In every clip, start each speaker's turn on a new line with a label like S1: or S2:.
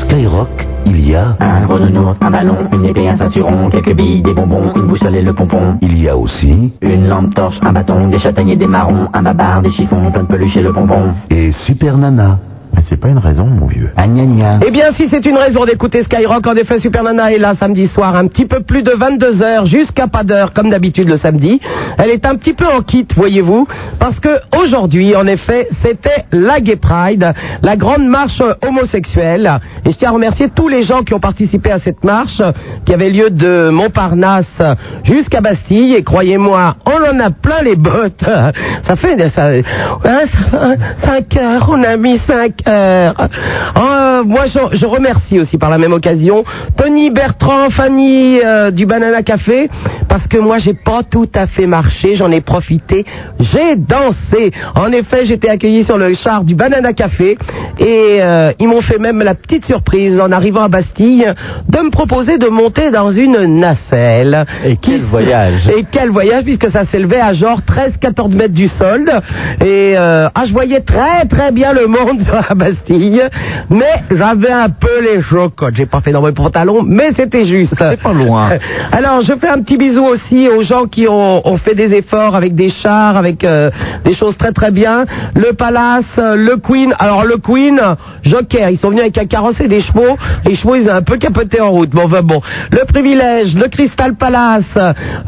S1: Skyrock, il y a...
S2: Un renounours, un ballon, une épée, un ceinturon, quelques billes, des bonbons, une boussole et le pompon.
S1: Il y a aussi...
S2: Une lampe torche, un bâton, des châtaigniers, des marrons, un babar, des chiffons, plein de peluches et le bonbon.
S1: Et Super Nana.
S3: Mais c'est pas une raison, mon vieux.
S2: Ah gna gna.
S4: Eh bien, si c'est une raison d'écouter Skyrock, en effet, Super Nana est là samedi soir, un petit peu plus de 22 heures, jusqu'à pas d'heure, comme d'habitude le samedi. Elle est un petit peu en kit, voyez-vous, parce que aujourd'hui, en effet, c'était la Gay Pride, la grande marche homosexuelle. Et je tiens à remercier tous les gens qui ont participé à cette marche, qui avait lieu de Montparnasse jusqu'à Bastille. Et croyez-moi, on en a plein les bottes. Ça fait, des- ça, hein, ça- cinq heures, on a mis cinq heures. Euh, moi, je, je remercie aussi par la même occasion Tony, Bertrand, Fanny euh, du Banana Café, parce que moi, j'ai pas tout à fait marché, j'en ai profité, j'ai dansé. En effet, j'étais accueilli sur le char du Banana Café et euh, ils m'ont fait même la petite surprise en arrivant à Bastille de me proposer de monter dans une nacelle.
S3: Et quel
S4: Qui-
S3: voyage.
S4: et quel voyage, puisque ça s'élevait à genre 13-14 mètres du sol. Et euh, ah, je voyais très très bien le monde sur la Bastille, mais j'avais un peu les chocottes. J'ai pas fait dans mes pantalons, mais c'était juste.
S3: C'était pas loin.
S4: Alors, je fais un petit bisou aussi aux gens qui ont, ont fait des efforts avec des chars, avec euh, des choses très très bien. Le Palace, euh, le Queen. Alors, le Queen, euh, Joker, ils sont venus avec un carrosse et des chevaux. Les chevaux, ils ont un peu capoté en route. Bon, enfin, bon. Le Privilège, le Crystal Palace,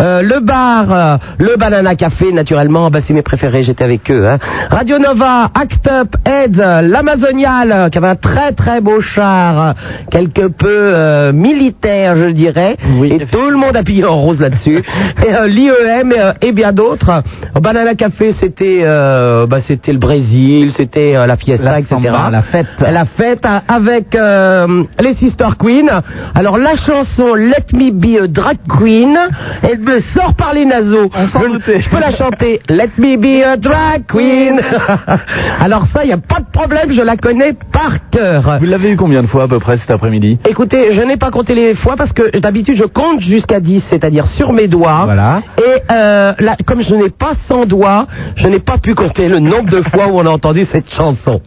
S4: euh, le Bar, euh, le Banana Café, naturellement. Bah, c'est mes préférés, j'étais avec eux. hein. Radio Nova, Act Up, Ed, euh, l'Amazonial, euh, qui avait un très très beau char, euh, quelque peu euh, militaire, je dirais.
S3: Oui,
S4: Et tout le monde appuyé en rose là-dessus. Et euh, l'IEM euh, et bien d'autres. Au Banana Café, c'était euh, bah, c'était le Brésil, c'était euh, la fiesta,
S3: La
S4: etc.
S3: samba, la fête.
S4: La fête euh, avec euh, les Sister Queen. Alors la chanson Let Me Be a Drag Queen, elle me sort par les naseaux.
S3: s'en
S4: Je,
S3: doutait.
S4: je peux la chanter. Let Me Be a Drag Queen. Alors ça, il n'y a pas de problème, je la connais par cœur.
S3: Vous l'avez eu combien de fois à peu près cet après-midi
S4: Écoutez, je n'ai pas compté les fois parce que d'habitude je compte jusqu'à 10, c'est-à-dire sur mes doigts.
S3: Voilà.
S4: Et euh, là, comme je n'ai pas 100 doigts, je n'ai pas pu compter le nombre de fois où on a entendu cette chanson.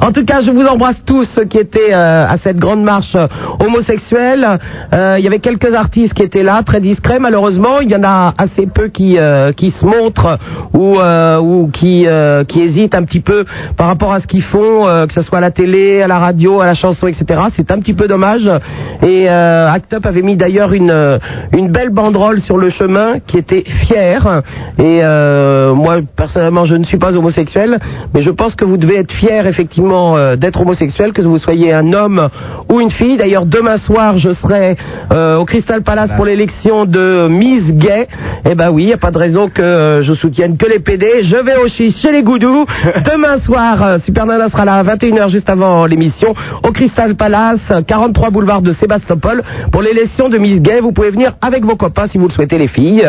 S4: En tout cas, je vous embrasse tous ceux qui étaient euh, à cette grande marche euh, homosexuelle. Euh, Il y avait quelques artistes qui étaient là, très discrets malheureusement. Il y en a assez peu qui, euh, qui se montrent ou, euh, ou qui, euh, qui hésitent un petit peu par rapport à ce qu'ils font, euh, que ce soit à la télé, à la radio, à la chanson, etc. C'est un petit peu dommage. Et euh, Act Up avait mis d'ailleurs une, euh, une belle banderole sur le chemin qui était fière. Et euh, moi, personnellement, je ne suis pas homosexuel, mais je pense que vous devez être fier, effectivement, euh, d'être homosexuel, que vous soyez un homme ou une fille. D'ailleurs, demain soir, je serai euh, au Crystal Palace pour l'élection de Miss Gay. Eh ben oui, il n'y a pas de raison que euh, je soutienne que les PD. Je vais au chiche chez les Goudous. Demain soir, euh, Super Nana sera là à 21h juste avant l'émission au Crystal Palace, euh, 43 boulevard de Sébastopol pour l'élection de Miss Gay. Vous pouvez venir avec vos copains si vous le souhaitez, les filles.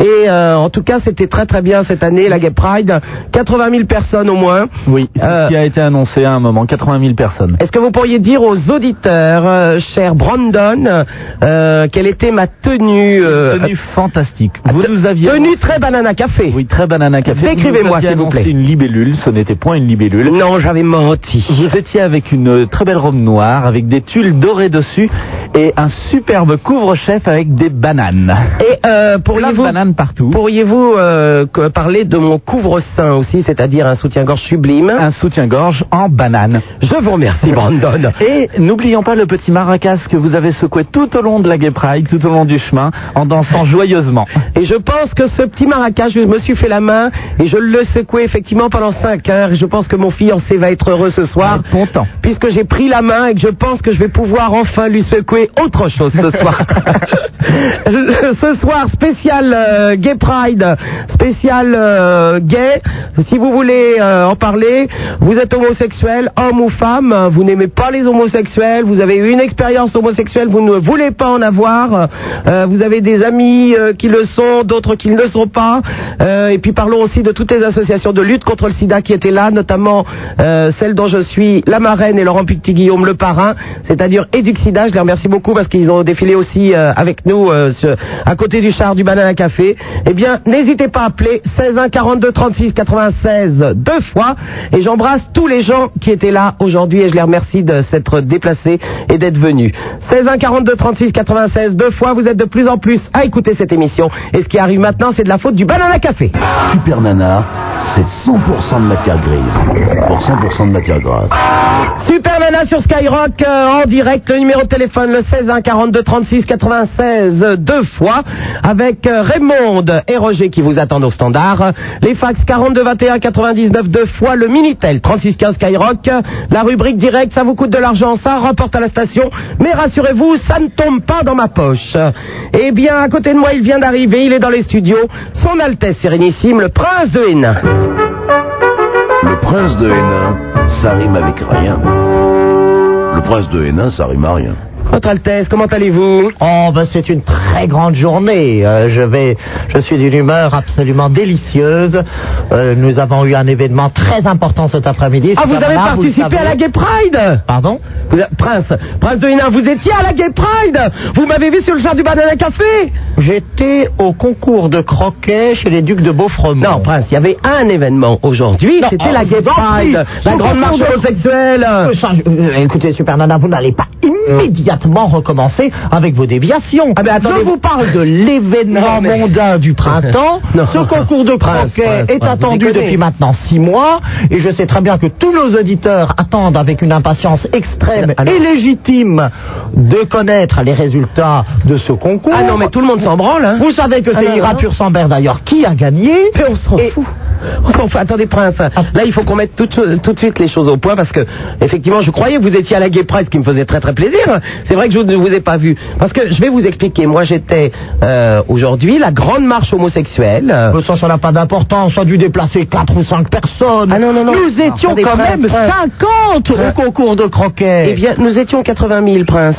S4: Et euh, en tout cas, c'était très très bien cette année, la Gay Pride. 80 000 personnes au moins.
S3: Oui, c'est
S4: Euh,
S3: ce qui a été annoncé à un moment, 80 000 personnes.
S4: Est-ce que vous pourriez dire aux auditeurs, euh, cher Brandon, euh, quelle était ma tenue euh,
S3: Tenue fantastique. Vous
S4: te-
S3: nous aviez
S4: tenue
S3: annoncé-
S4: très banana café
S3: Oui, très banana café. Vous nous
S4: Décrivez-moi,
S3: aviez
S4: s'il vous
S3: annoncé
S4: plaît.
S3: une libellule, ce n'était point une libellule.
S4: Non, j'avais menti.
S3: Vous étiez avec une euh, très belle robe noire, avec des tulles dorées dessus et un superbe couvre-chef avec des bananes.
S4: Et euh,
S3: Plein de
S4: pourriez-vous
S3: bananes partout.
S4: pourriez-vous euh, que- parler de mon couvre-sein aussi, c'est-à-dire un soutien-gorge sublime
S3: Un soutien-gorge en banane.
S4: Je vous remercie, Brandon.
S3: Et n'oublions pas le petit maracas que vous avez secoué tout au long de la Gay Pride, tout au long du chemin, en dansant joyeusement.
S4: Et je pense que ce petit maracas, je me suis fait la main et je le secouais effectivement pendant 5 heures. Et je pense que mon fiancé va être heureux ce soir.
S3: Ah, content.
S4: Puisque j'ai pris la main et que je pense que je vais pouvoir enfin lui secouer autre chose ce soir. Le- ce soir, spécial euh, Gay Pride, spécial euh, gay. Si vous voulez euh, en parler, vous êtes homosexuel, homme ou femme, euh, vous n'aimez pas les homosexuels, vous avez eu une expérience homosexuelle, vous ne voulez pas en avoir, euh, vous avez des amis euh, qui le sont, d'autres qui ne le sont pas. Euh, et puis parlons aussi de toutes les associations de lutte contre le sida qui étaient là, notamment euh, celle dont je suis la marraine et Laurent Petit-Guillaume le parrain, c'est-à-dire Eduxida. Je les remercie beaucoup parce qu'ils ont défilé aussi euh, avec nous euh, euh, sur- à côté du char du Banana Café, eh bien, n'hésitez pas à appeler 16 1 42 36 96 deux fois. Et j'embrasse tous les gens qui étaient là aujourd'hui et je les remercie de s'être déplacés et d'être venus. 16 1 42 36 96 deux fois, vous êtes de plus en plus à écouter cette émission. Et ce qui arrive maintenant, c'est de la faute du Banana Café.
S1: Super Nana, c'est 100% de matière grise pour 100% de matière grasse.
S4: Super Nana sur Skyrock euh, en direct, le numéro de téléphone le 16 1 42 36 96 euh, deux fois avec euh, Raymond et Roger qui vous attendent au standard. Euh, Les fax 42 21 99 deux fois le minitel 36 15 Skyrock. Euh, La rubrique direct, ça vous coûte de l'argent, ça remporte à la station, mais rassurez-vous, ça ne tombe pas dans ma poche. Euh, Eh bien, à côté de moi, il vient d'arriver, il est dans les studios, son Altesse Sérénissime, le Prince de Hénin.
S1: Le prince de Hénin, ça rime avec rien. Le prince de Hénin, ça rime à rien.
S4: Votre Altesse, comment allez-vous
S5: Oh, ben c'est une très grande journée. Euh, je vais, je suis d'une humeur absolument délicieuse. Euh, nous avons eu un événement très important cet après-midi.
S4: Ah, vous
S5: Superman,
S4: avez
S5: le
S4: participé
S5: savez.
S4: à la Gay Pride
S5: Pardon
S4: Vous êtes- Prince, Prince de Hénin, vous étiez à la Gay Pride Vous m'avez vu sur le char du Banana Café
S5: J'étais au concours de croquet chez les ducs de Beaufremont.
S4: Non, Prince, il y avait un événement aujourd'hui,
S5: Non,
S4: c'était
S5: oh,
S4: la Gay
S5: je vous en
S4: ah, Pride,
S5: prie,
S4: la
S5: je
S4: grande
S5: vous en
S4: marche
S5: prie.
S4: homosexuelle Euh.
S5: Euh, ça, je- euh, écoutez, Super Nana, vous n'allez pas immédiatement recommencer avec vos déviations.
S4: Ah, mais attendez.
S5: je vous parle de l'événement
S4: Non, mais-
S5: mondain du printemps.
S4: Non.
S5: Ce concours de
S4: Prince,
S5: croquet
S4: prince,
S5: est
S4: prince, vous
S5: attendu
S4: déconnez.
S5: depuis maintenant six mois. Et je sais très bien que tous nos auditeurs attendent avec une impatience extrême
S4: Ah, non.
S5: et légitime de connaître les résultats de ce concours.
S4: Ah non, mais tout le monde s'en branle, hein
S5: Vous savez que
S4: non,
S5: c'est Ira
S4: non.
S5: Pur-Sambert d'ailleurs qui a gagné.
S4: Mais on s'en
S5: Et-
S4: fout. On s'en fout. Attendez, Prince.
S5: Ah.
S4: Là, il faut qu'on mette tout, tout de suite les choses au point parce que, effectivement, je croyais que vous étiez à la Gay Pride, ce qui me faisait très très plaisir. C'est vrai que je ne vous ai pas vu. Parce que je vais vous expliquer. Moi, j'étais euh, aujourd'hui la grande marche homosexuelle. euh,
S5: Euh, Ça, ça n'a pas d'importance. Ça a dû déplacer 4 ou 5 personnes.
S4: Ah non, non, non.
S5: Nous
S4: Non,
S5: étions
S4: pas des
S5: quand
S4: princes,
S5: même
S4: princes.
S5: 50 au concours de croquet.
S4: Eh bien, nous étions 80 000, Prince.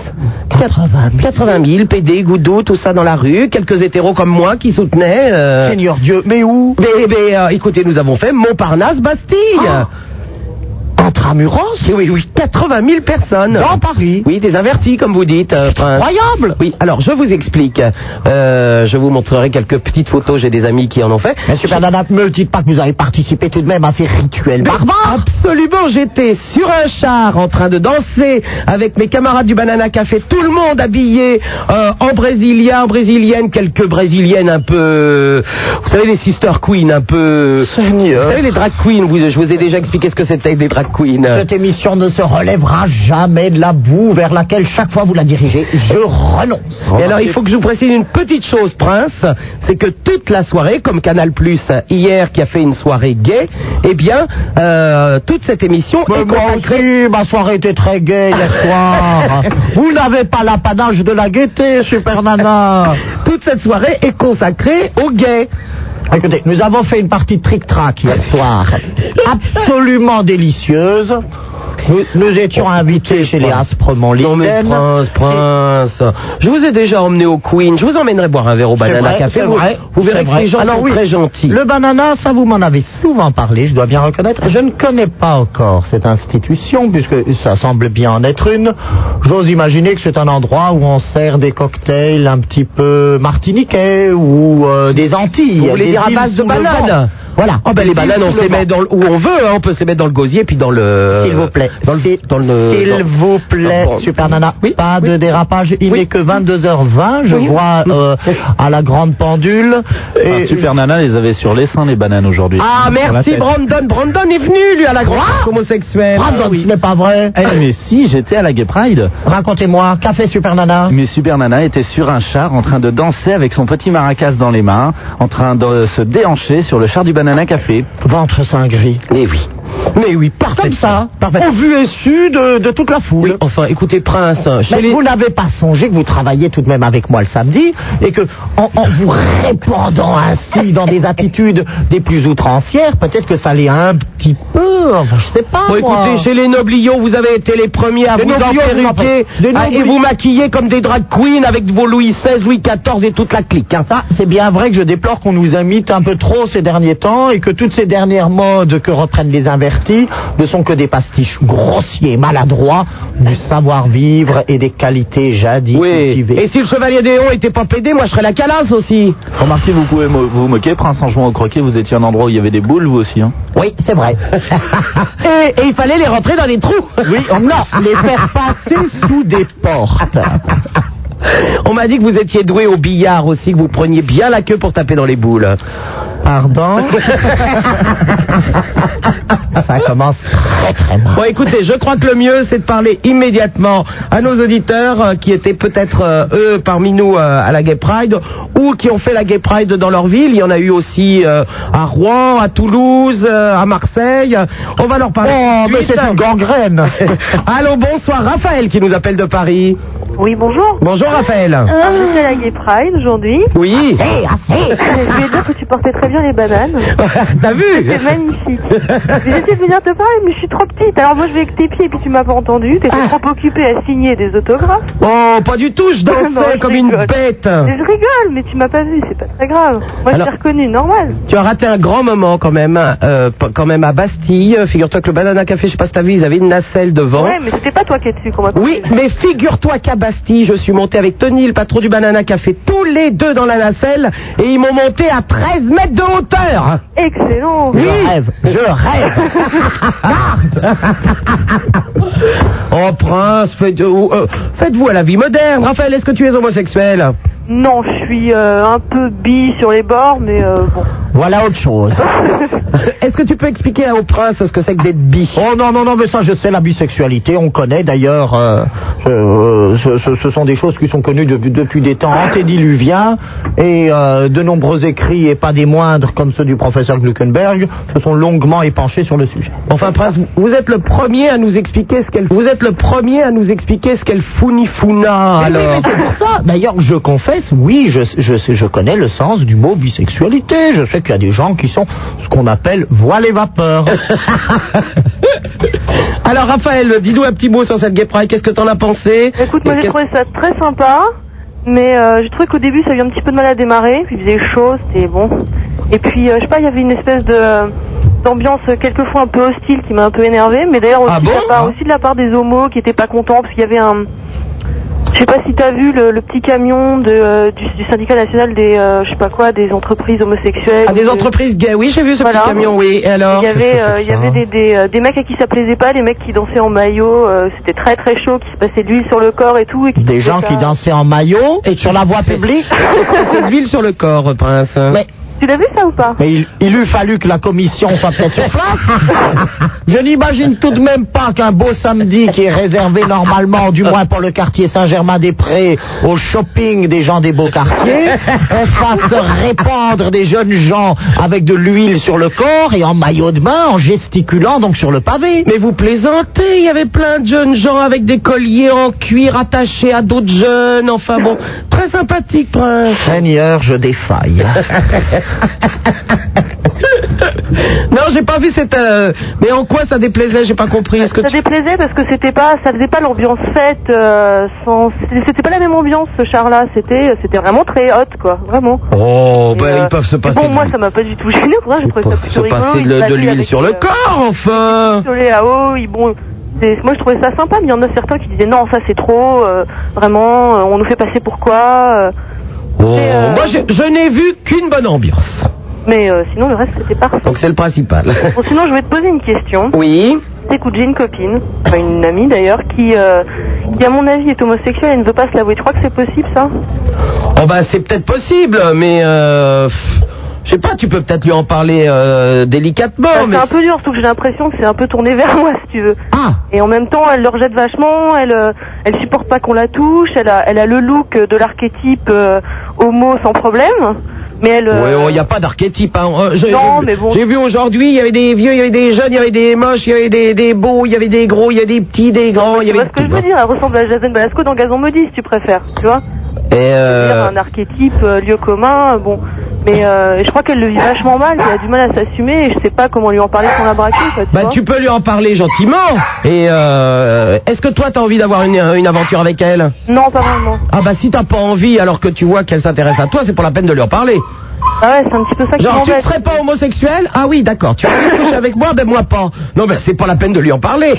S5: 80 000.
S4: 80 000, PD, Goudou, tout ça dans la rue, quelques hétéros comme moi qui soutenaient. euh,
S5: Seigneur Dieu, mais où
S4: Mais, mais, euh, écoutez, nous avons fait Montparnasse-Bastille.
S5: Ah. Intramuros
S4: Eh Oui, oui, 80 000 personnes.
S5: Dans Paris
S4: Oui, des avertis, comme vous dites, euh, Prince.
S5: Incroyable
S4: Oui, alors je vous explique. Euh, je vous montrerai quelques petites photos, j'ai des amis qui en ont fait.
S5: Mais Super Nana, me dites pas que vous avez participé tout de même à ces rituels
S4: Mais
S5: barbares
S4: Absolument, j'étais sur un char en train de danser avec mes camarades du Banana Café, tout le monde habillé euh, en brésilien, en brésilienne, quelques brésiliennes un peu, vous savez les sister queens un peu,
S5: Seigneur.
S4: vous savez les drag queens, vous- je vous ai déjà expliqué ce que c'était des drag queens.
S5: Cette émission ne se relèvera jamais de la boue vers laquelle chaque fois vous la dirigez. Je renonce.
S4: Et alors, il faut que je vous précise une petite chose, Prince, c'est que toute la soirée, comme Canal Plus hier qui a fait une soirée gay, eh bien, euh, toute cette émission
S5: Mais
S4: est
S5: moi
S4: consacrée
S5: aussi, ma soirée était très gaie hier soir. Vous n'avez pas l'apanage de la gaieté, Super Nana.
S4: Toute cette soirée est consacrée aux gays.
S5: Écoutez, nous avons fait une partie de trick-track hier soir, absolument délicieuse. Nous, nous étions invités chez les Aspremont Linden.
S4: Prince, je vous ai déjà emmené au Queen. Je vous emmènerai boire un verre au Banana Café. Vous, vous verrez que les gens sont très gentils.
S5: Ah Le banana, ça vous m'en avez souvent parlé, je dois bien reconnaître. Je ne connais pas encore cette institution, puisque ça semble bien en être une. J'ose imaginer que c'est un endroit où on sert des cocktails un petit peu martiniquais ou euh, des Antilles.
S4: Vous voulez
S5: des
S4: dire à
S5: îles
S4: base de
S5: sous le vent.
S4: bananes
S5: Voilà.
S4: Oh ben les
S5: Des îles
S4: bananes, on
S5: sous
S4: se les
S5: le vent.
S4: met dans le- où on veut. hein. On peut se les mettre dans le gosier puis dans le.
S5: S'il vous plaît,
S4: Dans le-
S5: s'il
S4: dans le-
S5: s'il
S4: dans-
S5: vous plaît,
S4: dans-
S5: Super Nana,
S4: Oui,
S5: pas de dérapage. Il
S4: Oui.
S5: n'est que 22h20, je
S4: Oui.
S5: vois euh, à la grande pendule.
S3: Ah, Super Nana les avait sur les seins, les bananes, aujourd'hui.
S4: Ah
S3: Sur la
S4: merci
S3: tête.
S4: Brandon. Brandon est venu lui à la grande marche homosexuelle.
S5: Brandon,
S4: Ah oui.
S5: ce n'est pas vrai.
S3: Eh, mais si, j'étais à la Gay Pride.
S5: Racontez-moi, qu'a fait Super Nana
S3: Mais Super Nana était sur un char en train de danser avec son petit maracas dans les mains, en train de se déhancher sur le char du Banana Café.
S5: Ventre saint gris.
S4: Mais oui. Mais oui, parfait.
S5: Comme ça,
S4: Parfait.
S5: au vu et su de, de toute la
S4: Oui,
S5: foule.
S4: enfin, écoutez, Prince, chez
S5: Mais
S4: les-
S5: vous n'avez pas songé que vous travaillez tout de même avec moi le samedi et que en, en vous répandant ainsi dans des attitudes des plus outrancières, peut-être que ça l'est un petit peu, enfin, je sais pas. moi.
S4: Bon, écoutez, chez les Noblions, vous avez été les premiers à
S5: Des
S4: vous
S5: Noblions,
S4: emperruquer
S5: des
S4: à- et
S5: Noblions.
S4: vous maquiller comme des drag queens avec vos Louis XVI, Louis XIV et toute la clique. hein.
S5: Ça, c'est bien vrai que je déplore qu'on nous imite un peu trop ces derniers temps et que toutes ces dernières modes que reprennent les inverti ne sont que des pastiches grossiers, maladroits du savoir-vivre et des qualités jadis
S4: Oui.
S5: cultivées.
S4: Et si le chevalier Déon était pas pédé, moi je serais la calasse aussi.
S6: Remarquez, vous pouvez mo- vous moquer, Prince en jouant au croquet, vous étiez à un endroit où il y avait des boules, vous aussi. Hein.
S5: Oui, c'est vrai.
S4: Et, et il fallait les rentrer dans les trous.
S5: Oui, on non, ah, les faire passer sous des portes.
S4: On m'a dit que vous étiez doué au billard aussi, que vous preniez bien la queue pour taper dans les boules.
S5: Pardon Ah, Ça commence très très mal.
S4: Bon, écoutez, je crois que le mieux, c'est de parler immédiatement à nos auditeurs euh, qui étaient peut-être euh, eux parmi nous euh, à la Gay Pride ou qui ont fait la Gay Pride dans leur ville. Il y en a eu aussi euh, à Rouen, à Toulouse, euh, à Marseille. On va leur parler.
S5: Oh,
S4: tout de
S5: mais
S4: suite.
S5: c'est une gangrène
S4: Allô, bonsoir, Raphaël qui nous appelle de Paris.
S7: Oui, bonjour.
S4: Bonjour, Raphaël.
S7: Ah, Je suis à la Gay Pride aujourd'hui.
S4: Oui.
S7: Je voulais dire que tu portais très bien les bananes.
S4: T'as vu
S7: C'est magnifique. J'essaie de venir te parler, mais je suis trop petite. Alors moi, je vais avec tes pieds, et puis tu m'as pas entendu. T'étais trop occupée à signer des autographes.
S4: Oh, pas du tout, je dansais
S7: Non, je
S4: comme une
S7: rigole.
S4: bête.
S7: Mais je rigole, mais tu m'as pas vu, c'est pas très grave. Moi,
S4: Alors-
S7: je t'ai reconnu, normal.
S4: Tu as raté un grand moment quand même, euh, p- quand même à Bastille. Figure-toi que le Banana Café, je sais pas si t'as vu, ils avaient une nacelle devant.
S7: Ouais, mais c'était pas toi qui es dessus qu'on m'a
S4: Oui,
S7: trouvé.
S4: mais figure-toi qu'à Bastille, je suis monté avec Tony, le patron du Banana Café, tous les deux dans la nacelle, et ils m'ont monté à 13 mètres de hauteur.
S7: Excellent.
S5: Je rêve, je rêve
S4: Oh prince, faites- euh, euh, faites-vous à la vie moderne. Raphaël, est-ce que tu es homosexuel
S7: Non, je suis euh, un peu bi sur les bords, mais euh, bon.
S5: Voilà autre chose.
S4: Est-ce que tu peux expliquer au prince ce que c'est que d'être bi
S5: Oh non, non, non, mais ça je sais, la bisexualité, on connaît d'ailleurs, euh, euh, ce, ce- ce sont des choses qui sont connues depuis- depuis des temps antédiluviens, et euh, de nombreux écrits, et pas des moindres comme ceux du professeur Gluckenberg, se sont longuement épanchés sur le sujet.
S4: Enfin, Prince, vous êtes le premier à nous expliquer ce qu'elle. Vous êtes le premier à nous expliquer ce qu'elle founifuna.
S7: Eh
S5: Mais oui, mais
S4: Alors.
S5: c'est pour ça. D'ailleurs, je confesse, oui, je, je, sais- je connais le sens du mot bisexualité. Je sais qu'il y a des gens qui sont ce qu'on appelle voilés vapeurs.
S4: Alors, Raphaël, dis-nous un petit mot sur cette Gay Pride. Qu'est-ce que t'en as pensé
S7: Écoute, moi
S4: Et
S7: j'ai
S4: qu'est-ce-
S7: trouvé ça très sympa, mais euh, j'ai trouvé qu'au début ça a eu un petit peu de mal à démarrer, puis il faisait chaud, c'était bon. Et puis, euh, je sais pas, il y avait une espèce de d'ambiance quelquefois un peu hostile qui m'a un peu énervée, mais d'ailleurs aussi,
S4: Ah
S7: de la
S4: bon
S7: part- aussi de la part des homos qui étaient pas contents, parce qu'il y avait un... Je sais pas si t'as vu le, le petit camion de, euh, du, du syndicat national des, euh, je sais pas quoi, des entreprises homosexuelles.
S4: Ah, des
S7: Euh,
S4: entreprises gays. Oui, j'ai vu ce
S7: Voilà.
S4: petit camion, oui. Et alors
S7: il y avait,
S5: qu'est-ce que
S7: euh,
S5: c'est
S7: il
S5: que
S7: y
S5: ça
S4: hein
S7: avait des, des, euh, des mecs à qui ça plaisait pas, des mecs qui dansaient en maillot, euh, c'était très très chaud, qui se passaient de l'huile sur le corps et tout. Et qui
S5: Des gens
S7: faisaient
S5: qui
S7: ça.
S5: dansaient en maillot et sur la voie publique.
S4: C'est de l'huile sur le corps, Prince.
S5: Mais,
S7: Tu l'as vu ça ou pas
S5: mais il, il eût fallu que la commission soit peut-être sur place. Je n'imagine tout de même pas qu'un beau samedi qui est réservé normalement, du moins pour le quartier Saint-Germain-des-Prés, au shopping des gens des beaux quartiers, on fasse répandre des jeunes gens avec de l'huile sur le corps et en maillot de bain, en gesticulant donc sur le pavé.
S4: Mais vous plaisantez, il y avait plein de jeunes gens avec des colliers en cuir attachés à d'autres jeunes. Enfin bon, très sympathique, Prince.
S5: Seigneur, je défaille.
S4: Non, j'ai pas vu cette. euh, Mais en quoi ça déplaisait J'ai pas compris. Est-ce que
S7: Ça
S4: tu...
S7: déplaisait parce que c'était pas, ça faisait pas l'ambiance fête. euh, sans, c'était pas la même ambiance ce char-là. C'était, euh, c'était vraiment très hot, quoi, vraiment.
S4: Oh,
S7: Et, euh,
S4: ben ils peuvent se
S7: mais
S4: passer.
S7: Bon,
S4: de-
S7: moi ça m'a pas du tout gêné, pour vrai, je trouvais ça
S4: peuvent se
S7: plutôt rigolo.
S4: passer
S7: Ils
S4: de, de
S7: passaient
S4: l'huile
S7: avec,
S4: sur le
S7: euh,
S4: corps, enfin.
S7: pistolet à eau, ils- bon. c'est- Moi je trouvais ça sympa, mais il y en a certains qui disaient non, ça c'est trop, euh, vraiment, euh, on nous fait passer pour quoi. euh.
S4: Oh,
S7: Mais, euh,
S4: Moi, je, je n'ai vu qu'une bonne ambiance.
S7: mais euh, sinon le reste c'était parfait.
S4: Donc c'est le principal.
S7: Bon, sinon je vais te poser une question.
S4: Oui.
S7: Écoute, j'ai une copine, enfin une amie d'ailleurs, qui, euh, qui à mon avis est homosexuelle et ne veut pas se l'avouer. Tu crois que c'est possible ça
S4: Oh ben c'est peut-être possible, mais euh, pff, je sais pas. Tu peux peut-être lui en parler euh,
S7: Bah,
S4: délicatement, mais
S7: C'est un peu dur, surtout que j'ai l'impression que c'est un peu tourné vers moi si tu veux.
S4: ah.
S7: Et en même temps, elle le rejette vachement, elle, euh, elle supporte pas qu'on la touche, elle a, elle a le look euh, de l'archétype euh, homo sans problème, mais elle.
S4: Ouais,
S7: euh,
S4: il n'y a pas d'archétype. hein. Euh, j'ai-
S7: Non, mais bon.
S4: J'ai vu aujourd'hui, il y avait des vieux, il y avait des jeunes, il y avait des moches, il y avait des, des beaux, Oh, il y avait des gros, il y avait des petits, des grands, il y
S7: Tu
S4: avait
S7: vois ce que je veux dire Elle ressemble à Jason Balasco dans Gazon Maudit, si tu préfères, tu vois
S4: Et
S7: C'est-à-dire
S4: euh,
S7: Un archétype, euh, lieu commun, euh, bon. Mais euh, je crois qu'elle le vit vachement mal, elle a du mal à s'assumer, et je sais pas comment lui en parler sans la braquer, quoi, tu
S4: bah
S7: vois
S4: tu peux lui en parler gentiment. Et euh, est-ce que toi t'as envie d'avoir une, une aventure avec elle
S7: Non, pas vraiment.
S4: Ah bah si t'as pas envie alors que tu vois qu'elle s'intéresse à toi, c'est pour la peine de lui en parler.
S8: Ah ouais, c'est un petit peu ça qui
S4: Genre, tu ne
S8: m'embête.
S4: serais pas homosexuel Ah oui, d'accord. Tu veux coucher avec moi Ben moi pas. Non, ben c'est pas la peine de lui en parler.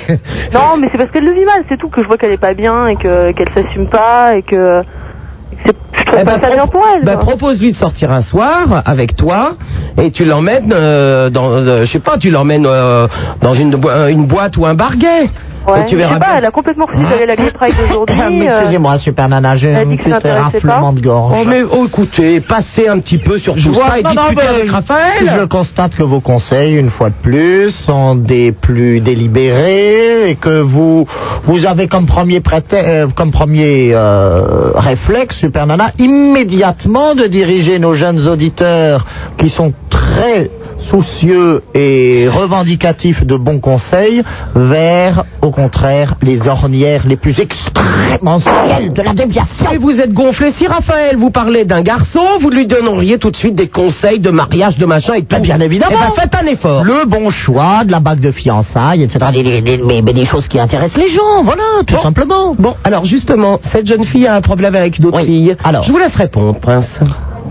S8: Non, mais c'est parce qu'elle le vit mal, c'est tout, que je vois qu'elle est pas bien et que qu'elle s'assume pas et que, et que c'est- je trouve
S4: Eh ben,
S8: pas ça bien
S4: pro-
S8: pour elle.
S4: ben,
S8: quoi.
S4: propose-lui de sortir un soir avec toi et tu l'emmènes euh, dans, euh, je sais pas, tu l'emmènes euh, dans une, bo- euh, une boîte ou un bar gay.
S8: Ouais.
S4: Et tu
S8: je
S4: verras
S8: sais pas,
S4: bien.
S8: elle a complètement refusé d'aller à la Gay Pride aujourd'hui.
S5: Ah, mais
S8: euh,
S5: Excusez-moi, super nana, j'ai
S8: elle
S5: un
S8: dit que
S5: petit
S8: ça l'intéressait pas.
S5: raflement de gorge.
S4: Oh mais oh, écoutez, passez un petit peu sur tout
S5: vois-
S4: ça et
S5: non, non,
S4: discutez
S5: mais-
S4: avec Raphaël.
S5: Je constate que vos conseils, une fois de plus, sont des plus délibérés et que vous vous avez comme premier prétexte, euh, comme premier euh, réflexe, super nana, immédiatement de diriger nos jeunes auditeurs qui sont très soucieux et revendicatifs de bons conseils vers, au contraire, les ornières les plus excrémentielles de la déviation.
S4: Mais vous êtes gonflé. Si Raphaël vous parlait d'un garçon, vous lui donneriez tout de suite des conseils de mariage, de machin et tout.
S5: Ben, bien évidemment.
S4: Eh ben, faites un effort.
S5: Le bon choix, de la bague de fiançailles, etc. Des, des- des- mais, mais des choses qui intéressent les gens, voilà, tout
S4: Bon.
S5: simplement.
S4: Bon, alors justement, cette jeune fille a un problème avec d'autres
S5: Oui.
S4: filles.
S5: Alors.
S4: je vous laisse répondre, Prince.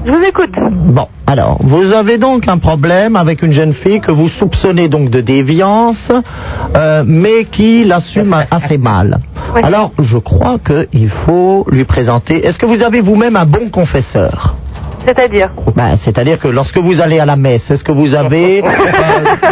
S8: Je vous écoute.
S5: Bon, alors, vous avez donc un problème avec une jeune fille que vous soupçonnez donc de déviance, euh, mais qui l'assume assez mal.
S8: Ouais.
S5: Alors, je crois qu'il faut lui présenter... Est-ce que vous avez vous-même un bon confesseur
S8: C'est-à-dire.
S5: Ben, C'est-à-dire que lorsque vous allez à la messe, est-ce que vous avez euh,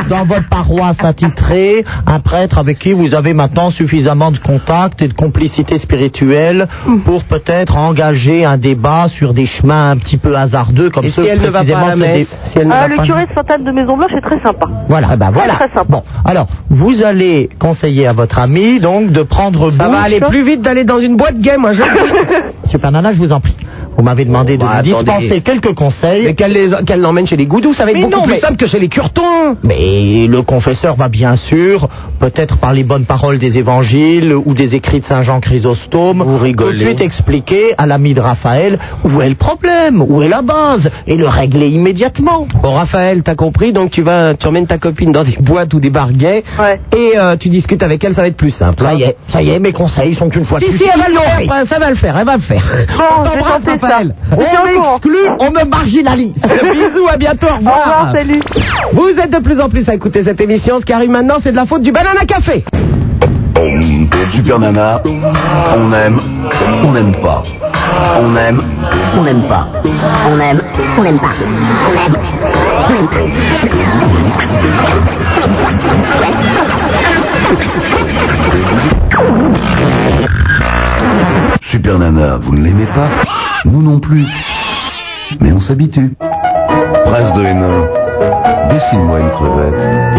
S5: dans votre paroisse attitrée un prêtre avec qui vous avez maintenant suffisamment de contacts et de complicité spirituelle
S4: Hmm.
S5: pour peut-être engager un débat sur des chemins un petit peu hasardeux comme
S4: Et
S5: ceux
S4: si elle ne va pas
S5: précisément
S4: à la
S5: ce dé-
S4: messe, si elle ne
S8: Ah,
S4: va
S8: le
S4: pas-
S8: curé de Sainte-Anne de Maison-Blanche est très sympa.
S5: Voilà,
S4: Ah,
S5: eh ben voilà.
S8: très sympa.
S5: Bon, alors vous allez conseiller à votre ami donc de prendre
S4: Ça va
S5: bouche-
S4: aller plus vite d'aller dans une boîte gay, moi je.
S5: Super Nana, je vous en prie. Vous m'avez demandé
S4: Bon, bah,
S5: de lui
S4: attendez.
S5: dispenser quelques conseils.
S4: Mais qu'elle les- qu'elle l'emmène chez les goudous, ça va être
S5: Mais
S4: beaucoup
S5: non,
S4: plus
S5: mais-
S4: simple que chez les curtons.
S5: Mais le confesseur va bien sûr, peut-être par les bonnes paroles des évangiles ou des écrits de Saint Jean Chrysostome,
S4: Vous
S5: tout de
S4: rigolez.
S5: suite expliquer à l'ami de Raphaël où est le problème, où est la base, et le régler immédiatement.
S4: Bon, Raphaël, t'as compris, donc tu vas, tu emmènes ta copine dans des boîtes ou des bars gays.
S8: Ouais.
S4: Et euh, tu discutes avec elle, ça va être plus simple.
S5: Ça y est, ça y est, mes conseils sont une fois de
S4: Si,
S5: plus
S4: si, elle va le faire,
S5: ignorés.
S4: Prince, elle va le faire, elle va le faire.
S8: Bon,
S4: On
S8: je vais
S4: t'embrasse,
S8: tenter ça.
S4: Raphaël.
S5: On
S8: Mais c'est un con.
S5: m'exclut, on me marginalise.
S4: Bisous, à bientôt, au
S8: Au
S4: revoir.
S8: revoir, salut.
S4: Vous êtes de plus en plus à écouter cette émission. Ce qui arrive maintenant, c'est de la faute du banana café.
S1: Super Nana, on aime, on n'aime pas. On aime, on n'aime pas.
S9: On aime, on n'aime pas. On aime, on n'aime pas.
S1: Super Nana, vous ne l'aimez pas Nous non plus. Mais on s'habitue. Prince de Hénin, dessine-moi une crevette.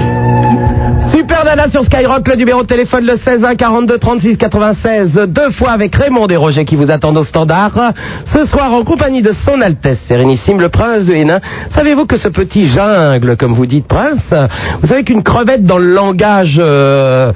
S4: Super Nana sur Skyrock, le numéro de téléphone le 16 1 42 36 96, deux fois avec Raymond et Roger qui vous attendent au standard. Ce soir, en compagnie de son Altesse Sérénissime, le Prince de Hénin. Savez-vous que ce petit jungle, comme vous dites, Prince, vous savez qu'une crevette dans le langage... euh,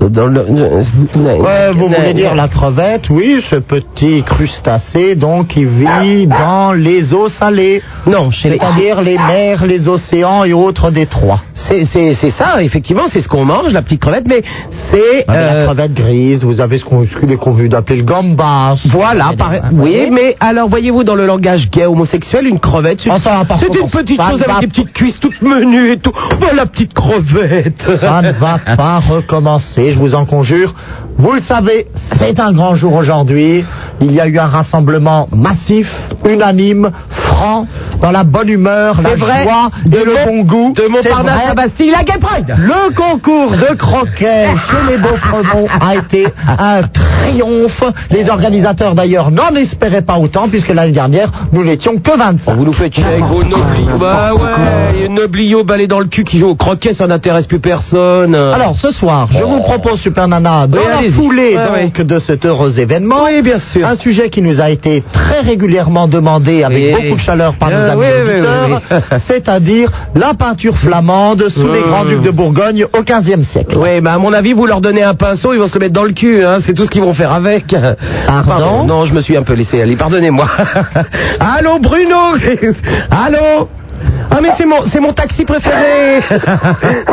S4: dans le,
S5: Ouais, vous voulez
S4: Euh,
S5: dire la crevette, oui, ce petit crustacé donc qui vit dans les eaux salées.
S4: Ah. Non, chez les...
S5: C'est-à-dire les mers, les océans et autres détroits.
S4: C'est, c'est, c'est ça, effectivement, c'est ce qu'on mange, la petite crevette, mais c'est...
S5: Vous avez
S4: euh,
S5: la crevette grise, vous avez ce qu'on ce qu'il est convenu d'appeler le gambas.
S4: Voilà, par- oui, mais alors voyez-vous dans le langage gay homosexuel une crevette, c'est,
S5: Ah, ça, par
S4: c'est
S5: contre,
S4: une petite
S5: ça
S4: chose
S5: ne
S4: avec
S5: va
S4: des petites cuisses toutes menues et tout. Oh la petite crevette.
S5: Ça ne va pas recommencer, je vous en conjure. Vous le savez, c'est un grand jour aujourd'hui. Il y a eu un rassemblement massif, unanime, franc, dans la bonne humeur, la
S4: C'est vrai.
S5: joie et
S4: De
S5: le bon
S4: Mont-
S5: goût.
S4: De
S5: C'est
S4: Montparnasse
S5: vrai.
S4: à Bastille, la Gay Pride.
S5: Le concours de croquet chez les Beaufremont a été un triomphe. Les organisateurs d'ailleurs n'en espéraient pas autant puisque l'année dernière nous n'étions que 25.
S4: Vous nous faites chier avec vos nobliaux. Bah ouais, et nobliaux balais dans le cul qui joue au croquet, ça n'intéresse plus personne.
S5: Alors ce soir, je vous propose Super Nana de
S4: Oui,
S5: la
S4: Oh. allez-y.
S5: foulée
S4: Ouais,
S5: donc de cet heureux événement.
S4: oui, bien sûr.
S5: Un sujet qui nous a été très régulièrement demandé avec
S4: Oui.
S5: beaucoup de chaleur par
S4: Euh,
S5: nos amis
S4: oui, oui,
S5: auditeurs,
S4: oui, oui.
S5: c'est-à-dire la peinture flamande sous les
S4: Euh.
S5: grands ducs de Bourgogne au XVe siècle.
S4: Oui, bah à mon avis, vous leur donnez un pinceau, ils vont se le mettre dans le cul, hein, c'est tout ce qu'ils vont faire avec. Non, je me suis un peu laissé aller, pardonnez-moi. Allô, Bruno Allô Ah, mais c'est mon, c'est mon taxi préféré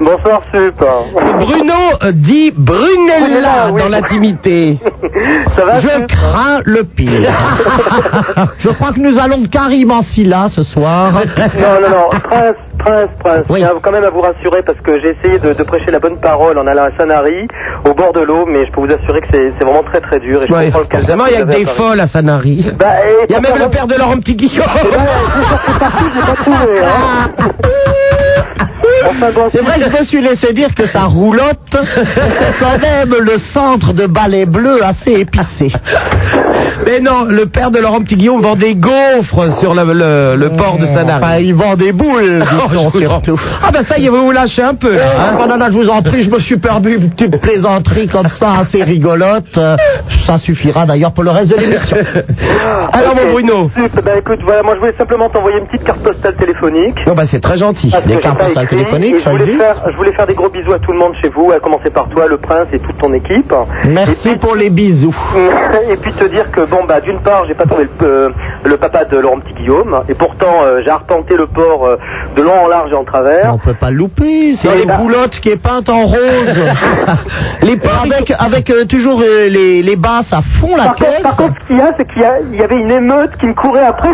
S10: Bonsoir, Sup.
S4: C'est Bruno euh, dit Brunella
S10: Brunella, oui.
S4: dans l'intimité.
S10: Ça va,
S5: Je
S10: Sup
S5: crains le pire. Je crois que nous allons carrément si là ce soir.
S10: Non, non, non, Prince, Prince, Prince.
S5: Oui.
S10: Je tiens quand même à vous rassurer parce que j'ai essayé de, de prêcher la bonne parole en allant à Sanary, au bord de l'eau, mais je peux vous assurer que c'est c'est vraiment très très dur. Et je
S4: Ouais,
S10: comprends le caractère
S4: évidemment, il y a
S10: vous
S4: que
S10: avez
S4: des
S10: à Paris.
S4: folles à Sanary.
S10: Bah, et
S4: Il y a même
S10: pourquoi
S4: le père de Laurent Petit Guillaume.
S10: trouver, hein Enfin, bon,
S5: C'est vrai que je me suis laissé dire que sa roulotte était quand même le centre de ballet bleu assez épicé.
S4: Mais non, le père de Laurent Petit Guillaume vend des gaufres sur la- le, le port
S5: Euh,
S4: de
S5: Enfin,
S4: Sanary.
S5: il vend des boules,
S4: Oh, je
S5: dit-on
S4: vous en-
S5: surtout.
S4: Ah bah ça y est, vous vous lâchez un peu. là, hein.
S5: Ah, non, non, je vous en prie, je me suis permis une petite plaisanterie comme ça, assez rigolote. Euh, Ça suffira d'ailleurs pour le reste de l'émission.
S4: Alors mon
S10: ok.
S4: Bruno.
S10: Sup, bah écoute, voilà, moi je voulais simplement t'envoyer une petite carte postale téléphonique.
S4: Non
S5: ben,
S4: bah c'est très gentil.
S10: Parce
S5: Des
S10: que
S5: cartes
S10: j'ai pas
S5: postales
S10: écrit,
S5: téléphoniques,
S10: et
S5: ça
S10: je voulais,
S5: existe
S10: faire, je voulais faire des gros bisous à tout le monde chez vous, à commencer par toi, le prince et toute ton équipe.
S5: Merci pour les bisous.
S10: Et puis te dire que bon bah d'une part j'ai pas trouvé le, euh, le papa de Laurent Petit Guillaume et pourtant euh, j'ai arpenté le port euh, de long en large et en travers.
S5: On peut pas le louper, c'est
S10: Non,
S5: les
S10: bah-
S5: boulottes qui est peinte en rose. les ports avec avec euh, toujours euh, les, les basses à fond la
S10: Par contre,
S5: caisse.
S10: par contre, ce qu'il y a, c'est qu'il y, a- il y avait une émeute qui me courait après.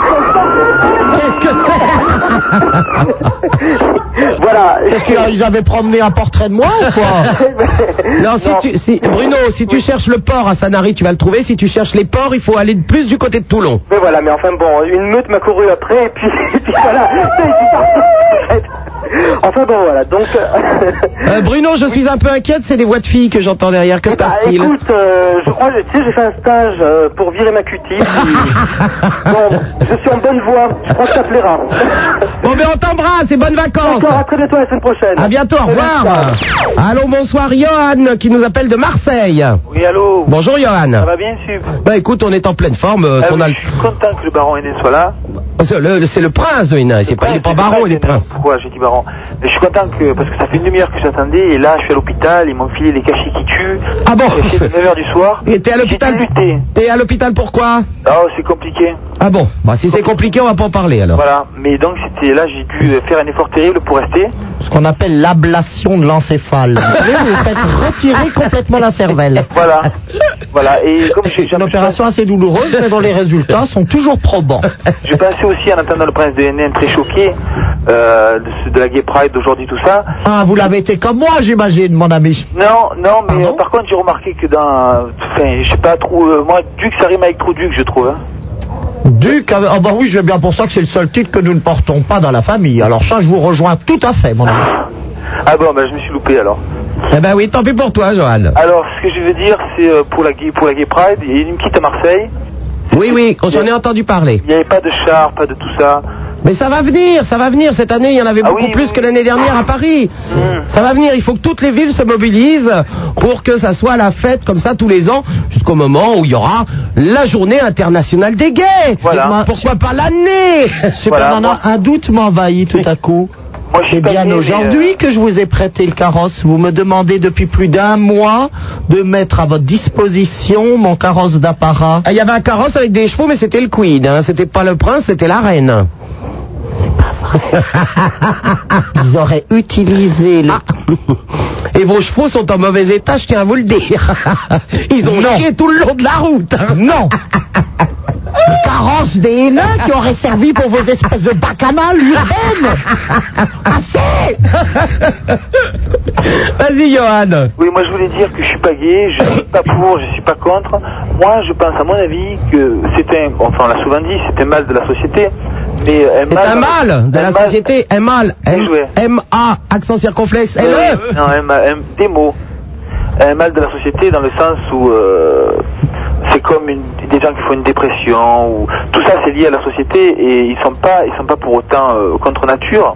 S4: Qu'est-ce que c'est
S10: voilà.
S5: Qu'est-ce qu'ils ils avaient promené un portrait de moi ou quoi
S4: Non, si
S10: Non.
S4: tu, si, Bruno, si tu cherches le port à Sanary, tu vas le trouver. Si tu cherches les ports, il faut aller plus du côté de Toulon.
S10: Mais voilà, mais enfin bon, une meute m'a couru après et puis, et puis voilà. Et puis, pardon. enfin bon voilà, donc. euh,
S4: Euh, Bruno, je suis un peu inquiète, c'est des voix de filles que j'entends derrière. Que se
S10: Bah,
S4: passe-t-il
S10: écoute, euh, je crois, que- tu sais, j'ai fait un stage euh, pour virer ma cutie. puis- bon, je suis en bonne voie. Je crois que ça plaira.
S4: Bon, ben on t'embrasse et bonnes vacances.
S10: D'accord, à très bientôt la semaine prochaine.
S4: À bientôt, au revoir. Allô, bonsoir, Johan, qui nous appelle de Marseille.
S11: Oui, allô
S4: Bonjour, Johan.
S11: Ça va bien, Sub
S4: Bah écoute, on est en pleine forme. euh,
S11: Ah
S4: son
S11: oui,
S4: al- Ah,
S11: Je suis content que le baron aîné soit là.
S4: C'est le, c'est le prince de Hénin. C'est pas, il est pas baron, il est prince.
S11: Pourquoi j'ai dit baron Mais je suis content que, parce que ça fait une demi-heure que j'attendais, et là, je suis à l'hôpital, ils m'ont filé les cachets qui tuent.
S4: Ah bon
S11: C'est 9h du soir.
S4: Et t'es à l'hôpital
S11: J'ai été muté.
S4: T'es à l'hôpital pourquoi
S11: Oh, c'est compliqué.
S4: Ah bon Bah si c'est compliqué, on va pas en parler alors.
S11: Voilà. Mais donc, c'était là, j'ai dû euh, faire un effort terrible pour rester.
S5: Ce qu'on appelle l'ablation de l'encéphale. Vous savez, vous faites retirer complètement la cervelle.
S11: Voilà. voilà. Et comme j'ai
S5: C'est une opération assez douloureuse, mais dont les résultats sont toujours probants.
S11: Je pensais aussi en entendant le prince de Hénin très choqué euh, de, ce- de la Gay Pride d'aujourd'hui, tout ça.
S5: Ah, vous l'avez été comme moi, j'imagine, mon ami.
S11: Non, non, mais
S5: Pardon
S11: euh, par contre, j'ai remarqué que dans. Enfin, je sais pas trop. euh, moi, Duc, ça rime avec Trouduc, je trouve. hein.
S5: Duc, ah ah bah oui, je veux bien pour ça que c'est le seul titre que nous ne portons pas dans la famille. Alors ça, je vous rejoins tout à fait, mon ami.
S11: Ah bon, bah, je me suis loupé alors.
S4: Eh ben oui, tant pis pour toi, Johan.
S11: Alors, ce que je veux dire, c'est euh, pour la gay, pour la gay Pride, il y a eu une quitte à Marseille.
S4: Oui, oui, on- j'en ai entendu parler.
S11: Il n'y avait pas de char, pas de tout ça.
S4: Mais ça va venir, ça va venir. Cette année, il y en avait
S11: Ah
S4: beaucoup
S11: oui,
S4: plus
S11: oui. Mmh.
S4: que l'année dernière à Paris. Ça va venir, il faut que toutes les villes se mobilisent pour que ça soit la fête comme ça tous les ans, jusqu'au moment où il y aura la journée internationale des gays.
S11: Voilà.
S4: Pourquoi pas l'année
S11: Voilà,
S5: Superman,
S11: moi-
S5: un doute m'envahit tout à coup.
S11: Moi, je suis
S5: C'est
S11: pas
S5: bien
S11: gay, mais, euh,
S5: aujourd'hui que je vous ai prêté le carrosse. Vous me demandez depuis plus d'un mois de mettre à votre disposition mon carrosse d'apparat.
S4: Ah, Il y avait un carrosse avec des chevaux, mais c'était le quid. Hein. C'était pas le prince, c'était la reine.
S5: Ils auraient utilisé le...
S4: Ah. Et vos chevaux sont en mauvais état, je tiens à vous le dire. Ils ont
S5: Non.
S4: chié tout le long de la route. hein.
S5: Non Le carrosse des Hénins qui aurait servi pour vos espèces de bacchanales urbaines Ah, Assez
S4: Vas-y, Johan.
S11: Oui, moi, je voulais dire que je suis pas gay, je suis pas pour, je suis pas contre. Moi, je pense, à mon avis, que c'est un. Enfin, on l'a souvent dit, c'est un mal de la société. Mais euh,
S4: C'est un mal de
S11: un
S4: la société, un mal.
S11: Bien joué.
S4: M-A, accent circonflexe, L-E.
S11: Euh, Non, un, un- des mots. Un mal de la société dans le sens où euh, c'est comme une- des gens qui font une dépression ou tout ça c'est lié à la société et ils sont pas ils sont pas pour autant euh, contre nature.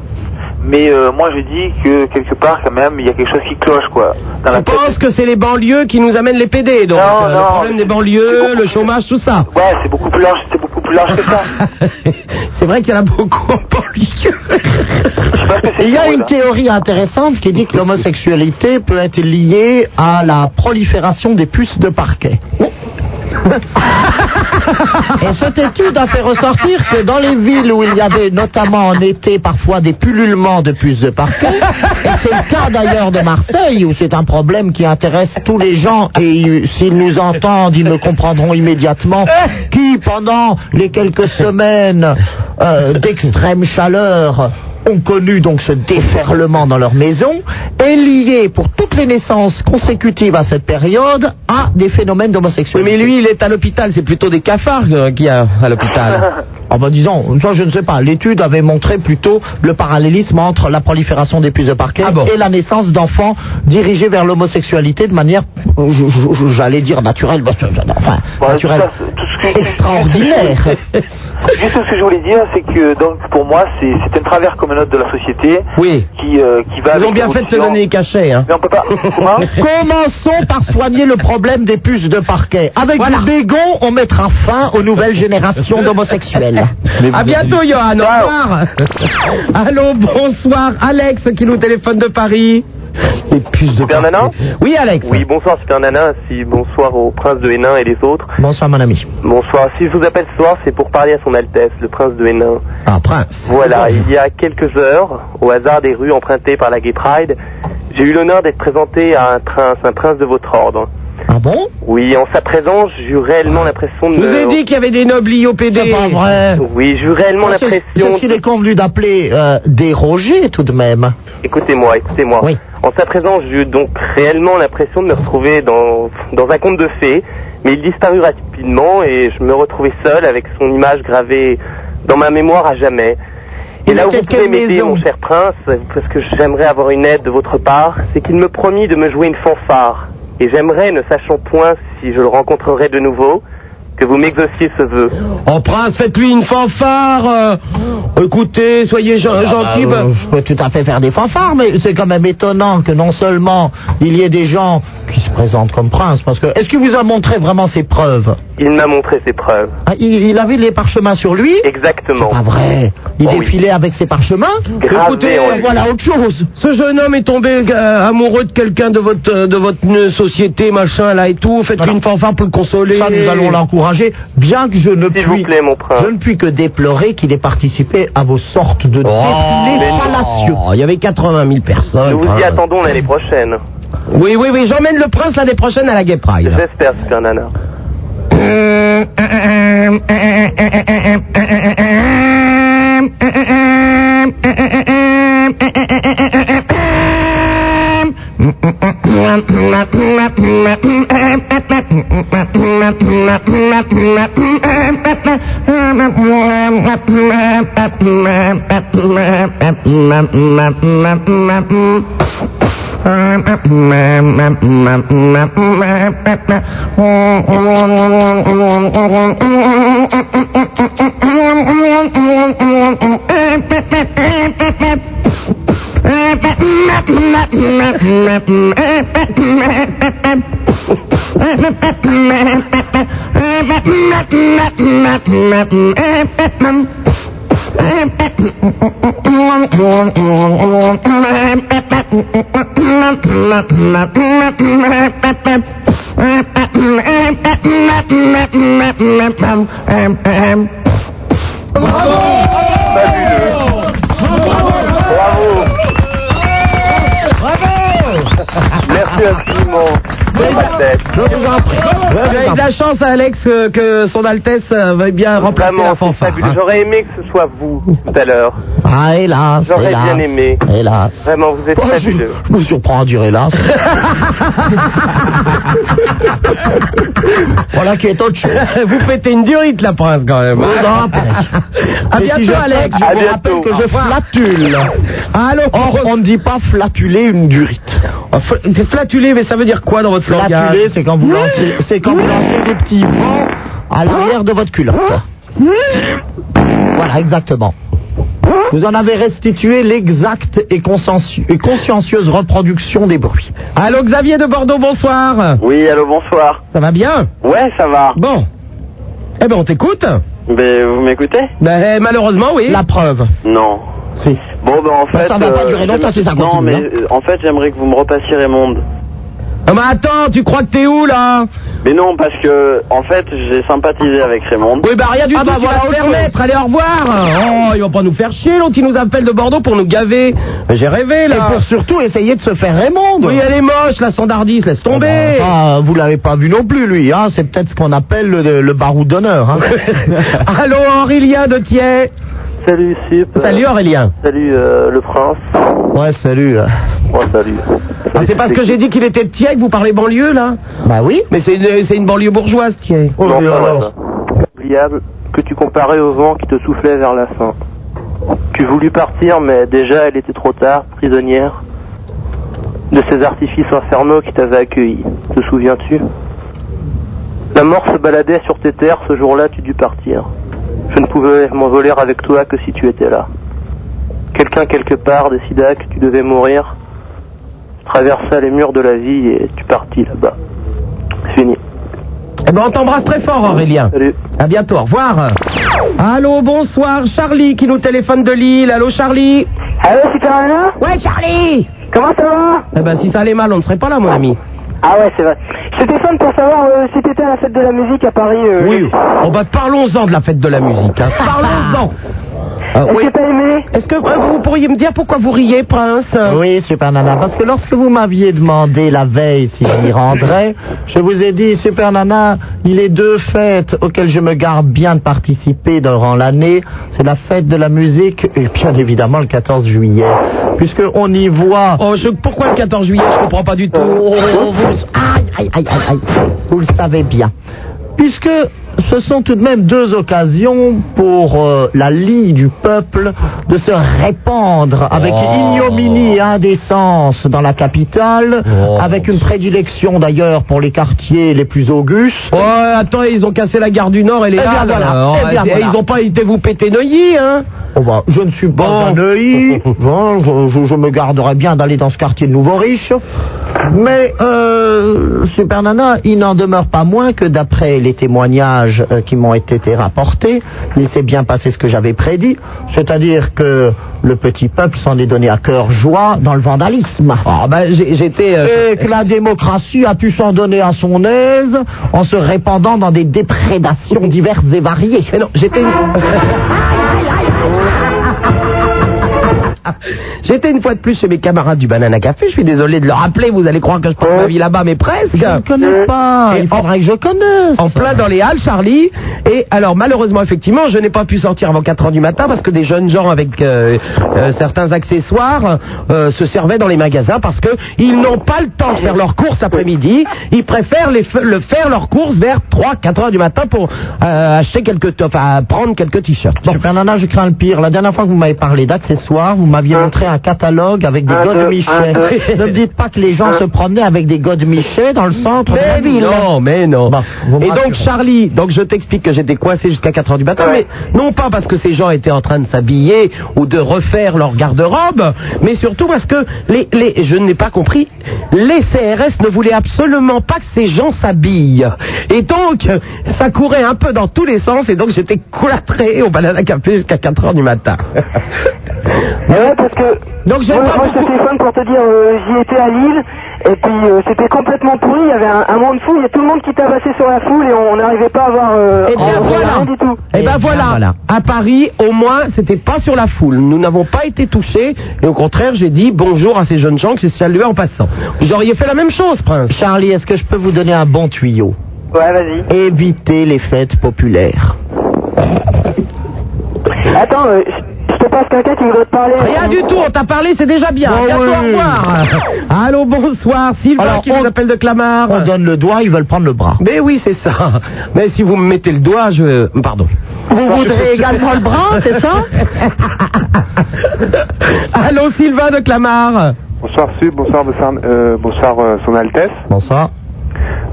S11: Mais euh, moi je dis que quelque part quand même il y a quelque chose qui cloche quoi dans la
S4: On pense que c'est les banlieues qui nous amènent les PD, donc
S11: Non,
S4: euh, le
S11: non,
S4: problème
S11: mais
S4: des
S11: c'est-
S4: banlieues,
S11: c'est
S4: le
S11: beaucoup-
S4: chômage, tout ça.
S11: Ouais, c'est beaucoup plus large, c'est beaucoup plus large que ça.
S4: c'est vrai qu'il y en a beaucoup en banlieue.
S11: Je sais pas ce que c'est
S5: Il y a
S11: drôle,
S5: une
S11: hein.
S5: théorie intéressante qui dit que l'homosexualité peut être liée à la prolifération des puces de parquet. Et cette étude a fait ressortir que dans les villes où il y avait notamment en été parfois des pullulements de puces de parquet, et c'est le cas d'ailleurs de Marseille où c'est un problème qui intéresse tous les gens et ils- s'ils nous entendent, ils le comprendront immédiatement, qui pendant les quelques semaines euh, d'extrême chaleur ont connu donc ce déferlement dans leur maison, est lié pour toutes les naissances consécutives à cette période à des phénomènes
S4: Oui,
S5: d'homosexualité.
S4: mais lui, il est à l'hôpital, c'est plutôt des cafards euh, qu'il y a à l'hôpital.
S5: Ah bah disons, ça je ne sais pas. L'étude avait montré plutôt le parallélisme entre la prolifération des puces de parquet
S4: Ah bon
S5: et la naissance d'enfants dirigés vers l'homosexualité de manière, euh, je- je- je- j'allais dire naturelle, bah, c'est- c'est- enfin,
S11: Bon,
S5: naturelle,
S11: tout ça, tout ce que-
S5: extraordinaire.
S11: Juste ce que je voulais dire, c'est que donc pour moi, c'est c'est un travers comme un autre de la société
S4: Oui.
S11: qui, euh, qui va.
S4: Ils ont
S11: avec
S4: bien fait de te
S11: l'émotion.
S4: donner les cachets, hein.
S11: Mais on peut pas. Comment
S5: Commençons par soigner le problème des puces de parquet. Avec du bégon, on mettra fin aux nouvelles générations d'homosexuels.
S4: À bientôt, Johan. Au revoir. Allô, bonsoir. Alex qui nous téléphone de Paris. Les puces de
S12: Super Nana
S4: Oui, Alex.
S12: Oui, bonsoir Super Nana, si bonsoir au prince de Hénin et les autres.
S5: Bonsoir mon ami.
S12: Bonsoir, si je vous appelle ce soir, c'est pour parler à son Altesse, le prince de Hénin.
S5: Ah, prince.
S12: Voilà, il y a quelques heures, au hasard des rues empruntées par la Gay Pride, j'ai eu l'honneur d'être présenté à un prince, un prince de votre ordre.
S5: Ah bon
S12: Oui, en sa présence, j'ai eu réellement l'impression de...
S4: Ah. Je vous
S12: me-
S4: ai dit Ah, qu'il y avait des nobles
S5: C'est
S4: IOPD.
S5: pas vrai.
S12: Oui, j'ai eu réellement
S5: C'est- C'est
S12: l'impression...
S5: ce qu'il est convenu d'appeler euh, déroger tout de même.
S12: Écoutez-moi, écoutez-moi.
S5: Oui.
S12: En sa présence, j'ai eu donc réellement l'impression de me retrouver dans, dans un conte de fées, mais il disparut rapidement et je me retrouvais seul avec son image gravée dans ma mémoire à jamais. Et
S5: Il
S12: là où
S5: était
S12: vous
S5: de quelle
S12: pouvez m'aider,
S5: maison
S12: mon cher prince, parce que j'aimerais avoir une aide de votre part, c'est qu'il me promit de me jouer une fanfare. Et j'aimerais, ne sachant point si je le rencontrerai de nouveau, que vous m'exauciez ce vœu.
S4: Oh, prince, faites-lui une fanfare. euh. Écoutez, soyez gen- gentil.
S5: Ah,
S4: bah-
S5: euh, je peux tout à fait faire des fanfares, mais c'est quand même étonnant que non seulement il y ait des gens qui se présentent comme princes, parce que est-ce qu'il vous a montré vraiment ses preuves
S12: Il m'a montré ses preuves.
S5: Ah, il, il avait les parchemins sur lui
S12: Exactement.
S5: Pas vrai. Il
S12: Oh oui.
S5: défilait avec ses parchemins
S12: Gravé en lui.
S5: voilà autre chose.
S4: Ce jeune homme est tombé euh, amoureux de quelqu'un de votre euh, de votre euh, société, machin, là et tout. Faites-lui
S5: Voilà.
S4: une fanfare pour le consoler.
S5: Ça, nous allons l'encourager, bien que je ne
S12: S'il
S5: puis...
S12: vous plaît, mon prince.
S5: Je ne puis que déplorer qu'il ait participé à vos sortes de défilés fallacieux.
S4: Oh, il y avait 80 000 personnes.
S12: Nous vous y
S4: prince.
S12: attendons l'année prochaine.
S4: Oui, oui, oui, j'emmène le prince l'année prochaine à la Gay Pride.
S12: J'espère, Super Nana. Bravo Merci infiniment. Dans ma tête.
S4: Vous avez de la chance, Alex, que, que son Altesse euh, veuille bien remplacer la
S12: Vraiment, c'est
S4: fanfare.
S12: fabuleux.
S4: hein.
S12: J'aurais aimé que ce soit vous tout à l'heure.
S5: Ah, hélas,
S12: J'aurais
S5: hélas,
S12: bien aimé.
S5: Hélas.
S12: Vraiment, vous êtes
S5: Oh, je,
S12: fabuleux.
S5: je me surprends à dire hélas. voilà qui est autre chose.
S4: Vous pétez une durite, la prince, quand même.
S5: On en empêche.
S4: À
S5: Et
S4: bientôt,
S5: si je-
S4: Alex.
S5: Je
S12: À
S5: vous
S12: bientôt.
S5: rappelle que je
S12: Au
S5: flatule.
S4: Allô, Oh,
S5: Or, on ne dit pas flatuler une durite.
S4: c'est flatulé, mais ça veut dire quoi dans votre
S5: Flatuler,
S4: langage Mmh.
S5: c'est quand vous lancez, c'est quand vous lancez des petits vents à l'arrière de votre culotte. Voilà, exactement. Vous en avez restitué l'exacte et, consensu- et consciencieuse reproduction des bruits.
S4: Allô, Xavier de Bordeaux, bonsoir.
S12: Oui, allô, bonsoir.
S4: Ça va bien
S12: Ouais, ça va.
S4: Bon. Eh ben, on t'écoute.
S12: Mais vous m'écoutez
S4: Ben, malheureusement, oui.
S5: La preuve.
S12: Non.
S5: Si.
S12: Bon, ben en fait.
S5: ça va pas durer longtemps
S12: j'aime-
S5: si ça
S12: Non,
S5: continue,
S12: mais
S5: hein.
S12: euh, en fait, j'aimerais que vous me repassiez Raymond.
S4: Ah, mais attends, tu crois que t'es où, là
S12: Mais non, parce que, en fait, j'ai sympathisé avec Raymond.
S4: Oui, bah rien du
S12: Ah,
S4: tout,
S12: bah,
S4: tu
S12: voilà
S4: vas te
S12: autre
S4: faire
S12: chose.
S4: mettre, allez au revoir Oh, ils vont pas nous faire chier, l'autre il nous appelle de Bordeaux pour nous gaver Mais J'ai rêvé là
S5: Et pour surtout essayer de se faire Raymond.
S4: Oui, elle est moche, la Sandardis, laisse tomber
S5: Ah, vous l'avez pas vu non plus, lui. Hein. C'est peut-être ce qu'on appelle le, le baroud d'honneur. Hein.
S4: Allô, Aurélien de Thiers
S12: Salut, Sup.
S4: Salut Aurélien
S12: Salut, euh, le prince.
S5: ouais, salut.
S12: Oh, salut.
S4: Ah, C'est parce que j'ai dit qu'il était de Thiers que vous parlez banlieue là
S5: Bah oui.
S4: Mais c'est une, c'est une banlieue bourgeoise, Thiers
S5: Oh,
S12: Non,
S5: mais
S12: ça va,
S5: alors.
S12: ça. Oubliable que tu comparais au vent qui te soufflait vers la fin. Tu voulus partir, mais déjà elle était trop tard, prisonnière de ces artifices infernaux qui t'avaient accueilli. Te souviens-tu La mort se baladait sur tes terres, ce jour-là tu dus partir. Je ne pouvais m'envoler avec toi que si tu étais là. Quelqu'un quelque part décida que tu devais mourir, traversa les murs de la vie et tu partis là-bas. Fini.
S4: Eh ben on t'embrasse très fort Aurélien
S12: Salut.
S4: À bientôt, au revoir Allô, bonsoir, Charlie qui nous téléphone de Lille, allô Charlie
S9: Allô, Super Nana
S4: Ouais Charlie
S9: Comment ça va
S4: Eh ben si ça allait mal, on ne serait pas là mon ami
S9: Ah ouais, c'est vrai. Je téléphone pour savoir euh, si t'étais à la fête de la musique à Paris. euh,
S4: Oui,
S9: jeudi.
S4: oh bah parlons-en de la fête de la musique. hein. Parlons-en. Euh,
S9: Est-ce
S4: oui.
S9: que t'as aimé
S4: Est-ce que euh, vous pourriez me dire pourquoi vous riez, Prince
S5: Oui, Super Nana, parce que lorsque vous m'aviez demandé la veille si je m'y rendrais, je vous ai dit, Super Nana, il est deux fêtes auxquelles je me garde bien de participer durant l'année. C'est la fête de la musique et bien évidemment le 14 juillet, puisqu'on y voit...
S4: Oh, je- pourquoi le 14 juillet Je comprends pas du tout.
S5: Oh, vous, le- aïe, aïe, aïe, aïe, aïe. Vous le savez bien. Puisque ce sont tout de même deux occasions pour euh, la lie du peuple de se répandre avec ignominie et indécence dans la capitale, avec une prédilection d'ailleurs pour les quartiers les plus augustes.
S4: Oh, attends, ils ont cassé la gare du Nord et les
S5: Eh bien
S4: Halles,
S5: voilà,
S4: alors.
S5: eh bien
S4: Et
S5: voilà.
S4: Ils ont pas été vous péter Neuilly, hein
S5: Oh bah, je ne suis pas
S4: Bon.
S5: un œil. Bon, je, je- je me garderais bien d'aller dans ce quartier de nouveau riche. Mais, euh, Super Nana, il n'en demeure pas moins que d'après les témoignages euh, qui m'ont été rapportés, il s'est bien passé ce que j'avais prédit, c'est-à-dire que le petit peuple s'en est donné à cœur joie dans le vandalisme.
S4: Ah ben, j'ai- j'étais... euh,
S5: Et que la démocratie a pu s'en donner à son aise en se répandant dans des déprédations diverses et variées.
S4: mais non, j'étais une... J'étais une fois de plus chez mes camarades du Banana Café. Je suis désolé de le rappeler. Vous allez croire que je passe ma vie là-bas, mais presque.
S5: Oh. Je ne connais pas,
S4: Et
S5: il
S4: en-
S5: faudrait que je connaisse.
S4: en plein dans les halles, Charlie. Et alors, malheureusement, effectivement, je n'ai pas pu sortir avant 4 heures du matin parce que des jeunes gens avec euh, euh, certains accessoires euh, se servaient dans les magasins parce que ils n'ont pas le temps de faire leurs courses après-midi. Ils préfèrent les f- le faire leurs courses vers 3, 4 heures du matin pour euh, acheter quelques, t- enfin, prendre quelques t-shirts. Bon.
S5: Super Nana, je crains le pire. La dernière fois que vous m'avez parlé d'accessoires, vous m'aviez montré un catalogue avec des
S12: Un, deux,
S5: godemichets.
S12: un, deux.
S5: Ne me dites pas que les gens se promenaient avec des godemichets dans le centre de la
S4: Mais
S5: ville.
S4: non, mais non.
S5: Bah, vous me
S4: et donc
S5: rassurez.
S4: Charlie, donc je t'explique que j'étais coincé jusqu'à 4 heures du matin,
S12: Ouais.
S4: mais non pas parce que ces gens étaient en train de s'habiller ou de refaire leur garde-robe, mais surtout parce que les, les, je n'ai pas compris, les CRS ne voulaient absolument pas que ces gens s'habillent. Et donc, ça courait un peu dans tous les sens, et donc j'étais colatré au banana café jusqu'à 4 heures du matin.
S9: Eh ouais, parce que.
S4: Donc, j'aime
S9: moi,
S4: pas
S9: moi, je te
S4: beaucoup-
S9: téléphone pour te dire, euh, j'y étais à Lille, et puis euh, c'était complètement pourri, il y avait un, un monde fou, il y a tout le monde qui tabassait sur la foule, et on n'arrivait pas à voir. euh,
S4: Eh bien,
S9: on- on
S4: voilà.
S9: rien du tout.
S4: Eh ben voilà. à Paris, au moins, c'était pas sur la foule. Nous n'avons pas été touchés, et au contraire, j'ai dit bonjour à ces jeunes gens qui se saluaient en passant. Vous auriez fait la même chose, Prince.
S5: Charlie, est-ce que je peux vous donner un bon tuyau
S9: Ouais, vas-y.
S5: Évitez les fêtes populaires.
S9: Attends, euh, je je te passe quelqu'un qui voudrait te parler.
S4: Rien du tout, on t'a parlé, c'est déjà bien.
S5: Oh
S4: Bientôt,
S5: oui.
S4: au revoir. Allô, bonsoir, Sylvain
S5: Alors,
S4: qui
S5: on-
S4: nous appelle de Clamart.
S5: On donne le doigt, ils veulent prendre le bras.
S4: Mais oui, c'est ça. Mais si vous me mettez le doigt, je... Pardon.
S5: Vous voudrez également le bras, c'est ça
S4: Allô, Sylvain de Clamart.
S13: Bonsoir Sub, bonsoir bonsoir, euh, bonsoir euh, son Altesse.
S5: Bonsoir.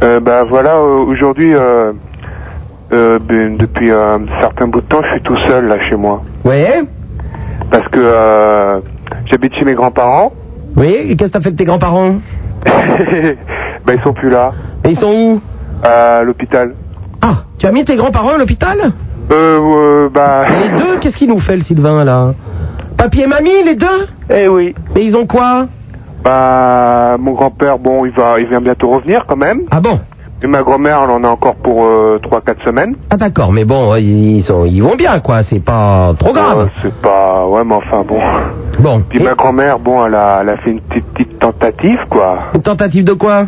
S13: Euh, bah voilà, euh, aujourd'hui, euh, euh, ben, depuis euh, un certain bout de temps, je suis tout seul là chez moi.
S4: Oui
S13: Parce que euh, j'habite chez mes grands-parents,
S4: Oui, et qu'est-ce que t'as fait de tes grands-parents
S13: bah ils sont plus là,
S4: Et ils sont où
S13: à l'hôpital.
S4: Ah, tu as mis tes grands-parents à l'hôpital
S13: Euh, euh, bah...
S4: Les deux, qu'est-ce qu'il nous fait le Sylvain là Papy et mamie, les deux
S13: Eh oui.
S4: Et ils ont quoi
S13: Bah, mon grand-père, bon, il va, il vient bientôt revenir quand même.
S4: Ah bon
S13: Et ma grand-mère, elle en a encore pour euh, 3-4 semaines.
S4: Ah d'accord, mais bon, ils, sont, ils vont bien, quoi. C'est pas trop grave.
S13: Ouais, Bah, c'est pas. Ouais, mais enfin bon.
S4: Ah Bon.
S13: Puis ma grand-mère, bon, elle a, elle a fait une petite, petite tentative, quoi,
S4: Une tentative de quoi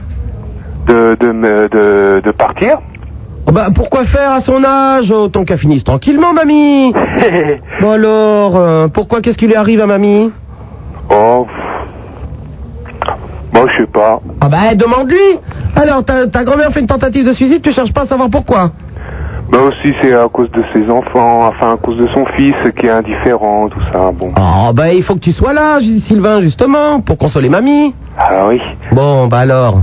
S13: de, de, me- de, de partir.
S4: Oh bah, pourquoi faire à son âge Autant qu'elle finisse tranquillement, mamie Bon alors, euh, pourquoi Qu'est-ce qui lui arrive à mamie
S13: Oh. Bon, je sais pas.
S4: Ah bah, eh, demande-lui Alors, ta, ta grand-mère fait une tentative de suicide, tu cherches pas à savoir pourquoi
S13: Bah aussi, c'est à cause de ses enfants, enfin à cause de son fils qui est indifférent, tout ça. Bon.
S4: Oh bah, il faut que tu sois là, J- Sylvain, justement, pour consoler mamie
S13: Ah oui.
S4: Bon, bah alors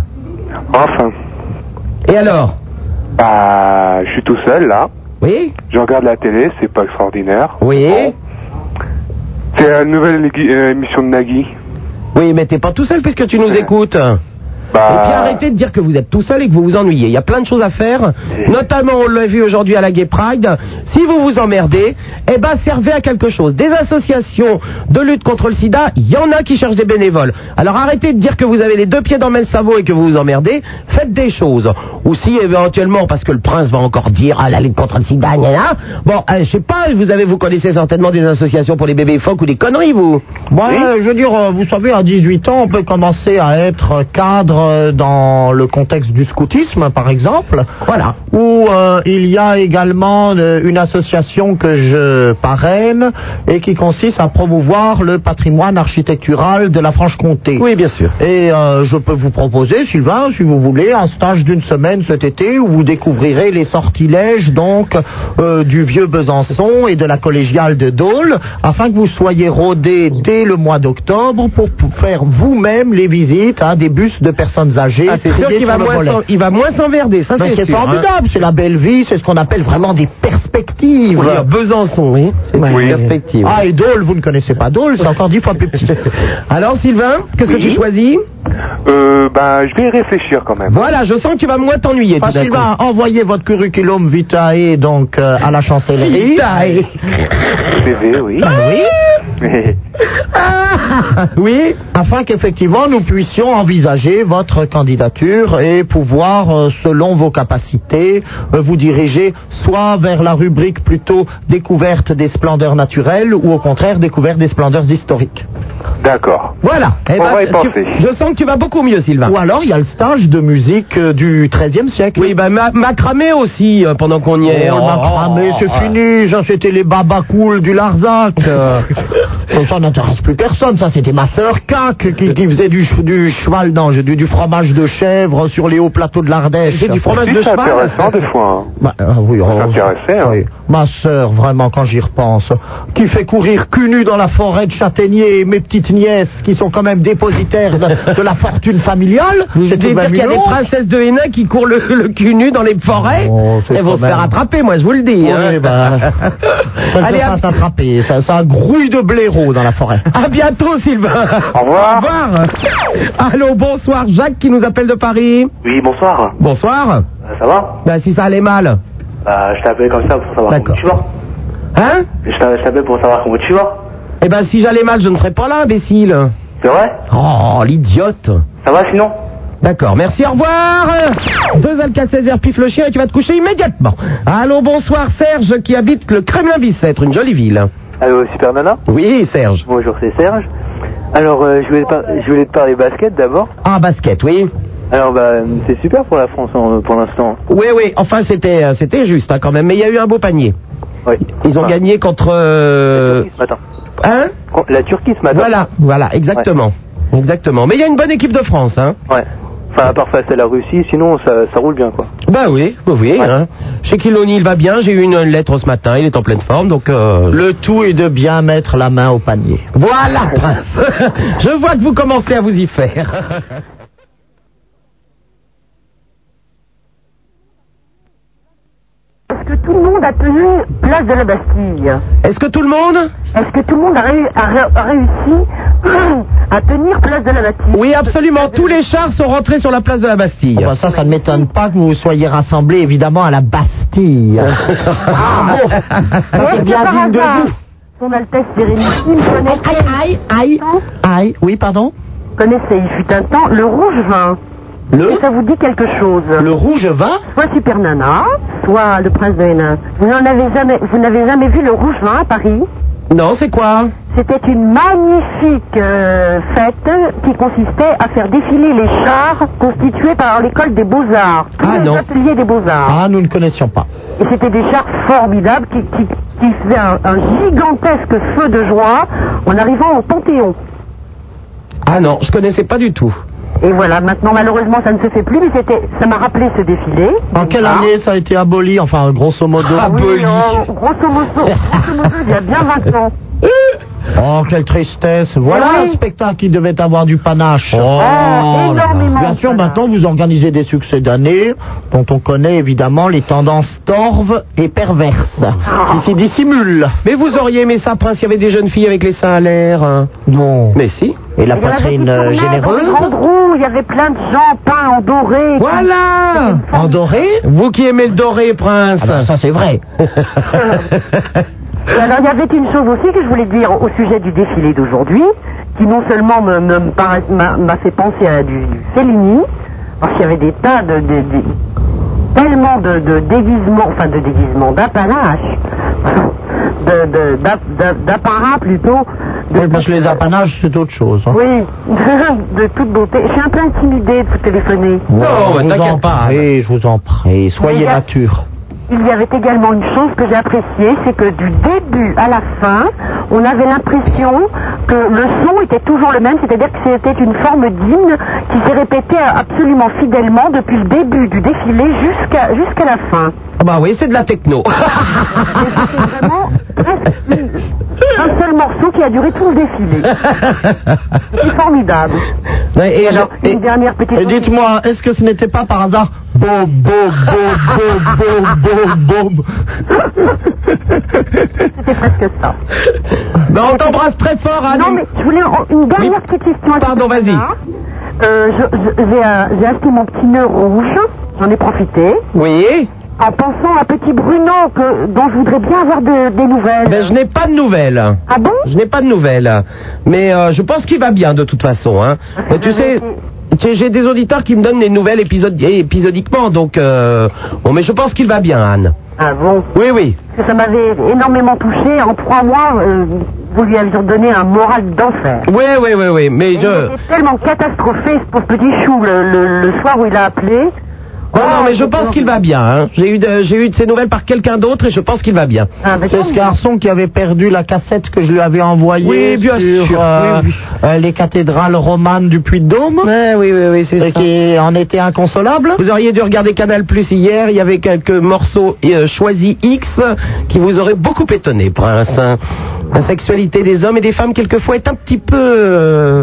S13: Enfin.
S4: Et alors
S13: Bah, je suis tout seul là.
S4: Oui.
S13: Je regarde la télé, c'est pas extraordinaire.
S4: Oui.
S13: C'est la nouvelle égui- euh, émission de Nagui.
S4: Oui, mais t'es pas tout seul puisque tu nous écoutes
S13: Bah.
S4: Et puis arrêtez de dire que vous êtes tout seul et que vous vous ennuyez. Il y a plein de choses à faire. Notamment, on l'a vu aujourd'hui à la Gay Pride. Si vous vous emmerdez, eh ben, servez à quelque chose. Des associations de lutte contre le sida, il y en a qui cherchent des bénévoles. Alors arrêtez de dire que vous avez les deux pieds dans le même sabot et que vous vous emmerdez. Faites des choses. Ou si éventuellement, parce que le prince va encore dire, ah, la lutte contre le sida, gna gna. Bon, euh, je sais pas, vous avez, vous connaissez certainement des associations pour les bébés phoques ou des conneries, vous.
S5: Moi, euh, je veux dire, euh, vous savez, à 18 ans, on peut commencer à être cadre euh, dans le contexte du scoutisme, par exemple.
S4: Voilà.
S5: Où euh, il y a également euh, une association que je parraine et qui consiste à promouvoir le patrimoine architectural de la Franche-Comté.
S4: Oui, bien sûr.
S5: Et euh, je peux vous proposer, Sylvain, si vous voulez, un stage d'une semaine cet été où vous découvrirez les sortilèges donc euh, du vieux Besançon et de la collégiale de Dole, afin que vous soyez rodés dès le mois d'octobre pour pou- faire vous-même les visites à des bus de personnes âgées.
S4: Ah, c'est sûr
S5: triés
S4: qu'il
S5: sur
S4: va
S5: le
S4: moins
S5: volet.
S4: s'en- il va moins s'enverder, ça,
S5: Ben,
S4: c'est
S5: c'est
S4: sûr,
S5: formidable, c'est la belle vie, c'est ce qu'on appelle vraiment des perspectives.
S4: Oui, à Besançon, oui. C'est
S5: Oui.
S4: une perspective.
S5: Ah, et Dole, vous ne connaissez pas Dole, c'est encore dix fois plus petit.
S4: Alors, Sylvain, Hein, qu'est-ce que
S13: Oui.
S4: tu choisis
S13: Euh, bah, je vais y réfléchir quand même.
S4: Voilà, je sens que tu vas moins t'ennuyer.
S5: Enfin,
S4: tout d'un
S5: Sylvain, envoyez votre curriculum vitae donc euh, à la
S4: coup.
S5: chancellerie.
S4: Vitae.
S13: CV, oui.
S5: Oui.
S4: Ah, oui.
S5: Afin qu'effectivement nous puissions envisager votre candidature et pouvoir, euh, selon vos capacités, euh, vous diriger soit vers la rubrique plutôt découverte des splendeurs naturelles ou au contraire découverte des splendeurs historiques.
S13: D'accord.
S4: Voilà. Eh
S13: On va y
S4: tu-
S13: penser.
S4: je sens que tu vas beaucoup mieux, Sylvain.
S5: Ou alors il y a le stage de musique euh, du XIIIe siècle.
S4: Oui, bah, ma- macramé aussi, euh, pendant qu'on y
S5: Oh,
S4: est.
S5: le macramé, c'est
S4: oh.
S5: fini, ça c'était les babacouls du Larzac. euh. ça n'intéresse plus personne, ça c'était ma sœur Cac qui, qui faisait du, ch- du cheval, non, j'ai du, du fromage de chèvre sur les hauts plateaux de l'Ardèche.
S4: J'ai du fromage
S13: Si,
S4: de
S13: c'est
S4: cheval.
S13: intéressant des fois. hein.
S5: Bah, ah oui, oh,
S13: intéressé, hein.
S5: oui. Ma sœur, vraiment, quand j'y repense, qui fait courir cul nu dans la forêt de châtaigniers mes petites nièces qui sont quand même dépositaires de, de la fortune familiale.
S4: Vous
S5: c'est tout de
S4: voulez dire
S5: même
S4: qu'il y a
S5: une
S4: des
S5: honte.
S4: princesses de Hénin qui courent le, le cul nu dans les forêts
S5: Oh, c'est
S4: Elles vont
S5: quand
S4: se faire
S5: même-
S4: attraper, moi, je vous le dis. hein.
S5: Oui, bah, ça ne
S4: Allez,
S5: peut
S4: à-
S5: pas s'attraper. Ça, ça grouille de blaireaux dans la forêt.
S4: À bientôt, Sylvain.
S13: Au revoir.
S4: Allô, bonsoir, Jacques qui nous appelle de Paris.
S12: Oui, bonsoir.
S4: Bonsoir.
S12: Euh, Ça va
S4: Ben, si ça allait mal.
S12: Bah, je t'appelle comme ça pour savoir
S4: D'accord.
S12: comment tu vas.
S4: Hein
S12: Je t'a- je t'appelle pour savoir comment tu vas.
S4: Eh ben, si j'allais mal, je ne serais pas là, imbécile.
S12: C'est vrai
S4: Oh, l'idiote.
S12: Ça va sinon
S4: D'accord, merci, au revoir. Deux alcas 16 heures, pif le chien et tu vas te coucher immédiatement. Allô, bonsoir, Serge qui habite le Kremlin-Bicêtre, une jolie ville.
S12: Allô, Ah, euh, Super Nana
S4: Oui, Serge.
S12: Bonjour, c'est Serge. Alors, euh, je, voulais te par- je voulais te parler basket d'abord.
S4: Ah, basket, oui.
S12: Alors, bah, c'est super pour la France en- pour l'instant.
S4: Oui, oui, enfin, c'était euh, c'était juste hein, quand même, mais il y a eu un beau panier.
S12: Oui.
S4: Ils ont
S12: Enfin,
S4: gagné contre... euh,
S12: Ce matin.
S4: Hein
S12: Con- La Turquie ce matin.
S4: Voilà, voilà, exactement. Exactement. Mais il y a une bonne équipe de France, hein
S12: Ouais. Enfin, à part face à la Russie, sinon ça, ça roule bien quoi.
S4: Bah oui, oui, oui. Hein. Chez Kiloni, il va bien. J'ai eu une lettre ce matin. Il est en pleine forme, donc... euh,
S5: Le tout est de bien mettre la main au panier.
S4: Voilà, Prince Je vois que vous commencez à vous y faire.
S14: Est-ce que tout le monde a tenu place de la Bastille
S4: Est-ce que tout le monde
S14: Est-ce que tout le monde a, ré- a ré- a réussi à tenir place de la Bastille
S4: Oui, absolument. Tous les chars sont rentrés sur la place de la Bastille.
S5: Bon, Oh, bah, ça, ça ne m'étonne pas que vous soyez rassemblés, évidemment, à la Bastille. Ah, bon. Ça,
S14: Est-ce
S5: c'est
S14: que
S5: bien
S14: par
S5: digne de
S14: hasard,
S5: vous.
S14: Son Altesse Sérénissime connaissait,
S5: Aïe, aïe, oui, pardon
S14: connaissait, il fut un temps, le rouge vin.
S7: Le ça vous dit quelque chose Le
S5: rouge vin
S7: Soit Super Nana, soit Le Prince de Hénin. Vous n'en avez jamais, vous n'avez jamais vu le rouge vin à Paris
S4: Non, c'est quoi
S7: C'était une magnifique euh, fête qui consistait à faire défiler les chars constitués par l'école des beaux-arts. Tous les ateliers des beaux-arts.
S5: Ah, nous ne connaissions pas.
S7: Et c'était des chars formidables qui, qui, qui faisaient un, un gigantesque feu de joie en arrivant au Panthéon.
S4: Ah non, je connaissais pas du tout.
S7: Et voilà, maintenant malheureusement ça ne se fait plus, mais c'était, ça m'a rappelé ce défilé.
S5: En quelle année ça a été aboli Enfin, grosso modo.
S7: Ah oui, non, grosso modo, grosso modo, il y a bien 20 ans.
S4: Euh.
S5: Oh, quelle tristesse. Voilà
S7: Eh oui.
S5: un spectacle qui devait avoir du panache.
S7: Ah, énormément
S5: Bien
S7: de
S5: sûr, maintenant, vous organisez des succès d'année dont on connaît évidemment les tendances torves et perverses qui s'y dissimulent.
S4: Mais vous auriez aimé ça, Prince, il y avait des jeunes filles avec les seins à l'air. hein.
S5: Non.
S4: Mais si.
S5: Et la
S7: Il y en avait qui
S5: poitrine euh,
S7: tournaient dans les
S5: généreuse
S7: grandes roues, il y avait plein de gens peints en doré.
S4: Voilà
S5: En doré
S4: Vous qui aimez le doré, Prince. Ah
S5: Ah ben, Ça, c'est vrai.
S7: Et alors, il y avait une chose aussi que je voulais dire au sujet du défilé d'aujourd'hui, qui non seulement me- me- me paraît- m'a m'a fait penser à du, du Fellini, parce qu'il y avait des tas de... de- de- tellement de, de déguisements, enfin de déguisements, d'appanaches, de- de- d'app- d'app- d'apparats plutôt,
S5: Oui, parce que les apanages, c'est autre chose. hein.
S7: oui, de toute beauté. Je suis un peu intimidée de vous téléphoner.
S5: Voilà,
S4: bah,
S5: je vous
S4: t'inquiète
S5: en
S4: pas,
S5: prie, Oh, Eh, je vous en prie. Soyez
S7: Mais-
S5: nature.
S7: Il y avait également une chose que j'ai appréciée, c'est que du début à la fin, on avait l'impression que le son était toujours le même, c'est-à-dire que c'était une forme d'hymne qui s'est répétée absolument fidèlement depuis le début du défilé jusqu'à jusqu'à la fin.
S4: Ah Bah oui, c'est de la techno.
S7: Vraiment, presque une- un seul morceau qui a duré tout le défilé. C'est formidable.
S4: Ouais, et alors, et-
S7: Une dernière petite
S5: Et dites-moi, est-ce que ce n'était pas par hasard Boum, boum, boum, boum, boum, boum, boum
S7: c'était presque ça.
S4: Bah, on t'embrasse très fort, hein. Anne.
S7: Non, mais je voulais en- une dernière petite question. à
S4: Pardon,
S7: ce
S4: vas-y.
S7: sujet-là. Euh, je- je- j'ai, euh, j'ai acheté mon petit nœud rouge. J'en ai profité.
S4: Oui.
S7: En pensant à petit Bruno, que, dont je voudrais bien avoir de- des nouvelles.
S4: Ben, je n'ai pas de nouvelles.
S7: Ah bon
S4: Je n'ai pas de nouvelles. Mais euh, je pense qu'il va bien de toute façon. Hein. Euh, tu sais, j'ai- j'ai des auditeurs qui me donnent des nouvelles épisod- épisodiquement. Donc, euh, bon, mais je pense qu'il va bien, Anne.
S7: Ah bon
S4: Oui, oui.
S7: Parce que Ça m'avait énormément touché. En trois mois, euh, vous lui aviez donné un moral d'enfer.
S4: Oui, oui, oui, oui. Mais
S7: Et
S4: je.
S7: Il était tellement catastrophé, ce pauvre petit chou, le, le- le soir où il a appelé.
S4: Non, Oh non, mais je
S7: c'est
S4: pense qu'il va bien. hein. J'ai eu, de, j'ai eu de ces nouvelles par quelqu'un d'autre et je pense qu'il va bien.
S7: Ah, ben,
S5: C'est ce garçon qui avait perdu la cassette que je lui avais envoyée
S4: Oui, bien
S5: sur
S4: sûr,
S5: euh,
S4: oui, oui.
S5: euh, les cathédrales romanes du Puy-de-Dôme
S4: oui, oui, oui, c'est
S5: et qui en était inconsolable.
S4: Vous auriez dû regarder Canal Plus hier, il y avait quelques morceaux euh, choisis X qui vous auraient beaucoup étonné, Prince. hein. La sexualité des hommes et des femmes, quelquefois, est un petit peu... euh,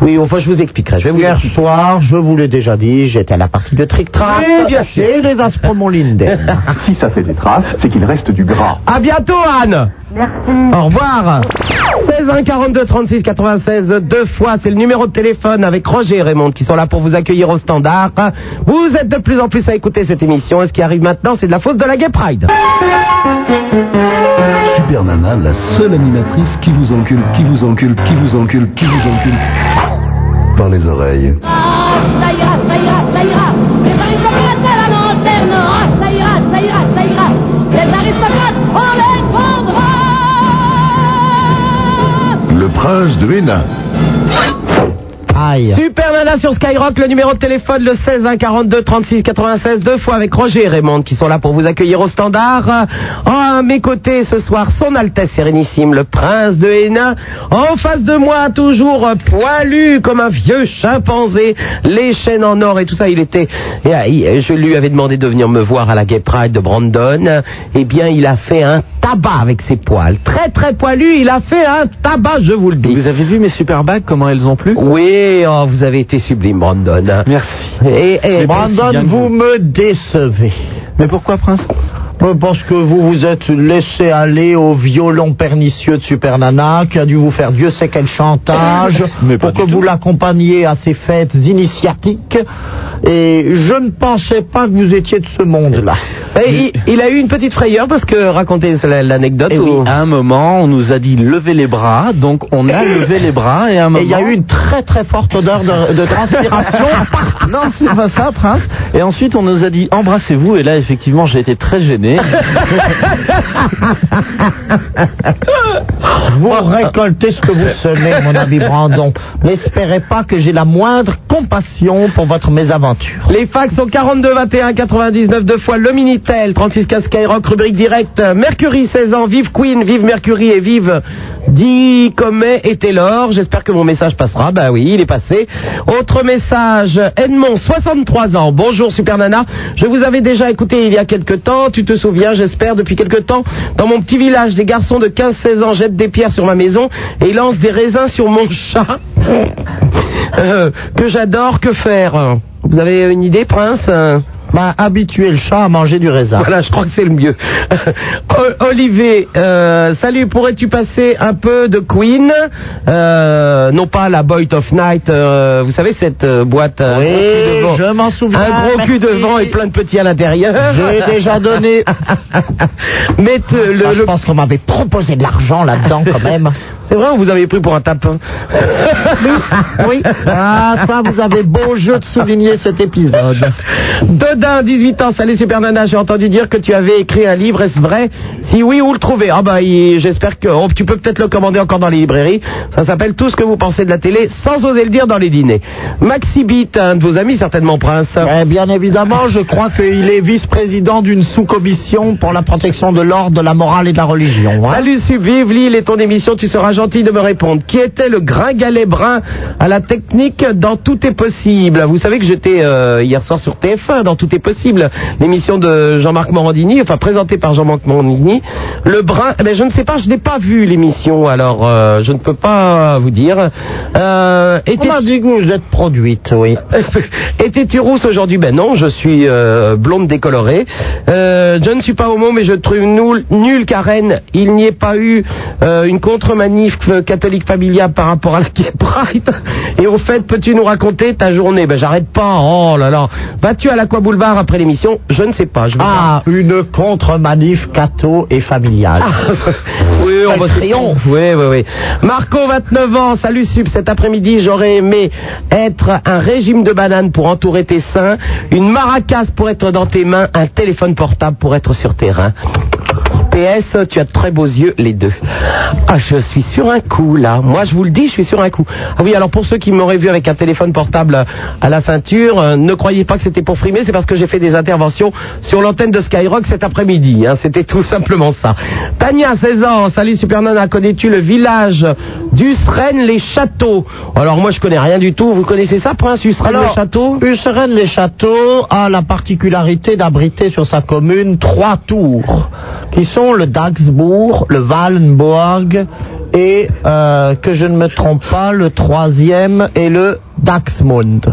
S4: Oui, enfin, je vous expliquerai. Je vais vous
S5: Hier
S4: expliquer.
S5: soir, je vous l'ai déjà dit, j'étais à la partie de Trick Track
S4: Oui, bien sûr.
S5: et les Aspromonlinden.
S13: Si ça fait des traces, c'est qu'il reste du gras.
S4: À bientôt, Anne
S7: Merci.
S4: Au revoir 16 1 42 36 96 deux fois, c'est le numéro de téléphone avec Roger et Raymond qui sont là pour vous accueillir au standard. Vous êtes de plus en plus à écouter cette émission et ce qui arrive maintenant, c'est de la fausse de la Gay Pride.
S13: Super Nana, la seule animatrice qui vous encule, qui vous encule, qui vous encule, qui vous encule. Par les oreilles.
S10: Ah, ça ira, ça ira, ça ira. Les aristocrates à la lanterne, ah, ça ira, ça ira, ça ira. Les aristocrates, on les prendra.
S13: Le prince de Hénin.
S5: Aïe.
S4: Super Nana sur Skyrock, le numéro de téléphone le 16 1 42 36 96 deux fois avec Roger et Raymond qui sont là pour vous accueillir au standard. Euh, À mes côtés ce soir, son Altesse Sérénissime, le Prince de Hénin. En face de moi, toujours euh, poilu comme un vieux chimpanzé, les chaînes en or et tout ça. Il était, et, euh, il- je lui avais demandé de venir me voir à la Gay Pride de Brandon. Eh bien, il a fait un tabac avec ses poils, très très poilu. Il a fait un tabac, je vous le dis.
S15: Vous avez vu mes super bagues, comment elles ont plu
S4: Oui, oh, vous avez été sublime, Brandon.
S15: Merci.
S4: Et, et-
S5: Brandon, vous me décevez.
S15: Mais pourquoi, Prince
S5: Euh, Parce que vous vous êtes laissé aller au violon pernicieux de Super Nana, qui a dû vous faire Dieu sait quel chantage,
S15: Mais pas
S5: pour que
S15: du
S5: vous
S15: tout.
S5: l'accompagniez à ces fêtes initiatiques. Et je ne pensais pas que vous étiez de ce monde-là.
S4: Et il, il a eu une petite frayeur parce que racontez la- l'anecdote.
S3: Et
S4: ou-
S3: Eh oui, à un moment, on nous a dit lever les bras, donc on a levé les bras et à un moment.
S5: Et il y a eu une très très forte odeur de, de transpiration.
S3: non, c'est pas ça, Prince. Et ensuite, on nous a dit embrassez-vous. Et là, effectivement, j'ai été très gêné.
S5: Vous récoltez ce que vous semez, mon ami Brandon. N'espérez pas que j'ai la moindre compassion pour votre mésaventure.
S4: Les fax sont 42 21 99 deux fois le Minitel 36 15 Skyrock rubrique direct Mercury 16 ans vive Queen vive Mercury et vive dit Comet et Taylor j'espère que mon message passera bah oui il est passé autre message Edmond 63 ans bonjour super nana je vous avais déjà écouté il y a quelque temps tu te souviens j'espère depuis quelque temps dans mon petit village des garçons de 15 16 ans jettent des pierres sur ma maison et lancent des raisins sur mon chat Euh, que j'adore que faire vous avez une idée, Prince
S5: bah, habituer le chat à manger du raisin.
S4: Voilà, je crois que c'est le mieux. O- Olivier, euh, salut, pourrais-tu passer un peu de Queen Euh, Non pas la Boy of Night, euh, vous savez cette euh, boîte... euh,
S5: Oui,
S4: gros cul devant.
S5: je m'en souviens.
S4: Un gros cul
S5: merci.
S4: devant et plein de petits à l'intérieur.
S5: J'ai déjà donné.
S4: Mais te- le,
S5: Ah, je
S4: le-
S5: pense qu'on m'avait proposé de l'argent là-dedans quand même.
S4: C'est vrai, on vous avez pris pour un hein. tapin.
S5: Oui. Ah, ça, vous avez beau jeu de souligner cet épisode.
S4: Dodin, 18 ans, salut Super Nana, j'ai entendu dire que tu avais écrit un livre, est-ce vrai Si oui, où le trouver Ah bah, il- j'espère que oh, tu peux peut-être le commander encore dans les librairies. Ça s'appelle Tout ce que vous pensez de la télé, sans oser le dire dans les dîners. Maxi Beat, un de vos amis certainement, Prince.
S5: Eh bien évidemment, je crois qu'il est vice-président d'une sous-commission pour la protection de l'ordre, de la morale et de la religion. hein.
S4: Salut Sub, vive Lille et ton émission, tu seras gentil de me répondre. Qui était le gringalet brun à la technique dans Tout est possible Vous savez que j'étais euh, hier soir sur TF1 dans Tout est possible, l'émission de Jean-Marc Morandini, enfin présentée par Jean-Marc Morandini. Le brun, mais je ne sais pas, je n'ai pas vu l'émission, alors euh, je ne peux pas vous dire. Euh,
S5: On
S4: était-
S5: m'a dit que vous êtes produite, oui.
S4: Étais-tu rousse aujourd'hui Ben non, je suis euh, blonde décolorée. Euh, je ne suis pas homo, mais je trouve nul, nul Karen. Il n'y ait pas eu euh, une contre-manif euh, catholique familiale par rapport à la Gay Pride. Et au fait, peux-tu nous raconter ta journée Ben j'arrête pas. Oh là là. Vas-tu à l'Aqua Boulevard après l'émission Je ne sais pas. Je vais voir.
S5: Ah, une contre-manif catho et familiale.
S4: Oui, on
S5: Quel
S4: va se-
S5: triomphe.
S4: Oui, oui, oui. Marco, 29 ans, salut Sub. Cet après-midi, j'aurais aimé être un régime de bananes pour entourer tes seins, une maracas pour être dans tes mains, un téléphone portable pour être sur tes reins. PS, tu as de très beaux yeux, les deux. Ah, je suis sur un coup, là. Moi, je vous le dis, je suis sur un coup. Ah oui, alors pour ceux qui m'auraient vu avec un téléphone portable à la ceinture, euh, ne croyez pas que c'était pour frimer, c'est parce que j'ai fait des interventions sur l'antenne de Skyrock cet après-midi. hein. C'était tout simplement ça. Tania, 16 ans, salut Supernana, connais-tu le village d'Usseren-les-Châteaux Alors moi, je connais rien du tout. Vous connaissez ça, Prince, Usseren-les-Châteaux
S5: Usseren les Châteaux a la particularité d'abriter sur sa commune trois tours, qui sont le Daxbourg, le Wallenburg et, euh, que je ne me trompe pas, le troisième est le Daxmund.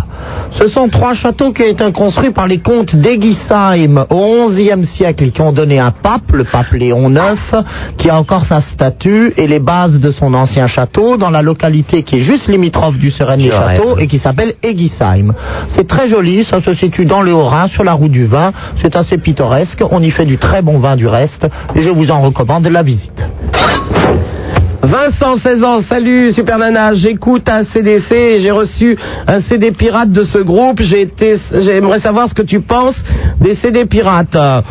S5: Ce sont trois châteaux qui ont été construits par les comtes d'Egisheim au XIe siècle et qui ont donné un pape, le pape Léon IX, qui a encore sa statue et les bases de son ancien château dans la localité qui est juste limitrophe du Seren les Châteaux et qui s'appelle Egisheim. C'est très joli, ça se situe dans le Haut-Rhin, sur la route du vin. C'est assez pittoresque, on y fait du très bon vin du reste et je vous en recommande la visite.
S4: Vincent, 16 ans, salut Super Nana, j'écoute un CDC et j'ai reçu un CD pirate de ce groupe. J'ai été- J'aimerais savoir ce que tu penses des CD pirates. Euh,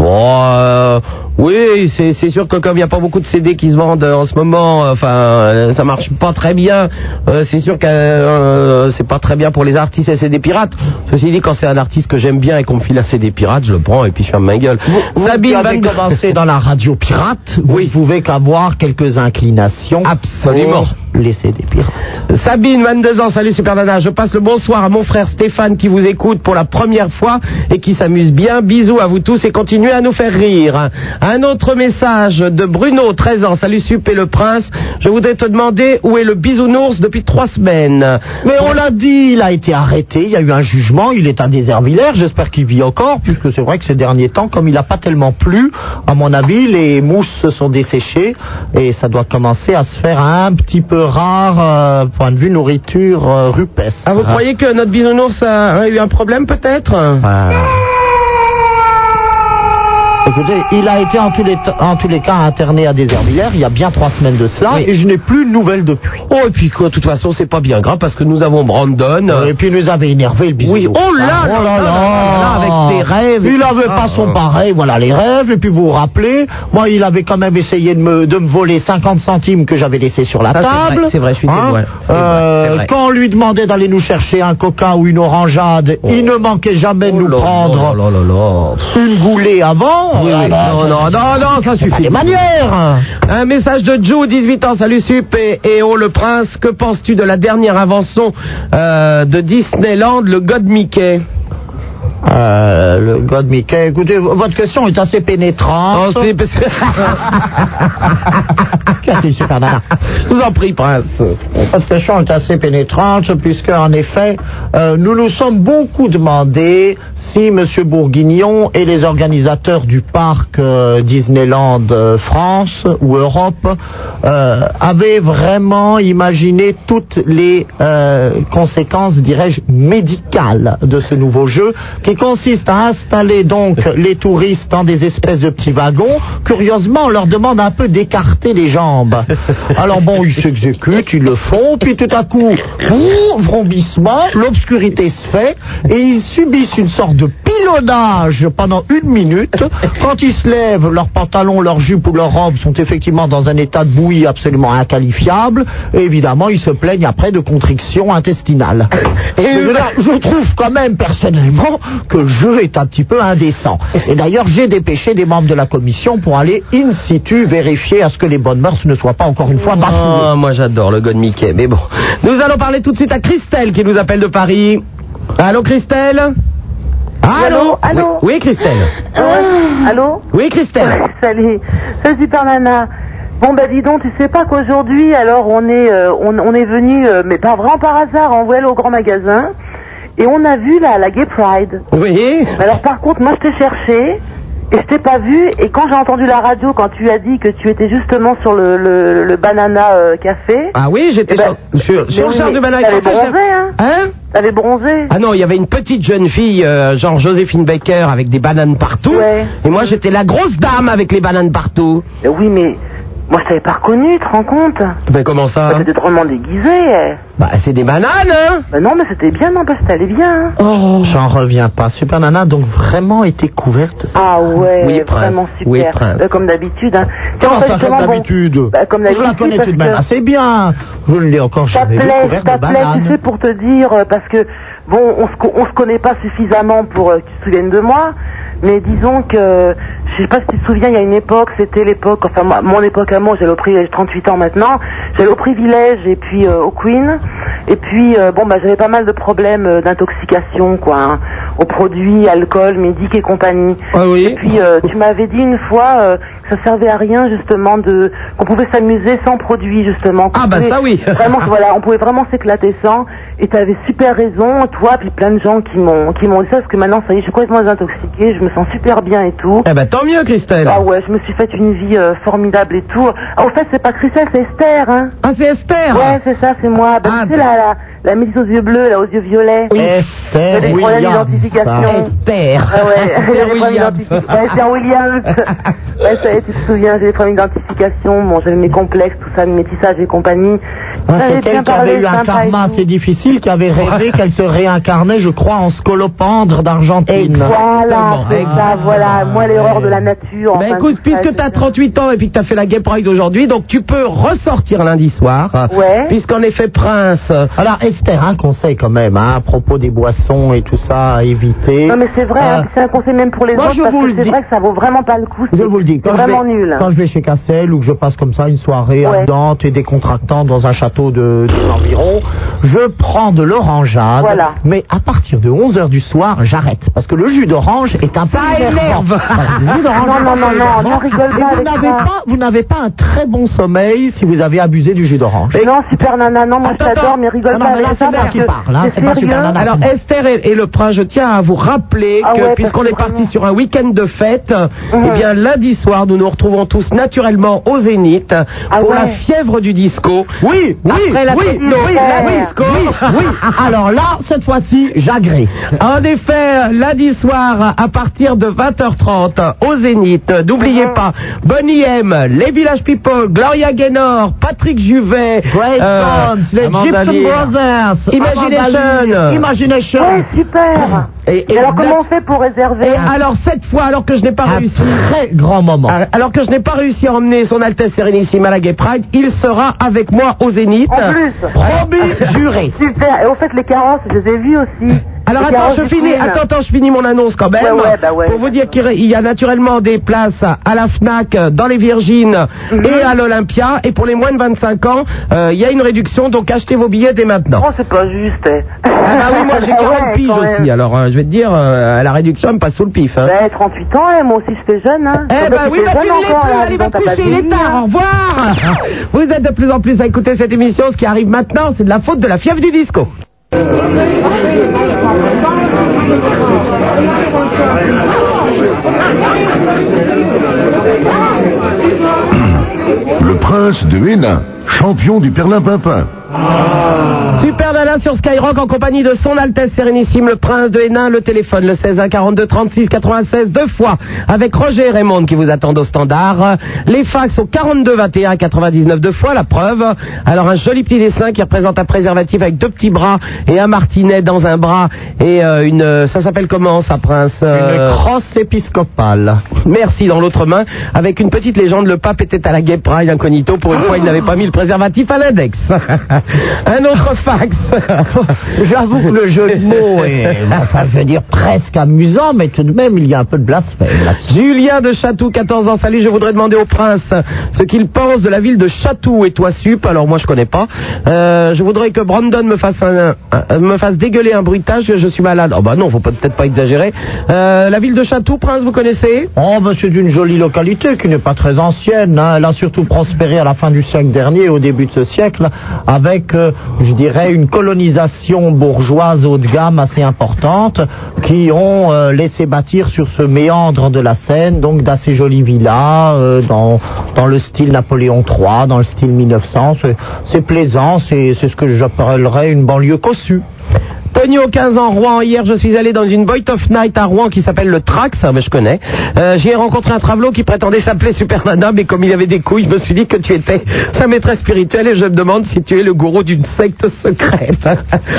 S4: bon, euh, oui, c'est c'est sûr que comme il n'y a pas beaucoup de CD qui se vendent euh, en ce moment, euh, enfin, euh, ça marche pas très bien. Euh, c'est sûr que euh, c'est pas très bien pour les artistes et CD pirates. Ceci dit, quand c'est un artiste que j'aime bien et qu'on me file un CD pirate, je le prends et puis je ferme ma gueule.
S5: Vous qui avez
S4: 22.
S5: commencé dans la radio pirate, vous ne pouvez qu'avoir quelques inclinations.
S4: Absolument.
S5: pour Les CD pirates.
S4: Sabine, 22 ans, salut Super Nana. Je passe le bonsoir à mon frère Stéphane qui vous écoute pour la première fois et qui s'amuse bien. Bisous à vous tous et continuez à nous faire rire. Un autre message de Bruno, 13 ans, salut Sup et le prince. Je voudrais te demander où est le bisounours depuis trois semaines.
S5: Mais on l'a dit, il a été arrêté, il y a eu un jugement, il est un déservilaire, j'espère qu'il vit encore, puisque c'est vrai que ces derniers temps, comme il n'a pas tellement plu, à mon avis, les mousses se sont desséchées, et ça doit commencer à se faire un petit peu rare, euh, point de vue nourriture euh, rupestre.
S4: Ah, vous croyez que notre bisounours a, a eu un problème peut-être
S5: Euh, Écoutez, il a été en tous les, ta- en tous les cas interné à des herbières il y a bien trois semaines de cela et je n'ai plus de nouvelles depuis.
S4: Oh, et puis quoi, de toute façon, c'est pas bien grave parce que nous avons Brandon.
S5: Et puis il nous avait énervé le bisou.
S4: Oui, oh là
S5: Ah,
S4: là
S5: oh là
S4: là là,
S5: là,
S4: avec ses rêves et
S5: Il
S4: tout
S5: avait
S4: ça.
S5: pas son pareil, voilà les rêves. Et puis vous vous rappelez, moi il avait quand même essayé de me, de me voler 50 centimes que j'avais laissé sur la
S4: Ça, Ah, c'est vrai,
S5: table.
S4: c'est vrai, je suis témoin. C'est vrai,
S5: Euh,
S4: c'est vrai.
S5: Quand on lui demandait d'aller nous chercher un coca ou une orangeade,
S4: Oh.
S5: il ne manquait jamais de nous prendre une goulée avant.
S4: Oui, oui.
S5: Voilà.
S4: non, Ah, non, non, non, ça suffit.
S5: les manières.
S4: Un message de Joe, 18 ans, salut Sup et, et oh le prince, que penses-tu de la dernière invention euh, de Disneyland, le God Mickey
S5: Euh, le God Mickey, écoutez, v- votre question est assez pénétrante.
S4: Oh, c'est parce que-
S5: Qu'est-ce super nana
S4: Je vous en prie, prince.
S5: Votre question est assez pénétrante, puisque, en effet, euh, nous nous sommes beaucoup demandé si M. Bourguignon et les organisateurs du parc euh, Disneyland euh, France ou Europe euh, avaient vraiment imaginé toutes les euh, conséquences, dirais-je, médicales de ce nouveau jeu, qui consiste à installer donc les touristes dans des espèces de petits wagons. Curieusement, on leur demande un peu d'écarter les jambes. Alors bon, ils s'exécutent, ils le font, puis tout à coup, boum, vrombissement, l'obscurité se fait, et ils subissent une sorte de pilonnage pendant une minute. Quand ils se lèvent, leurs pantalons, leurs jupes ou leurs robes sont effectivement dans un état de bouillie absolument inqualifiable, et évidemment, ils se plaignent après de contriction intestinale. Et je, veux dire, je trouve quand même personnellement que le jeu est un petit peu indécent. Et d'ailleurs, j'ai dépêché des membres de la commission pour aller in situ vérifier à ce que les bonnes mœurs ne soient pas encore une fois bafouées.
S4: Ah, moi j'adore le God Mickey, mais bon. Nous allons parler tout de suite à Christelle qui nous appelle de Paris. Allô Christelle Allô
S7: allô
S4: oui, oui, Christelle
S7: Ah Ouais. Allô
S4: Ah. Oui Christelle
S7: Ouais, Salut, c'est Super Nana. Bon bah dis donc, tu sais pas qu'aujourd'hui, alors on est, euh, on, on est venu, euh, mais pas vraiment par hasard, en voile au grand magasin, et on a vu la, la Gay Pride.
S4: Oui.
S7: Alors par contre, moi je t'ai cherché. Et je t'ai pas vu, et quand j'ai entendu la radio, quand tu as dit que tu étais justement sur le, le, le Banana euh, Café...
S4: Ah oui, j'étais
S7: eh ben,
S4: sur, sur,
S7: mais
S4: sur le
S7: oui,
S4: char
S7: mais
S4: du Banana
S7: T'avais
S9: Ah,
S4: Café, je l'ai-
S7: bronzé, hein
S4: Hein
S7: T'avais bronzé
S4: Ah non, il y avait une petite jeune fille, euh, genre Joséphine Baker, avec des bananes partout. Et moi, j'étais la grosse dame avec les bananes partout.
S7: Eh Oui, mais moi, je t'avais pas reconnu, tu te rends compte Bah,
S4: Mais Ben, comment ça
S7: T'étais drôlement déguisé. eh.
S4: Bah, c'est des bananes, hein
S7: Bah non, mais c'était bien, non, parce que t'allais bien. hein.
S5: J'en reviens pas. Super Nana a donc vraiment été couverte.
S7: Ah ouais,
S5: Oui, prince.
S7: vraiment super.
S5: Oui, prince.
S7: Euh, comme d'habitude. Hein. Tiens, en
S5: Comment
S7: fait,
S5: ça, comme
S7: justement, bon,
S5: d'habitude
S7: bah, comme
S5: Je
S7: d'habitude.
S5: la connais
S7: parce
S5: tout de même
S7: que
S5: assez bien. Je ne l'ai encore jamais vue
S7: T'appelais,
S5: couverte de
S7: t'appelais, tu sais,
S5: bananes.
S7: pour te dire, euh, parce que, bon, on se, co- on se connaît pas suffisamment pour euh, que tu te souviennes de moi, mais disons que, euh, je sais pas si tu te souviens, il y a une époque, c'était l'époque, enfin, moi, mon époque à moi, j'allais au privilège, 38 ans maintenant, j'allais au privilège et puis euh, au Queen, et puis, euh, bon, bah, j'avais pas mal de problèmes euh, d'intoxication, quoi, hein, aux produits, alcool, médic et compagnie.
S4: Ah
S7: Et puis, euh, tu m'avais dit une fois euh, que ça servait à rien, justement, de qu'on pouvait s'amuser sans produit, justement. Ah,
S4: bah, ça, oui.
S7: vraiment, voilà, on pouvait vraiment s'éclater sans. Et tu avais super raison, toi, puis plein de gens qui m'ont qui m'ont dit ça, parce que maintenant, ça y est, je suis complètement désintoxiquée, je me sens super bien et tout.
S4: Eh ben, tant mieux, Christelle.
S7: Ah ouais, je me suis fait une vie euh, formidable et tout. Ah, au fait, c'est pas Christelle, c'est Esther, hein.
S4: Ah, c'est Esther Ah,
S7: Ouais, c'est ça, c'est moi. Bah, tu sais, la, la, la médecine aux yeux bleus, là, aux yeux violets.
S5: Esther
S7: J'ai des problèmes
S5: Williams, ça.
S7: d'identification.
S4: Esther.
S7: Ah ouais, j'ai des problèmes
S5: Williams.
S7: d'identification. Ouais, c'est en Williams. ouais, ça y est, tu te souviens, j'ai des problèmes d'identification. Bon, j'avais mes complexes, tout ça, mes métissages et compagnie.
S5: Ouais,
S7: J'avais
S5: c'est
S7: bien
S5: elle qui
S7: parlé,
S5: avait eu un
S7: sympa et
S5: karma
S7: tout.
S5: assez difficile, qui avait rêvé qu'elle se réincarnait, je crois, en scolopendre d'Argentine.
S7: Voilà, c'est ça, voilà. Moi, l'erreur de la nature.
S4: Bah
S7: enfin,
S4: écoute,
S7: tout ça,
S4: puisque t'as 38 ans et puis que t'as fait la Gay Pride aujourd'hui, donc tu peux ressortir lundi soir. euh,
S5: Ah.
S7: Ouais.
S4: Puisqu'en effet, Prince...
S5: Alors Esther, un conseil quand même, hein, à propos des boissons et tout ça, à éviter.
S7: Non mais c'est vrai, hein,
S5: Euh,
S7: c'est un conseil même pour les
S5: moi,
S7: autres
S5: je
S7: parce
S5: vous
S7: que
S5: le
S7: c'est
S5: dis-
S7: vrai que ça vaut vraiment pas le coup.
S5: Je vous le dis,
S7: c'est
S5: quand,
S7: vraiment
S5: je vais,
S7: nul. hein.
S5: quand je vais chez Cassel ou que je passe comme ça une soirée
S7: Ouais.
S5: ardente et décontractante dans un château de, des environs, je prends de l'orangeade,
S7: Voilà.
S5: mais à partir de 11h du soir, j'arrête, parce que le jus d'orange est un peu énervant. Voilà, le jus d'orange
S7: Non,
S5: est un peu
S7: non, non, non,
S5: énervant.
S7: non, rigole
S5: Et
S7: pas
S5: vous
S7: avec
S5: n'avez
S7: ça.
S5: pas- Vous n'avez pas un très bon sommeil si vous avez abusé du jus d'orange.
S7: Non, super nana, non, moi je t'adore, mais rigole
S5: Non, non,
S7: pas
S5: mais là,
S7: avec
S5: c'est
S7: ça
S5: moi
S7: parce
S5: qui
S7: que
S5: parle, hein,
S7: c'est
S5: c'est pas
S7: sérieux.
S5: super nana.
S4: Alors Esther et, et le prince, je tiens à vous rappeler
S7: Ah ouais,
S4: que
S7: parce
S4: puisqu'on
S7: que
S4: est parti sur un week-end de fête, eh bien lundi vendredi soir, nous nous retrouvons tous naturellement au Zénith
S7: Ah
S4: pour la fièvre du disco.
S5: Oui, oui,
S4: Après la
S5: oui,
S4: fête
S5: oui,
S4: militaire.
S5: oui, oui, oui. Alors là, cette fois-ci, j'agrée.
S4: En effet, lundi soir, à partir de 20h30, au Zénith,
S7: Mm-hmm.
S4: n'oubliez pas, Bonnie M, Les Village People, Gloria Gaynor, Patrick Juvet, euh,
S5: Great Guns, les
S4: Amanda
S5: Gypsum
S4: Lear,
S5: Brothers, Amanda
S4: Imagination,
S5: Lear, Imagination. Ouais,
S4: super. Et, alors comment on fait pour réserver Et alors cette fois, alors que je n'ai pas
S7: Ah.
S4: réussi,
S5: très grand moment.
S4: Ah, Alors que je n'ai pas réussi à emmener Son Altesse Sérénissime à la Gay Pride, il sera avec moi au Zénith.
S7: En plus.
S4: promis, juré.
S7: Super. Et au fait, les carences, je les ai vues aussi.
S4: Alors
S7: Les
S4: attends,
S7: carences
S4: je
S7: du
S4: finis,
S7: Queen.
S4: attends, attends, je finis mon annonce quand même.
S7: Ouais, ouais, bah ouais.
S4: Pour vous dire qu'il y a naturellement des places à la FNAC, euh, dans les Virgines
S7: Mhm.
S4: et à l'Olympia. Et pour les moins de 25 ans, euh, il y a une réduction, donc achetez vos billets dès maintenant. Oh,
S7: c'est pas juste. hein.
S4: Ah bah oui, moi j'ai
S7: Ouais,
S4: 40 piges
S7: quand même.
S4: aussi, alors euh, je vais te dire, euh, la réduction elle me passe sous le pif. hein.
S7: Ben, 38 ans, hein, moi aussi j'étais jeune. Hein.
S4: Eh
S7: Surtout
S4: ben
S7: que
S4: oui,
S7: j'étais
S4: bah tu ne
S7: jeune
S4: l'es
S7: encore,
S4: plus,
S7: alors,
S4: allez
S7: donc,
S4: va te
S7: t'as pas
S4: coucher,
S7: de
S4: il est
S7: vie,
S4: tard,
S7: hein.
S4: au revoir Vous êtes de plus en plus à écouter cette émission, ce qui arrive maintenant, c'est de la faute de la fièvre du disco.
S1: Le prince de Hénin, champion du Perlin-Pimpin.
S4: Super Nana sur Skyrock en compagnie de son Altesse Sérénissime, le Prince de Hénin, le téléphone, le 16 1 42 36 96, deux fois, avec Roger et Raymond qui vous attendent au standard. Les fax au 42 21 99, deux fois, la preuve. Alors un joli petit dessin qui représente un préservatif avec deux petits bras et un martinet dans un bras et euh, une... euh, Ça s'appelle comment ça, Prince
S5: Une
S4: Euh,
S5: crosse épiscopale.
S4: Merci dans l'autre main, avec une petite légende, le pape était à la Gay Pride incognito, pour une fois il n'avait pas mis le préservatif à l'index. Un autre fax.
S5: J'avoue que le jeu de mots est, enfin, je veux dire, presque amusant, mais tout de même, il y a un peu de blasphème là-dessus.
S4: Julien de Chatou, 14 ans, salut, je voudrais demander au prince ce qu'il pense de la ville de Chatou et toi sup, alors moi je connais pas. Euh, je voudrais que Brandon me fasse un, un- me fasse dégueuler un bruitage, je suis malade. Oh bah non, faut pas- peut-être pas exagérer. Euh, la ville de Chatou, prince, vous connaissez
S5: Oh, ben c'est une jolie localité qui n'est pas très ancienne. hein. Elle a surtout prospéré à la fin du siècle dernier et au début de ce siècle avec, euh, je dirais, une colonisation bourgeoise haut de gamme assez importante qui ont euh, laissé bâtir sur ce méandre de la Seine donc d'assez jolies villas euh, dans, dans le style Napoléon III, dans le style 1900. C'est- C'est plaisant, c'est c'est ce que j'appellerais une banlieue cossue.
S4: Tonio, 15 ans, Rouen. Hier, je suis allé dans une Boit of Night à Rouen qui s'appelle le Trax, hein, mais je connais. Euh, J'y ai rencontré un travelot qui prétendait s'appeler Super Nana, mais comme il avait des couilles, je me suis dit que tu étais sa maîtresse spirituelle et je me demande si tu es le gourou d'une secte secrète.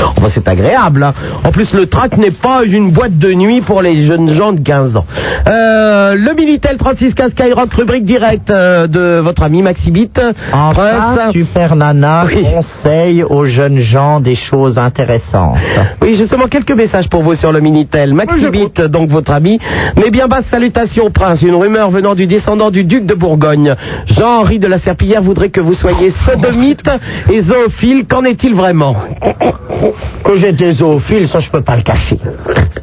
S4: Enfin, c'est agréable. hein. En plus, le Trax n'est pas une boîte de nuit pour les jeunes gens de 15 ans. Euh, le Minitel 36K Skyrock, rubrique directe euh, de votre ami Maxibit. Ah,
S5: Enfin, Super Ah, Nana conseille aux jeunes gens des choses intéressantes.
S4: Oui, j'ai seulement quelques messages pour vous sur le Minitel. Maxibit, donc votre ami. Mes bien basses salutations au prince. Une rumeur venant du descendant du duc de Bourgogne. Jean-Henri de la Serpillière voudrait que vous soyez sodomite et zoophile. Qu'en est-il vraiment
S5: Que j'étais zoophile, ça je peux pas le cacher.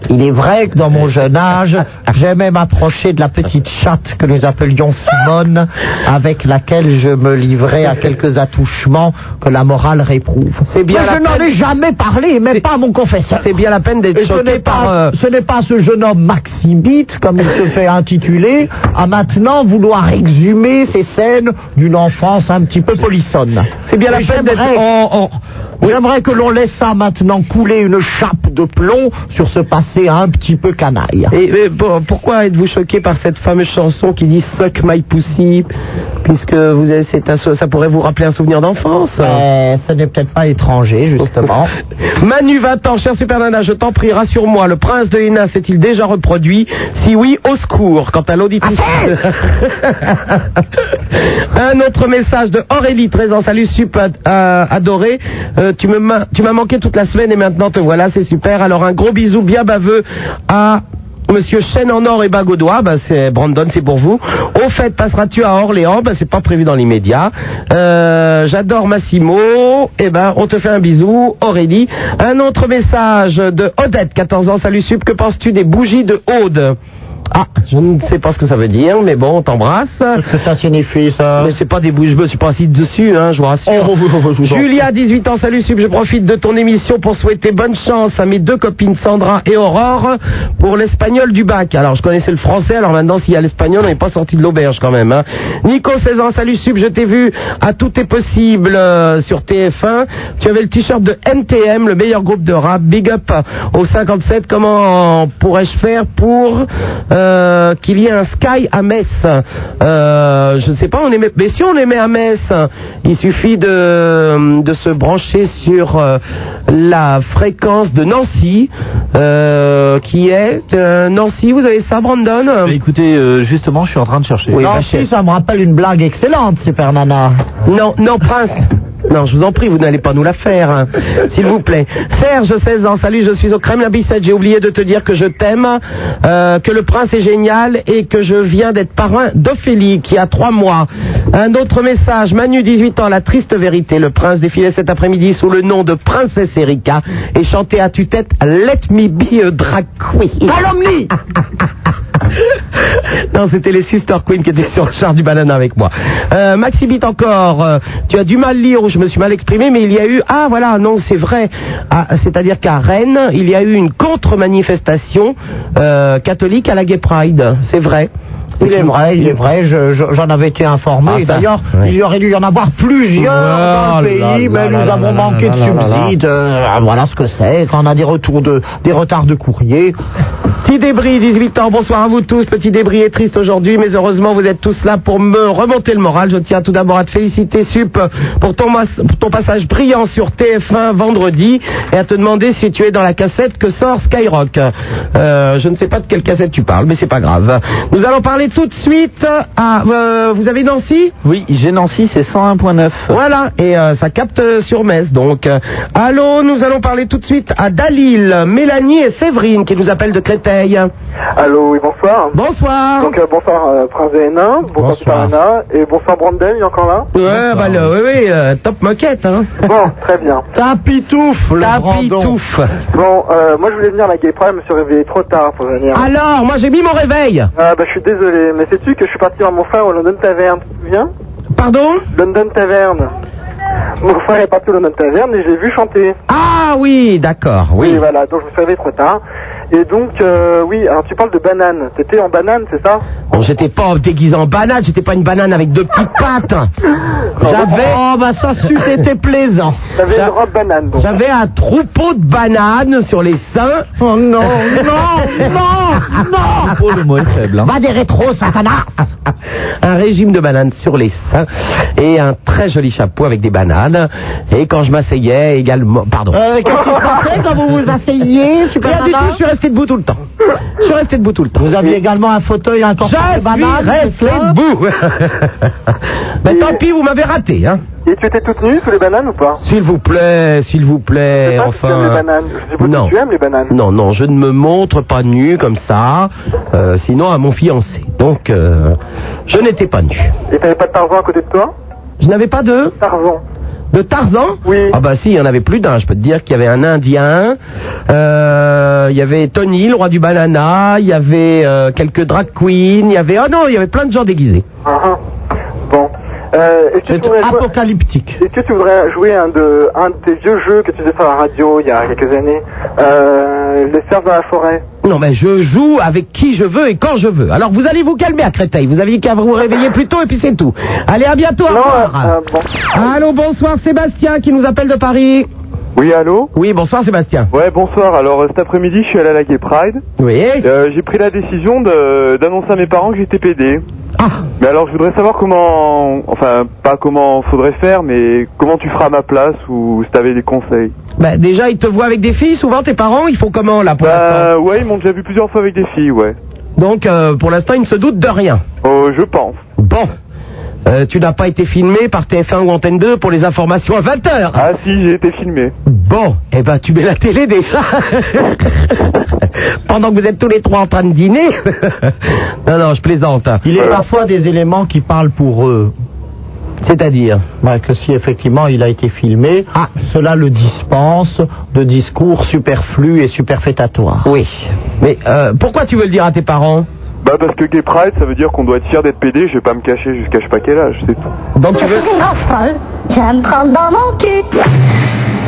S5: Il est vrai que dans mon jeune âge, j'aimais m'approcher de la petite chatte que nous appelions Simone, avec laquelle je me livrais à quelques attouchements que la morale réprouve. C'est
S4: bien la
S5: je n'en
S4: peine-
S5: ai jamais parlé, même pas à mon confesseur.
S4: C'est bien la peine d'être
S5: Et ce
S4: choqué
S5: n'est pas-
S4: par, euh,
S5: Ce n'est pas ce jeune homme Maxibit, comme il se fait intituler, à maintenant vouloir exhumer ces scènes d'une enfance un petit peu polissonne.
S4: C'est bien la
S5: Mais
S4: peine d'être-
S5: j'aimerais-
S4: on-
S5: J'aimerais que l'on laisse ça maintenant couler une chape de plomb sur ce passé un petit peu canaille.
S4: Et, et bon, pourquoi êtes-vous choqué par cette fameuse chanson qui dit Suck my pussy Puisque vous avez, c'est un sou- ça pourrait vous rappeler un souvenir d'enfance.
S5: Euh, ce n'est peut-être pas étranger, justement.
S4: Manu, 20 ans, cher Super Nana, je t'en prie, rassure-moi, le prince de Hénin s'est-il déjà reproduit Si oui, au secours. Quant à l'auditrice... Un autre message de Aurélie, 13 ans, salut, super euh, adoré, Euh, tu me ma- tu m'as manqué toute la semaine et maintenant te voilà, c'est super. Alors un gros bisou bien baveux à... Monsieur Chêne en or et Bagaudois, bah c'est Brandon, c'est pour vous. Au fait, passeras-tu à Orléans Bah c'est pas prévu dans l'immédiat. Euh, J'adore Massimo. Eh ben, on te fait un bisou, Aurélie. Un autre message de Odette, 14 ans. Salut Sup, que penses-tu des bougies de Aude Ah, je ne sais pas ce que ça veut dire, mais bon, on t'embrasse. Qu'est-ce que ça signifie, ça Mais c'est pas des bouches bleues, c'est pas assis dessus, hein, je vous rassure. Julia, 18 ans, salut Sub, je profite de ton émission pour souhaiter bonne chance à mes deux copines Sandra et Aurore pour l'espagnol du bac. Alors, je connaissais le français, alors maintenant, s'il y a l'espagnol, on n'est pas sorti de l'auberge quand même. Hein. Nico, 16 ans, salut Sub, je t'ai vu à Tout est possible euh, sur TF1. Tu avais le t-shirt de NTM, le meilleur groupe de rap. Big up au 57. Comment pourrais-je faire pour euh, qu'il y ait un Sky à Metz euh, Je ne sais pas, on émet, mais si on émet à Metz, il suffit de, de se brancher sur euh, la fréquence de Nancy, euh, qui est euh, Nancy. Vous avez ça, Brandon
S16: Écoutez, euh, justement, je suis en train de chercher.
S4: Oui,
S5: Non,
S4: bah,
S5: si, ça me rappelle une blague excellente, Super Nana.
S4: Non, non, Prince. Non, je vous en prie, vous n'allez pas nous la faire, hein. s'il vous plaît. Serge, 16 ans, salut, je suis au Kremlin Bicêtre, j'ai oublié de te dire que je t'aime, euh, que le prince est génial et que je viens d'être parrain d'Ophélie, qui a trois mois. Un autre message, Manu, 18 ans, la triste vérité, le prince défilait cet après-midi sous le nom de Princesse Erika et chantait à tue-tête Let me be a drag queen. Non, c'était les Sister Queen qui étaient sur le char du banana avec moi. Euh, Maxibit encore, euh, tu as du mal lire ou je me suis mal exprimé, mais il y a eu... Ah voilà, non, c'est vrai. Ah, C'est-à-dire qu'à Rennes, il y a eu une contre-manifestation euh, catholique à la Gay Pride. C'est vrai.
S5: Il est vrai, il est vrai, je- je- j'en avais été informé.
S4: Ah, ça,
S5: D'ailleurs,
S4: oui.
S5: il y aurait dû y en avoir plusieurs dans le
S4: Oh là
S5: pays,
S4: là
S5: mais
S4: là
S5: nous
S4: là
S5: avons
S4: là
S5: manqué
S4: là
S5: de
S4: là là là.
S5: subsides. euh, voilà ce que c'est, quand on a des retours de, des retards de courrier.
S4: Petit débris, 18 ans, bonsoir à vous tous. Petit débris est triste aujourd'hui, mais heureusement vous êtes tous là pour me remonter le moral. Je tiens tout d'abord à te féliciter, Sup, pour ton, mas- pour ton passage brillant sur TF1 vendredi et à te demander si tu es dans la cassette que sort Skyrock. Euh, je ne sais pas de quelle cassette tu parles, mais c'est pas grave. Nous allons parler tout de suite à... euh, vous avez Nancy
S16: Oui, j'ai Nancy, c'est 101.9.
S4: Voilà, et euh, ça capte euh, sur Metz, donc. Euh, Allô, nous allons parler tout de suite à Dalil, Mélanie et Séverine qui nous appellent de Créteil.
S11: Allô, oui, bonsoir.
S4: Bonsoir.
S11: Donc, euh, bonsoir, euh, Prince de Hénin, bonsoir, Super Nana, et bonsoir, Brandon, il est encore là
S4: Ouais, bah le, oui, oui, euh, top moquette, hein.
S11: Bon, très bien.
S4: Tapitouf, tapitouf.
S11: Bon, euh, moi, je voulais venir à la Gay Pride, je me suis réveillé trop tard pour venir.
S4: Alors, moi j'ai mis mon réveil.
S11: Ah, bah, je suis désolé, mais sais-tu que je suis parti voir mon frère au London Tavern Tu te souviens
S4: Pardon
S11: London Tavern. Mon frère est parti au London Tavern et j'ai vu chanter.
S4: Ah oui, d'accord, oui.
S11: voilà, donc je me suis réveillé trop tard. Et donc, euh, oui, alors tu parles de banane. T'étais en banane, c'est ça
S4: Bon, j'étais pas déguisé en banane, j'étais pas une banane avec deux petites pattes. J'avais. Oh, bah ça, c'était plaisant.
S11: J'avais une robe banane, donc.
S4: J'avais un troupeau de bananes sur les seins. Oh non,
S10: non, non, non.
S16: Oh, le mot est faible. Hein.
S4: Va des rétros, Satanas Un régime de bananes sur les seins et un très joli chapeau avec des bananes. Et quand je m'asseyais également. Pardon.
S5: Euh, Qu'est-ce qui se passait quand vous vous asseyez, Super
S4: Rien du
S5: Nana
S4: tout, je suis resté debout tout le temps. Je suis resté debout tout le temps.
S5: Vous aviez également un fauteuil, un
S4: Je
S5: corps de
S4: suis
S5: banane,
S4: resté
S5: c'est ça
S4: debout. Mais Ben, tant pis, vous m'avez raté, hein.
S11: Et tu étais toute nue sous les bananes ou pas
S4: S'il vous plaît, s'il vous plaît,
S11: Tu aimes les
S4: enfin.
S11: bananes. Je dis pas
S4: Non.
S11: que tu aimes les bananes.
S4: Non, non, je ne me montre pas nu comme ça, euh, sinon à mon fiancé. Donc, euh, je n'étais pas nu.
S11: Et t'avais pas de Tarzan à côté de toi
S4: Je n'avais pas de...
S11: Tarzan.
S4: De Tarzan
S11: Oui.
S4: Ah bah si, il y en avait plus d'un. Je peux te dire qu'il y avait un Indien, euh, il y avait Tony, le roi du banana, il y avait euh, quelques drag queens, il y avait... Oh non, il y avait plein de gens déguisés.
S11: Ah, ah. Bon. Euh, est-ce, que tu voudrais jouer-
S5: Apocalyptique.
S11: est-ce que tu voudrais jouer un de, un de tes vieux jeux que tu faisais sur la radio il y a quelques années euh, Les cerfs dans la forêt.
S4: Non mais je joue avec qui je veux et quand je veux. Alors vous allez vous calmer à Créteil. Vous aviez qu'à vous réveiller plus tôt et puis c'est tout. Allez, à bientôt. au revoir.
S11: euh, bon.
S4: Allô, bonsoir Sébastien qui nous appelle de Paris.
S13: Oui, allô
S4: Oui, bonsoir Sébastien.
S13: Ouais, bonsoir. Alors, euh, cet après-midi, je suis allé à la Gay Pride.
S4: Oui.
S13: Euh, j'ai pris la décision de- d'annoncer à mes parents que j'étais PD.
S4: Ah.
S13: Mais alors, je voudrais savoir comment... Enfin, pas comment faudrait faire, mais comment tu feras à ma place ou si t'avais des conseils.
S4: Bah, déjà, ils te voient avec des filles. Souvent, tes parents, ils font comment là
S11: Ben,
S4: pour
S13: Bah, ouais, ils m'ont déjà vu plusieurs fois avec des filles, ouais.
S4: l'instant Donc, euh, pour l'instant, ils ne se doutent de rien.
S13: Oh, je pense.
S4: Bon. Euh, tu n'as pas été filmé par TF1 ou Antenne 2 pour les informations à 20h.
S13: Ah si, j'ai été filmé.
S4: Bon, eh ben tu mets la télé déjà. Pendant que vous êtes tous les trois en train de dîner. non, non, je plaisante. hein.
S5: Il y a parfois des éléments qui parlent pour eux.
S4: C'est-à-dire
S5: Ouais, que si effectivement il a été filmé,
S4: Ah.
S5: cela le dispense de discours superflus et superfétatoires.
S4: Oui. Mais euh, pourquoi tu veux le dire à tes parents
S17: Bah parce que gay pride, ça veut dire qu'on doit être fier d'être PD, je vais pas me cacher jusqu'à je sais pas quel âge, c'est tout.
S4: Donc tu veux...
S10: folle, je vais me prendre dans mon cul.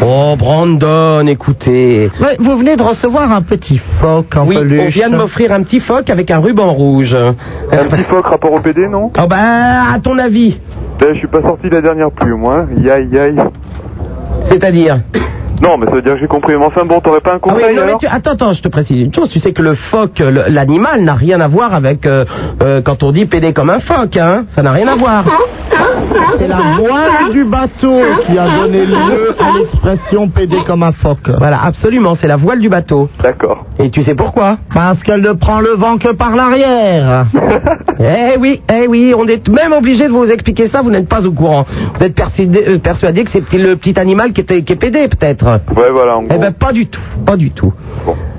S4: Oh, Brandon, écoutez.
S5: Ouais, vous venez de recevoir un petit phoque en
S4: oui,
S5: peluche.
S4: on vient de m'offrir un petit phoque avec un ruban rouge. Un
S17: petit phoque rapport au PD, non
S4: Oh ben, à ton avis.
S17: Ben, je suis pas sorti de la dernière pluie au moins, yaï yaï.
S4: C'est-à-dire
S17: Non, mais ça veut dire que j'ai compris, mais enfin bon, t'aurais pas un
S4: Ah oui,
S17: conseil
S4: non, mais
S17: alors
S4: tu- attends, attends, je te précise une chose. Tu sais que le phoque, le- l'animal, n'a rien à voir avec euh, euh, quand on dit pédé comme un phoque, hein. Ça n'a rien à voir.
S5: C'est la voile du bateau qui a donné lieu à l'expression pédé comme un phoque.
S4: Voilà, absolument, c'est la voile du bateau.
S17: D'accord.
S4: Et tu sais pourquoi
S5: Parce qu'elle ne prend le vent que par l'arrière.
S4: Eh oui, eh oui, on est même obligé de vous expliquer ça, vous n'êtes pas au courant. Vous êtes persuadé, euh, persuadé que c'est petit- le petit animal qui, était, qui est pédé, peut-être
S17: Ouais, voilà, en
S4: Eh
S17: gros.
S4: ben, pas du tout, pas du tout.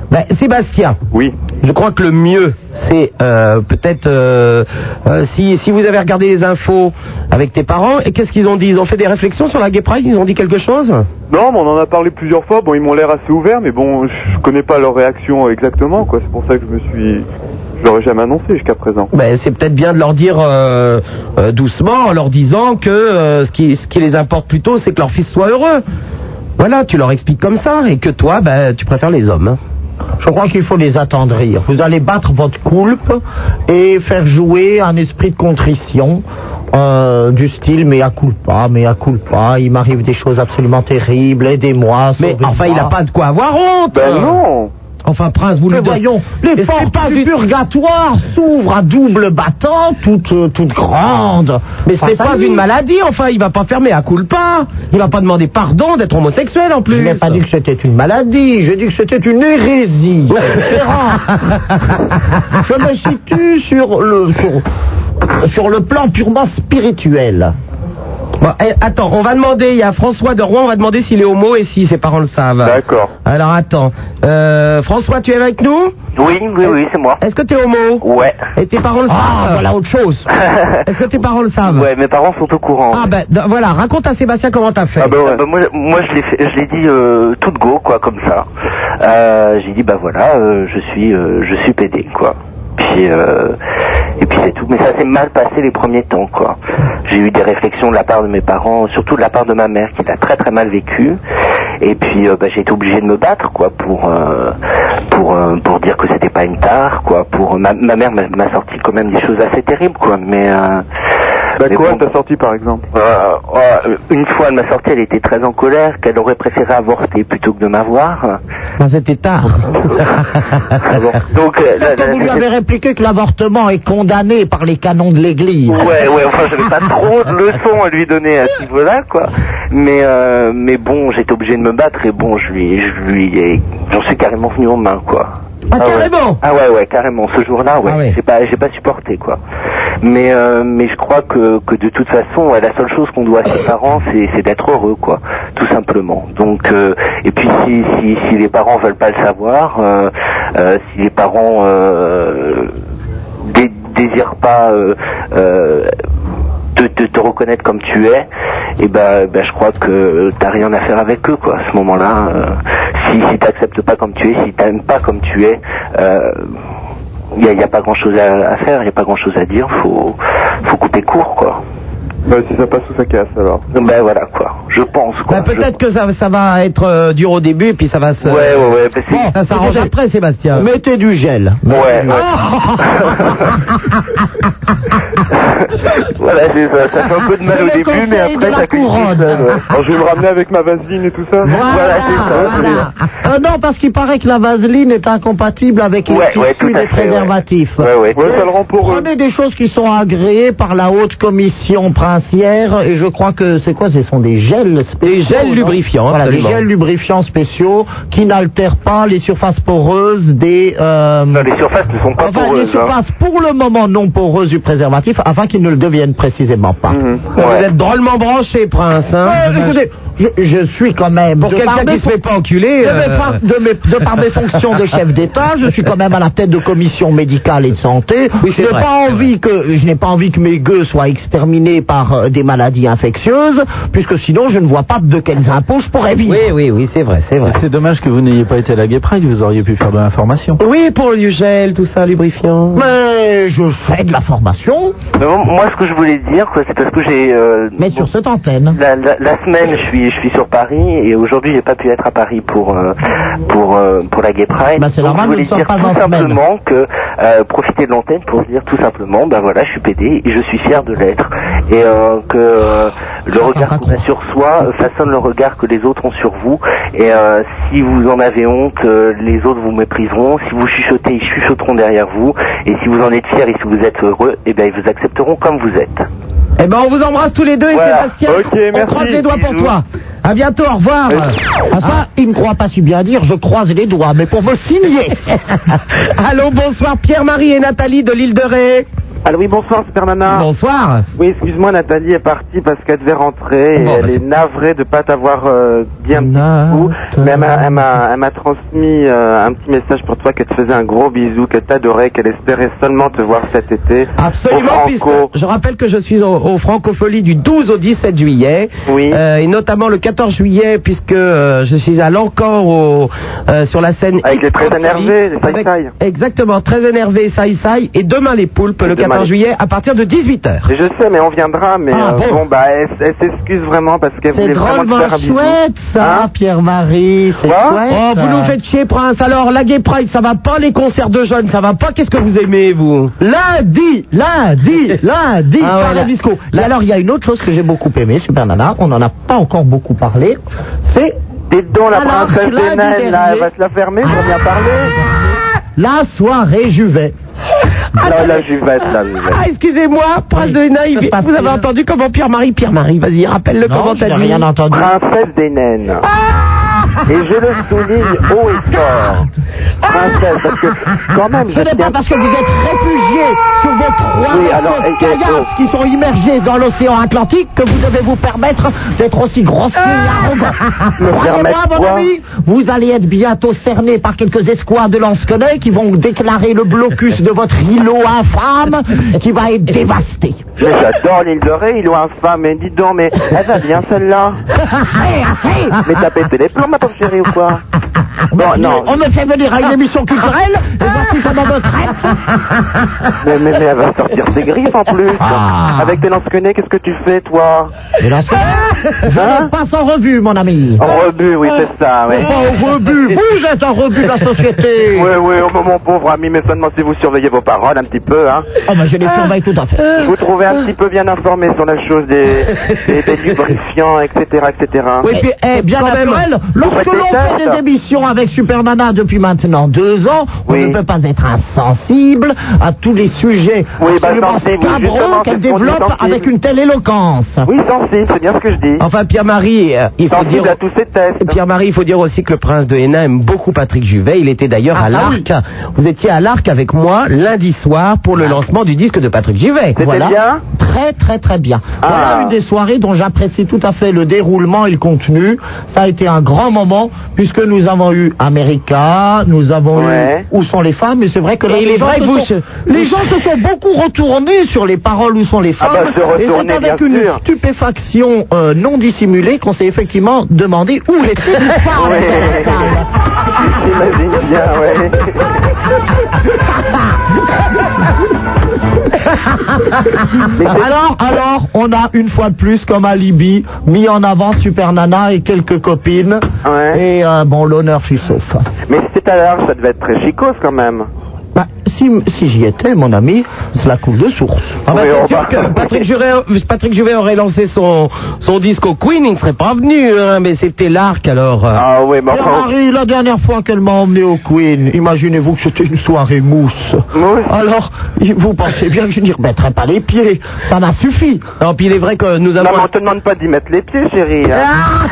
S4: Ben, Sébastien.
S17: Oui.
S4: Je crois que le mieux, c'est euh, peut-être euh, euh, si, si vous avez regardé les infos avec tes parents, et qu'est-ce qu'ils ont dit Ils ont fait des réflexions sur la Gay Pride Ils ont dit quelque chose
S17: Non, mais on en a parlé plusieurs fois, bon, ils m'ont l'air assez ouverts, mais bon, je connais pas leur réaction exactement, quoi, c'est pour ça que je me suis... Je l'aurais jamais annoncé jusqu'à présent.
S4: Ben, c'est peut-être bien de leur dire euh, euh, doucement, en leur disant que euh, ce, qui, ce qui les importe plutôt, c'est que leur fils soit heureux. Voilà, tu leur expliques comme ça, et que toi, ben, tu préfères les hommes. hein.
S5: Je crois qu'il faut les attendrir. Vous allez battre votre coulpe et faire jouer un esprit de contrition euh, du style mais à culpa, mais à culpa, il m'arrive des choses absolument terribles, aidez-moi.
S4: Mais enfin, il n'a pas de quoi avoir honte
S5: Ben
S17: non
S4: Enfin, Prince, vous
S5: Mais
S4: le
S5: voyons, les portes du purgatoire s'ouvrent à double battant, toutes, euh, toutes grandes.
S4: Mais ce n'est
S5: Face à
S4: pas
S5: lui.
S4: une maladie, enfin, il va pas fermer à coup le pas. Il va pas demander pardon d'être homosexuel en plus.
S5: Je n'ai pas dit que c'était une maladie, j'ai dit que c'était une hérésie. C'est différent. Je me situe sur le, sur, sur le plan purement spirituel.
S4: Bon, eh, attends, on va demander, il y a François de Rouen, on va demander s'il est homo et si ses parents le savent.
S17: D'accord.
S4: Alors attends, Euh, François, tu es avec nous
S12: Oui, oui, oui, c'est moi.
S4: Est-ce que tu es homo
S12: Ouais. Ah,
S4: Et tes parents le savent
S5: voilà autre chose.
S4: Est-ce que tes parents le savent
S12: Ouais, mes parents sont au courant.
S4: Ah ben d- voilà, raconte à Sébastien comment t'as fait.
S12: Ah bah moi, moi, je l'ai fait- je l'ai dit euh, tout de go quoi comme ça. Euh, j'ai dit bah voilà euh, je suis euh, je suis pédé quoi. Puis euh, et puis c'est tout. Mais ça s'est mal passé les premiers temps quoi. J'ai eu des réflexions de la part de mes parents, surtout de la part de ma mère qui l'a très très mal vécu. Et puis euh, bah, j'ai été obligé de me battre quoi pour euh, pour euh, pour dire que c'était pas une tare quoi. Pour euh, ma, ma mère m'a- m'a sorti quand même des choses assez terribles quoi. Mais euh,
S17: Bah
S12: mais
S17: quoi,
S12: bon.
S17: t'as sorti par exemple
S12: Euh, euh, une fois, elle m'a sorti, elle était très en colère, qu'elle aurait préféré avorter plutôt que de m'avoir.
S4: Ben, c'était tard.
S12: Ah bon. Donc, euh, la- la-
S5: Vous lui
S12: la-
S5: avez répliqué que l'avortement est condamné par les canons de l'Église.
S12: Ouais, ouais, enfin, j'avais pas trop de leçons à lui donner à ce niveau-là, quoi. Mais, euh, mais bon, j'étais obligé de me battre et bon, je lui, je lui ai, j'en suis carrément venu aux mains, quoi.
S4: Ah, carrément
S12: Ouais. Ah ouais, ouais, carrément. Ce jour-là, ouais,
S4: Ah ouais.
S12: j'ai pas, j'ai pas supporté, quoi. Mais, euh, mais je crois que, que de toute façon, ouais, la seule chose qu'on doit à ses parents, c'est, c'est d'être heureux, quoi, tout simplement. Donc, euh, et puis si, si, si les parents veulent pas le savoir, euh, euh, si les parents euh, dé- désirent pas euh, euh, te, te, te reconnaître comme tu es, et ben, ben je crois que t'as rien à faire avec eux quoi. À ce moment-là, euh, si, si t'acceptes pas comme tu es, si t'aimes pas comme tu es, euh, il n'y a, y a pas grand-chose à, à faire, il y a pas grand-chose à dire. Faut, faut couper court quoi.
S17: Bah si ça passe ou ça casse alors.
S12: Ben voilà quoi. Je pense quoi.
S4: Ben, peut-être que ça, ça va être euh, dur au début et puis ça va se...
S12: Je- Ouais ouais ouais. ben, c'est-
S4: Bon, ça s'arrange après, Sébastien. Ah,
S5: Mettez du gel.
S12: Ouais, ouais. voilà, c'est ça. Ça fait un peu de mal au début, mais après, ça cuit tout seul, ouais.
S17: Alors, je vais me ramener avec ma vaseline et tout ça
S12: Voilà, c'est ça.
S5: Voilà. Euh, non, parce qu'il paraît que la vaseline est incompatible avec
S12: Ouais,
S5: les
S12: ouais,
S5: tissus
S12: tout à
S5: des
S12: fait,
S5: préservatifs.
S12: Ouais, ouais.
S17: Ouais, ça le rend poreux.
S5: Prenez des choses qui sont agréées par la haute commission princière et je crois que c'est quoi Ce sont des gels spéciaux.
S4: Des gels
S5: non
S4: lubrifiants,
S5: Voilà, des
S4: absolument.
S5: gels lubrifiants spéciaux qui n'altèrent pas les surfaces poreuses des. euh,
S12: Non, les surfaces ne sont pas
S5: enfin, les
S12: poreuses. hein.
S5: surfaces pour le moment non poreuses du préservatif afin qu'ils ne le deviennent précisément pas.
S4: Vous
S12: Ouais.
S4: êtes drôlement branché, Prince. Hein
S5: Euh, écoutez, je, je suis quand même.
S4: Eh, Pour
S5: de par
S4: quelqu'un
S5: mes
S4: qui se fait pas enculer...
S5: de, mes
S4: euh,
S5: par, de mes- de par mes fonctions de chef d'État, je suis quand même à la tête de commission médicale et de santé.
S4: Oui,
S5: je
S4: c'est
S5: n'ai
S4: vrai,
S5: pas envie que je n'ai pas envie que mes gueux soient exterminés par par euh, des maladies infectieuses, puisque sinon je ne vois pas de quels impôts je pourrais vivre.
S4: Oui, oui, oui, c'est vrai, c'est vrai.
S3: C'est dommage que vous n'ayez pas été à la Gay Pride, vous auriez pu faire de l'information.
S4: Oui, pour le gel, tout ça, lubrifiant.
S5: Mais je fais de la formation.
S12: Non, moi, ce que je voulais dire, quoi, c'est parce que j'ai. euh,
S5: Mais sur cette antenne.
S12: La, la- la semaine, je suis, je suis sur Paris et aujourd'hui, j'ai pas pu être à Paris pour euh, pour euh, pour la Gay Pride.
S5: Bah, c'est
S12: Donc,
S5: normal,
S12: Je voulais
S5: nous ne
S12: dire
S5: sommes pas en
S12: tout
S5: semaine.
S12: simplement que euh, profiter de l'antenne pour dire tout simplement, bah voilà, je suis PD et je suis fier de l'être et euh, que euh, le regard qu'on a sur soi euh, façonne le regard que les autres ont sur vous. Et euh, si vous en avez honte, euh, les autres vous mépriseront. Si vous chuchotez, ils chuchoteront derrière vous. Et si vous en êtes fier et si vous êtes heureux, eh ben ils vous accepteront comme vous êtes.
S4: Eh ben, on vous embrasse tous les deux et Sébastien, on croise les doigts pour toi. À bientôt, au revoir. Ah.
S5: Enfin, Ah, il ne croit pas si bien dire je croise les doigts, mais pour me signer.
S4: Allô, bonsoir Pierre-Marie et Nathalie de l'île de Ré.
S11: Alors oui, bonsoir Super Nana.
S4: Bonsoir.
S11: Oui, excuse-moi, Nathalie est partie parce qu'elle devait rentrer et
S4: Bon,
S11: elle
S4: bah,
S11: est navrée de pas t'avoir euh, dit un petit coup. Mais elle m'a- elle m'a elle m'a transmis euh, un petit message pour toi qu'elle te faisait un gros bisou, qu'elle t'adorait, qu'elle espérait seulement te voir cet été.
S4: Absolument,
S11: Au
S4: puisque
S11: Franco.
S4: je rappelle que je suis au, au Francophonie du 12 au 17 juillet. Euh, et notamment le 14 juillet, puisque euh, je suis à l'encore au, euh, sur la scène. Avec les
S11: Ah, très énervés, les
S4: Sai Exactement, très énervé, Sai Sai. Et demain les poulpes, le
S11: demain,
S4: 14
S11: les-
S4: juillet, à partir de 18h.
S11: Et je sais, mais on viendra, mais
S4: Ah,
S11: euh,
S4: bon.
S11: bon. bah, elle, elle s'excuse vraiment parce qu'elle
S5: C'est
S11: voulait vraiment te
S5: drôlement
S11: faire un bisou.
S5: chouette ça, Pierre-Marie. C'est chouette.
S4: Oh, vous nous faites chier, Prince. Alors, la Gay Pride, ça va pas, les concerts de jeunes, ça va pas. Qu'est-ce que vous aimez, vous
S5: Lundi, lundi, lundi,
S4: Ah ouais,
S5: par la
S4: là-
S5: disco. Et alors, il y a une autre chose que j'ai beaucoup aimée, Super Nana, on n'en a pas encore beaucoup parlé, c'est...
S11: Des dons, la
S5: Alors,
S11: princesse
S5: lundi
S11: des naines, là,
S5: dernier-
S11: elle va se la fermer, on vient parler.
S5: La soirée Juvet. Ah,
S11: Là, la juvette, la juvette.
S4: Ah, excusez-moi, Prince de Hénin, il- vous avez entendu comment Pierre-Marie, Pierre-Marie, vas-y, rappelle-le
S11: Non,
S4: comment
S11: je
S4: t'as
S11: n'ai
S4: dit.
S11: rien entendu. Princesse des naines.
S5: Ah
S11: Et je le souligne haut et fort. Princesse, parce que quand même,
S5: Ce n'est pas parce que vous êtes réfugiés sur vos trois
S11: Oui,
S5: vaisseaux
S11: alors, et- et-
S5: caillasses qui sont immergés dans l'océan Atlantique que vous devez vous permettre d'être aussi grossier et arrogant.
S11: Ah Me
S5: Croyez-moi,
S11: permettre
S5: mon
S11: quoi
S5: ami, vous allez être bientôt cerné par quelques escouades de lansquenets qui vont déclarer le blocus de votre îlot infâme qui va être dévasté.
S11: Mais j'adore l'île de Ré, il est infâme, mais dis donc, mais elle va bien celle-là. Mais t'as pété les plombs, ma pauvre chérie, ou quoi Non, Oh, non, Ah.
S5: On me fait venir à une émission culturelle et voici comment votre
S11: mais, mais, mais elle va sortir ses griffes en plus. Avec tes lansquenets, qu'est-ce que tu fais, toi
S5: Les Je
S11: Hein
S5: les passe en revue, mon ami.
S11: En rebut, oui, c'est ça, oui.
S5: Enfin, en rebut, vous êtes en rebut de la société.
S11: Oui, oui, oh, mon- mon pauvre ami, mais seulement si vous surveillez vos paroles un petit peu, hein.
S5: Oh, ben, je les surveille tout à fait.
S11: Vous trouvez un petit peu bien informé sur la chose des, des, des lubrifiants, etc., etc.
S5: Oui, puis, eh, bien naturel, lorsque
S11: Vous faites
S5: l'on
S11: le
S5: fait
S11: test.
S5: des émissions avec Super Nana depuis maintenant deux ans, on ne peut pas être insensible à tous les sujets
S11: Oui, bah,
S5: absolument
S11: sensible,
S5: scabreux
S11: justement,
S5: qu'elle
S11: c'est ce qu'on dit,
S5: développe
S11: sensible.
S5: avec une telle éloquence.
S11: Oui, sensible, c'est bien ce que je dis.
S4: Enfin, Pierre-Marie, euh, il faut
S11: Sensible
S4: dire.
S11: à tous ces tests.
S4: Pierre-Marie, il faut dire aussi que le prince de Hénin aime beaucoup Patrick Juvet. Il était
S11: Ah,
S4: d'ailleurs à l'Arc. Vous étiez à l'Arc avec moi lundi soir pour le
S11: Ah.
S4: lancement du disque de Patrick Juvet.
S5: Voilà. Très, très, très bien.
S11: Ah.
S5: Voilà une des soirées dont j'apprécie tout à fait le déroulement et le contenu. Ça a été un grand moment, puisque nous avons eu America, nous avons eu Où sont les femmes, mais c'est vrai que là,
S4: Et il
S5: les,
S4: est
S5: gens,
S4: vrai
S5: se
S4: que vous-
S5: sont, les gens se sont beaucoup retournés sur les paroles Où sont les femmes.
S11: Ah bah, se
S5: et c'est
S11: retourner,
S5: avec
S11: bien
S5: une
S11: sûr.
S5: stupéfaction euh, non dissimulée qu'on s'est effectivement demandé où les femmes.
S11: Ouais. J'imagine bien, ouais.
S5: alors, alors, on a une fois de plus, comme à Libye, mis en avant Super Nana et quelques copines. Et euh, bon, l'honneur fut sauf.
S11: Mais c'était à l'âge, ça devait être très chicose quand même.
S5: Bah, si si j'y étais, mon ami, cela coule de source.
S4: Ah bah,
S5: Oui,
S4: c'est
S5: on
S4: sûr
S5: va-
S4: que Patrick Juvet, Patrick Juvet aurait lancé son, son disque au Queen, il ne serait pas venu, hein, mais c'était l'arc alors. euh.
S11: Ah oui, mais
S4: Oh.
S5: Pierre Marie, la dernière fois qu'elle m'a emmené au Queen, imaginez-vous que c'était une soirée mousse. Alors, vous pensez bien que je n'y remettrai pas les pieds. Ça m'a suffi.
S4: Non, puis il est vrai que nous
S11: Non,
S4: avons. Ah.
S11: mais on te demande pas d'y mettre les pieds, chérie. hein.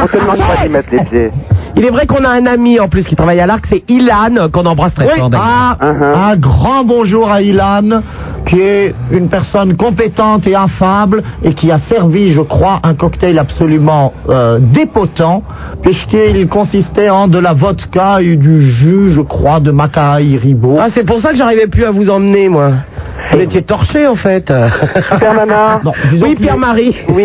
S11: on te demande pas d'y mettre les pieds.
S4: Il est vrai qu'on a un ami en plus qui travaille à l'arc, c'est Ilan, euh, qu'on embrasse très
S5: Oui,
S4: fort d'ailleurs.
S5: ah,
S11: uh-huh.
S5: un grand bonjour à Ilan, qui est une personne compétente et affable et qui a servi, je crois, un cocktail absolument euh, dépotant, puisqu'il consistait en de la vodka et du jus, je crois, de Macaï Ribot.
S4: Ah, c'est pour ça que j'arrivais plus à vous emmener, moi. Vous étiez torché, en fait.
S11: Pierre Nana.
S4: oui, Pierre-Marie.
S11: Oui,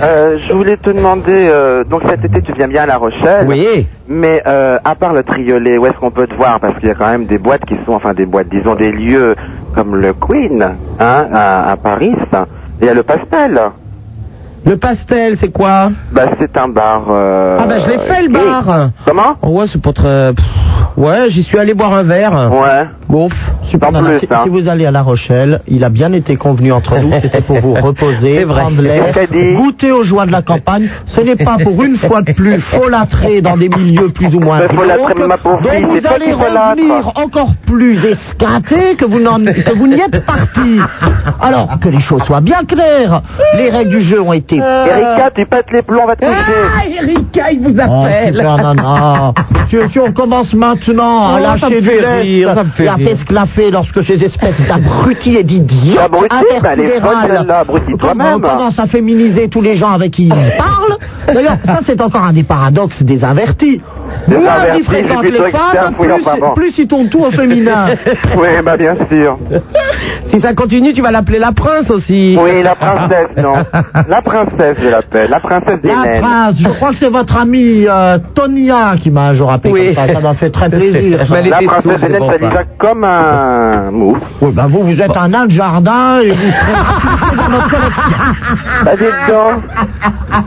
S11: euh, je voulais te demander, euh, donc cet été tu viens bien à La Rochelle.
S4: Oui.
S11: Mais euh, à part le triolet, où est-ce qu'on peut te voir Parce qu'il y a quand même des boîtes qui sont, enfin des boîtes, disons des lieux comme le Queen, hein, à, à Paris. ça. Et Il y a le Pastel.
S4: Le pastel, c'est quoi
S11: Bah c'est un bar. euh,
S4: Ah ben je l'ai fait le
S11: gay.
S4: bar.
S11: Comment
S4: Oh, Ouais, c'est pour très. pff, Ouais, j'y suis allé boire un verre.
S11: Ouais. hein.
S4: Bof.
S5: Super Nana, Ah, si, si vous allez à La Rochelle, il a bien été convenu entre nous, c'était pour vous reposer,
S4: C'est vrai.
S5: prendre l'air,
S4: C'est dit.
S5: goûter aux joies de la campagne. Ce n'est pas pour une fois de plus folâtrer dans des milieux plus ou moins
S11: Mais folâtrer,
S5: glauques,
S11: ma pauvre
S5: dont
S11: fille, c'est
S5: vous
S11: toi
S5: allez
S11: qui folâtres.
S5: revenir encore plus esquinté que vous n'en- que vous n'y êtes parti. Alors que les choses soient bien claires, les règles du jeu ont été.
S11: Erika, tu pètes les plombs, va te coucher.
S4: Ah, Erika, il vous
S5: Euh. Oh,
S4: appelle.
S5: super nana. si, si on commence maintenant à
S4: Oh, ça me
S5: lâcher
S4: fait
S5: du lest
S4: rire, ça me fait
S5: et à
S4: rire.
S5: s'esclaffer lorsque ces espèces d'abrutis et d'idiots
S11: Abruti, bah, elle est folle, celle-là, abruti
S5: on
S11: toi-même.
S5: commence à féminiser tous les gens avec qui ils parlent. D'ailleurs, ça c'est encore un des paradoxes des invertis.
S11: Des
S5: Moins
S11: invertis,
S5: ils fréquentent
S11: j'ai plutôt
S5: les femmes,
S11: externe, oui,
S5: plus,
S11: enfin bon.
S5: plus ils tournent tout au féminin.
S11: Oui, bah bien sûr.
S4: Si ça continue, tu vas l'appeler la prince aussi.
S11: Oui, la princesse, non. La princesse, je l'appelle. La princesse des
S5: La
S11: naines.
S5: prince, je crois que c'est votre ami euh, Tonia qui m'a un jour appelé
S11: Oui.
S5: comme ça. Ça m'a fait très plaisir. ça.
S11: la princesse des naines, ça déjà comme un mouf.
S5: Oui, bah vous, vous êtes un nain de jardin et vous serez rapatrié dans notre collection.
S11: Bah dites donc.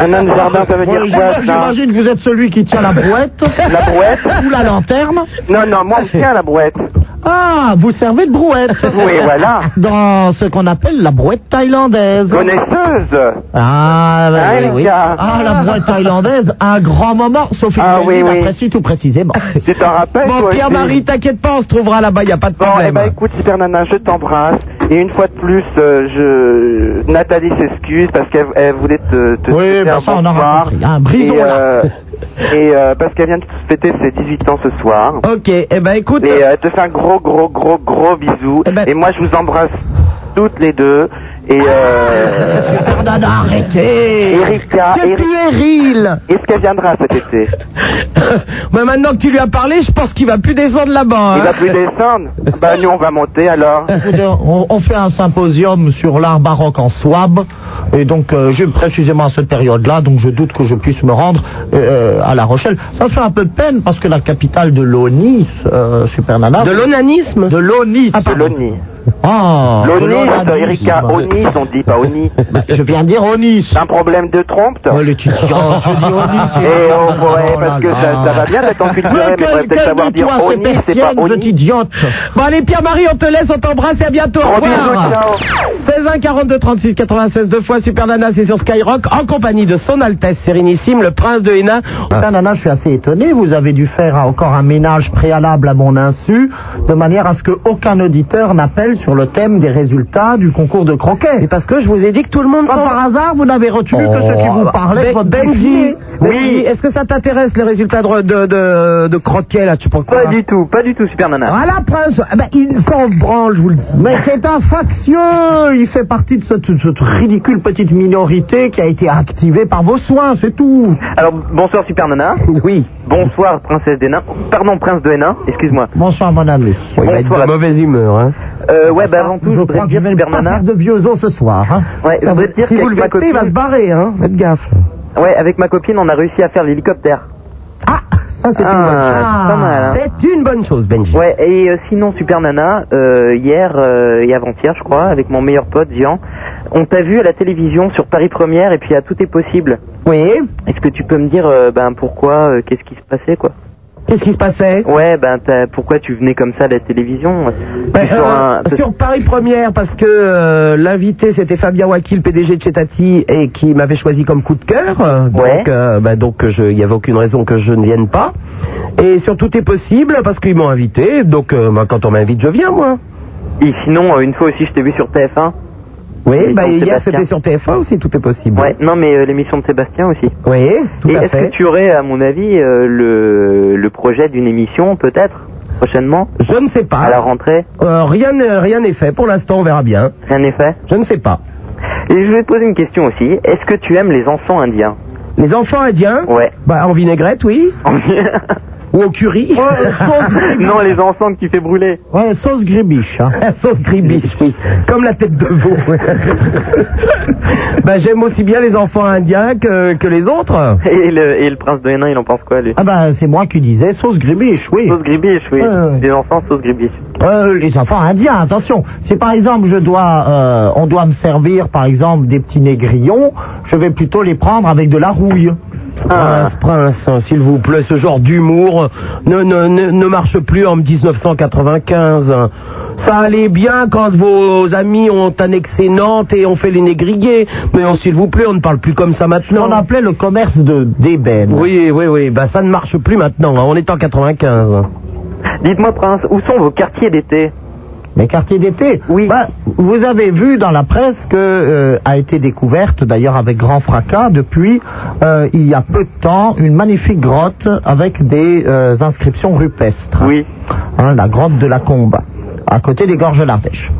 S11: Un nain de jardin, ça veut dire
S5: Bon,
S11: quoi, ça
S5: J'imagine que vous êtes celui qui tient la brouette.
S11: La brouette
S5: Ou la lanterne.
S11: Non, non, moi, on tient la brouette.
S5: Ah, vous servez de brouette.
S11: Oui, voilà.
S5: Dans ce qu'on appelle la brouette thaïlandaise.
S11: Connaisseuse.
S5: Ah, bah,
S11: Hein,
S5: oui,
S11: les
S5: oui.
S11: gars
S5: Ah, la brouette thaïlandaise, un grand moment, sauf une
S11: Ah, oui, oui.
S5: précis tout précisément.
S11: Tu t'en rappelles,
S4: Bon,
S11: toi
S4: Pierre-Marie,
S11: aussi
S4: t'inquiète pas, on se trouvera là-bas, Ah, y a pas de
S11: Bon, eh
S4: problème.
S11: ben écoute, super nana, je t'embrasse. Et une fois de plus, euh, je... Nathalie s'excuse parce qu'elle elle voulait te, te
S5: Oui,
S11: souhaiter
S5: bah,
S4: ben
S11: un
S5: ça,
S11: bon
S5: on aura
S11: soir.
S5: compris. Hein, brisons,
S11: et
S5: là.
S11: euh, et euh, parce qu'elle vient de fêter ses 18 ans ce soir.
S4: Ok, eh ben écoute. Eh ben-
S11: Et euh, elle te fait un gros, gros, gros, gros bisou. Et moi, je vous embrasse toutes les deux. Et euh,
S5: Super nana, arrêtez.
S11: Erika,
S5: C'est
S11: Erika,
S5: puéril.
S11: est-ce qu'elle viendra cet été
S4: Mais Bah, maintenant que tu lui as parlé, je pense qu'il va plus descendre là-bas.
S11: Il
S4: hein.
S11: va plus descendre Bah nous, on va monter alors.
S5: Écoutez, on, on fait un symposium sur l'art baroque en Souabe. Et donc, euh, je, précisément à cette période-là, donc je doute que je puisse me rendre euh, à La Rochelle. Ça me fait un peu de peine parce que la capitale de l'ONIS, euh, Super Nana.
S4: De l'onanisme
S5: De l'ONIS.
S11: C'est l'ONI.
S5: Ah, de
S11: L'ONI,
S5: l'onanisme.
S11: c'est Erika,
S4: Bah,
S11: ONI, on dit pas ONI.
S5: Bah, Je viens de dire ONIS.
S11: C'est un problème de trompe toi
S5: Oh, les petites sciences, je dis ONIS.
S11: Et oh,
S5: Oh
S11: ouais,
S5: là
S11: parce que
S5: là.
S11: ça, ça va bien d'être en culture, mais
S5: Ah. Mais
S11: faudrait
S5: quelle
S11: peut-être savoir dire
S5: calme-toi, c'est
S11: ONI, c'est pas
S5: persienne,
S11: ONI.
S5: petite idiote.
S4: Bon, allez, Pierre-Marie, on te laisse, on t'embrasse et à bientôt. Au
S11: Gros bisous,
S4: revoir.
S11: ciao.
S4: 16 1 42 36 96 deux fois Super Nana, c'est sur Skyrock en compagnie de son Altesse Sérénissime, le prince de Hénin.
S5: Putain, Nana, je suis assez étonné. Vous avez dû faire euh, encore un ménage préalable à mon insu, de manière à ce qu'aucun auditeur n'appelle sur le thème des résultats du concours de croquet. Et parce que je vous ai dit que tout le monde. Oh, Pas par hasard, vous n'avez retenu que ceux qui vous parlaient de
S4: Ben-
S5: votre
S4: Benji,
S5: déjeuner.
S4: Benji, est-ce que ça t'intéresse les résultats de, de, de, de croquet là Tu prends quoi hein
S11: Pas
S4: là
S11: du tout, pas du tout, Super Nana.
S5: Voilà, prince. Eh ben, il s'en branle, je vous le dis. Mais c'est un factieux. Il fait partie de cette, cette ridicule petite minorité qui a été activée par vos soins, c'est tout.
S11: Alors, bonsoir Super Nana.
S5: Oui.
S11: Bonsoir Princesse des Nains. Pardon, Prince de Hénin, excuse-moi.
S5: Bonsoir, mon ami.
S11: Bonsoir.
S4: mauvaise humeur. Hein.
S11: Euh, ouais, bah avant tout,
S5: je
S11: voudrais
S5: crois que je
S11: dire
S5: vais
S11: Super
S5: pas
S11: Nana.
S5: faire de vieux os ce soir. hein.
S11: Ouais, je voudrais te dire
S4: Si vous
S11: qu'avec
S4: le
S11: ma
S4: vexez, il va se
S11: copine-
S4: barrer, hein. Faites gaffe.
S11: Ouais, avec ma copine, on a réussi à faire l'hélicoptère.
S5: Ah, ça c'est
S11: Ah,
S5: une bonne chose.
S11: c'est pas mal, hein.
S4: C'est une bonne chose, Benji.
S11: Ouais, et euh, sinon, Super Nana, euh, hier euh, et avant-hier, je crois, avec mon meilleur pote, Jean, on t'a vu à la télévision sur Paris Première et puis à Tout est possible.
S5: Oui.
S11: Est-ce que tu peux me dire, euh, ben, pourquoi, euh, qu'est-ce qui se passait, quoi
S4: Qu'est-ce qui se passait
S11: Ouais, ben, t'as- pourquoi tu venais comme ça à la télévision Tu
S4: Ben,
S11: sors
S4: euh,
S12: Ah,
S11: un-
S4: Sur Paris Première, parce que euh, l'invité c'était Fabien Waki, le PDG de Chetati, et qui m'avait choisi comme coup de cœur. euh, Donc,
S11: Ouais.
S4: euh, ben, donc je- il n'y avait aucune raison que je ne vienne pas. Et sur Tout est possible, parce qu'ils m'ont invité. Donc euh, ben, quand on m'invite, je viens moi.
S11: Et sinon, euh, une fois aussi, je t'ai vu sur TF1.
S4: Oui,
S11: Et
S4: ben,
S11: donc,
S4: hier
S11: Sébastien.
S4: c'était sur TF1 aussi, Tout est possible.
S11: Ouais, non, mais euh, l'émission de Sébastien aussi.
S4: Oui, tout
S11: et
S4: à
S11: est-ce
S4: fait.
S11: que tu aurais, à mon avis, euh, le, le projet d'une émission, peut-être, prochainement,
S4: Je ne sais pas.
S11: à la rentrée
S4: Euh, rien n'est rien n'est fait. Pour l'instant, on verra bien.
S11: Rien n'est fait
S4: Je ne sais pas.
S11: Et je vais te poser une question aussi. Est-ce que tu aimes les enfants indiens
S4: Les enfants indiens
S11: Ouais.
S4: Bah, en vinaigrette, oui. Ou au curry
S11: Oh,
S12: Non, les ensembles qui fait brûler.
S5: Ouais, sauce gribiche. Hein.
S4: sauce gribiche, oui. Comme la tête de veau. ben, J'aime aussi bien les enfants indiens que, que les autres.
S12: Et le, et le prince de Hénin, il en pense quoi, lui
S5: Ah ben, c'est moi qui disais sauce gribiche, oui.
S12: Sauce gribiche, oui. Des enfants, sauce gribiche.
S5: Euh, les enfants indiens, attention. Si par exemple je dois, euh, on doit me servir par exemple des petits négrillons, je vais plutôt les prendre avec de la rouille.
S4: Prince, prince, s'il vous plaît, ce genre d'humour ne, ne, ne, ne marche plus en 1995. Ça allait bien quand vos amis ont annexé Nantes et ont fait les négriers, mais oh, s'il vous plaît, on ne parle plus comme ça maintenant.
S5: On appelait le commerce de d'ébène.
S4: Oui, oui, oui, bah ça ne marche plus maintenant, hein, on est en 95.
S12: Dites-moi, Prince, où sont vos quartiers d'été
S5: Les quartiers d'été Oui. vous avez vu dans la presse que euh, a été découverte, d'ailleurs avec grand fracas, depuis euh, il y a peu de temps, une magnifique grotte avec des euh, inscriptions rupestres.
S12: Oui.
S5: Hein, la grotte de la Combe, à côté des gorges de l'Ardèche.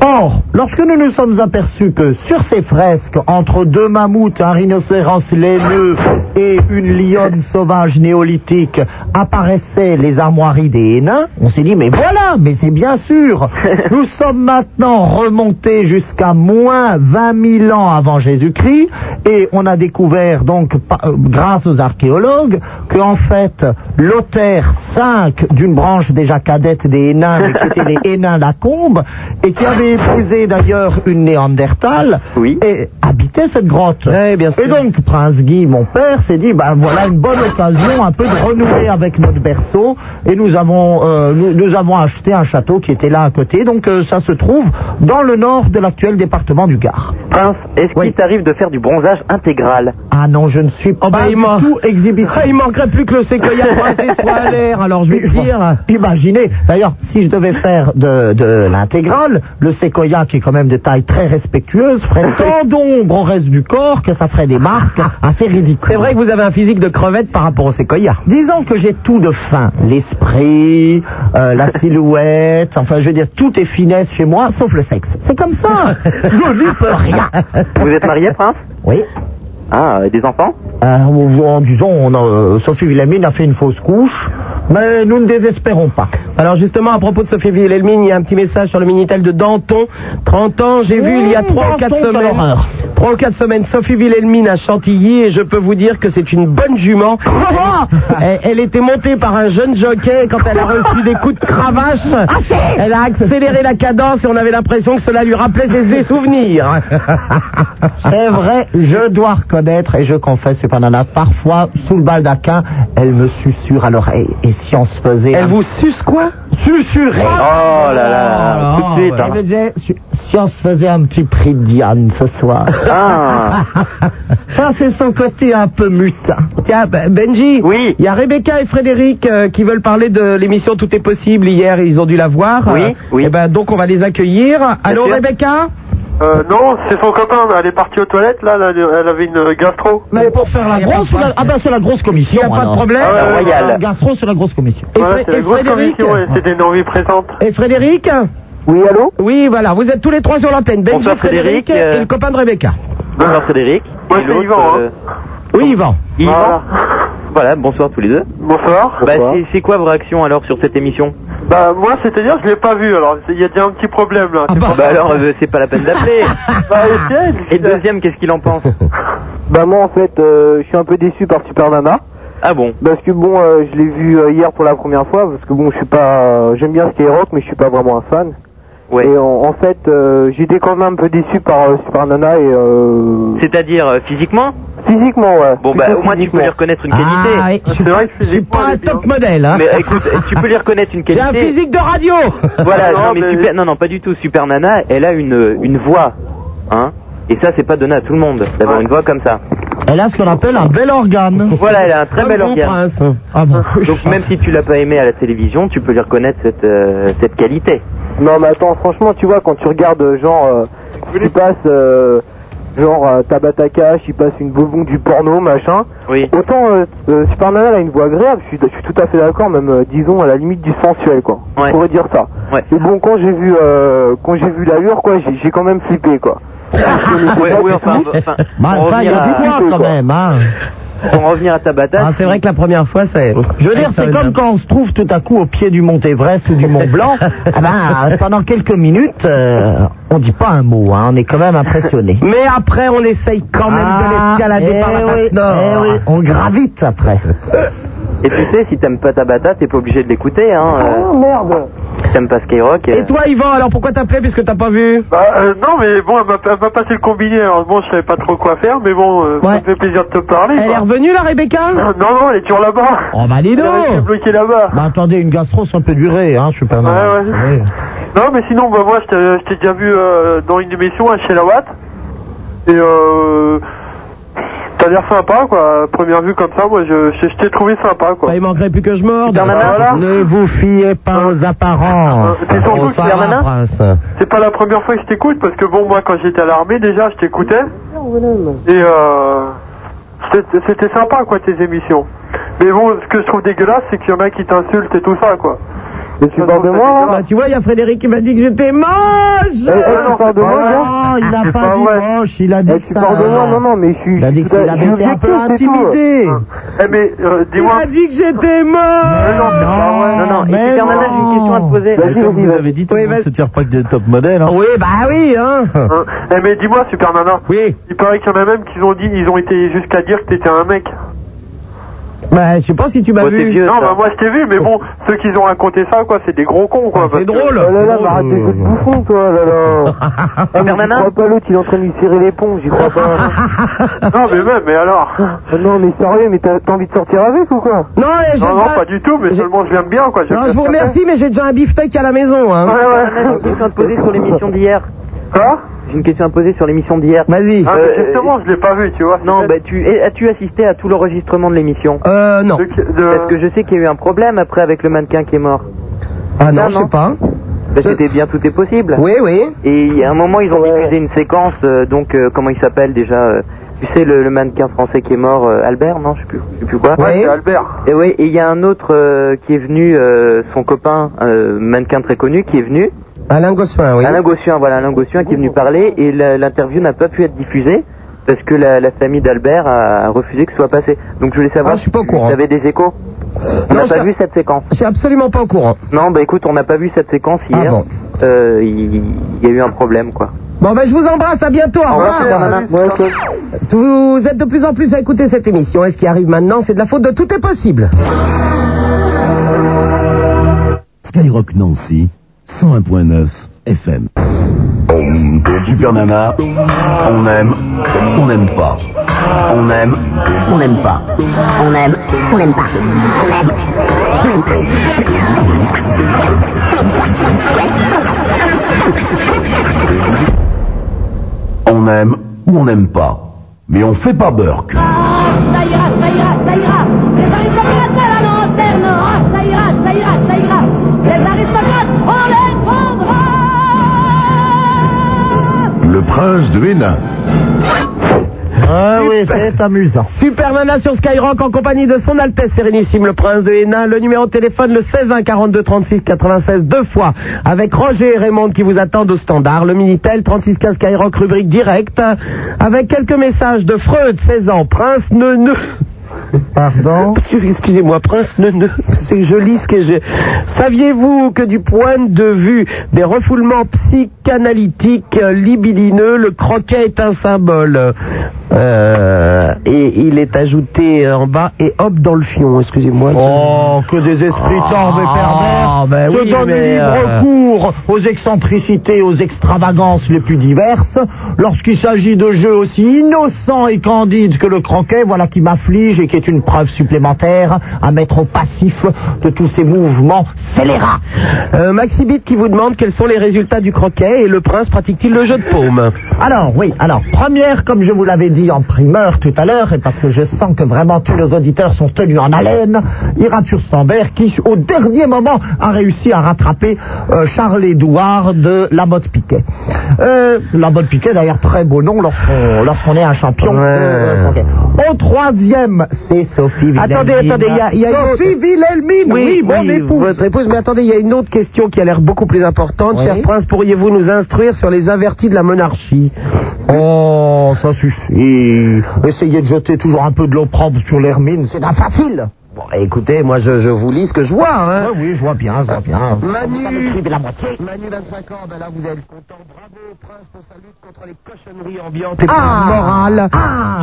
S5: Or, lorsque nous nous sommes aperçus que sur ces fresques, entre deux mammouths, un rhinocéros laineux et une lionne sauvage néolithique, apparaissaient les armoiries des Hénins, on s'est dit, mais voilà, mais c'est bien sûr. Nous sommes maintenant remontés jusqu'à moins 20 000 ans avant Jésus-Christ, et on a découvert, donc, pa- euh, grâce aux archéologues, que en fait, l'auteur 5 d'une branche déjà cadette des Hénins, mais qui était les Hénins Lacombe, et qui avait épousé d'ailleurs une Néandertale, et habitait cette grotte. Et donc, Prince Guy, mon père, s'est dit, ben voilà une bonne occasion un peu de renouer avec notre berceau, et nous avons, euh, nous, nous avons acheté un château qui était là à côté, donc euh, ça se trouve dans le nord de l'actuel département du Gard.
S12: Prince, est-ce qu'il t'arrive de faire du bronzage intégral
S5: Ah non, je ne suis pas
S4: Oh,
S12: ben, il
S5: du
S12: man-
S5: tout exhibitionniste.
S4: bah, Ah, il manquerait plus que le séquoia croisé soit à l'air, alors je vais te dire.
S5: Imaginez, d'ailleurs, si je devais faire de, de l'intégrale, le séquoia, qui est quand même de taille très respectueuse, ferait tant d'ombre au reste du corps que ça ferait des marques assez ridicules.
S4: C'est vrai que vous avez un physique de crevette par rapport au séquoia.
S5: Disons que j'ai tout de fin. L'esprit, euh, la silhouette, enfin, je veux dire, tout est finesse chez moi, sauf le sexe. C'est comme ça. Je n'y peux rien.
S12: Vous êtes marié, Prince
S5: Oui.
S12: Ah, et des enfants
S5: Euh, on- on- disons, on a- euh, Sophie Villamine a fait une fausse couche, mais nous ne désespérons pas.
S4: Alors justement, à propos de Sophie Villelmine, il y a un petit message sur le Minitel de Danton. 30 ans, j'ai vu il y a 3 ou 4
S5: Danton, quelle
S4: semaines.
S5: horreur.
S4: 3 ou 4 semaines, Sophie Villelmine à Chantilly et je peux vous dire que c'est une bonne jument. elle, elle était montée par un jeune jockey et quand elle a reçu des coups de cravache. elle a accéléré la cadence et on avait l'impression que cela lui rappelait ses, ses souvenirs.
S5: C'est vrai, je dois reconnaître, et je confesse, c'est pas nana, parfois, sous le baldaquin, elle me susurre à l'oreille. Et si on se faisait...
S4: Elle
S5: un-
S4: vous suce quoi
S5: Susurrer
S12: Oh là là, tout de suite.
S5: Ah. Elle me disait, si- si on se faisait un petit prix de Diane ce soir.
S12: Ah.
S5: Ça, c'est son côté un peu mutin.
S4: Tiens, Ben- Benji,
S12: oui.
S4: il y a Rebecca et Frédéric euh, qui veulent parler de l'émission Tout est possible. Hier, ils ont dû la voir.
S12: Oui,
S4: oui. Et ben, donc, on va les accueillir. Allô,
S18: sûr.
S4: Rebecca
S18: Euh, non, c'est son copain, elle est partie aux toilettes, là, elle, elle avait une gastro.
S5: Mais pour faire la grosse ou la- Ah ben, c'est la grosse commission.
S4: Il n'y a pas de
S5: alors.
S4: problème.
S18: Ah ouais,
S5: Le
S18: royal.
S5: Gastro, c'est la grosse commission.
S4: Et,
S18: Voilà,
S4: Fré-
S18: c'est la
S4: et
S18: grosse
S4: Frédéric
S18: commission, ouais, c'était une envie présente.
S4: Et Frédéric
S11: Oui, allô
S4: Oui, voilà, vous êtes tous les trois sur l'antenne. Benji,
S12: Bonsoir,
S4: Frédéric,
S12: Frédéric, euh,
S4: et le copain de Rebecca.
S12: Bonsoir, Frédéric.
S18: Ah. Moi,
S12: Et
S18: c'est
S12: l'autre,
S18: Yvan, hein. Bah.
S12: euh,
S4: Oui, Yvan.
S12: Yvan. Voilà, bonsoir tous les deux.
S18: Bonsoir.
S12: Bah, c'est- c'est quoi vos réactions alors sur cette émission
S18: Bah, moi, c'est-à-dire, je l'ai pas vu, alors, il y a déjà un petit problème, là. c'est pour
S12: Bah
S18: ça.
S12: alors, euh, c'est pas la peine d'appeler.
S18: Bah, essaye.
S12: Et deuxième, qu'est-ce qu'il en pense
S11: Bah moi en fait euh, je suis un peu déçu par Super Nana
S12: Ah bon
S11: parce que bon euh, je l'ai vu euh, hier pour la première fois parce que bon je suis pas euh, j'aime bien Skyrock mais je suis pas vraiment un fan.
S12: Ouais.
S11: Et en, en fait euh, j'étais quand même un peu déçu par euh, Super Nana et euh,
S12: C'est-à-dire euh, physiquement
S11: physiquement ouais.
S12: Bon bah
S11: Plutôt
S12: au moins tu peux
S11: physiquement.
S12: lui reconnaître une qualité.
S4: Ah, oui, je suis pas, je suis pas un top modèle. Hein.
S12: Mais écoute, tu peux lui reconnaître une
S4: J'ai un
S12: qualité.
S4: physique de radio.
S12: Voilà, non,
S18: Non,
S12: mais
S18: mais-
S12: super, non, non, pas du tout. Super Nana, elle a une, une voix, hein. Et ça, c'est pas donné à tout le monde d'avoir une voix comme ça.
S5: Elle a ce qu'on appelle un bel organe.
S12: Voilà, elle a un très
S4: Comme
S12: bel
S4: vous,
S12: organe.
S4: Prince.
S5: Ah bon
S12: Donc même si tu l'as pas aimé à la télévision, tu peux lui reconnaître cette, euh, cette qualité.
S11: Non mais attends franchement tu vois quand tu regardes euh, genre euh, il passe euh, genre euh, Tabatakash, il passe une bobon du porno machin.
S12: Oui.
S11: Autant euh, euh, Super Nana elle a une voix agréable, je suis, je suis tout à fait d'accord, même euh, disons à la limite du sensuel quoi.
S12: Ouais.
S11: On pourrait dire ça.
S12: Ouais.
S11: Mais bon quand j'ai vu euh, quand j'ai vu la hurle quoi, j'ai j'ai quand même flippé quoi.
S12: Ouais, ouais, enfin, enfin,
S5: Bah,
S12: on
S5: ça, il y a
S12: revient
S5: du
S12: à-
S5: poids quand même, hein.
S12: pour en revenir à ta bataille.
S4: Ah, c'est vrai que la première fois, c'est.
S5: Je veux dire, c'est comme quand on se trouve tout à coup au pied du Mont Everest ou du Mont Blanc. Ah ben, pendant quelques minutes, euh, on dit pas un mot, hein, on est quand même impressionné.
S4: Mais après, on essaye quand même
S5: Ah,
S4: de l'escalader
S5: eh
S4: par la face
S5: oui,
S4: nord.
S5: eh oui, on gravite après.
S12: Et tu sais, si t'aimes pas Tabata, t'es pas obligé de l'écouter, hein. Oh merde T'aimes pas Skyrock euh.
S4: Et toi, Yvan, alors pourquoi t'appelais puisque t'as pas vu
S11: Bah, euh, non, mais bon, elle m'a elle m'a passé le combiné, alors bon, je savais pas trop quoi faire, mais bon, euh, ça me fait plaisir de te parler.
S4: Elle
S11: quoi.
S4: est revenue, la Rebecca
S11: Non, non, elle est toujours là-bas.
S5: Oh bah dis
S11: Elle est restée bloquée là-bas.
S5: Bah attendez, une gastro ça peut durer, hein, je suis pas mal.
S11: Ouais, ouais. Non, mais sinon, bah, moi, je t'ai- je t'ai déjà vu euh, dans une émission à chez la Watt. Et euh, t'as l'air sympa, quoi. À Première vue comme ça, moi, je, je- je t'ai trouvé sympa,
S4: Bah,
S11: quoi. Bah,
S4: il manquerait plus que je morde.
S11: Ah,
S5: Ne vous fiez pas aux apparences.
S11: C'est surtout
S5: Au
S11: que
S5: Sahara,
S11: Bernard-
S5: prince.
S11: C'est pas la première fois que je t'écoute, parce que bon, moi, quand j'étais à l'armée, déjà, je t'écoutais. Et euh, c'était- c'était sympa, quoi, tes émissions. Mais bon, ce que je trouve dégueulasse, c'est qu'il y en a qui t'insultent et tout ça, quoi. Et tu parles de moi hein.
S4: Bah, tu vois, il y a Frédéric qui m'a dit que j'étais
S5: Eh,
S4: moche
S5: Ah, il a pas dit moche,
S11: Eh,
S5: il a dit que ça.
S11: non, non, mais je suis. Eh,
S5: Il a dit que
S11: je-
S5: s'il
S11: je
S5: avait été un peu
S11: objectif, c'est tout.
S5: intimidé.
S11: Eh, mais euh, dis-moi.
S4: Il a dit que j'étais moche
S5: Non, non, mais non.
S6: Comme vous avez dit, tout le monde se tire pas que des top modèles. hein.
S4: Oui, bah oui, hein
S11: Hein. Eh, mais dis-moi, Super Nana.
S4: Oui.
S11: Il paraît qu'il y en a même qui ont dit, ils ont été jusqu'à dire que t'étais un mec.
S4: Bah, je sais pas si tu m'as vu.
S11: non, bah moi je t'ai vu, mais bon, ceux qui ont raconté ça, quoi, c'est des gros cons, quoi.
S4: Ah, c'est drôle,
S11: Oh
S4: c'est
S11: là là,
S4: drôle.
S11: bah, arrête de te bouffon, toi, là là. Eh, mais j'y crois pas l'autre, il est en train de lui serrer l'éponge, j'y crois pas. non, mais même, mais alors. Non, mais sérieux, mais t'as envie de sortir avec ou quoi
S4: Non, et j'ai
S11: Non, non,
S4: déjà-
S11: pas du tout, mais seulement je l'aime bien, quoi. j'aime
S4: Non,
S11: bien
S4: je vous
S11: ce qu'elle
S4: remercie, mais j'ai déjà un beefsteak à la maison, hein.
S11: Ouais, ouais.
S12: J'ai une question à te poser sur l'émission d'hier.
S11: Quoi
S12: J'ai une question à te poser sur l'émission d'hier. Euh,
S4: Vas-y.
S11: Ah, mais justement, je l'ai pas vu, tu vois.
S12: Non, bah tu eh, as-tu assisté à tout l'enregistrement de l'émission
S4: Euh, non.
S12: Parce que je sais qu'il y a eu un problème après avec le mannequin qui est mort.
S4: Ah non,
S12: Non,
S4: je
S12: non.
S4: sais pas.
S12: Bah, C'était bien, tout est possible.
S4: Oui, oui.
S12: Et il y a un moment, ils ont diffusé une séquence, euh, donc euh, comment il s'appelle déjà euh, Tu sais, le, le mannequin français qui est mort, euh, Albert, non Je sais plus, je sais plus quoi.
S11: Ouais, c'est Albert.
S12: Et ouais, et il y a un autre euh, qui est venu, euh, son copain, euh, mannequin très connu, qui est venu.
S4: Alain Gossuin, oui.
S12: Alain Gossuin, voilà, Alain Gossuin qui est venu parler et la- l'interview n'a pas pu être diffusée parce que la, la famille d'Albert a refusé que ce soit passé. Donc je voulais savoir
S4: Ah, je suis pas au
S12: si
S4: courant.
S12: vous avez des échos. On n'a
S4: je
S12: pas
S4: sais-
S12: vu cette séquence.
S4: Je suis absolument pas au courant. Ah
S12: Non, bah écoute, on n'a pas vu cette séquence hier.
S4: bon.
S12: Euh, Il il y, a eu un problème, quoi.
S4: Bon, ben, je vous embrasse, à bientôt, au
S12: revoir,
S4: revoir.
S12: Bernard.
S4: Vous êtes de plus en plus à écouter cette émission, et ce qui arrive maintenant, c'est de la faute de Tout est possible.
S13: Skyrock Nancy, 101.9 FM. Super Nana, on aime, on n'aime pas. On aime, on n'aime pas.
S10: On aime, on n'aime pas. On aime, on n'aime pas.
S13: On aime ou on n'aime pas. Mais on fait pas Burke.
S10: Ah, Ça ira, ça ira, ça ira. Les aristocrates à la lanterne. Ah, ça ira, ça ira, ça ira. Les aristocrates, on les prendra.
S13: Le prince de Hénin.
S5: Ah oui, c'est amusant.
S4: Super Nana sur Skyrock en compagnie de son Altesse Sérénissime le Prince de Hénin. Le numéro de téléphone le 16 1 42 36 96 deux fois avec Roger et Raymond qui vous attendent au standard. Le Minitel 36 15 Skyrock rubrique directe avec quelques messages de Freud 16 ans Prince ne ne
S5: Pardon
S4: Excusez-moi, Prince, ne, ne, c'est joli ce que j'ai. Saviez-vous que du point de vue des refoulements psychanalytiques euh, libidineux, le croquet est un symbole Euh, Et il est ajouté euh, en bas et hop dans le fion, excusez-moi.
S5: Oh, que des esprits tombent et pervers
S4: Ah, ben
S5: se
S4: oui,
S5: donnent
S4: mais,
S5: libre
S4: euh,
S5: cours aux excentricités, aux extravagances les plus diverses. Lorsqu'il s'agit de jeux aussi innocents et candides que le croquet, voilà qui m'afflige et qui est une preuve supplémentaire à mettre au passif de tous ces mouvements scélérats.
S4: Euh, Maxibit qui vous demande quels sont les résultats du croquet et le prince pratique-t-il le jeu de paume
S5: Alors, oui, alors, première, comme je vous l'avais dit en primeur tout à l'heure, et parce que je sens que vraiment tous nos auditeurs sont tenus en haleine, Ira Turstenberg, qui, au dernier moment, a réussi à rattraper euh, Charles-Édouard de La Motte Piquet. La bonne piquet, d'ailleurs, très beau nom lorsqu'on lorsqu'on est un champion. de, euh, croquet. Au troisième, c'est Sophie Wilhelmine.
S4: Attendez, attendez, il y a, il y a une autre-
S5: Sophie Wilhelmine, oui, mon épouse.
S4: Votre épouse, mais attendez, il y a une autre question qui a l'air beaucoup plus importante. Cher prince, pourriez-vous nous instruire sur les avertis de la monarchie
S5: Oh, ça suffit. Essayez de jeter toujours un peu de l'opprobre sur l'hermine, c'est pas facile.
S4: Bon, écoutez, moi je, je vous lis ce que je vois. Hein.
S5: Oui, oui, je vois bien, je vois bien.
S4: Manu,
S5: la moitié.
S4: Manu, 25 ans, ben là vous êtes content. Bravo, prince, pour sa lutte contre les cochonneries ambiantes et
S5: Ah
S4: morale.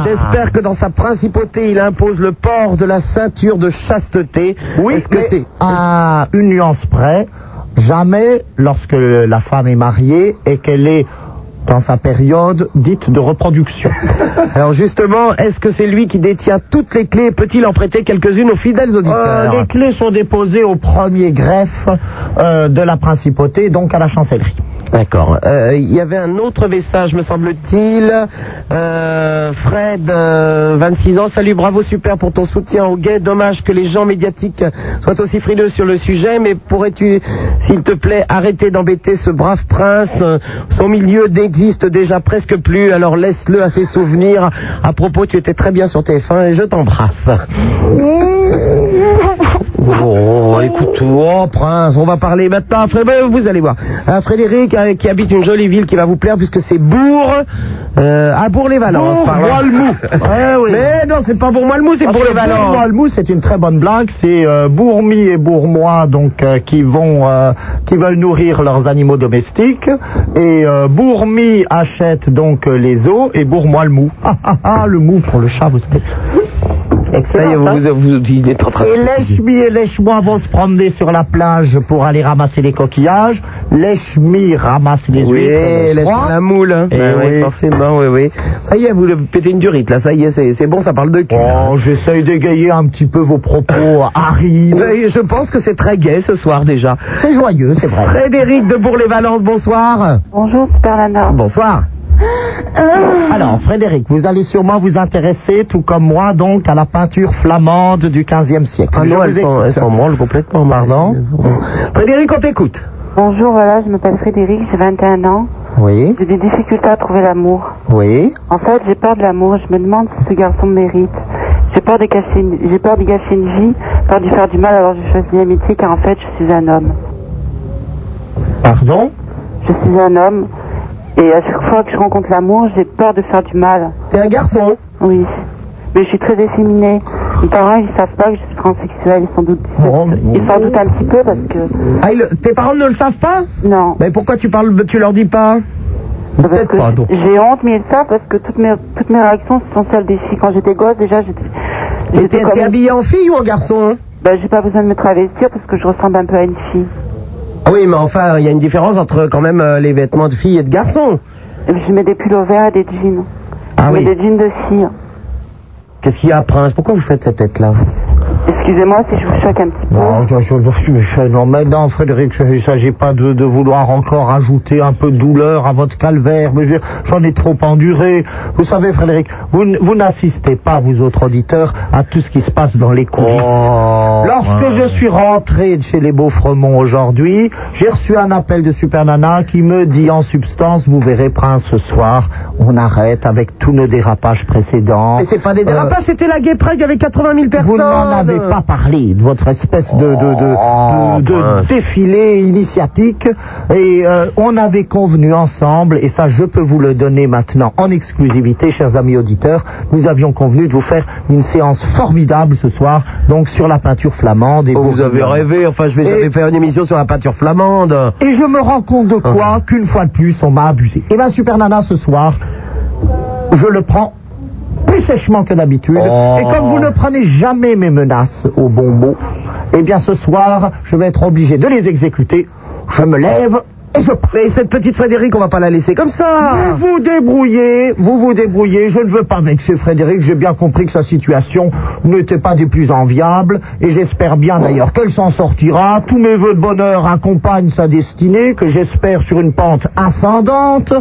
S4: J'espère que dans sa principauté, il impose le port de la ceinture de chasteté.
S5: Oui,
S4: Est-ce que
S5: mais
S4: c'est
S5: à une nuance près, jamais lorsque la femme est mariée et qu'elle est dans sa période dite de reproduction.
S4: Alors justement, est-ce que c'est lui qui détient toutes les clés Peut-il en prêter quelques-unes aux fidèles
S5: Euh,
S4: auditeurs
S5: les clés sont déposées au premier greffe euh, de la principauté, donc à la chancellerie.
S4: D'accord. Euh, Il y avait un autre message, me semble-t-il. Euh, Fred, euh, 26 ans, salut, bravo, super pour ton soutien au gay. Dommage que les gens médiatiques soient aussi frileux sur le sujet, mais pourrais-tu, s'il te plaît, arrêter d'embêter ce brave prince Euh, Son milieu n'existe déjà presque plus, alors laisse-le à ses souvenirs. À propos, tu étais très bien sur TF1 et je t'embrasse. Oh, écoute, oh, prince, on va parler maintenant à Frédéric, Euh, vous allez voir. À Frédéric, euh, qui habite une jolie ville qui va vous plaire, puisque c'est Bourg, euh, à Bourg-les-Valences.
S5: Bourg,
S4: pardon.
S5: Malmou. Eh oui.
S4: Mais non, c'est pas Bourg-Malmou, Ah, c'est
S5: Parce que
S4: Bourg-les-Valences.
S5: Bourg-Malmou, c'est une très bonne blague. C'est euh, Bourmi et Bourmois donc euh, qui vont euh, qui veulent nourrir leurs animaux domestiques et euh, Bourmi achète donc euh, les os et Bourmois le mou. Ah ah ah le mou pour le chat vous savez.
S4: Ça y est,
S5: Excellent.
S4: vous,
S5: hein.
S4: vous, vous- il est en train de-
S5: Et lèche-mi et lèche-moi vont se promener sur la plage pour aller ramasser les coquillages. Lèche-mi ramasse les
S4: Oui,
S5: huîtres. et le
S4: laisse
S5: foie.
S4: la moule. hein.
S5: Eh
S4: Ben
S5: oui.
S4: forcément, oui, oui. Ça y est, vous le pétez une durite, là, ça y est, c'est c'est bon, ça parle de cul.
S5: Oh, j'essaye d'égayer un petit peu vos propos, Harry.
S4: Ben, Je pense que c'est très gai ce soir déjà.
S5: C'est joyeux, c'est vrai.
S4: Frédéric de Bourg-les-Valences, bonsoir.
S19: Bonjour, Super Nana.
S4: Bonsoir.
S5: Alors, Frédéric, vous allez sûrement vous intéresser, tout comme moi, donc, à la peinture flamande du XVe siècle.
S4: Ah non,
S5: Je
S4: elles
S5: vous
S4: s'en-
S5: écoute.
S4: elles s'en branlent complètement. Pardon Frédéric, on t'écoute.
S19: Bonjour, voilà, je m'appelle Frédéric, j'ai 21 ans.
S5: Oui,
S19: J'ai des difficultés à trouver l'amour.
S5: oui.
S19: En fait, j'ai peur de l'amour. Je me demande si ce garçon me mérite. J'ai peur de gâcher, une- j'ai peur de gâcher une vie, peur de lui faire du mal. Alors je choisis l'amitié car en fait, je suis un homme.
S5: Pardon
S19: Je suis un homme et à chaque fois que je rencontre l'amour, j'ai peur de faire du mal.
S4: T'es un garçon
S19: Oui. Mais je suis très efféminée. Mes parents, ils savent pas que je suis transsexuelle. Ils s'en doutent, ils s'en doutent un petit peu parce que
S4: Ah, ils le- tes parents ne le savent pas
S19: Non.
S4: Mais pourquoi tu parles, tu leur dis pas
S19: Parce
S4: Peut-être
S19: que
S4: pas, donc.
S19: J'ai honte, mais ça, parce que toutes mes, toutes mes réactions sont celles des filles. Quand j'étais gosse, déjà, j'étais.
S4: Et t'es t'es habillée en fille ou en garçon hein?
S19: Ben, j'ai pas besoin de me travestir parce que je ressemble un peu à une fille.
S4: Ah Oui, mais enfin, il y a une différence entre quand même euh, les vêtements de fille et de garçon.
S19: Je mets des pulls verts et des jeans.
S4: Ah
S19: je
S4: oui.
S19: mets des jeans de fille.
S4: Qu'est-ce qu'il y a, Prince Pourquoi vous faites cette tête-là
S19: Excusez-moi si je vous choque un petit peu.
S5: Non, je- je- je- je- non, mais non, Frédéric, il ne s'agit pas de, de vouloir encore ajouter un peu de douleur à votre calvaire. mais je- J'en ai trop enduré. Vous savez, Frédéric, vous, n- vous n'assistez pas, vous autres auditeurs, à tout ce qui se passe dans les coulisses.
S4: Oh,
S5: Lorsque je suis rentré de chez les Beaufremont aujourd'hui, j'ai reçu un appel de Super Nana qui me dit en substance, vous verrez, Prince, ce soir, on arrête avec tous nos dérapages précédents.
S4: Mais c'est pas des dérapages, c'était la Gay Pride, il y avait 80 000 personnes.
S5: Vous n'en avez pas parlé de votre espèce de, de, de, de- de
S4: Oh, mince.
S5: défilé initiatique. Et euh, on avait convenu ensemble, et ça je peux vous le donner maintenant en exclusivité, chers amis auditeurs, nous avions convenu de vous faire une séance formidable ce soir, donc sur la peinture flamande. Et
S4: Oh, vous avez
S5: bourguignonne.
S4: rêvé, enfin, je vais
S5: Et-
S4: jamais faire une émission sur la peinture flamande.
S5: Et je me rends compte de quoi Qu'une fois de plus, on m'a abusé. Et bien, Super Nana, ce soir, je le prends plus sèchement que d'habitude.
S4: Oh.
S5: Et comme vous ne prenez jamais mes menaces au bon mot, eh bien, ce soir, je vais être obligé de les exécuter. Je me lève et je pars.
S4: Mais cette petite Frédéric, on va pas la laisser comme ça.
S5: Vous vous débrouillez, vous vous débrouillez. Je ne veux pas vexer Frédéric. J'ai bien compris que sa situation n'était pas des plus enviables. Et j'espère bien d'ailleurs qu'elle s'en sortira. Tous mes voeux de bonheur accompagnent sa destinée, que j'espère sur une pente ascendante.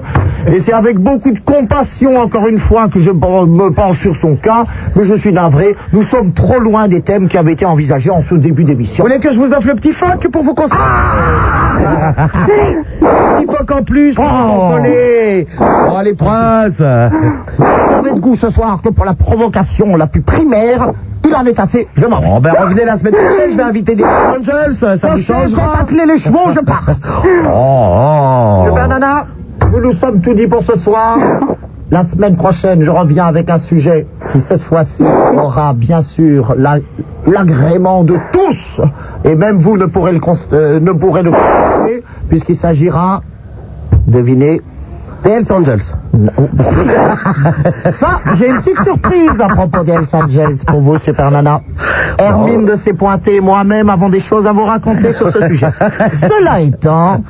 S5: Et c'est avec beaucoup de compassion, encore une fois, que je pen- me penche sur son cas. Mais je suis navré. Nous sommes trop loin des thèmes qui avaient été envisagés en ce début d'émission. Ah
S4: Vous voulez que je vous offre le petit phoque pour vous construire Quiproque en plus pour vous consoler. Oh, les princes
S5: Vous avez de goût ce soir que pour la provocation la plus primaire, il en est assez, je m'en vais.
S4: Bon, ben revenez la semaine prochaine, je vais inviter des Angels, ça vous
S5: Je
S4: changera.
S5: vais atteler les chevaux, je pars.
S4: Oh,
S5: Monsieur Bernana, nous nous sommes tout dit pour ce soir. La semaine prochaine, je reviens avec un sujet qui, cette fois-ci, aura bien sûr la- l'agrément de tous, et même vous ne pourrez le, cons- euh, ne pourrez le constater, puisqu'il s'agira, devinez, des Hells Angels. Ça, j'ai une petite surprise à propos des Hells Angels pour vous, Super Nana. Hermine de ses pointés et moi-même avons des choses à vous raconter sur ce sujet. Cela étant,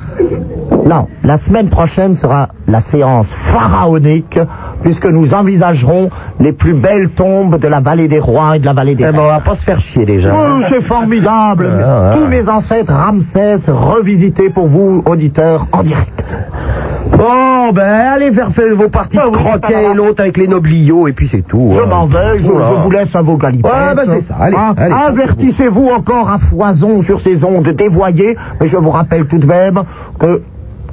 S5: non, la semaine prochaine sera la séance pharaonique, puisque nous envisagerons les plus belles tombes de la vallée des rois et Oh. de la vallée
S4: Eh ben,
S5: des reines. Eh ben, on va pas se faire chier déjà. c'est formidable.
S4: Ah,
S5: Tous mes ancêtres Ramsès revisités pour vous, auditeurs, en direct. Ah
S4: Bon, ben allez faire, faire vos parties de croquet et l'autre avec les nobliaux et puis c'est tout.
S5: Je
S4: hein.
S5: m'en vais, je,
S4: Oula.
S5: je vous laisse à vos galipettes.
S4: Ouais, ben, c'est ça, allez,
S5: Hein,
S4: allez, ça,
S5: Avertissez-vous encore à foison sur ces ondes dévoyées, mais je vous rappelle tout de même que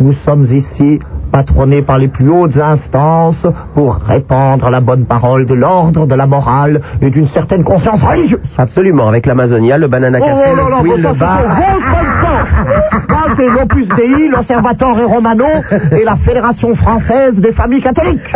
S5: nous sommes ici patronnés par les plus hautes instances pour répandre la bonne parole de l'ordre, de la morale et d'une certaine conscience religieuse.
S4: Absolument, avec l'Amazonia, le banana
S5: Oh,
S4: café,
S5: oh là
S4: le
S5: là, bon,
S4: quill,
S5: ça,
S4: le
S5: c'est
S10: Bah,
S4: bar.
S5: une grosse bonne chance. Là, c'est l'Opus Dei, l'Observatoire et Romano et la Fédération Française des Familles Catholiques.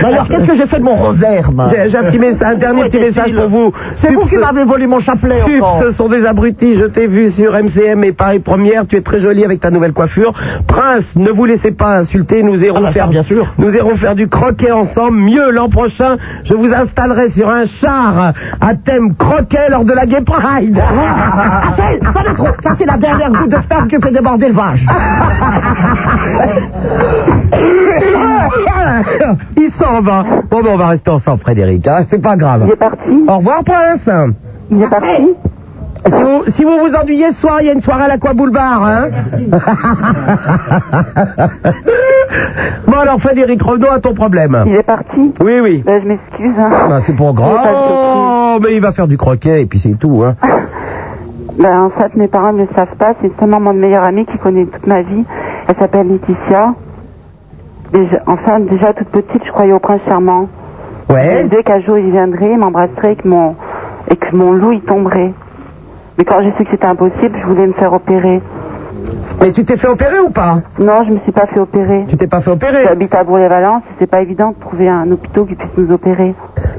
S5: D'ailleurs, qu'est-ce que j'ai fait de mon rosaire moi
S4: J'ai j'ai un, petit messa- un dernier
S5: Où
S4: petit
S5: était-il
S4: message pour vous.
S5: C'est vous qui m'avez volé mon chapelet.
S4: Sup,
S5: encore.
S4: ce sont des abrutis. Je t'ai vu sur MCM et Paris Première. Tu es très jolie avec ta nouvelle coiffure. Prince, ne vous laissez pas insulter. Nous
S5: Ah bah
S4: irons faire bien sûr. Nous irons faire du croquet ensemble. Mieux l'an prochain, je vous installerai sur un char à thème croquet lors de la Gay Pride.
S5: Ah, ça, ça c'est trop. Ça, c'est la dernière goutte de sperme qui fait déborder le vage.
S4: Il s'en va. Bon, ben, on va rester ensemble, Frédéric. hein. C'est pas grave. Il est parti. Au revoir, Prince. Il est parti. Si vous, si vous vous ennuyez ce soir, il y a une soirée à l'Aqua Boulevard. Hein bon, alors, Frédéric, revenons à ton problème. Il est parti Oui, oui.
S19: Ben, je m'excuse.
S4: Ben, c'est pour
S19: Il est pas
S4: grand. mais il va faire du croquet et puis c'est tout. Hein.
S19: Ben, en fait, mes parents ne le savent pas. C'est seulement mon meilleur ami qui connaît toute ma vie. Elle s'appelle Laetitia. Déjà- enfin, déjà toute petite, je croyais au prince charmant.
S4: Ouais.
S19: Je me disais qu'un jour il viendrait, il m'embrasserait et que mon, et que mon loup il tomberait. Mais quand j'ai su que c'était impossible, je voulais me faire opérer.
S4: Mais tu t'es fait opérer ou pas
S19: Non, je me suis pas fait opérer.
S4: Tu t'es pas fait opérer
S19: J'habite à Bourg-les-Valence et c'est pas évident de trouver un hôpital qui puisse nous opérer.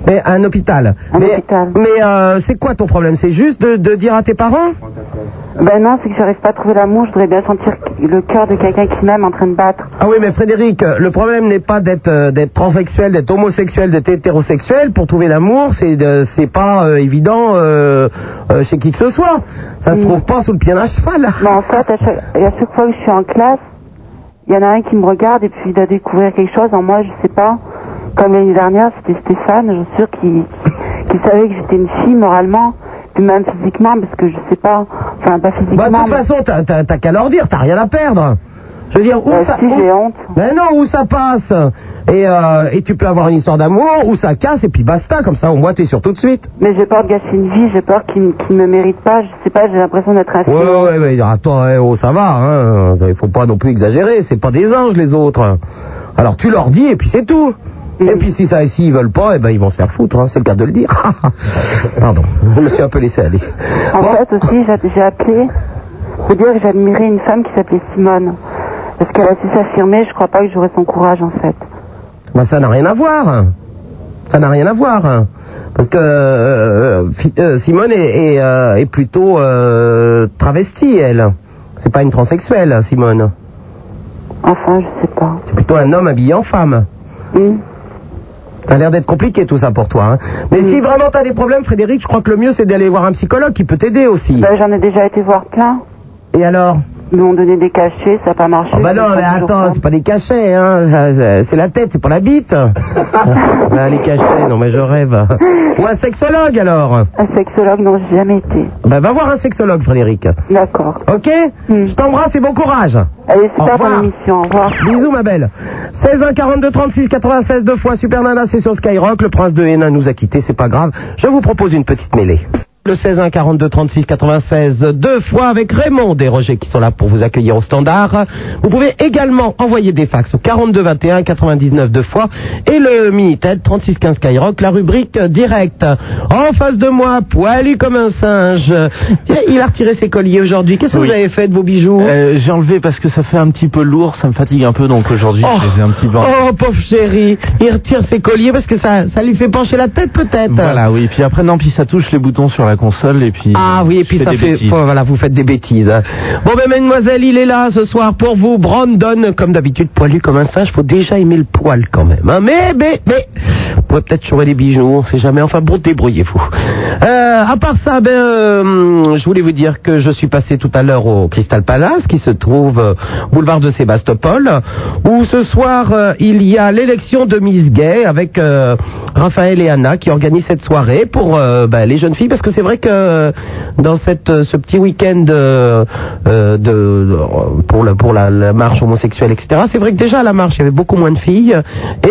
S4: Mais un hôpital. mais mais, euh, c'est quoi ton problème C'est juste de, de dire à tes parents
S19: Ben non, c'est que j'arrive pas à trouver l'amour, je voudrais bien sentir le cœur de quelqu'un qui m'aime en train de battre.
S4: Ah oui, mais Frédéric, euh, le problème n'est pas d'être euh, d'être transsexuel, d'être homosexuel, d'être hétérosexuel. Pour trouver l'amour, c'est de- c'est pas euh, évident euh, euh, chez qui que ce soit. Ça se trouve pas sous le pied d'un cheval.
S19: Mais Ben, en fait, à chaque, à chaque fois que je suis en classe, il y en a un qui me regarde et puis il doit découvrir quelque chose en moi, je sais pas. Comme l'année dernière, c'était Stéphane, je suis sûre qu'il qu'il savait que j'étais une fille moralement, puis même physiquement, parce que je sais pas, enfin pas physiquement.
S4: Bah, de toute
S19: mais-
S4: façon, t'as- t'as t'as qu'à leur dire, t'as rien à perdre. Je veux dire, où
S19: Ouais,
S4: ça
S19: si,
S4: où-
S19: j'ai honte.
S4: Mais non, où ça passe et, euh, et tu peux avoir une histoire d'amour, où ça casse, et puis basta, comme ça, au moins, t'es sûr tout de suite.
S19: Mais j'ai peur de gâcher une vie, j'ai peur qu'il ne me mérite pas, je sais pas, j'ai l'impression d'être un
S4: Ouais, ouais, ouais, attends, eh, oh, ça va, hein. Il faut pas non plus exagérer, c'est pas des anges, les autres. Alors, tu leur dis, et puis c'est tout. Et puis, si ça, s'ils veulent pas, eh ben, ils vont se faire foutre, hein, c'est le cas de le dire. Pardon, je me suis un peu laissé aller.
S19: En fait aussi, j'ai- j'ai appelé pour dire que j'admirais une femme qui s'appelait Simone. Parce qu'elle a su s'affirmer, je crois pas que j'aurais son courage en fait.
S4: Bah, ça n'a rien à voir. Ça n'a rien à voir. Parce que euh, fi- euh, Simone est, est, euh, est plutôt euh, travestie, elle. C'est pas une transsexuelle, Simone.
S19: Enfin, je sais pas.
S4: C'est plutôt un homme habillé en femme. Ça a l'air d'être compliqué tout ça pour toi. hein. Mais si vraiment t'as des problèmes, Frédéric, je crois que le mieux c'est d'aller voir un psychologue qui peut t'aider aussi.
S19: Ben, J'en ai déjà été voir plein.
S4: Et alors
S19: Ils m'ont donné des cachets, ça n'a pas marché.
S4: Ah bah non, mais attends, c'est pas des cachets, hein. Ça, ça, C'est la tête, c'est pas la bite. Ah, les cachets, non mais je rêve. Ou un sexologue alors
S19: Un sexologue, non, j'ai jamais été.
S4: Bah va voir un sexologue, Frédéric.
S19: D'accord. Hmm.
S4: Ok Je t'embrasse et bon courage.
S19: Allez,
S4: super
S19: ton
S4: émission, au revoir. Bisous ma belle. 16 1 42 36 96 deux fois Super Nana, c'est sur Skyrock. Le prince de Hénin nous a quittés, c'est pas grave. Je vous propose une petite mêlée. le 16 1 42 36 96 deux fois avec Raymond et Roger qui sont là pour vous accueillir au standard. Vous pouvez également envoyer des fax au 42 21 99 deux fois et le minitel 36 15 Skyrock la rubrique euh, direct. En face de moi, poilu comme un singe. Il a retiré ses colliers aujourd'hui. Qu'est-ce que vous avez fait de vos bijoux
S3: Euh, J'ai enlevé parce que ça fait un petit peu lourd, ça me fatigue un peu, donc aujourd'hui je les ai un petit peu.
S4: Oh, pauvre chéri, il retire ses colliers parce que ça, ça lui fait pencher la tête peut-être.
S3: Voilà, oui. Puis après, non, puis ça touche les boutons sur la console et puis.
S4: Ah oui, et puis
S3: je fais
S4: ça
S3: des
S4: fait,
S3: bêtises.
S4: oh, voilà, vous faites des bêtises. hein. Bon ben mademoiselle, il est là ce soir pour vous, Brandon, comme d'habitude, poilu comme un singe, faut déjà aimer le poil quand même. hein. Mais, mais, mais, vous pouvez peut-être trouver des bijoux, on sait jamais, enfin bon, débrouillez-vous. Euh, à part ça, ben, euh, je voulais vous dire que je suis passé tout à l'heure au Crystal Palace, qui se trouve euh, boulevard de Sébastopol, où ce soir, euh, il y a l'élection de Miss Gay avec euh, Raphaël et Anna qui organisent cette soirée pour euh, ben, les jeunes filles, parce que c'est vrai que euh, dans cette, euh, ce petit week-end euh, euh, de, de- pour, la, pour la, la marche homosexuelle, etc., c'est vrai que déjà à la marche, il y avait beaucoup moins de filles,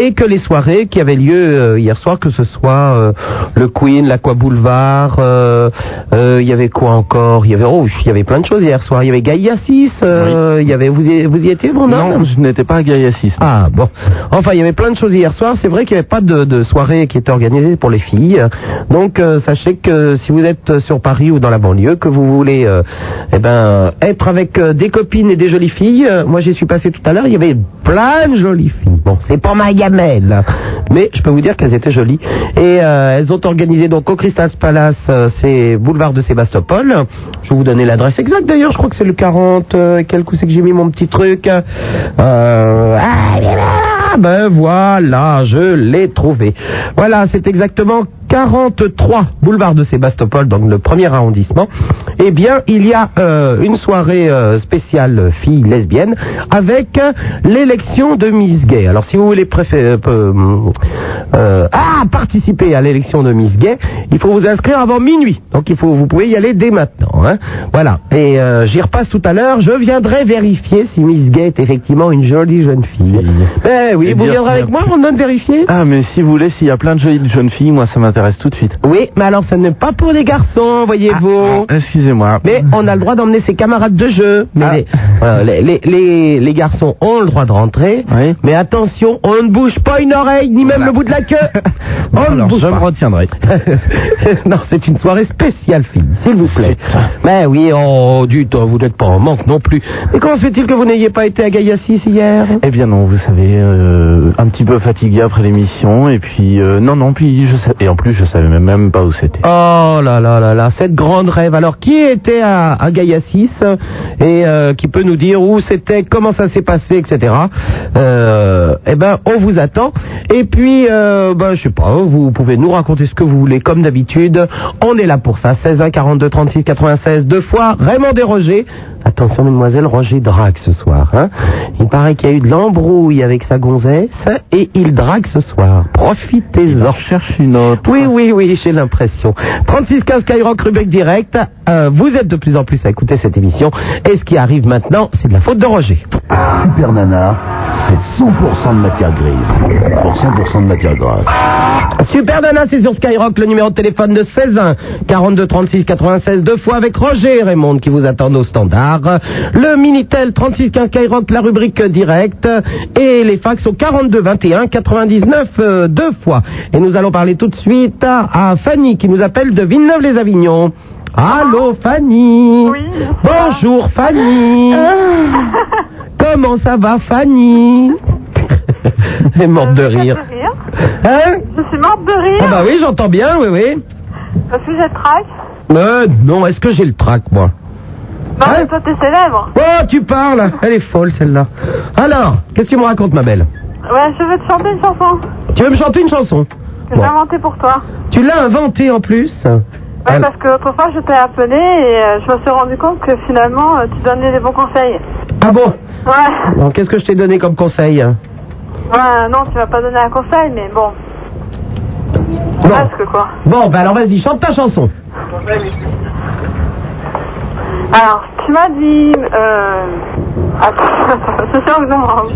S4: et que les soirées qui avaient lieu euh, hier soir, que ce soit euh, le Queen, l'Aqua Boulevard, euh, euh, il y avait quoi encore Il y avait oh, il y avait plein de choses hier soir. Il y avait Gaïa 6, euh, il y avait vous y, vous y étiez Brandon Non, je n'étais pas à Gaïa 6. Ah bon. Enfin, il y avait plein de choses hier soir, c'est vrai qu'il n'y avait pas de, de soirée qui était organisée pour les filles. Donc euh, sachez que si vous êtes sur Paris ou dans la banlieue que vous voulez euh, eh ben euh, être avec euh, des copines et des jolies filles, euh, moi j'y suis passé tout à l'heure, il y avait plein de jolies filles. Bon, c'est pas ma gamelle, mais je peux vous dire qu'elles étaient jolies. Et euh, elles ont organisé donc au Crystal Palace, euh, c'est boulevard de Sébastopol. Je vais vous donner l'adresse exacte d'ailleurs, je crois que c'est le 40, euh, quel coup c'est que j'ai mis mon petit truc euh, ah, ah, ben voilà, je l'ai trouvé. Voilà, c'est exactement 43 boulevard de Sébastopol, donc le premier arrondissement. Eh bien, il y a euh, une soirée euh, spéciale euh, filles lesbiennes avec euh, l'élection de Miss Gay. Alors, si vous voulez préfé- euh, peu- euh, ah, participer à l'élection de Miss Gay, il faut vous inscrire avant minuit. Donc, il faut, vous pouvez y aller dès maintenant. hein. Voilà. Et euh, j'y repasse tout à l'heure. Je viendrai vérifier si Miss Gay est effectivement une jolie jeune fille. Eh oui,
S3: Et
S4: vous
S3: dire s'il
S4: viendrez
S3: y a-
S4: avec moi, on donne vérifier.
S3: Ah, mais si vous voulez, s'il y a plein de jolies jeunes filles, moi ça m'intéresse tout de suite. Ah,
S4: Oui, mais alors ce n'est pas pour les garçons, voyez-vous.
S3: Excusez-moi. Ah.
S4: Mais on a le droit d'emmener ses camarades de jeu. Mais les, voilà, les, les- les- les garçons ont le droit de rentrer. Mais attention, on ne bouge pas une oreille, ni même le bout de la queue. On ne bouge pas.
S3: retiendrai.
S4: non, c'est une soirée spéciale, fille, s'il vous plaît. Mais oui, oh, du temps, vous n'êtes pas en manque non plus. Mais comment se fait-il que vous n'ayez pas été à Gaïa 6 hier
S3: Eh bien non, vous savez, euh, un petit peu fatigué après l'émission, et puis euh, non, non, puis je sais, et en plus je savais même, même pas où c'était.
S4: Oh là là là là, cette grande rêve. Alors, qui était à, à Gaïa 6 et euh, qui peut nous dire où c'était, comment ça s'est passé, etc. Euh, eh ben, on vous attend. Et puis, euh, ben, je sais pas, vous pouvez nous raconter ce que vous voulez, comme d'habitude. On est là pour ça. 16 1 42 36 96 deux fois. Raymond Desrochers. Attention, mademoiselle, Roger drague ce soir. Hein il paraît qu'il y a eu de l'embrouille avec sa gonzesse et il drague ce soir. Profitez-en. cherche une autre. Oui, oui, oui, j'ai l'impression. 3615 Skyrock Rubrique Direct. Euh, vous êtes de plus en plus à écouter cette émission. Et ce qui arrive maintenant, c'est de la faute de Roger.
S1: Super Nana, c'est 100% de matière grise pour 100% de matière grasse.
S4: Super Nana, c'est sur Skyrock, le numéro de téléphone de 16 1 42 36 96 deux fois avec Roger et Raymond qui vous attendent au standard. Le Minitel 36 15 Skyrock, la rubrique directe et les fax au 42 21 99 euh, deux fois. Et nous allons parler tout de suite à, à Fanny qui nous appelle de Villeneuve-les-Avignon. Allô Fanny Bonjour Fanny Comment ça va Fanny Elle est morte de rire.
S20: rire.
S4: Hein
S20: Je suis morte de rire.
S4: Ah bah oui, j'entends bien, oui, oui.
S20: Parce que j'ai trac.
S4: Euh, non, est-ce que j'ai le trac, moi
S20: Non, mais Bah toi, t'es célèbre.
S4: Oh, tu parles Elle est folle, celle-là. Alors, qu'est-ce que tu me racontes, ma belle
S20: Ouais, je veux te chanter une chanson
S4: Tu veux me chanter une chanson
S20: que j'ai inventée pour toi.
S4: Tu l'as inventée, en plus
S20: Ouais, parce que autrefois, je t'ai appelé et euh, je me suis rendu compte que finalement, euh, tu donnais des bons conseils.
S4: Ah bon
S20: Ouais,
S4: Bon, qu'est-ce que je t'ai donné comme conseil
S20: ouais, non, tu m'as pas donné un conseil, mais bon. Presque, quoi.
S4: Bon, bah alors vas-y, chante ta chanson.
S20: Alors, tu m'as dit. Euh... Attends, c'est sûr que je me rends.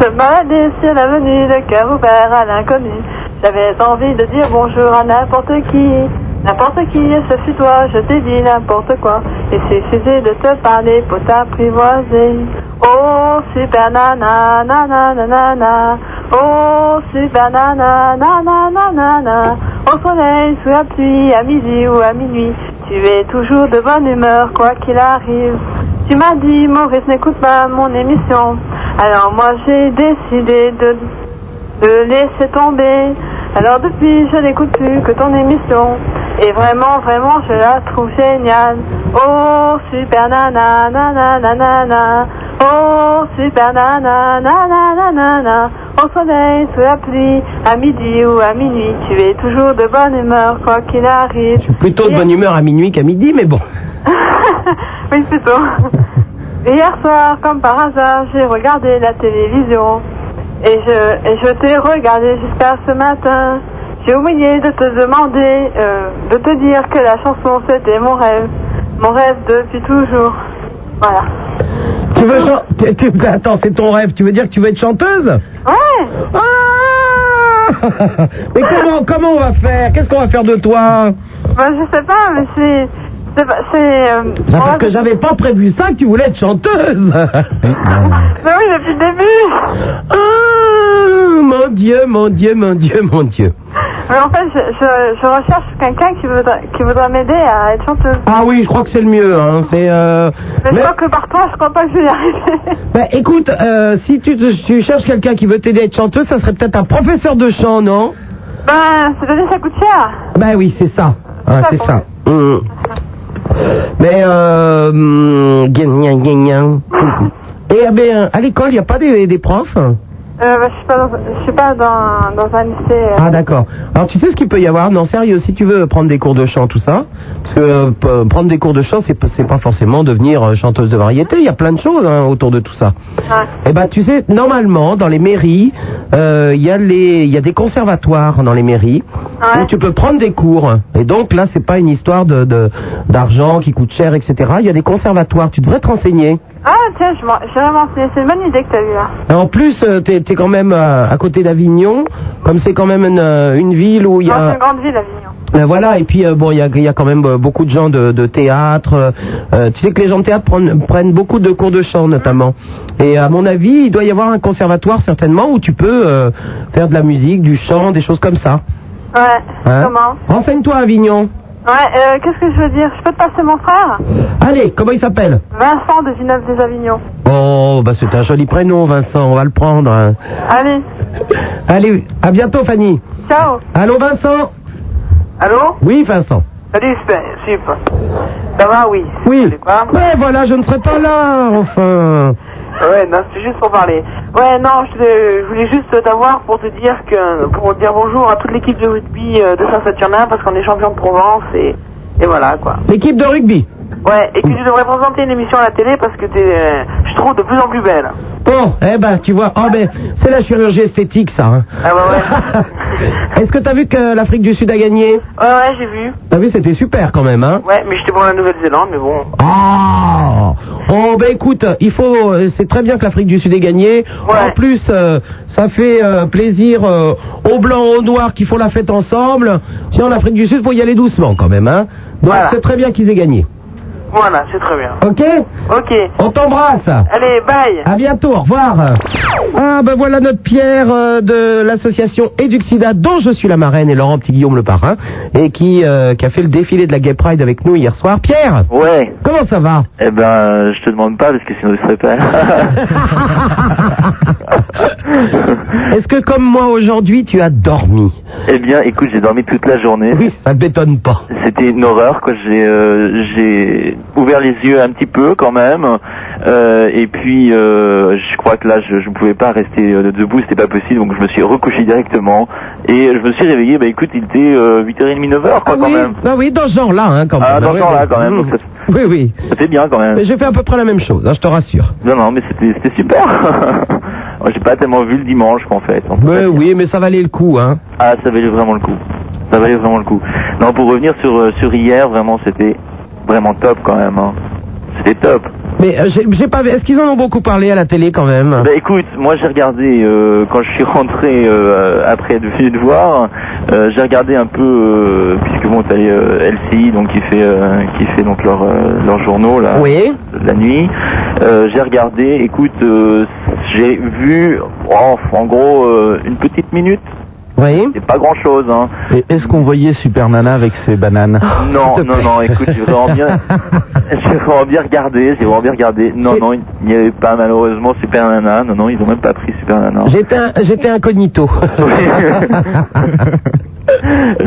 S20: Je me baladais sur l'avenue, le cœur ouvert à l'inconnu. J'avais envie de dire bonjour à n'importe qui. N'importe qui, ce fut toi, je t'ai dit n'importe quoi. Et c'est cessé de te parler pour t'apprivoiser. Oh, super nana, nana, nana, nana. Oh, super nana, nana, nana, nana. Au soleil, sous la pluie, à midi ou à minuit. Tu es toujours de bonne humeur, quoi qu'il arrive. Tu m'as dit, Maurice, n'écoute pas mon émission. Alors moi, j'ai décidé de, de laisser tomber. Alors depuis, je n'écoute plus que ton émission. Et vraiment, vraiment, je la trouve géniale. Oh, super nana, nana, nana, nana. Oh, super nana, nana, nana, nana. Au soleil, sous la pluie, à midi ou à minuit, tu es toujours de bonne humeur, quoi qu'il arrive.
S4: Plutôt de bonne humeur à minuit qu'à midi, mais bon.
S20: Oui, plutôt. Hier soir, comme par hasard, j'ai regardé la télévision. Et je, et je t'ai regardé jusqu'à ce matin. J'ai oublié de te demander, euh, de te dire que la chanson c'était mon rêve. Mon rêve depuis toujours. Voilà.
S4: Tu veux chan- tu- tu- Attends, c'est ton rêve. Tu veux dire que tu veux être chanteuse
S20: Ouais
S4: Ah Mais comment, comment on va faire Qu'est-ce qu'on va faire de toi
S20: Bah, je sais pas, mais c'est. C'est. pas- c'est, euh,
S4: Parce que j'avais pas prévu ça, que tu voulais être chanteuse
S20: Mais oui, depuis le début
S4: Ah, Mon Dieu, mon Dieu, mon Dieu, mon Dieu
S20: Mais en fait, je, je, je recherche quelqu'un qui voudra, qui voudra m'aider à être chanteuse.
S4: Ah oui, je crois que c'est le mieux, hein. c'est... euh,
S20: Mais, je crois que par toi, je crois pas que je vais y arriver.
S4: Bah, écoute, euh, si tu, te- tu cherches quelqu'un qui veut t'aider à être chanteuse, ça serait peut-être un professeur de chant, non
S20: Ben, c'est-à-dire ça coûte cher.
S4: Bah oui, c'est ça. Ah, c'est ça. Mmh. Mais euh... hmm, gna, gna, gna, gna. Et eh ben, à l'école, il n'y a pas des, des profs
S20: Euh, bah, je suis pas dans, je suis pas dans, dans un lycée. euh,
S4: Ah d'accord. Alors tu sais ce qu'il peut y avoir Non sérieux, si tu veux prendre des cours de chant, tout ça, parce que euh, p- prendre des cours de chant, c'est p- c'est pas forcément devenir euh, chanteuse de variété. Il y a plein de choses hein, autour de tout ça. Eh ben tu sais, normalement dans les mairies, euh, il y a les, il y a des conservatoires dans les mairies où tu peux prendre des cours. Et donc là, c'est pas une histoire de de- d'argent qui coûte cher, etc. Il y a des conservatoires. Tu devrais te renseigner.
S20: Ah, tiens, je m'en- je vais m'enseigner. C'est une bonne idée que t'as eue, hein. là.
S4: Et En plus, euh, t'es t'es quand même euh, à côté d'Avignon, comme c'est quand même une, euh, une ville où il y
S20: Dans
S4: a
S20: une grande ville, Avignon.
S4: ben voilà, et puis euh, bon, il y a, il y a quand même euh, beaucoup de gens de, de théâtre. euh, euh, tu sais que les gens de théâtre prennent, prennent beaucoup de cours de chant notamment. Et à mon avis, il doit y avoir un conservatoire certainement où tu peux euh, faire de la musique, du chant, des choses comme ça.
S20: Ouais.
S4: Hein
S20: Comment
S4: Renseigne-toi à Avignon.
S20: Ouais, euh, qu'est-ce que je veux dire Je peux te passer mon frère
S4: Allez, comment il s'appelle
S20: Vincent de Villeneuve des Avignons.
S4: Oh, bah c'est un joli prénom Vincent, on va le prendre. hein.
S20: Allez,
S4: Allez, à bientôt Fanny.
S20: ciao
S4: Allô Vincent
S12: Allô
S4: Oui Vincent.
S12: Salut, Sp- Sup. Ça va, oui
S4: Oui. Ouais, voilà, je ne serai pas là, enfin.
S12: Ouais, non, c'est juste pour parler. Ouais, non, je, te- je voulais juste t'avoir pour te dire que pour dire bonjour à toute l'équipe de rugby euh, de Saint-Saturnin parce qu'on est champion de Provence et, et voilà quoi.
S4: L'équipe de rugby.
S12: Ouais, et que tu devrais présenter une émission à la télé parce que t'es, euh, je trouve de plus en plus belle.
S4: Bon, eh ben, tu vois, oh ben, c'est la chirurgie esthétique, ça. hein.
S12: Ah bah ouais.
S4: Est-ce que t'as vu que l'Afrique du Sud a gagné
S12: Ouais, ouais, j'ai vu.
S4: T'as vu, c'était super quand même, hein
S12: Ouais, mais j'étais pour la Nouvelle-Zélande, mais bon.
S4: Oh, oh ben écoute, il faut, euh, c'est très bien que l'Afrique du Sud ait gagné. En plus, euh, ça fait euh, plaisir euh, aux blancs, aux noirs qui font la fête ensemble. Tiens, en Afrique du Sud, faut y aller doucement quand même, hein Donc
S12: Voilà.
S4: c'est très bien qu'ils aient gagné.
S12: Voilà, c'est très bien.
S4: Ok
S12: Ok.
S4: On t'embrasse.
S12: Allez, bye.
S4: À bientôt, au revoir. Ah ben voilà notre Pierre euh, de l'association Eduxida dont je suis la marraine et Laurent Petit Guillaume le parrain et qui, euh, qui a fait le défilé de la Gay Pride avec nous hier soir. Pierre
S6: Ouais.
S4: Comment ça va
S6: Eh ben, je te demande pas parce que sinon je serais pas.
S4: Est-ce que comme moi aujourd'hui tu as dormi
S6: eh bien, écoute, j'ai dormi toute la journée.
S4: Oui, ça bétonne pas.
S6: C'était une horreur, quoi. J'ai, euh, j'ai ouvert les yeux un petit peu quand même. Euh, et puis, euh, je crois que là, je je ne pouvais pas rester euh, debout, c'était pas possible. Donc, je me suis recouché directement et je me suis réveillé. Bah, écoute, il était euh, 8h30, 9h, quoi, quand
S4: oui,
S6: même.
S4: bah oui, dans ce genre-là, hein, quand même.
S6: Ah, dans
S4: Ah
S6: ce
S4: oui,
S6: genre-là,
S4: oui.
S6: quand même.
S4: Mmh.
S6: Donc, ça-
S4: Oui, oui.
S6: C'était bien quand même.
S4: Mais J'ai fait à peu près la même chose, hein, je te rassure.
S6: Non, non, mais c'était c'était super. J'ai pas tellement vu le dimanche, en fait.
S4: Mais oui, mais ça valait le coup, hein.
S6: Ah, ça valait vraiment le coup. Ça valait vraiment le coup. Non, pour revenir sur, euh, sur hier, vraiment, c'était vraiment top quand même. hein. C'était top.
S4: Mais euh, j'ai j'ai pas vu. Est-ce qu'ils en ont beaucoup parlé à la télé quand même
S6: Bah écoute, moi j'ai regardé euh, quand je suis rentré euh, après être venu te voir, euh, j'ai regardé un peu euh, puisque bon t'as les euh, LCI donc qui fait euh, qui fait donc leur euh, leurs journaux là la nuit. Euh, j'ai regardé, écoute, euh, j'ai vu oh, en gros euh, une petite minute.
S4: Oui.
S6: C'est pas grand chose hein.
S3: Et est-ce qu'on voyait Super Nana avec ses bananes
S13: Oh,
S6: Non, non, non, écoute, j'ai vraiment bien, j'ai vraiment bien regardé, j'ai vraiment bien regardé. Non, non, il n'y avait pas malheureusement Super Nana, non, non, ils ont même pas pris Super Nana.
S4: J'étais un- j'étais incognito.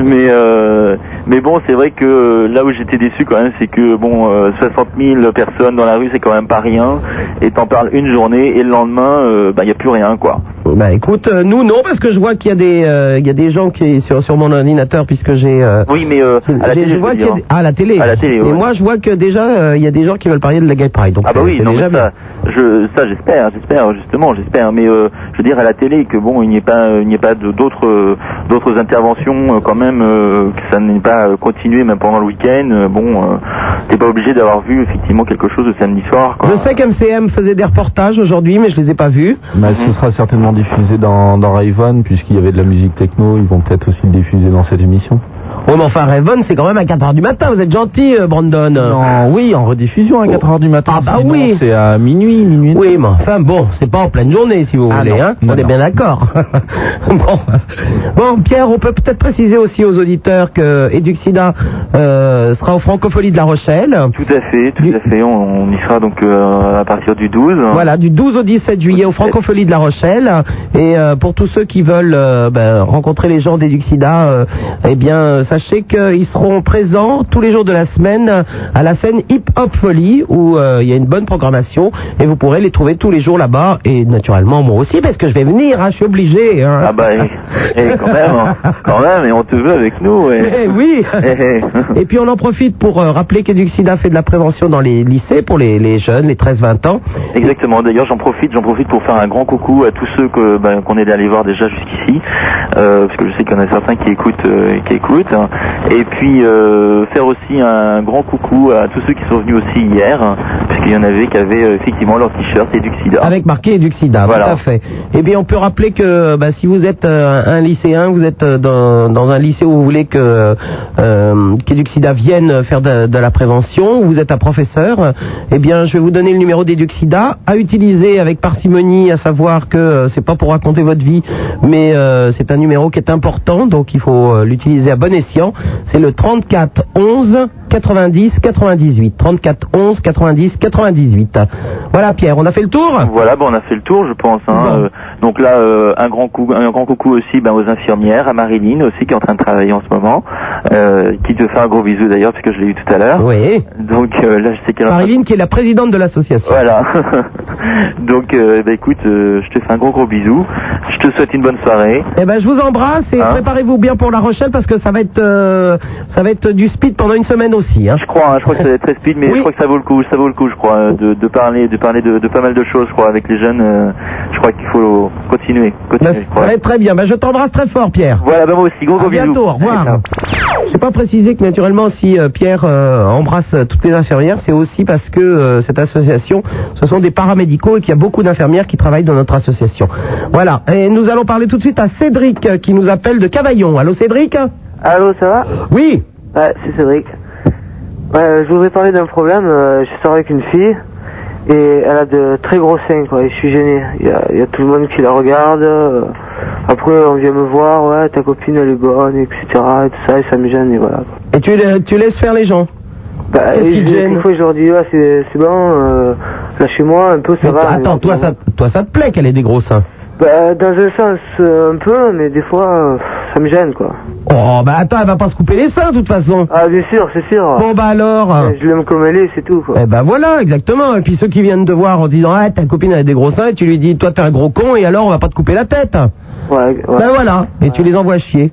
S6: Mais, euh, mais bon, c'est vrai que là où j'étais déçu quand même, c'est que bon, euh, 60 000 personnes dans la rue, c'est quand même pas rien. Et t'en parles une journée et le lendemain, euh, bah, il n'y a plus rien, quoi.
S4: Bah écoute, euh, nous non, parce que je vois qu'il y a des, euh, il y a des gens qui sur, sur mon ordinateur, puisque j'ai. euh,
S6: Oui, mais euh, à la
S4: j'ai-
S6: télé,
S4: je
S6: je
S4: vois
S6: veux
S4: qu'il y a
S6: dire,
S4: des-
S6: hein.
S4: ah, la télé.
S6: À la télé,
S4: Et
S6: ouais.
S4: moi, je vois que déjà, euh, il y a des gens qui veulent parler de la Gay Pride. Donc
S6: Ah bah
S4: c'est-
S6: oui,
S4: c'est
S6: non,
S4: déjà
S6: mais ça, je, ça j'espère, j'espère, justement, j'espère. Mais euh, je veux dire à la télé que bon, il n'y ait pas, il n'y ait pas de- d'autres, euh, d'autres interventions euh, quand même, euh, que ça n'ait pas euh, continué même pendant le week-end. euh, Bon, euh, t'es pas obligé d'avoir vu effectivement quelque chose le samedi soir. Quoi.
S4: Je sais qu'MCM faisait des reportages aujourd'hui, mais je les ai pas vus.
S3: Bah, ce sera certainement diffusé dans, dans Raven, puisqu'il y avait de la musique techno, ils vont peut-être aussi le diffuser dans cette émission.
S4: Oh, mais enfin, Raven, c'est quand même à 4h du matin. Vous êtes gentil, euh, Brandon. Non,
S3: oui, en rediffusion à 4h du matin.
S4: Ah, bah
S3: sinon,
S4: oui.
S3: C'est à minuit, minuit. Ah,
S4: Oui, mais enfin, bon, c'est pas en pleine journée, si vous voulez. hein. on est bien d'accord. bon. Bon, Pierre, on peut peut-être préciser aussi aux auditeurs que Eduxida euh, sera aux Francopholies de La Rochelle.
S6: Tout à fait, tout à fait. On, on y sera donc euh, à partir du 12.
S4: Voilà, du 12 au 17 juillet au Francopholies de La Rochelle. Et euh, pour tous ceux qui veulent euh, ben, rencontrer les gens d'Eduxida, euh, eh bien, euh, sachez qu'ils seront présents tous les jours de la semaine euh, à la scène Hip Hop Folie, où euh, il y a une bonne programmation. Et vous pourrez les trouver tous les jours là-bas. Et naturellement, moi aussi, parce que je vais venir, hein, je suis obligé. hein.
S6: Ah bah, eh, eh, quand même, hein, quand même, et on te veut avec nous. ouais.
S4: Eh oui
S6: Eh, eh.
S4: Et puis on en profite pour euh, rappeler qu'Eduxida fait de la prévention dans les lycées pour les, les jeunes, les 13-20 ans.
S6: Exactement. D'ailleurs, j'en profite, j'en profite pour faire un grand coucou à tous ceux que ben, qu'on est allé voir déjà jusqu'ici, euh, parce que je sais qu'il y en a certains qui écoutent, euh, qui écoutent. Et puis euh, faire aussi un grand coucou à tous ceux qui sont venus aussi hier, hein, puisqu'il y en avait qui avaient euh, effectivement leur t-shirt et du sida.
S4: Avec marqué Eduxida, tout à fait. Et bien, on peut rappeler que bah, si vous êtes euh, un lycéen, vous êtes euh, dans, dans un lycée où vous voulez que euh, qu'Eduxida vienne faire de, de la prévention, ou vous êtes un professeur, euh, eh bien, je vais vous donner le numéro d'Eduxida à utiliser avec parcimonie, à savoir que euh, c'est pas pour raconter votre vie, mais euh, c'est un numéro qui est important, donc il faut euh, l'utiliser à bon escient. C'est le 34 11 90 98. 34 11 90 98. Voilà, Pierre, on a fait le tour
S6: Voilà, bon, on a fait le tour, je pense. hein. Euh, donc là, euh, un grand coup, un grand coucou aussi ben, aux infirmières, à Marilyn aussi qui est en train de travailler en ce moment, euh, qui te fait un gros bisou d'ailleurs parce que je l'ai eu tout à l'heure.
S4: Oui.
S6: Donc euh, là, je sais qu'elle est en train de-
S4: Marilyn, qui est la présidente de l'association.
S6: Voilà. Donc, euh, bah, écoute, euh, je te fais un gros gros bisou. Je te souhaite une bonne soirée.
S4: Eh ben, je vous embrasse et
S6: Hein
S4: préparez-vous bien pour La Rochelle parce que ça va être, euh, ça va être du speed pendant une semaine aussi. Hein.
S6: Je crois, hein, je crois que ça va être très speed, mais je crois que ça vaut le coup, ça vaut le coup, je crois, euh, de, de parler, de parler de, de pas mal de choses, je crois, avec les jeunes. euh, je crois qu'il faut continuer, continuer, je crois.
S4: Très très bien. Ben, je t'embrasse très fort, Pierre.
S6: Voilà, bah, moi aussi, gros
S4: À
S6: gros bisous.
S4: bientôt, au revoir. Je n'ai pas précisé que naturellement, si euh, Pierre euh, embrasse euh, toutes les infirmières, c'est aussi parce que euh, cette association, ce sont des paramédicaux et qu'il y a beaucoup d'infirmières qui travaillent dans notre association. Voilà. Et nous allons parler tout de suite à Cédric euh, qui nous appelle de Cavaillon. Allô, Cédric
S12: Allô, ça va
S4: Oui.
S12: Ouais, c'est Cédric. Ouais, euh, je voudrais parler d'un problème. euh, je sors avec une fille et elle a de très gros seins, quoi. Et je suis gêné. Il y a, il y a tout le monde qui la regarde. euh, Après, on vient me voir. Ouais, ta copine, elle est bonne, etc. Et tout ça, et ça me gêne, et voilà.
S4: Et tu, la- tu laisses faire les gens
S12: Bah,
S4: Qu'est-ce
S12: et
S4: qui te
S12: je-
S4: gêne
S12: Des fois, je leur dis, ouais, c'est c'est bon, euh, lâchez-moi un peu, ça va.
S4: Attends,
S12: mais-
S4: toi ça, toi, ça te plaît qu'elle ait des gros seins
S12: Bah, dans un sens, euh, un peu, mais des fois, euh, ça me gêne, quoi.
S4: Oh, bah attends, elle va pas se couper les seins de toute façon.
S12: Ah, bien sûr, c'est sûr.
S4: Bon, bah alors. euh,
S12: Je l'aime comme elle est, c'est tout, quoi.
S4: Eh ben voilà, exactement. Et puis ceux qui viennent te voir en disant Ah, ta copine elle a des gros seins, et tu lui dis Toi, t'es un gros con, et alors on va pas te couper la tête.
S12: Ouais,
S4: Ben voilà, et tu les envoies chier.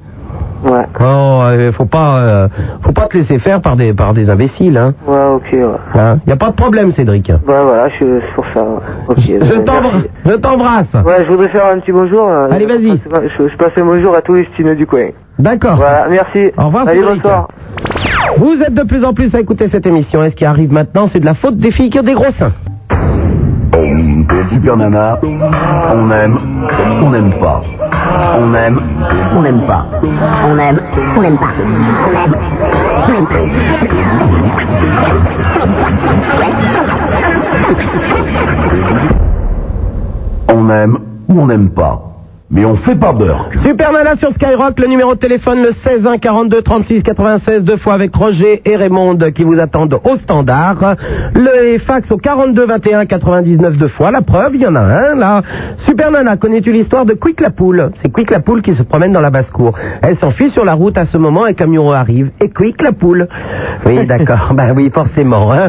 S12: Ouais.
S4: Oh, euh, faut pas, euh, faut pas te laisser faire par des, par des imbéciles. Hein.
S12: Ouais, ok, ouais.
S4: Hein y a pas de problème, Cédric.
S12: Bah voilà, je suis c'est pour ça. ouais. Ok.
S4: Je
S12: euh,
S4: t'embrasse. Je t'embrasse.
S12: Ouais, je voudrais faire un petit bonjour. euh,
S4: Allez,
S12: je
S4: vas-y.
S12: passe- Je, je passe un bonjour à tous les stineux du coin.
S4: D'accord.
S12: Voilà, merci.
S4: Au revoir,
S12: Allez,
S4: Cédric.
S12: bonsoir.
S4: Vous êtes de plus en plus à écouter cette émission, et ce qui arrive maintenant, c'est de la faute des filles qui ont des gros seins.
S21: Super Nana, on aime, on n'aime pas. On aime, on n'aime pas.
S10: On aime, on n'aime pas. On aime, on n'aime pas.
S21: On aime ou on n'aime pas. Mais on fait pas beurre.
S4: Super Nana sur Skyrock, le numéro de téléphone le 16 1 42 36 96 deux fois avec Roger et Raymond qui vous attendent au standard. Le fax au 42 21 99 deux fois. La preuve, il y en a un là. Super Nana, connais-tu l'histoire de Quick la poule C'est Quick la poule qui se promène dans la basse-cour. Elle s'enfuit sur la route à ce moment un camion arrive et Quick la poule. Oui, d'accord. ben oui, forcément. hein.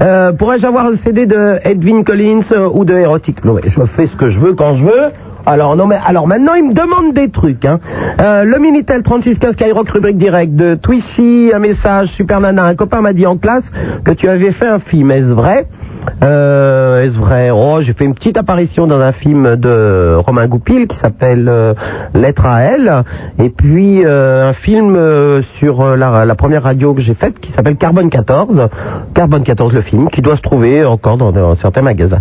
S4: Euh, Pourrais-je avoir un CD de Edwin Collins euh, ou de Erotic Non, mais je fais ce que je veux quand je veux. Alors non mais alors maintenant il me demande des trucs. Hein. Euh, le Minitel 3615 Skyrock rubrique direct de Twishy, un message super nana. Un copain m'a dit en classe que tu avais fait un film. Est-ce vrai Euh, Est-ce vrai Oh j'ai fait une petite apparition dans un film de Romain Goupil qui s'appelle euh, Lettre à elle et puis euh, un film euh, sur euh, la, la première radio que j'ai faite qui s'appelle Carbone 14. Carbone 14 le film qui doit se trouver encore dans, dans certains magasins.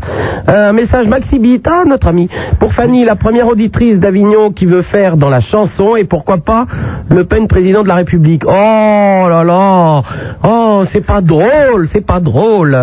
S4: Euh, un message Maxi Beat, ah, notre ami. Pour Fanny, la première auditrice d'Avignon qui veut faire dans la chanson et pourquoi pas Le Pen président de la République. Oh là là Oh, c'est pas drôle, c'est pas drôle.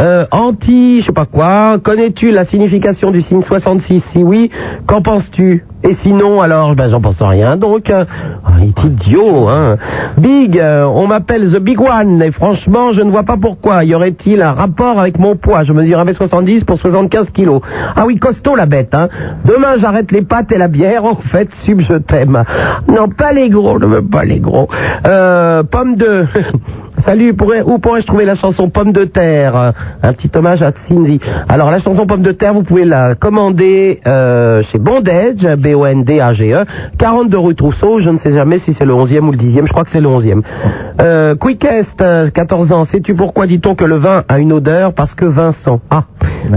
S4: Euh, anti, je sais pas quoi. Connais-tu la signification du signe 66 Si oui, qu'en penses-tu et sinon, alors, ben, j'en pense rien. Donc, euh, oh, il est idiot, hein. Big, euh, on m'appelle The Big One, et franchement, je ne vois pas pourquoi. Y aurait-il un rapport avec mon poids Je mesure 1m70 pour 75 kilos. Ah oui, costaud la bête, hein. Demain, j'arrête les pâtes et la bière. En fait, sub, je t'aime. Non, pas les gros, ne veux pas les gros. Euh, pomme de... Salut, pourrais- où pourrais-je trouver la chanson Pomme de terre Un petit hommage à Cindy. Alors, la chanson Pomme de terre, vous pouvez la commander euh, chez Bondage, B-O-N-D-A-G-E, 42 E, rue Trousseau, je ne sais jamais si c'est le 11e ou le 10e, je crois que c'est le 11e. Euh, Quickest, euh, 14 ans, sais-tu pourquoi dit-on que le vin a une odeur Parce que Vincent. Ah,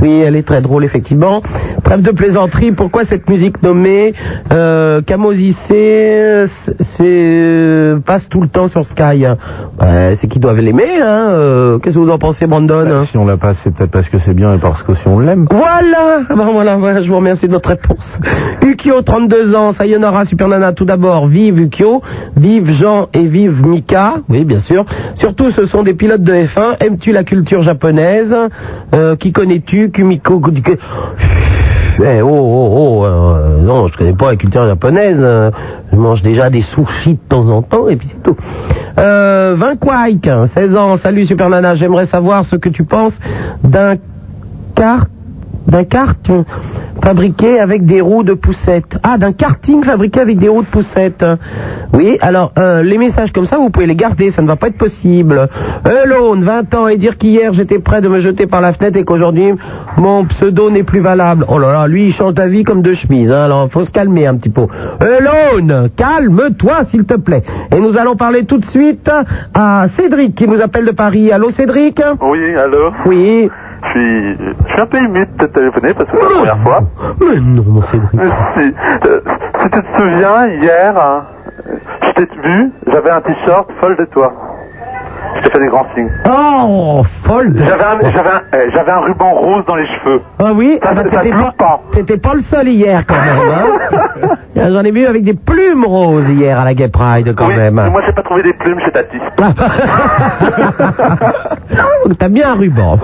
S4: oui, elle est très drôle, effectivement. Trêve de plaisanterie, pourquoi cette musique nommée euh, Camosissé, c'est euh, passe tout le temps sur Sky hein Ouais, C'est qu'ils doivent l'aimer, hein euh, Qu'est-ce que vous en pensez, Brandon hein
S22: Bah, Si on la passe, c'est peut-être parce que c'est bien et parce que si on l'aime.
S4: voilà, Bon, voilà, voilà, je vous remercie de votre réponse. Ukio, 32 ans, Sayonara, Super Nana, tout d'abord, vive Ukio, vive Jean et vive Mika, oui bien sûr. Surtout, ce sont des pilotes de F1, aimes-tu la culture japonaise Euh, Qui connais-tu Kumiko... Kud- Eh, oh, oh, oh, euh, non, je connais pas la culture japonaise. euh, je mange déjà des sushis de temps en temps et puis c'est tout. Euh, 20 Quake, 16 ans, salut Super Nana, j'aimerais savoir ce que tu penses d'un car d'un kart fabriqué avec des roues de poussette. Ah, d'un karting fabriqué avec des roues de poussette. Oui, alors, euh, les messages comme ça, vous pouvez les garder, ça ne va pas être possible. Alone, 20 ans, et dire qu'hier j'étais prêt de me jeter par la fenêtre et qu'aujourd'hui mon pseudo n'est plus valable. Oh là là, lui il change d'avis comme de chemise, hein, alors faut se calmer un petit peu. Alone, calme-toi s'il te plaît. Et nous allons parler tout de suite à Cédric qui nous appelle de Paris. Allô Cédric
S13: Oui, allô
S4: Oui.
S13: Je suis, je suis un peu ému de te téléphoner parce que c'est la première fois.
S4: Mais non, mon Cédric.
S13: Mais si, euh, si tu te souviens, hier, hein, je t'ai vu, j'avais un t-shirt folle de toi. Je t'ai fait des grands signes.
S4: Oh, folle de-
S13: J'avais un, j'avais un, euh, j'avais un ruban rose dans les cheveux.
S4: Ah oui, ah bah,
S13: ça
S4: t'étais
S13: te
S4: pas, t'étais pas le seul hier quand même. hein. J'en ai vu avec des plumes roses hier à la Gay Pride quand même.
S13: Moi, j'ai pas trouvé des plumes chez Bah Tati.
S4: Donc, T'as bien un ruban.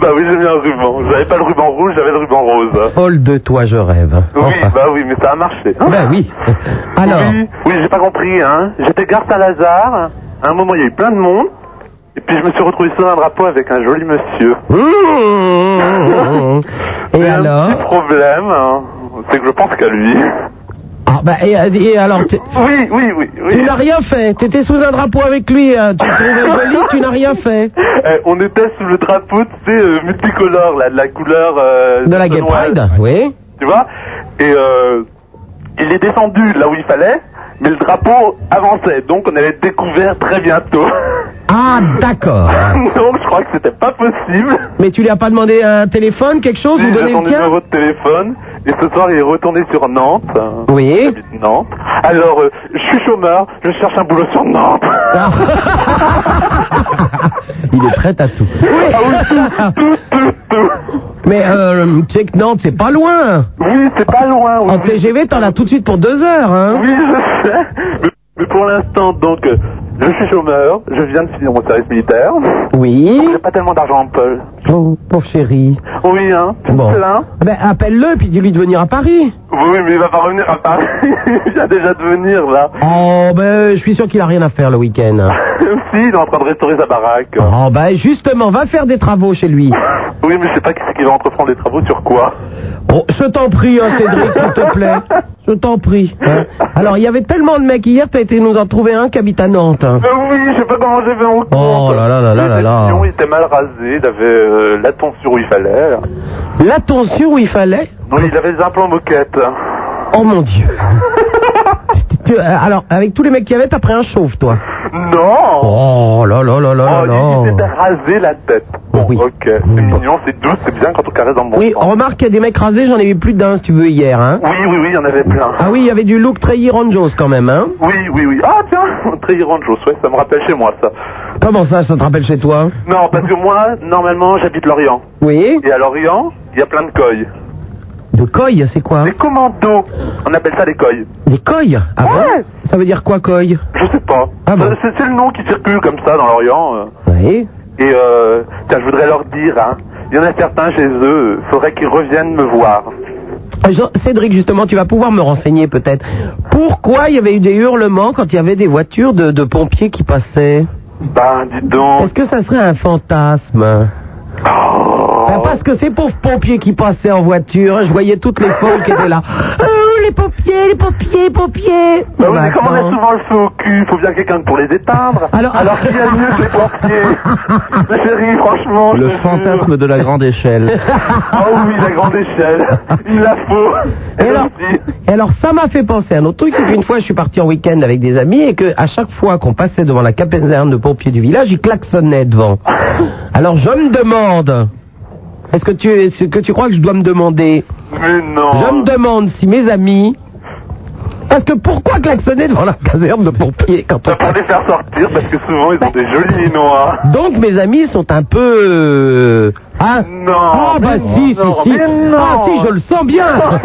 S13: bah oui, j'ai mis un ruban. J'avais pas le ruban rouge, j'avais le ruban rose.
S4: Folle de toi, je rêve.
S13: Oui, bah oui, mais ça a marché.
S4: Bah oui. Alors.
S13: Oui, oui, j'ai pas compris, hein. J'étais gare Saint-Lazare. À un moment, il y a eu plein de monde. Et puis, je me suis retrouvé sous un drapeau avec un joli monsieur.
S4: Mmh, Et alors
S13: Le problème, hein, c'est que je pense qu'à lui.
S4: Ah, bah, et, et alors tu-
S13: Oui, oui, oui. oui.
S4: Tu n'as rien fait. T'étais sous un drapeau avec lui. hein. Tu le trouvais joli, tu n'as rien fait.
S13: Eh, on était sous le drapeau, tu sais, euh, multicolore, là, de la couleur... euh,
S4: De la Gay
S13: Noël.
S4: Pride Oui.
S13: Tu vois Et euh, il est descendu là où il fallait, mais le drapeau avançait, donc on allait être découvert très bientôt.
S4: Ah, d'accord.
S13: donc je crois que c'était pas possible.
S4: Mais tu lui as pas demandé un téléphone, quelque chose,
S13: J'ai
S4: ou donné
S13: son
S4: le tien
S13: numéro de téléphone, et ce soir il est retourné sur Nantes.
S4: Oui.
S13: Nantes. Alors, euh, je suis chômeur, je cherche un boulot sur Nantes.
S23: Il est prêt à tout.
S13: Ah oui, tout, tout, tout, tout.
S4: Mais euh, tu sais que Nantes, c'est pas loin.
S13: Oui, c'est pas loin.
S4: en TGV, t'en as tout de suite pour deux heures. Hein.
S13: Oui, je sais. Mais, mais pour l'instant, donc, euh, je suis chômeur, je viens de finir mon service militaire.
S4: Oui.
S13: J'ai pas tellement d'argent en poche.
S4: Pauvre, Oh, pauvre chéri.
S13: Oui, hein.
S4: Bon.
S13: Plein.
S4: Ben, appelle-le, puis dis-lui de venir à Paris.
S13: Oui, mais il va pas revenir à Paris. il vient déjà de venir, là.
S4: Oh, ben, je suis sûr qu'il a rien à faire le week-end.
S13: si, il est en train de restaurer sa baraque.
S4: Oh, ben, justement, va faire des travaux chez lui.
S13: Oui, mais je sais pas qui c'est qui va entreprendre les travaux sur quoi.
S4: Oh, je t'en prie, hein, Cédric, s'il te plaît. Je t'en prie. hein. Alors, il y avait tellement de mecs hier, t'as été nous en trouver un qui habite à Nantes. hein.
S13: Mais Euh, oui, je sais pas comment j'ai fait mon
S4: Oh là là là là là là.
S13: Il était mal rasé, il avait euh, la tonsure où il fallait.
S4: La tension où il fallait.
S13: Oui, il avait des implants moquettes.
S4: Oh mon dieu. Tu- euh, alors, avec tous les mecs qu'il y avait, t'as pris un chauve, toi.
S13: Non Oh,
S4: Oh là là là là là
S13: Il
S4: là. Mm.
S13: s'était rasé la tête. Bon, ok, c'est mignon, c'est doux, c'est bien quand on caresse dans le bon
S4: Oui,
S13: sens.
S4: remarque qu'il y a des mecs rasés, j'en ai vu plus d'un, si tu veux, hier. Hein.
S13: Oui, oui, oui, il y en avait plein.
S4: Ah oui, il y avait du look très Jones quand même. Hein.
S13: Oui, oui, oui. Ah tiens, très grande chose, ouais, ça me rappelle chez moi ça.
S4: Comment ça, ça te rappelle chez toi
S13: Non, parce que moi, normalement, j'habite l'Orient.
S4: Oui.
S13: Et à l'Orient, il y a plein de coilles.
S4: De coille, c'est quoi
S13: Des commandos, on appelle ça des coilles.
S4: Des coilles Ah ouais Ça veut dire quoi, coille
S13: Je sais pas. Euh, c'est c'est le nom qui circule comme ça dans l'Orient. euh.
S4: Ah Oui.
S13: Et euh, tiens, je voudrais leur dire, hein, il y en a certains chez eux, faudrait qu'ils reviennent me voir.
S4: Euh, Jean- Cédric, justement, tu vas pouvoir me renseigner peut-être. Pourquoi il y avait eu des hurlements quand il y avait des voitures de, de pompiers qui passaient
S13: Ben, dis donc.
S4: Est-ce que ça serait un fantasme Ben, Parce que ces pauvres pompiers qui passaient en voiture, hein, je voyais toutes les femmes qui étaient là. Oh, les pompiers, les pompiers, les pompiers
S13: Bah oui,
S4: Ben,
S13: mais comme on a
S4: attends.
S13: souvent le feu au cul, faut bien quelqu'un pour les éteindre. Alors, qu'il y a mieux que les pompiers Ma chérie, franchement.
S3: Le fantasme de la grande échelle.
S13: Oh oui, la grande échelle. Il la faut.
S4: Et alors, et alors, ça m'a fait penser à un autre truc, c'est qu'une fois je suis parti en week-end avec des amis et que à chaque fois qu'on passait devant la caserne de pompiers du village, ils klaxonnaient devant. Alors je me demande, est-ce que tu est-ce que tu crois que je dois me demander
S13: Mais non.
S4: Je me demande si mes amis, parce que pourquoi klaxonner devant la caserne de pompiers quand on
S13: Pour les faire sortir, parce que souvent, ils
S4: Bah,
S13: ont des jolis noix.
S4: donc mes amis sont un peu. euh, Ah
S13: Non
S4: Ah bah
S13: mais
S4: si,
S13: non,
S4: si, si
S13: mais non.
S4: Ah si, je le sens bien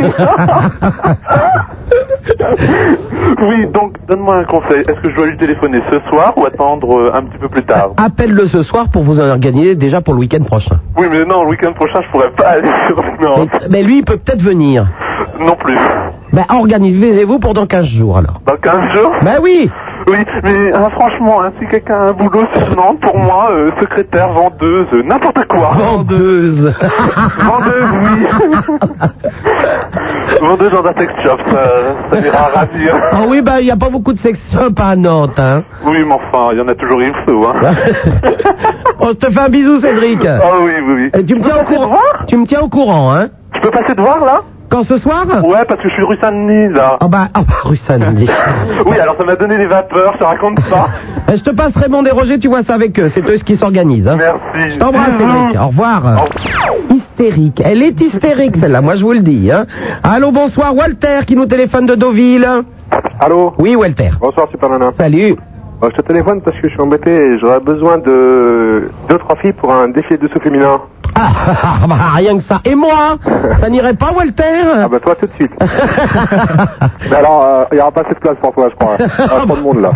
S13: Oui, donc, donne-moi un conseil. Est-ce que je dois lui téléphoner ce soir ou attendre euh, un petit peu plus tard
S4: Appelle-le ce soir pour vous en organiser déjà pour le week-end prochain.
S13: Oui, mais non, le week-end prochain, je pourrais pas aller sur non,
S4: Mais lui, il peut peut-être venir.
S13: non plus.
S4: Ben, organisez-vous pour dans 15 jours, alors.
S13: Dans 15 jours
S4: Ben oui
S13: Oui, mais ah, franchement, hein, si quelqu'un a un boulot sur Nantes, pour moi, euh, secrétaire, vendeuse, euh, n'importe quoi.
S4: Vendeuse
S13: Vendeuse, oui Vendeuse dans un sex shop, ça, ça m'ira à ravir.
S4: Ah oui, ben, il n'y a pas beaucoup de sex shops à Nantes, hein.
S13: Oui, mais enfin, il y en a toujours une faut, hein.
S4: On te fait un bisou, Cédric.
S13: Ah oui, oui, oui.
S4: Et tu me tiens au courant Tu me tiens au courant, hein
S13: Je peux passer te voir, là
S4: Quand ce soir
S13: Ouais, parce que je suis rue Saint-Denis, là.
S4: Ah bah, ah bah, rue Saint-Denis.
S13: Oui, alors ça m'a donné des vapeurs, je te raconte pas.
S4: Ben, Je te passe Raymond et Roger, tu vois ça avec eux. C'est eux qui s'organisent. Hein.
S13: Merci.
S4: Je t'embrasse, Cédric. Au revoir. Hystérique. Elle est hystérique, celle-là, moi je vous le dis. Hein. Allô, bonsoir, Walter qui nous téléphone de Deauville.
S2: Allô
S4: Oui, Walter.
S2: Bonsoir, Super Nana.
S4: Salut.
S2: je te téléphone parce que je suis embêté et j'aurais besoin de deux, trois filles pour un défi de saut féminin.
S4: Ah, ah, ah, bah, rien que ça. Et moi Ça n'irait pas, Walter Ah
S2: bah toi, tout de suite. Mais alors, euh, il n'y aura pas assez de place pour toi, je crois. Il y aura trop de monde, là.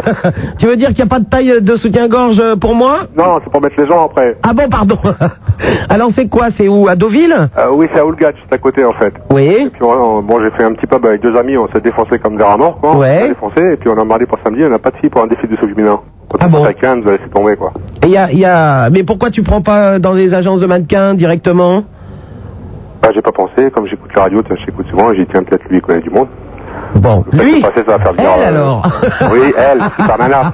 S4: Tu veux dire qu'il n'y a pas de taille de soutien-gorge pour moi
S2: Non, c'est pour mettre les gens après.
S4: Ah bon, pardon. Alors c'est quoi C'est où À Deauville
S2: Euh, oui, c'est à Oulgach, c'est à côté, en fait.
S4: Oui.
S2: Et puis, on- on- bon, j'ai fait un petit pub avec deux amis, on s'est défoncé comme des rats morts, quoi.
S4: Ouais.
S2: On s'est défoncé, et puis on a mardi pour samedi, on n'a pas de filles pour un défi de saut féminin. Quand on passe à 15, euh, c'est tombé, quoi.
S4: Et il y a, il y a... Mais pourquoi tu prends pas dans les agences de mannequins directement
S2: Bah, j'ai pas pensé, comme j'écoute la radio, tiens, j'écoute souvent, et j'ai dit, tiens, peut-être lui il connaît du monde.
S4: Bon,
S2: lui passer, ça va faire bien,
S4: Elle,
S2: euh,
S4: alors
S2: Oui, elle, super nana.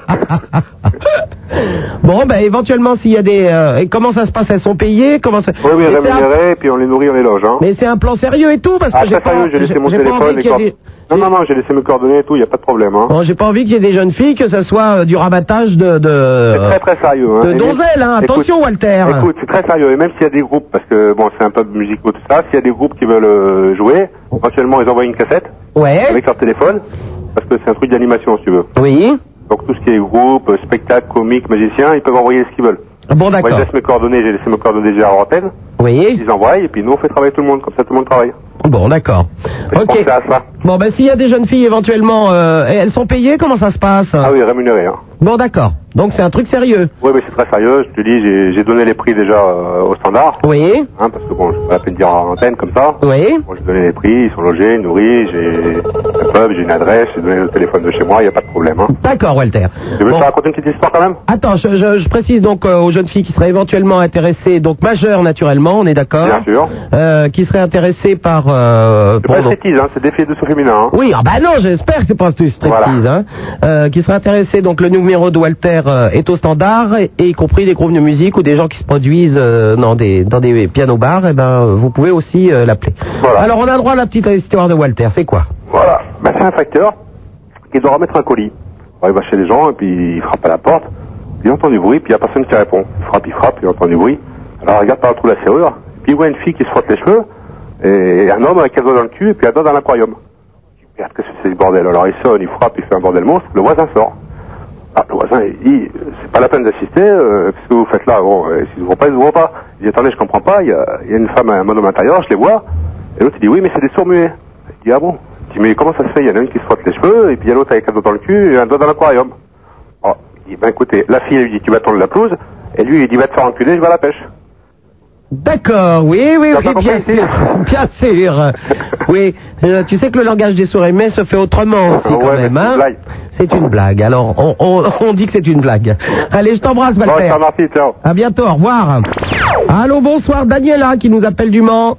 S4: Bon, ben éventuellement s'il y a des... euh, et comment ça se passe Elles sont payées comment ça...
S2: Oui, oui,
S4: Mais c'est un-
S2: rémunérée, puis on les nourrit, on les loge, hein.
S4: Mais c'est un plan sérieux et tout parce que
S2: Ah,
S4: j'ai
S2: très
S4: pas,
S2: sérieux, j'ai laissé mon
S4: j'ai pas envie
S2: téléphone,
S4: qu'il
S2: les
S4: y ait
S2: cordes.
S4: des-
S2: Non, non, non, j'ai laissé mes coordonnées et tout, il n'y a pas de problème, hein.
S4: Bon, j'ai pas envie qu'il y ait des jeunes filles que ça soit euh, du rabattage de de
S2: C'est très très sérieux. Hein.
S4: de
S2: Et-
S4: donzelles, hein.
S2: écoute,
S4: Attention, Walter.
S2: Écoute, c'est très sérieux. Et même s'il y a des groupes, parce que bon, c'est un peu musicaux tout ça, s'il y a des groupes qui veulent euh, jouer, éventuellement ils envoient une cassette avec leur téléphone, parce que c'est un truc d'animation si tu veux.
S4: Oui.
S2: Donc tout ce qui est groupe, euh, spectacle, comique, magicien, ils peuvent envoyer ce qu'ils veulent.
S4: Ah Bon,
S2: Moi, je laisse mes coordonnées, j'ai laissé mes coordonnées déjà à l'antenne.
S4: Oui.
S2: Ils envoient et puis nous, on fait travailler tout le monde, comme ça tout le monde travaille.
S4: Bon, d'accord.
S2: Je
S4: Ok.
S2: pensais à ça.
S4: Bon, ben s'il y a des jeunes filles éventuellement, euh, et elles sont payées, comment ça se passe
S2: Ah oui, rémunéré. Hein.
S4: Bon, d'accord. Donc c'est un truc sérieux.
S2: Oui, mais c'est très sérieux. Je te dis, j'ai- j'ai donné les prix déjà euh, au standard.
S4: Oui.
S2: Hein, parce que bon, je pas la peine de dire en antenne comme ça.
S4: Oui.
S2: Bon, j'ai donné les prix, ils sont logés, nourris, j'ai un pub, j'ai une adresse, j'ai donné le téléphone de chez moi, il n'y a pas de problème. Hein.
S4: D'accord, Walter.
S2: Tu veux que je te raconte une petite histoire quand même
S4: Attends, je, je- je précise donc euh, aux jeunes filles qui seraient éventuellement intéressées, donc majeures naturellement, on est d'accord
S2: Bien sûr.
S4: Euh, qui seraient intéressées par... euh,
S2: C'est pas
S4: bon,
S2: une bêtise, hein, c'est des filles de son féminin. hein.
S4: Oui, ah bah non, j'espère que c'est pas un striptease, hein. Euh, qui serait intéressé, donc le numéro de Walter euh, est au standard, et, et y compris des groupes de musique ou des gens qui se produisent euh, dans des dans des pianos bars, et ben euh, vous pouvez aussi euh, l'appeler. Alors on a droit à la petite histoire de Walter, c'est quoi
S2: Voilà. Bah, c'est un facteur qui doit remettre un colis. Alors, il va chez les gens et puis il frappe à la porte. Il entend du bruit, puis il n'y a personne qui répond. Il frappe, il frappe, il entend du bruit. Alors il regarde par le trou de la serrure, et puis il voit une fille qui se frotte les cheveux, et un homme avec un doigt dans le cul, et puis un doigt dans l'aquarium. Il regarde, qu'est-ce que c'est ce bordel Alors il sonne, il frappe, il fait un bordel monstre, le voisin sort. Ah, le voisin, il dit, c'est pas la peine d'assister, euh, qu'est-ce que vous faites là Bon, euh, s'ils ouvrent pas, ils ouvrent pas. Il dit, attendez, je comprends pas, il y a, il y a une femme, un homme à l'intérieur, je les vois. Et l'autre, il dit, oui, mais c'est des sourds-muets. Il dit, ah bon Il dit, mais comment ça se fait Il y en a une qui se frotte les cheveux, et puis il y a l'autre avec un doigt dans le cul et un doigt dans l'aquarium. Oh, il dit, ben écoutez, la fille, elle lui dit, tu vas tondre la pelouse, et lui, il dit, va te faire enculer, je vais à la pêche.
S4: D'accord, oui, oui, oui, bien sûr, bien sûr. Oui, euh, tu sais que le langage des sourds aimés se fait autrement aussi quand même, hein. C'est une blague. Alors on, on, on dit que c'est une blague. Allez, je t'embrasse, Walter.
S2: Bon, je te remercie, ciao.
S4: À bientôt, au revoir. Allô, bonsoir, Daniela qui nous appelle du Mans.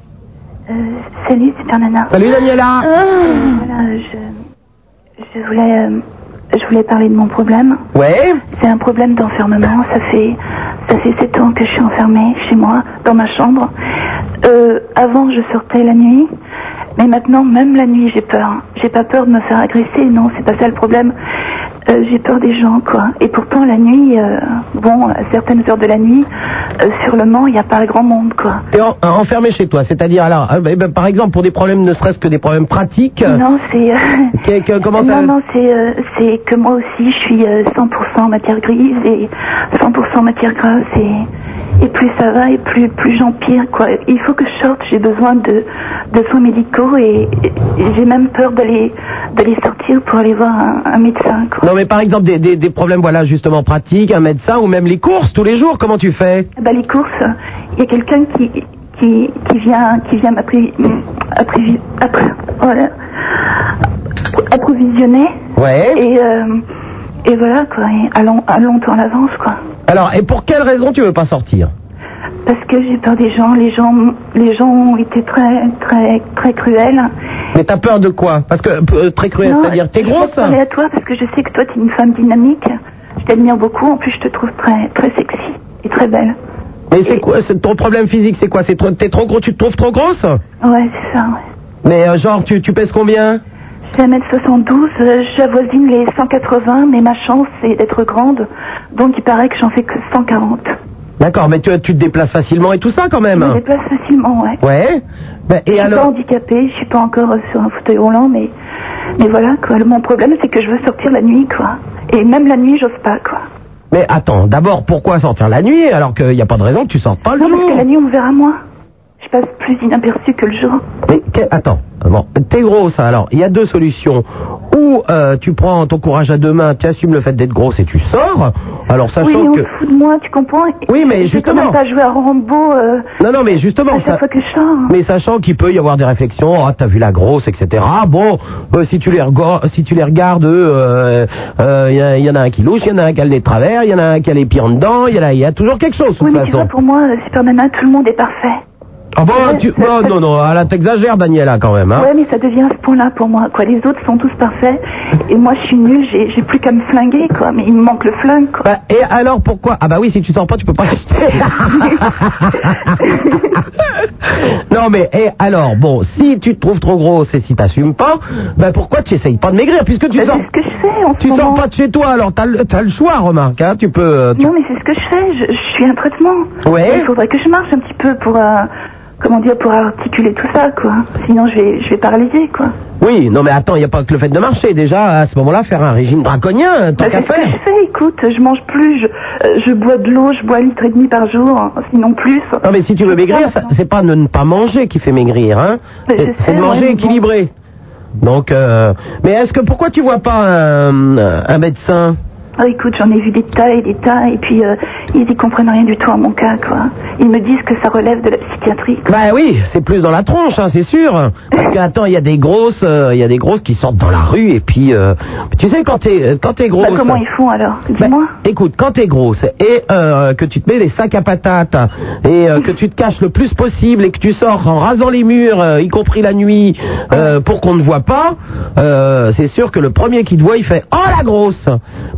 S8: Salut, Super Nana.
S4: Salut, Daniela.
S8: Euh, voilà, je, je voulais, euh, je voulais parler de mon problème.
S4: Ouais.
S8: C'est un problème d'enfermement. Ça fait, ça fait sept ans que je suis enfermée chez moi, dans ma chambre. Euh, avant, je sortais la nuit, mais maintenant, même la nuit, j'ai peur. J'ai pas peur de me faire agresser. Non, c'est pas ça le problème. Euh, j'ai peur des gens, quoi. Et pourtant, la nuit, euh, bon, à certaines heures de la nuit, euh, sur le Mans, il n'y a pas grand monde, quoi.
S4: T'es en- euh, enfermé chez toi, c'est-à-dire alors, euh, eh ben, par exemple pour des problèmes, ne serait-ce que des problèmes pratiques.
S8: Non, c'est. euh,
S4: Que- que- comment ça
S8: Non, non, c'est euh, c'est que moi aussi, je suis euh, 100% matière grise et 100% matière grasse. Et, et plus ça va, et plus, plus j'empire, quoi. Il faut que je sorte, j'ai besoin de, de soins médicaux et, et j'ai même peur d'aller d'aller sortir pour aller voir un, un médecin, quoi.
S4: Non, mais par exemple des, des, des problèmes, voilà, justement pratiques, un médecin ou même les courses tous les jours. Comment tu fais
S8: Ah Bah, les courses, il y a quelqu'un qui, qui, qui vient, qui vient m'appri- m'appri- appri- voilà, approvisionner.
S4: Ouais.
S8: Et, euh, et voilà, quoi, et à, long- à longtemps à l'avance, quoi.
S4: Alors, et pour quelle raison tu veux pas sortir
S8: Parce que j'ai peur des gens, les gens, les gens ont été très, très, très cruels.
S4: Mais t'as peur de quoi Parce que euh, très cruel,
S8: Non,
S4: c'est-à-dire t'es
S8: je voulais
S4: grosse. hein.
S8: te parler à toi parce que je sais que toi, t'es une femme dynamique. Je t'admire beaucoup, en plus, je te trouve très, très sexy et très belle.
S4: Mais c'est quoi c'est Ton problème physique, c'est quoi C'est trop- t'es trop gros, tu te trouves trop grosse
S8: Ouais, c'est ça, ouais.
S4: Mais euh, genre tu, tu pèses combien
S8: Je fais 1m72, euh, j'avoisine les 180, mais ma chance c'est d'être grande, donc il paraît que j'en fais que 140.
S4: D'accord, mais tu, tu te déplaces facilement et tout ça quand même.
S8: Je me déplace facilement, ouais.
S4: Ouais. Ben,
S8: je
S4: et
S8: suis
S4: alors
S8: pas handicapée, je suis pas encore euh, sur un fauteuil roulant, mais, mais voilà quoi. Le- Mon problème c'est que je veux sortir la nuit, quoi. Et même la nuit, j'ose pas, quoi.
S4: Mais attends, d'abord, pourquoi sortir la nuit alors qu'il n'y a pas de raison que tu sortes pas Oh, le
S8: non,
S4: jour
S8: parce que la nuit, on me verra moins. Je passe plus inaperçu que le jour.
S4: Mais que- attends, bon, t'es grosse hein, alors, il y a deux solutions. Ou euh, tu prends ton courage à deux mains, tu assumes le fait d'être grosse et tu sors, alors
S8: oui, mais
S4: sachant
S8: on
S4: que...
S8: se fout de moi, tu comprends
S4: Oui, mais
S8: Je vais quand
S4: justement.
S8: même pas jouer à Rambo. euh,
S4: Non, non, mais justement,
S8: à chaque
S4: ça-
S8: fois que je sors. hein.
S4: mais sachant qu'il peut y avoir des réflexions, ah t'as vu la grosse, etc. Ah, bon, euh, si tu les rega- si tu les regardes, euh, euh, il y, a- il y en a un qui louche, il y en a un qui a le nez de travers, il y en a un qui a les pieds en dedans, il y, en a- il y a toujours quelque chose de
S8: Oui,
S4: toute
S8: mais tu vois,
S4: façon.
S8: pour moi, euh, Superman, tout le monde est parfait.
S4: Ah bon, tu... non, non, non, ah, là t'exagères Daniela quand même. Hein.
S8: Ouais, mais ça devient à ce point-là pour moi, quoi. Les autres sont tous parfaits, et moi, je suis nulle, j'ai j'ai plus qu'à me flinguer, quoi. Mais il me manque le flingue, quoi.
S4: Bah, et alors, pourquoi Ah bah oui, si tu sors pas, tu peux pas l'acheter. Non mais eh, alors bon, si tu te trouves trop grosse et si t'assumes pas, ben pourquoi tu essayes pas de maigrir puisque tu sors Tu sors pas de chez toi, alors t'as le t'as le choix, remarque, hein, tu peux. euh, tu-
S8: Non, mais c'est ce que je fais, je, je suis un traitement.
S4: Ouais.
S8: Il faudrait que je marche un petit peu pour, euh, comment dire, pour articuler tout ça, quoi. Sinon, je vais, je vais paralyser, quoi.
S4: Oui, non mais attends, il n'y a pas que le fait de marcher. Déjà, à ce moment-là, faire un régime draconien, tant
S8: Bah,
S4: qu'à
S8: c'est ce que
S4: faire.
S8: je fais, écoute, je mange plus, je, euh, je bois de l'eau, je bois un litre et demi par jour, hein, sinon plus.
S4: Non mais si tu veux maigrir, ça- c'est pas de ne pas manger qui fait maigrir, hein.
S8: Mais
S4: C'est-
S8: je
S4: C'est
S8: sais,
S4: de manger
S8: ouais, mais bon.
S4: équilibré. Donc, euh, mais est-ce que pourquoi tu vois pas un, un médecin
S8: Ah, écoute, j'en ai vu des tas et des tas, et puis euh, ils y comprennent rien du tout à mon cas, quoi. Ils me disent que ça relève de la psychiatrie.
S4: Bah oui, c'est plus dans la tronche, hein, c'est sûr. Parce que attends, il y a des grosses, euh, il y a des grosses qui sortent dans la rue et puis, euh, tu sais quand t'es euh, quand t'es grosse.
S8: Bah, comment ils font alors
S4: Dis-moi. Ben, écoute, quand t'es grosse et euh, que tu te mets des sacs à patates et euh, que tu te caches le plus possible et que tu sors en rasant les murs, euh, y compris la nuit, euh, pour qu'on ne voit pas, euh, c'est sûr que le premier qui te voit, il fait « Oh la grosse !»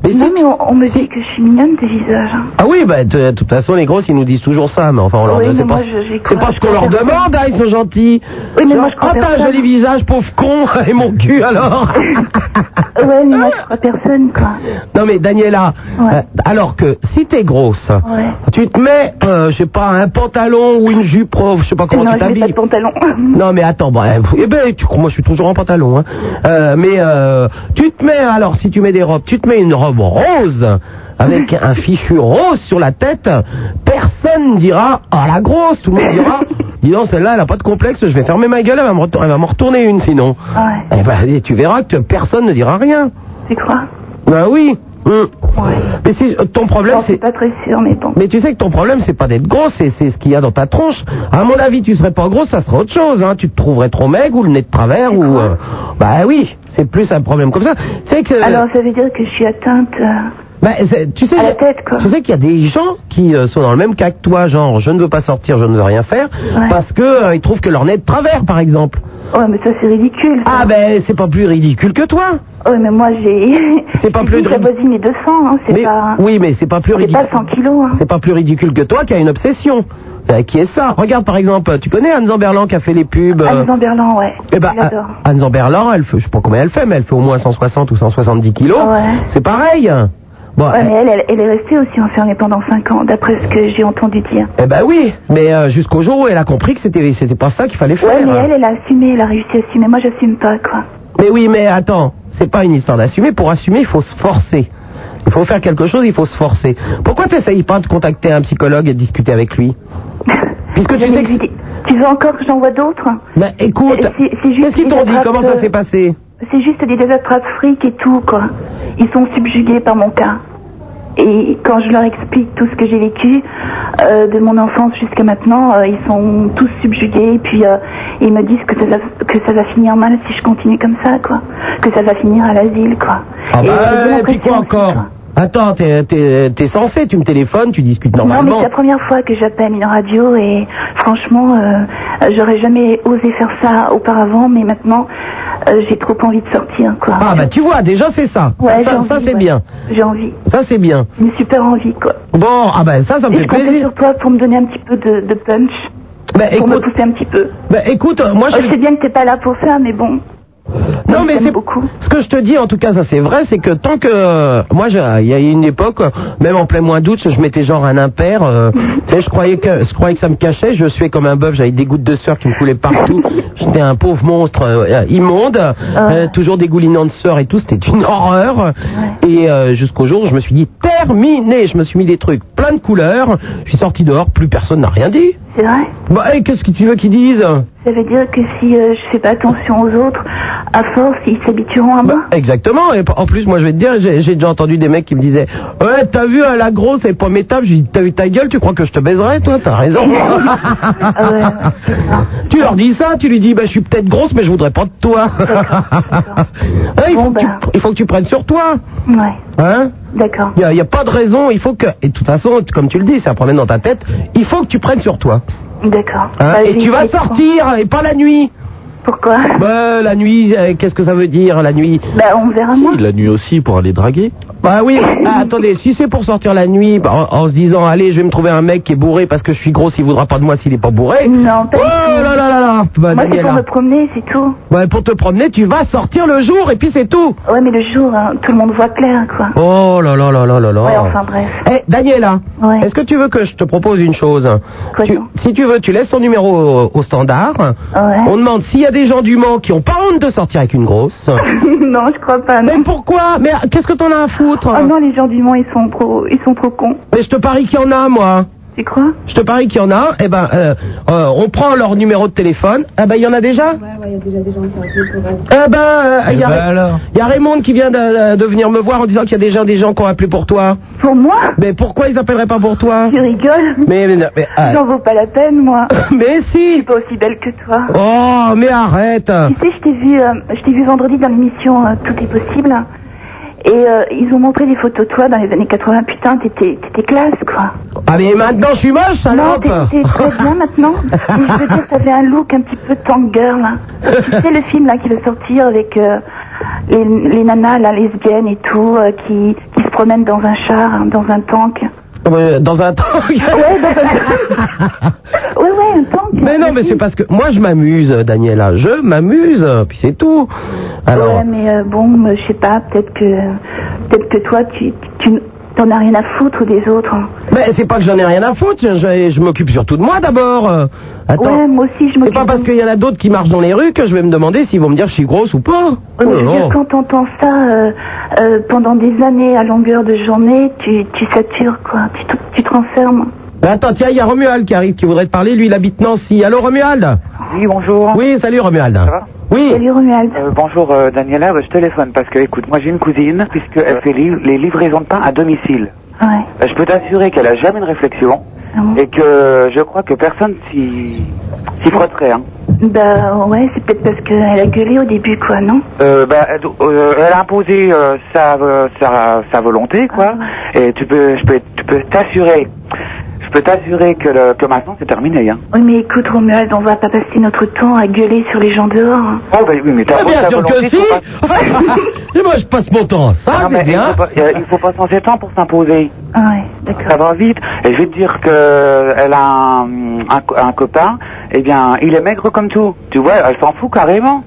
S4: Mais
S8: non, mais on, on me dit que je suis mignonne des visages. hein.
S4: Ah oui, bah, de de toute façon, les grosses, ils nous disent toujours ça, mais enfin, on leur
S8: Oui,
S4: dit-
S8: mais
S4: c'est pas,
S8: moi, je- j'ai
S4: c'est pas ce qu'on leur
S8: conservé-
S4: demande, hein, ils sont gentils.
S8: Oui, mais
S4: Genre,
S8: moi, je
S4: oh, t'as un
S8: conserve
S4: joli visage, pauvre con, et mon cul, alors
S8: Ouais, mais moi, je crois personne, quoi.
S4: Non, mais Daniela, euh, alors que si t'es grosse, tu te mets, euh, je sais pas, un pantalon ou une jupe, oh, je sais pas comment
S8: Euh, Non,
S4: tu
S8: je mets
S4: t'habilles.
S8: pas de pantalon.
S4: Non, mais attends, bah, euh, eh ben, tu, moi, je suis toujours en pantalon, hein. Euh, mais euh, tu te mets, alors, si tu mets des robes, tu te mets une robe rose avec un fichu rose sur la tête, personne dira ah la grosse, tout le monde dira dis donc celle-là elle a pas de complexe, je vais fermer ma gueule, elle va me retour- elle va m'en retourner une sinon. Eh ben, et tu verras que personne ne dira rien.
S8: Tu crois
S4: Ben oui. hum. Mais si euh, ton problème c'est
S8: pas très sûr mais bon.
S4: Mais tu sais que ton problème c'est pas d'être gros, c'est c'est ce qu'il y a dans ta tronche. À mon avis, tu serais pas gros, ça serait autre chose hein, tu te trouverais trop maigre ou le nez de travers ou euh, bah oui, c'est plus un problème comme ça. Tu sais que
S8: Alors, ça veut dire que je suis atteinte. euh,
S4: bah, c'est- tu sais, tu sais qu'il y a des gens qui euh, sont dans le même cas que toi, genre je ne veux pas sortir, je ne veux rien faire, parce que euh, ils trouvent que leur nez est de travers, par exemple.
S8: Ouais, mais ça c'est ridicule.
S4: Ah ben c'est pas plus ridicule que toi.
S8: Ouais, mais moi j'ai.
S4: C'est pas plus
S8: J'ai
S4: ridicule.
S8: voisine les 200, hein, c'est pas.
S4: Oui, mais c'est pas plus
S8: C'est
S4: ridicule.
S8: pas 100 kilos, hein.
S4: C'est pas plus ridicule que toi qui a une obsession. Euh, qui est ça Regarde par exemple, tu connais Anne Zamberlan qui a fait les pubs. euh,
S8: Anne Zamberlan, ouais.
S4: eh ben,
S8: je l'adore.
S4: Anne Zamberlan, elle fait, je sais pas combien elle fait, mais elle fait au moins 160 ou 170 kilos. C'est pareil. Bon,
S8: Ouais, mais elle, elle, elle est restée aussi enfermée pendant 5 ans, d'après ce que j'ai entendu dire.
S4: Eh ben oui, mais euh, jusqu'au jour où elle a compris que c'était c'était pas ça qu'il fallait faire.
S8: Ouais, mais elle, elle a assumé, elle a réussi à assumer. Moi, j'assume pas, quoi.
S4: Mais oui, mais attends, c'est pas une histoire d'assumer. Pour assumer, il faut se forcer. Il faut faire quelque chose, il faut se forcer. Pourquoi t'essayes pas de contacter un psychologue et de discuter avec lui Puisque tu sais que...
S8: Tu veux encore que j'envoie d'autres
S4: Bah écoute,
S8: Euh, c'est- c'est juste
S4: qu'est-ce qu'ils
S8: des
S4: t'ont dit
S8: attrapes,
S4: Comment ça
S8: euh,
S4: s'est passé
S8: C'est juste des désattrapes fric et tout, quoi. Ils sont subjugués par mon cas. Et quand je leur explique tout ce que j'ai vécu, euh, de mon enfance jusqu'à maintenant, euh, ils sont tous subjugués. Et puis, euh, ils me disent que ça, va- que ça va finir mal si je continue comme ça, quoi. Que ça va finir à l'asile, quoi.
S4: Ah
S8: Et euh,
S4: bah,
S8: j'ai
S4: ouais, puis quoi
S8: l'impression-
S4: encore Attends, t'es- t'es t'es censé, tu me téléphones, tu discutes
S8: Non, mais c'est
S4: normalement.
S8: la première fois que j'appelle une radio et franchement, euh, j'aurais jamais osé faire ça auparavant, mais maintenant, euh, j'ai trop envie de sortir, quoi.
S4: Ah bah tu vois, déjà c'est ça. Ça-
S8: Ouais,
S4: ça
S8: j'ai envie,
S4: ça, c'est
S8: ouais.
S4: bien.
S8: J'ai envie.
S4: Ça c'est bien.
S8: Une super envie, quoi.
S4: Bon, ah bah ça, ça me
S8: Et
S4: fait
S8: je comptais
S4: plaisir.
S8: sur toi pour me donner un petit peu de, de punch. pour me pousser un petit peu.
S4: Bah écoute, moi je...
S8: Euh, sais bien que t'es pas là pour ça, mais bon.
S4: Non mais c'est Ce que je te dis en tout cas ça c'est vrai c'est que tant que euh, moi j'ai- il y a une époque euh, même en plein mois d'août je mettais genre un impair euh, tu sais, je croyais que je croyais que ça me cachait je suais comme un bœuf j'avais des gouttes de sueur qui me coulaient partout j'étais un pauvre monstre euh, euh, immonde
S8: Ah.
S4: euh, toujours dégoulinant de sueur et tout c'était une horreur et euh, jusqu'au jour où je me suis dit terminé je me suis mis des trucs plein de couleurs je suis sorti dehors plus personne n'a rien dit
S8: C'est vrai
S4: bah et qu'est-ce que tu veux qu'ils disent
S8: Ça veut dire que si euh, je fais pas attention aux autres, à force, ils s'habitueront à moi.
S4: Exactement. Et en plus, moi, je vais te dire, j'ai j'ai déjà entendu des mecs qui me disaient Ouais, t'as vu, elle la grosse, elle est pas métable. Je dis T'as vu ta gueule, tu crois que je te baiserais, toi T'as raison. tu leur dis ça, tu lui dis Bah, je suis peut-être grosse, mais je voudrais pas de toi. Hein, il, faut que tu, il faut que tu prennes sur toi.
S8: Ouais.
S4: Hein
S8: D'accord.
S4: Il n'y a, pas de raison. Il faut que. Et de toute façon, comme tu le dis, c'est un problème dans ta tête. Il faut que tu prennes sur toi.
S8: D'accord.
S4: Hein,
S8: Bah,
S4: et
S8: j'ai
S4: tu vas
S8: essayé de
S4: sortir, et pas la nuit.
S8: Pourquoi
S4: Bah, la nuit, euh, qu'est-ce que ça veut dire, la nuit
S8: Bah, on verra moins.
S24: La nuit aussi pour aller draguer.
S4: Bah oui, ah, attendez, si c'est pour sortir la nuit bah, en, en se disant, allez, je vais me trouver un mec qui est bourré parce que je suis grosse, il voudra pas de moi s'il est pas bourré.
S8: Non, pas
S4: Oh là là là là bah,
S8: Moi, c'est
S4: Daniela.
S8: pour me promener, c'est tout.
S4: Bah, pour te promener, tu vas sortir le jour et puis c'est tout.
S8: Ouais, mais le jour, hein, tout le monde voit clair, quoi.
S4: Oh là là là là là là.
S8: Ouais, enfin bref.
S4: Eh, Daniela, est-ce que tu veux que je te propose une chose Tu- Si tu veux, tu laisses ton numéro au, au standard. On demande s'il y a des gens du Mans qui ont pas honte de sortir avec une grosse.
S8: non, je crois pas.
S4: Mais pourquoi Mais euh, qu'est-ce que t'en as à foutre
S8: Oh non, les gens du Mans, ils sont trop, ils sont trop cons.
S4: Mais je te parie qu'il y en a, moi.
S8: Tu crois
S4: Je te parie qu'il y en a. Eh ben, euh, euh, on prend leur numéro de téléphone. Eh ben, il y en a déjà
S10: il y a déjà des gens qui ont appelé
S4: Eh ben, euh, il y, a
S10: Eh ben
S4: Ray- il y a Raymond qui vient de, de venir me voir en disant qu'il y a déjà des gens qui ont appelé pour toi.
S8: Pour moi
S4: Mais pourquoi ils appelleraient pas pour toi
S8: Tu rigoles
S4: Mais, mais, mais, ah.
S8: J'en vaut pas la peine, moi.
S4: mais si Je suis
S8: pas aussi belle que toi.
S4: Oh, mais arrête
S8: Tu sais, je t'ai vu, euh, je t'ai vu vendredi dans l'émission euh, Tout est possible. Et euh, ils ont montré des photos de toi dans les années 80. Putain, t'étais, t'étais classe, quoi.
S4: Ah mais maintenant je suis moche,
S8: Non,
S4: salope
S8: t'es- t'es très bien maintenant. Mais je veux dire, t'avais un look un petit peu tank girl. hein. Tu sais, le film là qui va sortir avec euh, les, les nanas là, lesbiennes et tout, euh, qui, qui se promènent dans un char, hein, dans un tank.
S4: Euh, Dans un temps.
S8: Ouais, dans un- Ouais, ouais, un tank.
S4: Mais non, mais c'est parce que moi je m'amuse, Daniela. Je m'amuse, puis c'est tout. Alors,
S8: Ouais, mais euh, bon, euh, je sais pas, peut-être que, peut-être que toi, tu, tu t'en as rien à foutre des autres. hein.
S4: ben, c'est pas que j'en ai rien à foutre. Je, je- je m'occupe surtout de moi d'abord. Euh, Attends.
S8: Ouais, moi aussi je
S4: m'occupe. C'est pas parce qu'il y en a d'autres qui marchent dans les rues que je vais me demander s'ils vont me dire que je suis grosse ou pas. Oh,
S8: Mais je veux
S4: non,
S8: dire,
S4: non.
S8: quand t'entends ça euh, euh, pendant des années à longueur de journée, tu, tu satures quoi, tu, te- tu te renfermes.
S4: Ben, attends, tiens, il y a Romuald qui arrive, qui voudrait te parler. Lui, il habite Nancy. Allô, Romuald
S25: Oui, bonjour.
S4: Oui, salut, Romuald. Oui.
S8: Salut Romuald.
S25: bonjour euh, Daniela, Euh, je téléphone parce que écoute, moi j'ai une cousine puisqu'elle fait liv- les livraisons de pain à domicile.
S8: Ouais.
S25: Euh, Je peux t'assurer qu'elle a jamais une réflexion et que euh, je crois que personne s'y s'y frotterait. Hein.
S8: Bah ouais, c'est peut-être parce qu'elle a gueulé au début quoi, non
S25: Euh, bah, elle, do- euh, elle a imposé euh, sa, euh, sa, sa volonté, quoi. Et tu peux, je peux, tu peux t'assurer, je peux t'assurer que, le- que maintenant c'est terminé, hein.
S8: Oui mais écoute Romuald, on va pas passer notre temps à gueuler sur les gens dehors. hein.
S25: Oh, bah oui, mais t'as
S8: Mais bien
S25: t'as
S8: sûr que
S25: volonté,
S8: si.
S25: faut pas-
S4: Et moi, je passe mon temps à ça,
S25: Ah non,
S4: c'est
S25: mais
S4: bien.
S25: Il faut, pas, euh, il faut pas changer de temps pour s'imposer.
S8: Ah,
S25: Ça va vite. Et je vais te dire que elle a un, un co- un copain, eh bien, il est maigre comme tout. Tu vois, elle s'en fout carrément.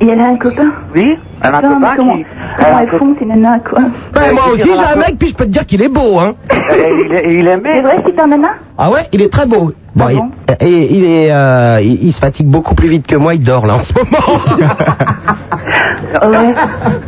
S8: Et elle a un copain
S25: Oui, elle a un
S8: Putain, mais
S25: copain
S8: comment,
S25: qui...
S8: comment elles font ces nanas quoi
S4: Ben, moi
S25: Euh,
S4: aussi,
S25: il
S4: j'ai
S25: y aura
S4: un
S25: un peu-
S4: mec, puis je peux te dire qu'il est beau, hein.
S25: Eh, il, est, il Ah
S8: C'est vrai c'est un nana
S4: Ah ouais, il est très beau. Bon, il- et, il est, euh, il, il se fatigue beaucoup plus vite que moi. Il dort là en ce moment.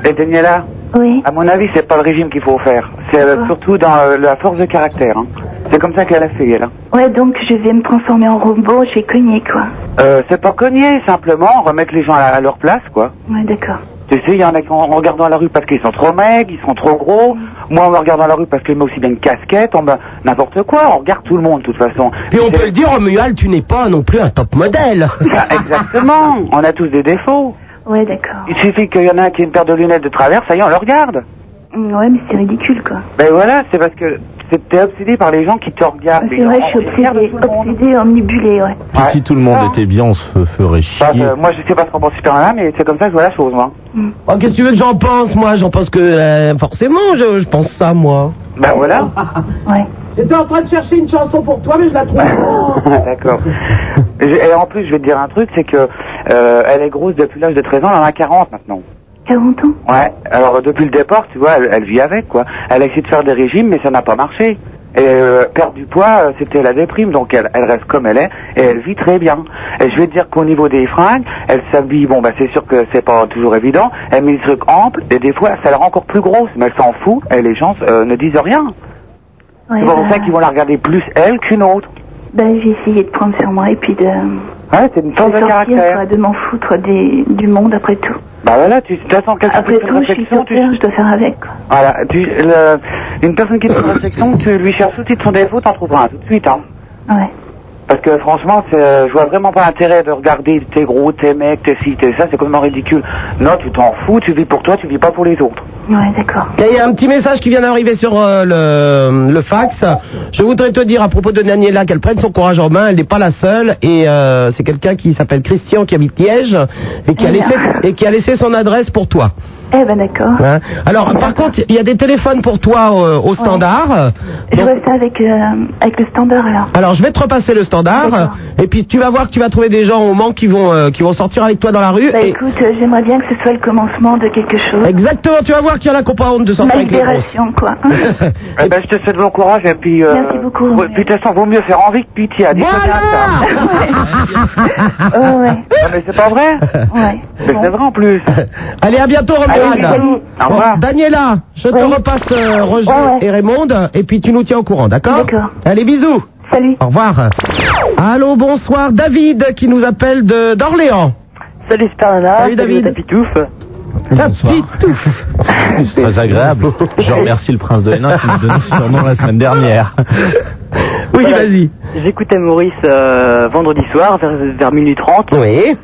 S25: Et Daniela
S8: Oh, Oui.
S25: À mon avis, c'est pas le régime qu'il faut faire. C'est euh, surtout dans euh, la force de caractère. hein. C'est comme ça qu'elle a fait, elle. hein.
S8: Ouais donc je vais me transformer en robot, je vais cogner quoi.
S25: Euh, c'est pas cogner, simplement remettre les gens à, à leur place, quoi.
S8: Ouais d'accord.
S25: Tu sais, il y en a qui en, en regardant la rue parce qu'ils sont trop maigres, ils sont trop gros. Moi, on me regarde dans la rue parce que je mets aussi bien une casquette, on me- n'importe quoi. On regarde tout le monde, de toute façon.
S4: Puis on peut le dire, Romuald, tu n'es pas non plus un top modèle.
S25: Ah, Exactement. On a tous des défauts.
S8: Ouais d'accord.
S25: Il suffit qu'il y en a un qui a une paire de lunettes de travers, ça y est, on le regarde.
S8: Mm, Ouais mais c'est ridicule quoi.
S25: Ben voilà, c'est parce que c'est- t'es obsédé par les gens qui te regardent.
S8: C'est
S25: Mais
S8: vrai,
S25: on-
S8: je suis obsédée, obsédée, omnibulée, ouais.
S24: Puis si tout le
S13: Ah.
S24: monde était bien, on se fe- ferait chier.
S25: Enfin, euh, moi, je sais pas ce qu'on pense Superman, mais c'est comme ça que je vois la chose, moi.
S4: Oh, Qu'est-ce que tu veux que j'en pense, moi J'en pense que euh, forcément, je, je pense ça, moi.
S25: Ben voilà.
S8: ouais.
S4: J'étais en train de chercher une chanson Ah, pour toi, mais je la trouve
S8: Oh.
S4: pas.
S25: D'accord. Je- Et en plus, je vais te dire un truc, c'est que euh, elle est grosse depuis l'âge de 13 ans, elle en a 40 maintenant.
S8: 40 ans
S25: Ouais. Alors euh, depuis le départ, tu vois, elle, elle vit avec quoi. Elle a essayé de faire des régimes, mais ça n'a pas marché. Et euh, perdre du poids, euh, c'était la déprime, donc elle, elle reste comme elle est et elle vit très bien. Et je vais te dire qu'au niveau des fringues, elle s'habille, bon bah c'est sûr que c'est pas toujours évident, elle met des trucs amples et des fois ça la rend encore plus grosse, mais elle s'en fout et les gens euh, ne disent rien.
S8: Ouais,
S25: c'est pour
S8: bah,
S25: ça qu'ils vont la regarder plus elle qu'une autre.
S8: bah, j'ai essayé de prendre sur moi et puis de.
S25: Ouais, c'est une force de
S8: sortir,
S25: caractère.
S8: quoi, de m'en foutre des, du monde après tout.
S25: Bah voilà, tu t'attends quelqu'un
S8: Après
S25: qui te fait une
S8: tout, je suis
S25: réflexion,
S8: sur
S25: tu
S8: terre, je dois faire avec. quoi.
S25: Voilà, tu, le- une personne qui te fait une réflexion, tu lui cherches tout de suite son défaut, t'en trouveras un tout de suite. Hein.
S8: Ouais.
S25: Parce que franchement, c'est, euh, je vois vraiment pas l'intérêt de regarder t'es gros, t'es mec, t'es ci, t'es ça, c'est complètement ridicule. Non, tu t'en fous, tu vis pour toi, tu vis pas pour les autres.
S8: Ouais, d'accord.
S4: Il y a un petit message qui vient d'arriver sur euh, le, le fax. Je voudrais te dire à propos de Daniela qu'elle prenne son courage en main. Elle n'est pas la seule. Et euh, c'est quelqu'un qui s'appelle Christian, qui habite Liège, et qui, a
S8: Eh bien.
S4: laissé, et qui a laissé son adresse pour toi.
S8: Eh ben d'accord.
S4: Hein Alors, par contre, il y a des téléphones pour toi euh, au standard.
S8: Je vois ça avec, euh, avec le standard alors.
S4: Alors je vais te repasser le standard et puis tu vas voir que tu vas trouver des gens au Mans qui vont euh, qui vont sortir avec toi dans la rue.
S8: Bah
S4: et-
S8: écoute, euh, j'aimerais bien que ce soit le commencement de quelque chose.
S4: Exactement, tu vas voir qu'il y en a qui ont pas honte de sortir
S8: Ma
S4: avec les grosses.
S8: libération, quoi.
S25: Eh ben, je te souhaite bon courage et puis. euh, ouais, Puis de toute façon, vaut mieux faire envie que pitié à des Non, mais c'est pas vrai Mais c'est vrai en plus
S4: Allez, à bientôt
S25: Allez, les amis.
S4: Romuald.
S25: Au revoir.
S4: Daniela, je te repasse euh, Roger et Raymond et puis tu nous tiens au courant, d'accord D'accord. Allez, bisous.
S8: Salut.
S4: Au revoir. Allô, bonsoir David qui nous appelle de d'Orléans.
S12: Salut Starana.
S4: Salut David.
S12: La
S24: C'est très agréable. Je remercie le prince de Hénin qui m'a donné ce surnom la semaine dernière.
S12: Oui, vas-y. J'écoutais Maurice euh, vendredi soir vers, vers minuit 30.
S4: Oui.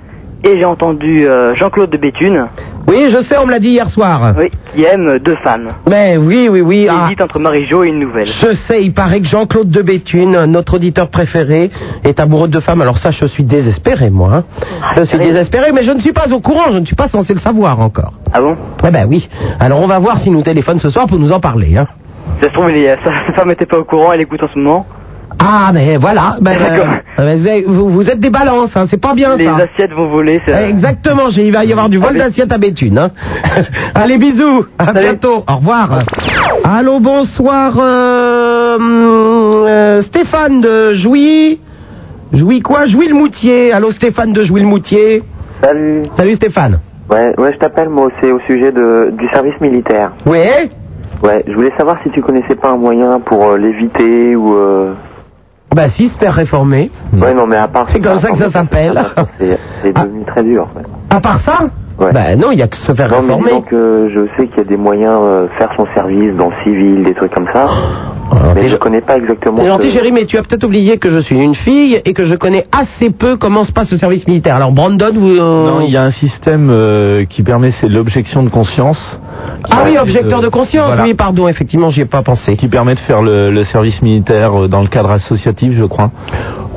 S12: Et j'ai entendu euh, Jean-Claude de Béthune.
S4: Oui, je sais, on me l'a dit hier soir.
S12: Oui, qui aime deux femmes.
S4: Mais oui, oui, oui. ah.
S12: Hésite entre Marie-Jo et une nouvelle.
S4: Je sais, il paraît que Jean-Claude de Béthune, notre auditeur préféré, est amoureux de femmes. Alors ça, je suis désespéré, moi. hein.
S12: Ah,
S4: Je suis désespéré, mais je ne suis pas au courant, je ne suis pas censé le savoir encore.
S12: Ah bon
S4: Eh ben oui. Alors on va voir s'il nous téléphone ce soir pour nous en parler. Hein.
S12: Ça se trouve, il est- sa sa femme n'était pas au courant, elle écoute en ce moment.
S4: Ah, mais voilà. Ben,
S12: D'accord.
S4: euh, ben, vous êtes- vous, vous êtes des balances, hein, c'est pas bien
S12: Les
S4: ça.
S12: assiettes vont voler. c'est-
S4: Eh, Exactement, j'ai- il va y avoir du vol d'assiette à Béthune. hein. Allez, bisous, à bientôt, au revoir. Allô, bonsoir, euh, hum, euh, Stéphane de Jouy. Jouy quoi Jouy le Moutier. Allô, Stéphane de Jouy le Moutier.
S11: Salut.
S4: Salut Stéphane.
S11: Ouais, ouais, je t'appelle moi, c'est au sujet de, du service militaire.
S4: Oui
S11: Ouais, je voulais savoir si tu connaissais pas un moyen pour euh, l'éviter ou... euh,
S4: Bah si, se perd réformer.
S11: Ouais, non, mais à part...
S4: C'est comme ça que ça s'appelle.
S11: C'est c'est devenu très dur, en fait.
S4: À part ça
S11: Ouais.
S4: Bah non, il y a que se faire
S11: Non, mais
S4: réformer.
S11: disons que je sais qu'il y a des moyens, euh, faire son service dans le civil, des trucs comme ça. mais je connais pas exactement...
S4: C'est Ah, gentil,
S24: Euh,
S11: ce-
S4: chérie, mais tu as peut-être oublié que je suis une fille et que je connais assez peu comment se passe le service militaire. Alors, Brandon, vous. euh,
S24: Non, il y a un système euh, qui permet, c'est l'objection de conscience.
S4: Ah oui, objecteur de conscience, oui,
S24: pardon,
S4: effectivement, j'y ai pas pensé.
S24: Qui permet de faire le, le service militaire euh, dans le cadre associatif, je crois.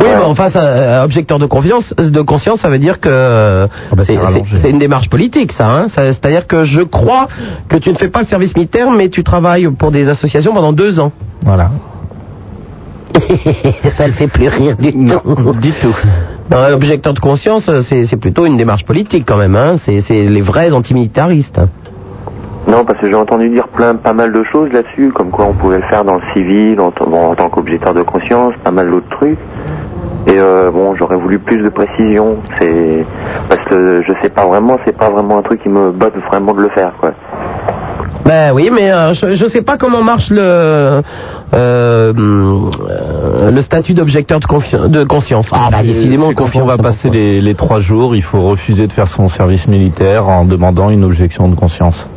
S4: Oui, mais enfin, ça, euh, objecteur de confiance, de conscience, ça veut dire que euh,
S24: Ah bah,
S4: c'est- c'est c'est une démarche politique, ça. Hein Ça- C'est-à-dire que je crois que tu ne fais pas le service militaire, mais tu travailles pour des associations pendant deux ans.
S24: Voilà.
S4: ça le fait plus rire du tout. Du tout. Bah, objecteur de conscience, euh, c'est c'est plutôt une démarche politique quand même. Hein c'est c'est les vrais antimilitaristes. hein.
S11: Non, parce que j'ai entendu dire plein, pas mal de choses là-dessus, comme quoi on pouvait le faire dans le civil, en, t- bon, en tant qu'objecteur de conscience, pas mal d'autres trucs. Et euh, bon, j'aurais voulu plus de précision. C'est parce que je sais pas vraiment, c'est pas vraiment un truc qui me botte vraiment de le faire, quoi.
S4: Ben oui, mais euh, je, je sais pas comment marche le euh, euh, le statut d'objecteur de, confi- de conscience. Ah bah décidément,
S24: C'est quand on
S4: confiance,
S24: va
S4: ça
S24: passer les, les trois jours, il faut refuser de faire son service militaire en demandant une objection de conscience.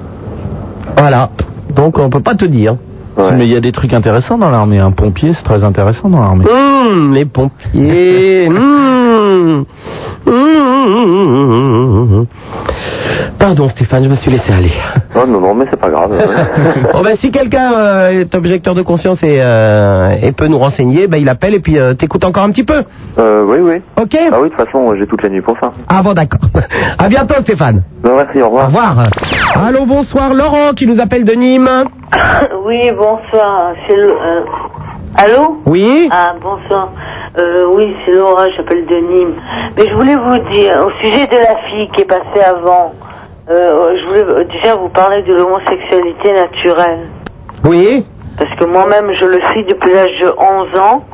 S4: Voilà. Donc on peut pas te dire.
S24: Si, mais il y a des trucs intéressants dans l'armée. Un pompier, c'est très intéressant dans l'armée.
S4: Hum, les pompiers. hum. Hum, hum, hum, hum. Pardon Stéphane, je me suis laissé aller.
S12: oh,
S11: Non, non, non, mais c'est pas grave.
S4: bon ben si quelqu'un euh, est objecteur de conscience et, euh, et peut nous renseigner, ben il appelle et puis euh, t'écoutes encore un petit peu.
S11: Euh, oui, oui.
S4: Ok.
S11: Ah oui, de toute façon, j'ai toute la nuit pour ça.
S4: Ah bon d'accord. À bientôt Stéphane.
S11: Non, merci, au revoir.
S4: Au revoir. Allô, bonsoir, Laurent qui nous appelle de Nîmes.
S9: Oui, bonsoir. C'est le- euh, Allô
S4: Oui
S9: Ah, bonsoir. Euh, oui, c'est Laura, j'appelle de Nîmes. Mais je voulais vous dire, au sujet de la fille qui est passée avant, euh, je voulais euh, déjà vous parler de l'homosexualité naturelle.
S4: Oui
S9: Parce que moi-même, je le suis depuis l'âge de 11 ans.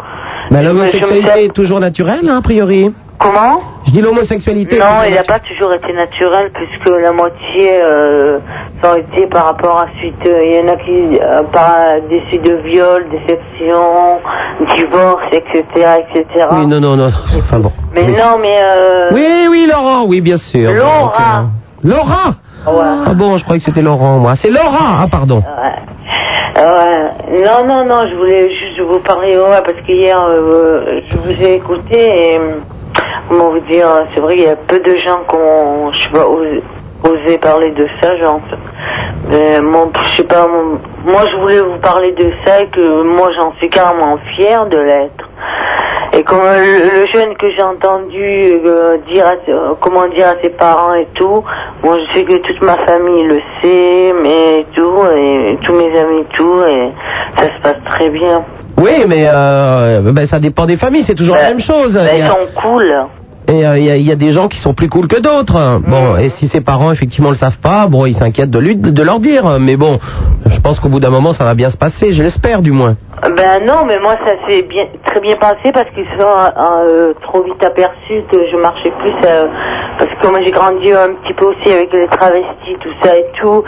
S9: Je
S4: Mais
S9: me
S4: l'homosexualité est toujours naturelle, hein, a priori.
S9: Comment
S4: Je dis l'homosexualité. est
S9: Non,
S4: toujours
S9: il n'a pas toujours été naturel puisque la moitié euh, ça aurait été par rapport à suite. euh, Il y en a qui euh, par des suites de viol, déception, divorce, etc., etc.
S4: Oui, non, non, non. Enfin bon.
S9: Mais non, mais Ah. euh,
S4: Oui, oui, Laurent, oui, bien sûr.
S9: Laura.
S4: hein. ah, Laura Ah bon, je croyais que c'était Laurent, moi. C'est Laura Ah, pardon.
S9: Euh, non, non, non, je voulais juste vous parler, ouais, parce qu'hier, euh, je vous ai écouté et, comment vous dire, c'est vrai, il y a peu de gens qui ont, je sais pas, osé, osé parler de ça, genre, mais mon- je sais pas, mon- moi, je voulais vous parler de ça et que moi, j'en suis carrément fière de l'être. Et comme euh, le, le jeune que j'ai entendu euh, dire à, euh, comment dire à ses parents et tout, bon je sais que toute ma famille le sait, mais tout, et, tous mes amis tout, et ça se passe très bien.
S4: Oui, mais euh, ben, ça dépend des familles, c'est toujours la même chose.
S9: Ben,
S4: Il y
S9: ils
S4: a-
S9: sont cool.
S4: Et euh, il y, a- il y a des gens qui sont plus cool que d'autres.
S9: Hmm.
S4: Bon, et si ses parents effectivement le savent pas, bon, ils s'inquiètent de, lui- de leur dire. Mais bon, je pense qu'au bout d'un moment, ça va bien se passer. Je l'espère du moins.
S9: Ben non, mais moi ça s'est bien, très bien passé parce qu'ils se sont euh, euh, trop vite aperçus que je marchais plus. euh, parce que moi j'ai grandi un petit peu aussi avec les travestis, tout ça et tout.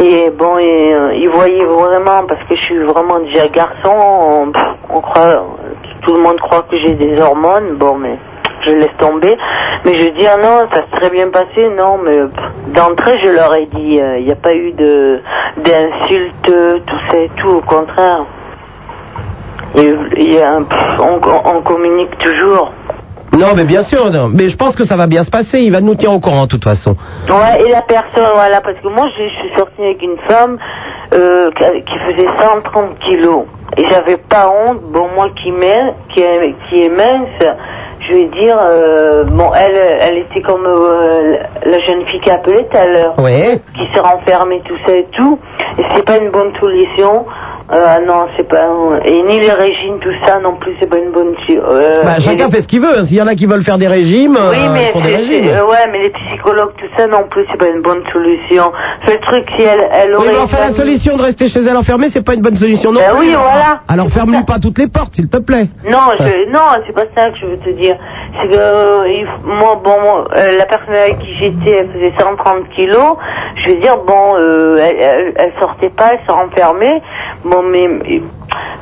S9: Et bon, et, euh, ils voyaient vraiment, parce que je suis vraiment déjà garçon, on, pff, on croit, tout le monde croit que j'ai des hormones, bon mais je laisse tomber. Mais je dis ah non, ça s'est très bien passé, non, mais pff, d'entrée je leur ai dit, euh, il n'y a pas eu de d'insultes, tout ça et tout, au contraire. Et, il y a un- pff, on, on communique toujours.
S4: Non, mais bien sûr, non. mais je pense que ça va bien se passer. Il va nous tenir au courant de toute façon.
S9: Ouais, et la personne, voilà, parce que moi je, je suis sortie avec une femme euh, qui qui faisait 130 kilos. Et j'avais pas honte, bon moi qui, min- qui, est- qui est mince, je vais dire, euh, bon elle, elle était comme euh, la jeune fille qui a appelé tout à l'heure.
S4: Ouais.
S9: qui se renferme et tout ça et tout. Et c'est pas une bonne solution. Euh, ah non, c'est pas. Et ni les régimes, tout ça non plus, c'est pas une bonne. su- Euh,
S4: Bah,
S9: et
S4: chacun
S9: les-
S4: fait ce qu'il veut. S'il y en a qui veulent faire des régimes,
S9: oui,
S4: euh, ils
S9: mais,
S4: font des
S9: c'est-
S4: régimes.
S9: c'est- euh, ouais, mais les psychologues, tout ça non plus, c'est pas une bonne solution. Le truc, si elle, elle
S4: Oui,
S9: aurait.
S4: mais
S9: une
S4: enfin, la
S9: famille-
S4: solution de rester chez elle enfermée, c'est pas une bonne solution non
S9: Ben
S4: plus.
S9: oui, voilà.
S4: Alors ferme-lui pas toutes les portes, s'il te plaît.
S9: Non,
S4: Ah.
S9: je, non, c'est pas ça que je veux te dire. C'est que euh, il f- moi, bon, moi, euh, la personne avec qui j'étais, elle faisait 130 kilos. Je veux dire, bon, euh, elle, elle, elle sortait pas, elle se renfermait. Bon, mais mais,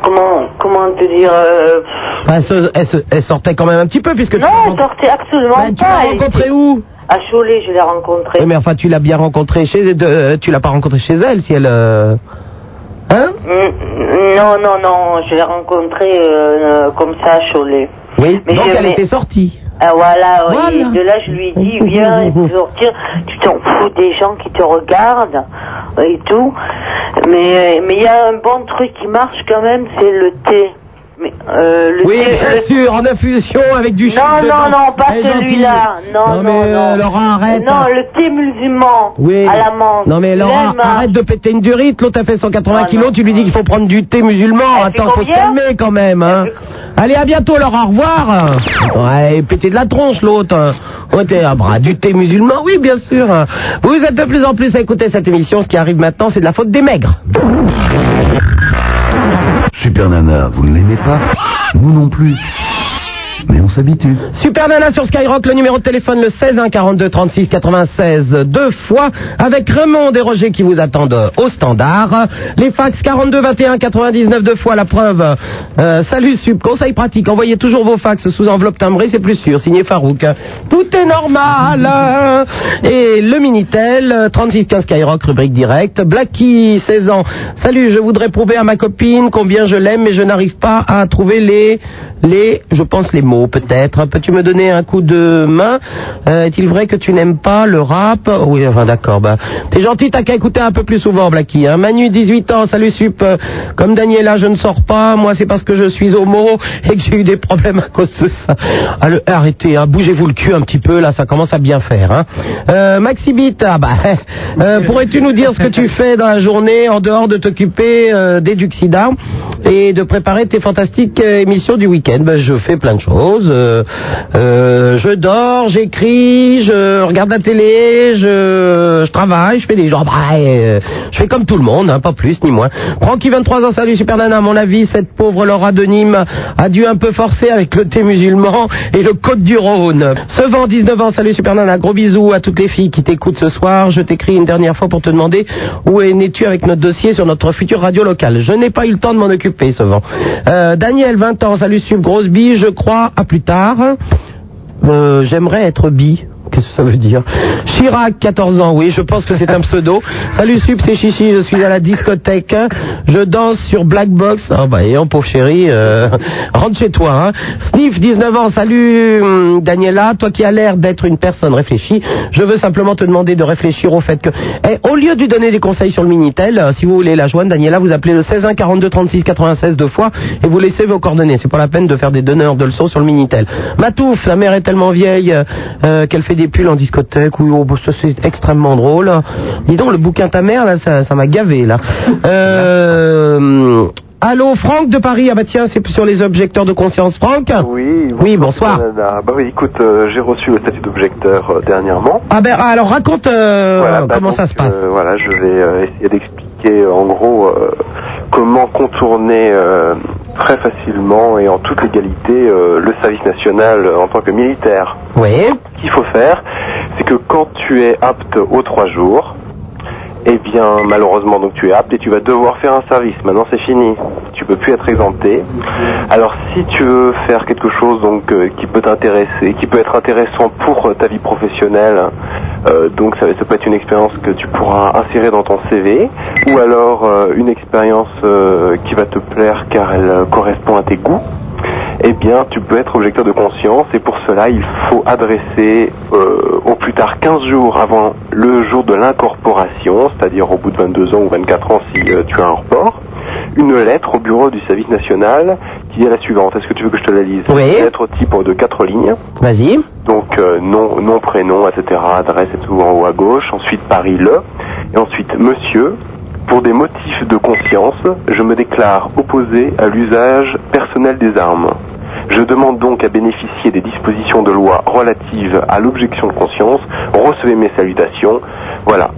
S9: comment, comment te dire euh,
S4: Enfin, elle, se- elle se- elle sortait quand même un petit peu, puisque tu-
S9: Non, elle sortait absolument
S4: Ben, tu
S9: pas.
S4: l'as
S9: Elle
S4: rencontrée
S9: était-
S4: où
S9: À Cholet, je l'ai rencontrée.
S4: Oui, mais enfin, tu l'as bien rencontrée chez elle. tu l'as pas rencontrée chez elle, si elle. euh, Hein
S9: Mm, Non, non, non, je l'ai rencontrée euh, euh, comme ça à Cholet.
S4: Oui,
S9: mais
S4: donc
S9: je-
S4: elle
S9: mais-
S4: était sortie.
S9: Ah, voilà, oui. De là, je lui ai dit, viens, il faut sortir. Tu t'en fous des gens qui te regardent euh, et tout. Mais euh, mais il y a un bon truc qui marche quand même, c'est le thé. Mais, euh, le
S4: Oui,
S9: thé,
S4: bien
S9: le-
S4: sûr, en infusion avec du
S9: Non, non,
S4: dedans.
S9: non, pas
S4: Elle est gentille.
S9: celui-là. Non, non,
S4: mais,
S9: non.
S4: euh, Laurent, arrête.
S9: Non, le thé musulman
S4: Oui.
S9: à la menthe.
S4: Non, mais Laurent,
S9: L'aime.
S4: arrête de péter une durite. L'autre a fait 180 kilos. Tu lui dis qu'il faut prendre du thé musulman. Attends, faut se calmer quand même. hein. Allez, à bientôt, Laurent. Au revoir. Ouais, péter de la tronche, l'autre. Ouais, t'es un bras du thé musulman. Oui, bien sûr. hein. Vous êtes de plus en plus à écouter cette émission. Ce qui arrive maintenant, c'est de la faute des maigres.
S1: Super Nana, vous ne l'aimez pas Nous non plus. Mais on s'habitue.
S4: Super Nana sur Skyrock, le numéro de téléphone le 16 1 42 36 96 deux fois avec Raymond et Roger qui vous attendent au standard. Les fax 42 21 99 deux fois la preuve. Euh, salut Sup, conseil pratique, envoyez toujours vos fax sous enveloppe timbrée, c'est plus sûr. Signé Farouk. Tout est normal. Et le minitel euh, 36 15 Skyrock rubrique directe. Blacky 16 ans. Salut, je voudrais prouver à ma copine combien je l'aime mais je n'arrive pas à trouver les les, je pense les mots peut-être. Peux-tu me donner un coup de main Euh, Est-il vrai que tu n'aimes pas le rap Oui, enfin d'accord. Bah, t'es gentil, t'as qu'à écouter un peu plus souvent, Blacky. Hein. Manu, 18 ans, salut sup. Euh, Comme Daniela, je ne sors pas. Moi, c'est parce que je suis homo et que j'ai eu des problèmes à cause de ça. Allez, arrêtez, hein. bougez-vous le cul un petit peu. Là, ça commence à bien faire. Hein. Euh, Maxibit, ah bah, euh, pourrais-tu nous dire ce que tu fais dans la journée en dehors de t'occuper euh, des Duxida et de préparer tes fantastiques euh, émissions du week-end. Ben, je fais plein de choses. Euh, euh, je dors, j'écris, je regarde la télé, je, je travaille, je fais des gens. bah, euh, je fais comme tout le monde, hein, pas plus ni moins. Francky, 23 ans, salut Super Nana. À mon avis, cette pauvre Laura de Nîmes a dû un peu forcer avec le thé musulman et le Côte du Rhône. Sevant, 19 ans, salut Super Nana. Gros bisous à toutes les filles qui t'écoutent ce soir. Je t'écris une dernière fois pour te demander où es es-tu avec notre dossier sur notre future radio locale. Je n'ai pas eu le temps de m'en occuper, Sevant. Euh, Daniel, 20 ans, salut Sub, grosse bille, je crois à plus tard. Euh, J'aimerais être bi. Qu'est-ce que ça veut dire Chirac, 14 ans, oui, je pense que c'est un pseudo. Salut Sup, c'est Chichi, je suis à la discothèque. hein. Je danse sur Black Box. Ah bah, ayant, pauvre chérie, euh, rentre chez toi. Hein. Sniff, 19 ans, salut hum, Daniela, toi qui as l'air d'être une personne réfléchie, je veux simplement te demander de réfléchir au fait que... Eh, au lieu de lui donner des conseils sur le Minitel, euh, si vous voulez la joindre, Daniela, vous appelez le 16 1 42 36 96 deux fois et vous laissez vos coordonnées. C'est pas la peine de faire des donneurs de leçons sur le Minitel. Matouf, la mère est tellement vieille euh, euh, qu'elle fait des pulls en discothèque. Ou, oh, bah, ça, c'est extrêmement drôle. Dis donc, le bouquin ta mère, là, ça ça m'a gavé, là. Euh, Allô, Franck de Paris. Ah bah tiens, c'est sur les objecteurs de conscience, Franck.
S14: Oui.
S4: Oui, bonsoir.
S14: Canada. Bah oui, écoute, euh, j'ai reçu le statut d'objecteur euh, dernièrement.
S4: Ah ben alors raconte euh,
S14: Voilà, bah,
S4: comment
S14: donc,
S4: ça se passe.
S14: euh, voilà, je vais euh, essayer d'expliquer euh, en gros euh, comment contourner euh, très facilement et en toute légalité euh, le service national euh, en tant que militaire.
S4: Oui.
S14: Ce qu'il faut faire, c'est que quand tu es apte aux trois jours, eh bien malheureusement donc tu es apte et tu vas devoir faire un service. Maintenant c'est fini, tu peux plus être exempté. Alors si tu veux faire quelque chose donc euh, qui peut t'intéresser, qui peut être intéressant pour euh, ta vie professionnelle, euh, donc ça, ça peut être une expérience que tu pourras insérer dans ton CV, ou alors euh, une expérience euh, qui va te plaire car elle euh, correspond à tes goûts. Eh bien, tu peux être objecteur de conscience et pour cela, il faut adresser euh, au plus tard 15 jours avant le jour de l'incorporation, c'est-à-dire au bout de 22 ans ou 24 ans si euh, tu as un report, une lettre au bureau du service national qui est la suivante. Est-ce que tu veux que je te la lise
S4: Oui.
S14: Une lettre type de 4 lignes.
S4: Vas-y.
S14: Donc euh, nom, nom, prénom, etc. Adresse est tout en haut à gauche. Ensuite Paris le. Et ensuite Monsieur. Pour des motifs de conscience, je me déclare opposé à l'usage personnel des armes. Je demande donc à bénéficier des dispositions de loi relatives à l'objection de conscience. Recevez mes salutations. Voilà.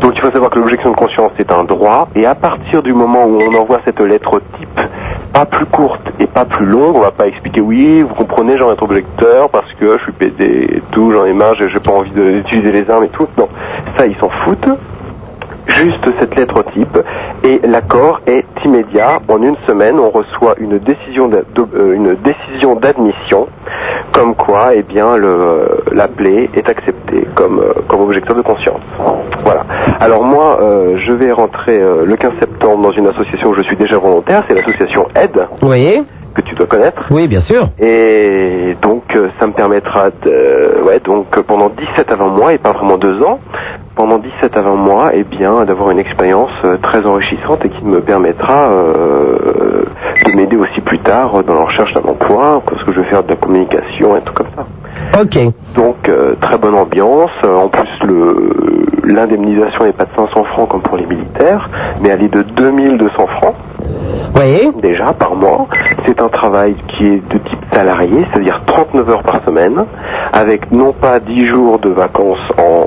S14: Donc il faut savoir que l'objection de conscience est un droit et à partir du moment où on envoie cette lettre type pas plus courte et pas plus longue, on va pas expliquer oui, vous comprenez, j'en ai être objecteur parce que je suis pédé et tout, j'en ai marre, j'ai j'ai pas envie de- d'utiliser les armes et tout. Non, ça ils s'en foutent. Juste cette lettre type et l'accord est immédiat. En une semaine, on reçoit une décision d'a- d'o- euh, une décision d'admission, comme quoi, eh bien, le, euh, l'appelé est accepté comme euh, comme objecteur de conscience. Voilà. Alors moi, euh, je vais rentrer euh, le 15 septembre dans une association où je suis déjà volontaire. C'est l'association Aide
S4: Oui.
S14: que tu dois connaître.
S4: Oui, bien sûr.
S14: Et donc, euh, ça me permettra de, ouais, donc euh, pendant 17 à 20 mois, et pas vraiment 2 ans, pendant 17 à 20 mois, eh bien, d'avoir une expérience euh, très enrichissante et qui me permettra euh, de m'aider aussi plus tard euh, dans la recherche d'un emploi, parce que je vais faire de la communication et tout comme ça.
S4: Ok.
S14: Donc, euh, très bonne ambiance. Euh, En plus, le l'indemnisation n'est pas de 500 francs comme pour les militaires, mais elle est de 2200 francs.
S4: Oui.
S14: Déjà par mois, c'est un travail qui est de type salarié, c'est-à-dire 39 heures par semaine, avec non pas 10 jours de vacances en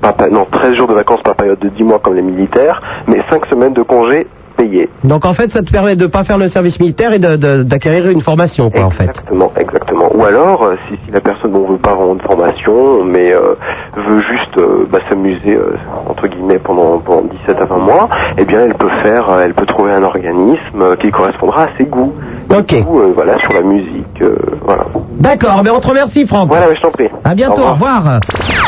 S14: pas pa- non 13 jours de vacances par période de 10 mois comme les militaires, mais 5 semaines de congés payés.
S4: Donc en fait, ça te permet de pas faire le service militaire et de- de- d'acquérir une formation, quoi, en fait.
S14: Exactement, exactement. Ou alors, euh, si, si la personne ne veut pas vraiment de formation, mais euh, veut juste euh, bah, s'amuser euh, entre guillemets pendant, pendant 17 à 20 mois, eh bien, elle peut faire, euh, elle peut trouver un organisme euh, qui correspondra à ses goûts. euh,
S4: Ok.
S14: voilà, sur la musique, euh, voilà.
S4: D'accord, mais on te remercie, Franck.
S14: Voilà, mais je t'en prie.
S4: À bientôt, au revoir.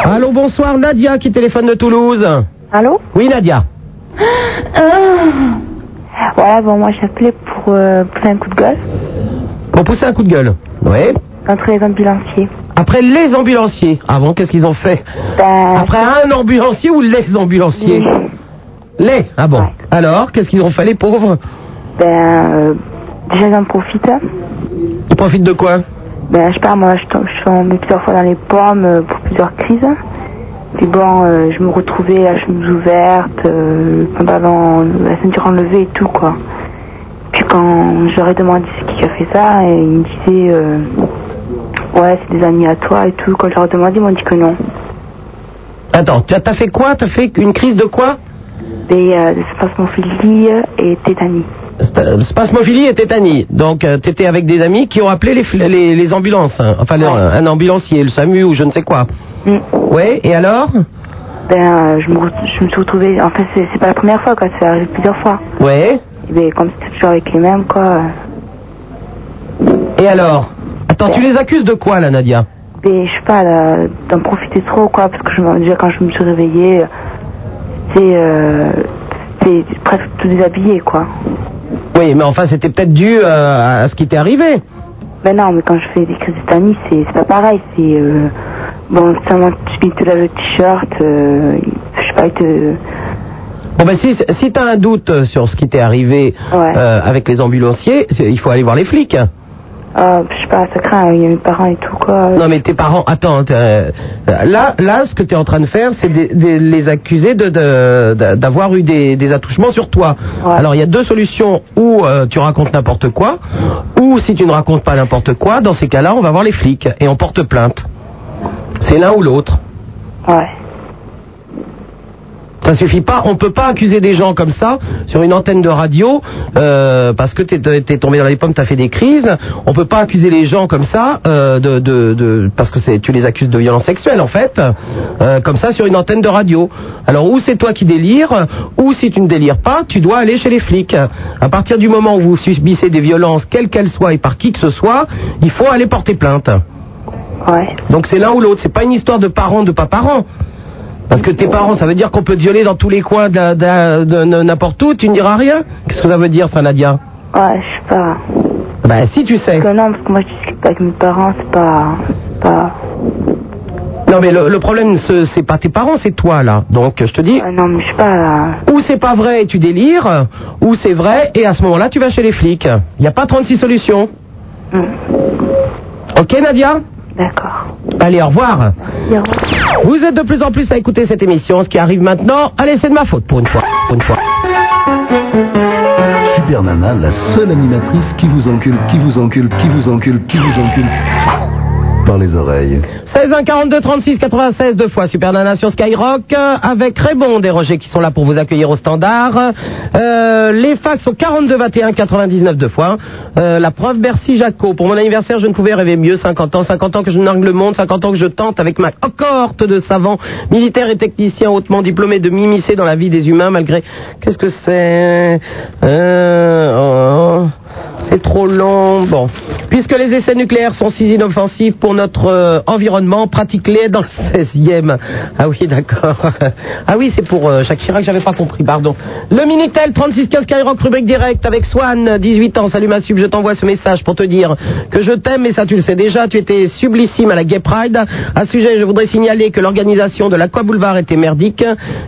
S4: Allô, bonsoir, Nadia qui téléphone de Toulouse.
S26: Allô Ah.
S4: Oui, Nadia.
S26: Voilà, bon, moi j'appelais pour euh, pousser un coup de gueule
S4: Pour pousser un coup de gueule. Oui.
S26: contre les ambulanciers.
S4: Après les ambulanciers. Ah bon, qu'est-ce qu'ils ont fait
S26: Ben,
S4: Après un ambulancier ou les ambulanciers Les. Ah bon. Alors, qu'est-ce qu'ils ont fait, les pauvres
S26: Ben, euh, déjà j'en profite.
S4: Tu profites de quoi
S26: Ben, je sais pas, moi je tombe- je suis tombée plusieurs fois dans les pommes euh, pour plusieurs crises. Puis bon, euh, je me retrouvais à genoux ouvertes, euh, le pantalon, la ceinture enlevée et tout, quoi. Puis quand j'aurais demandé c'est qui a fait ça, et ils me disaient, euh, ouais, c'est des amis à toi et tout. Quand je leur ai demandé, ils m'ont dit que non.
S4: Attends, tu as- t'as fait quoi T'as fait une crise de quoi
S26: Des euh, des spasmophilie et tétanie.
S4: Sta- Spasmophilie et tétanie. Donc, euh, t'étais avec des amis qui ont appelé les, fl- les, les ambulances. hein. Enfin, le- un ambulancier, le SAMU ou je ne sais quoi. Ouais, et alors
S26: Mm. Ben, euh, je me, re- je me suis retrouvée. En fait, c'est c'est pas la première fois, quoi. Ça arrive plusieurs fois.
S4: Ouais.
S26: Et ben, comme c'était toujours avec les mêmes, quoi. euh,
S4: Et alors Attends, tu les accuses de quoi, là, Nadia
S26: mais ben, je sais pas, là, d'en profiter trop, quoi, parce que je, me- déjà quand je me suis réveillée, c'était euh, c'était presque tout déshabillé, quoi.
S4: Oui, mais enfin, c'était peut-être dû euh, à ce qui t'est arrivé.
S26: Ben non, mais quand je fais des crises de tanie, c'est c'est pas pareil, c'est... euh, bon, seulement tu te laves le t-shirt, euh, je sais pas, il te...
S4: Bon ben si, si t'as un doute sur ce qui t'est arrivé euh, avec les ambulanciers, c'est- il faut aller voir les flics. hein.
S26: Ah, je sais pas, ça craint, il y a mes parents et tout, quoi.
S4: Non mais tes parents, attends, t'es, euh, là, là ce que t'es en train de faire, c'est de- de les accuser de- de- de- d'avoir eu des, des attouchements sur toi. Alors il y a deux solutions, ou euh, tu racontes n'importe quoi, ou si tu ne racontes pas n'importe quoi, dans ces cas-là, on va voir les flics et on porte plainte. C'est l'un ou l'autre.
S26: Ouais.
S4: Ça suffit pas, on peut pas accuser des gens comme ça sur une antenne de radio euh, parce que t'es es tombé dans les pommes, t'as fait des crises. On peut pas accuser les gens comme ça euh, de, de, de parce que c'est tu les accuses de violence sexuelle en fait, euh, comme ça sur une antenne de radio. Alors ou c'est toi qui délire, ou si tu ne délires pas, tu dois aller chez les flics. À partir du moment où vous subissez des violences, quelles qu'elles soient et par qui que ce soit, il faut aller porter plainte. Donc c'est l'un ou l'autre, c'est pas une histoire de parents, de pas parents. Parce que tes parents, ça veut dire qu'on peut te violer dans tous les coins d'un- d'un- de de n'importe où, tu ne diras rien Qu'est-ce que ça veut dire, ça, Nadia
S26: Ouais, je sais pas.
S4: Bah, si tu sais.
S26: non, parce que moi, je discute pas avec mes parents, c'est pas... c'est pas...
S4: Non, mais le, le problème, ce- c'est pas tes parents, c'est toi, là. Donc, je te dis.
S26: Euh, non, mais je sais pas,
S4: Ou c'est pas vrai et tu délires, ou c'est vrai et à ce moment-là, tu vas chez les flics. Il n'y a pas 36 solutions.
S26: Hmm.
S4: Ok, Nadia
S26: D'accord.
S4: Allez, au revoir. Vous êtes de plus en plus à écouter cette émission. Ce qui arrive maintenant, allez, c'est de ma faute pour une fois. Pour une fois.
S1: Super Nana, la seule animatrice qui vous encule, qui vous encule, qui vous encule, qui vous encule par les oreilles.
S4: 16 1 42 36 96 deux fois Super Nana sur Skyrock euh, avec Raymond et Roger qui sont là pour vous accueillir au standard. Euh, les fax au 42 21 99 deux fois. Euh, la preuve Bercy Jaco. Pour mon anniversaire, je ne pouvais rêver mieux. 50 ans, 50 ans que je nargue le monde, 50 ans que je tente avec ma cohorte de savants, militaires et techniciens hautement diplômés de m'immiscer dans la vie des humains malgré qu'est-ce que c'est euh... oh. C'est trop long. Bon. Puisque les essais nucléaires sont si inoffensifs pour notre euh, environnement, pratiquez-les dans le 16e. Ah oui, d'accord. Ah oui, c'est pour euh, Jacques Chirac, j'avais pas compris, pardon. Le Minitel 3615 Skyrock, rubrique direct avec Swan, 18 ans. Salut ma sub, je t'envoie ce message pour te dire que je t'aime, mais ça tu le sais déjà, tu étais sublissime à la Gay Pride. À ce sujet, je voudrais signaler que l'organisation de l'Aqua Boulevard était merdique,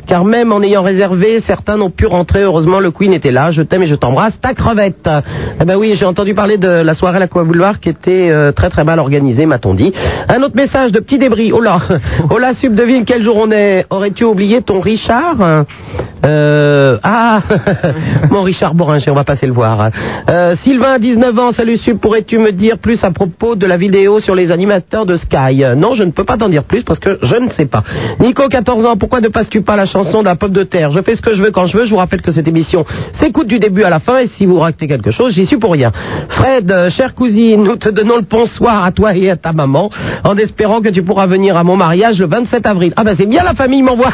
S4: car même en ayant réservé, certains n'ont pu rentrer. Heureusement, le Queen était là. Je t'aime et je t'embrasse. Ta crevette. Eh ben oui, j'ai entendu parler de la soirée à l'Aqua Boulevard qui était euh, très très mal organisée, m'a-t-on dit. Un autre message de petit débris. Oh là, oh là, sub devine quel jour on est. Aurais-tu oublié ton Richard euh, Ah, mon Richard Boringer, on va passer le voir. Euh, Sylvain, 19 ans, salut sub. Pourrais-tu me dire plus à propos de la vidéo sur les animateurs de Sky Euh, Non, je ne peux pas t'en dire plus parce que je ne sais pas. Nico, 14 ans, pourquoi ne passes-tu pas la chanson d'un peuple de terre Je fais ce que je veux quand je veux. Je vous rappelle que cette émission s'écoute du début à la fin et si vous ratez quelque chose, j'y suis pour rien. Fred, euh, chère cousine, nous te donnons le bonsoir à toi et à ta maman en espérant que tu pourras venir à mon mariage le 27 avril. Ah ben c'est bien, la famille m'envoie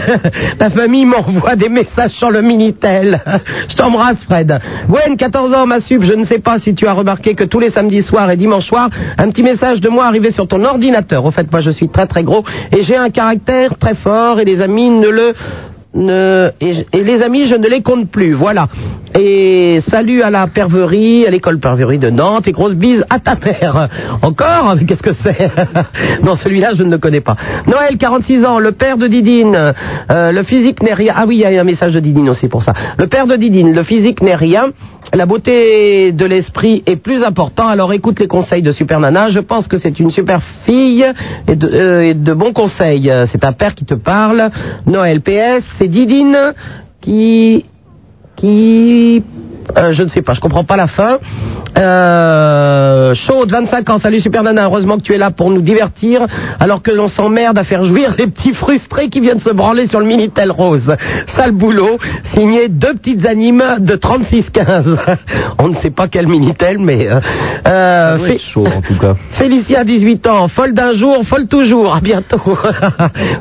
S4: la famille m'envoie des messages sur le Minitel. Je t'embrasse Fred. Gwen, 14 ans, ma sub, je ne sais pas si tu as remarqué que tous les samedis soirs et dimanches soirs, un petit message de moi arrivait sur ton ordinateur. Au fait, moi je suis très très gros et j'ai un caractère très fort et les amis ne le ne- et, je- et les amis, je ne les compte plus. Voilà. Et salut à la perverie, à l'école perverie de Nantes, et grosse bise à ta mère. Encore Mais Qu'est-ce que c'est Non, celui-là, je ne le connais pas. Noël, 46 ans, le père de Didine, euh, le physique n'est rien. Ah oui, il y a un message de Didine aussi pour ça. Le père de Didine, le physique n'est rien. La beauté de l'esprit est plus important. Alors écoute les conseils de Super Nana. Je pense que c'est une super fille et de, euh, et de bons conseils. Euh, C'est un père qui te parle. Noël PS, c'est Didine qui qui euh, je ne sais pas, je comprends pas la fin. Euh, Chaude, 25 ans, salut Super Nana, heureusement que tu es là pour nous divertir, alors que l'on s'emmerde à faire jouir les petits frustrés qui viennent se branler sur le Minitel Rose. Sale boulot, signé deux petites animes de 36-15. On ne sait pas quel Minitel, mais... Euh, euh, Fé-
S24: Chaud en tout cas.
S4: Félicia, 18 ans, folle d'un jour, folle toujours, à bientôt.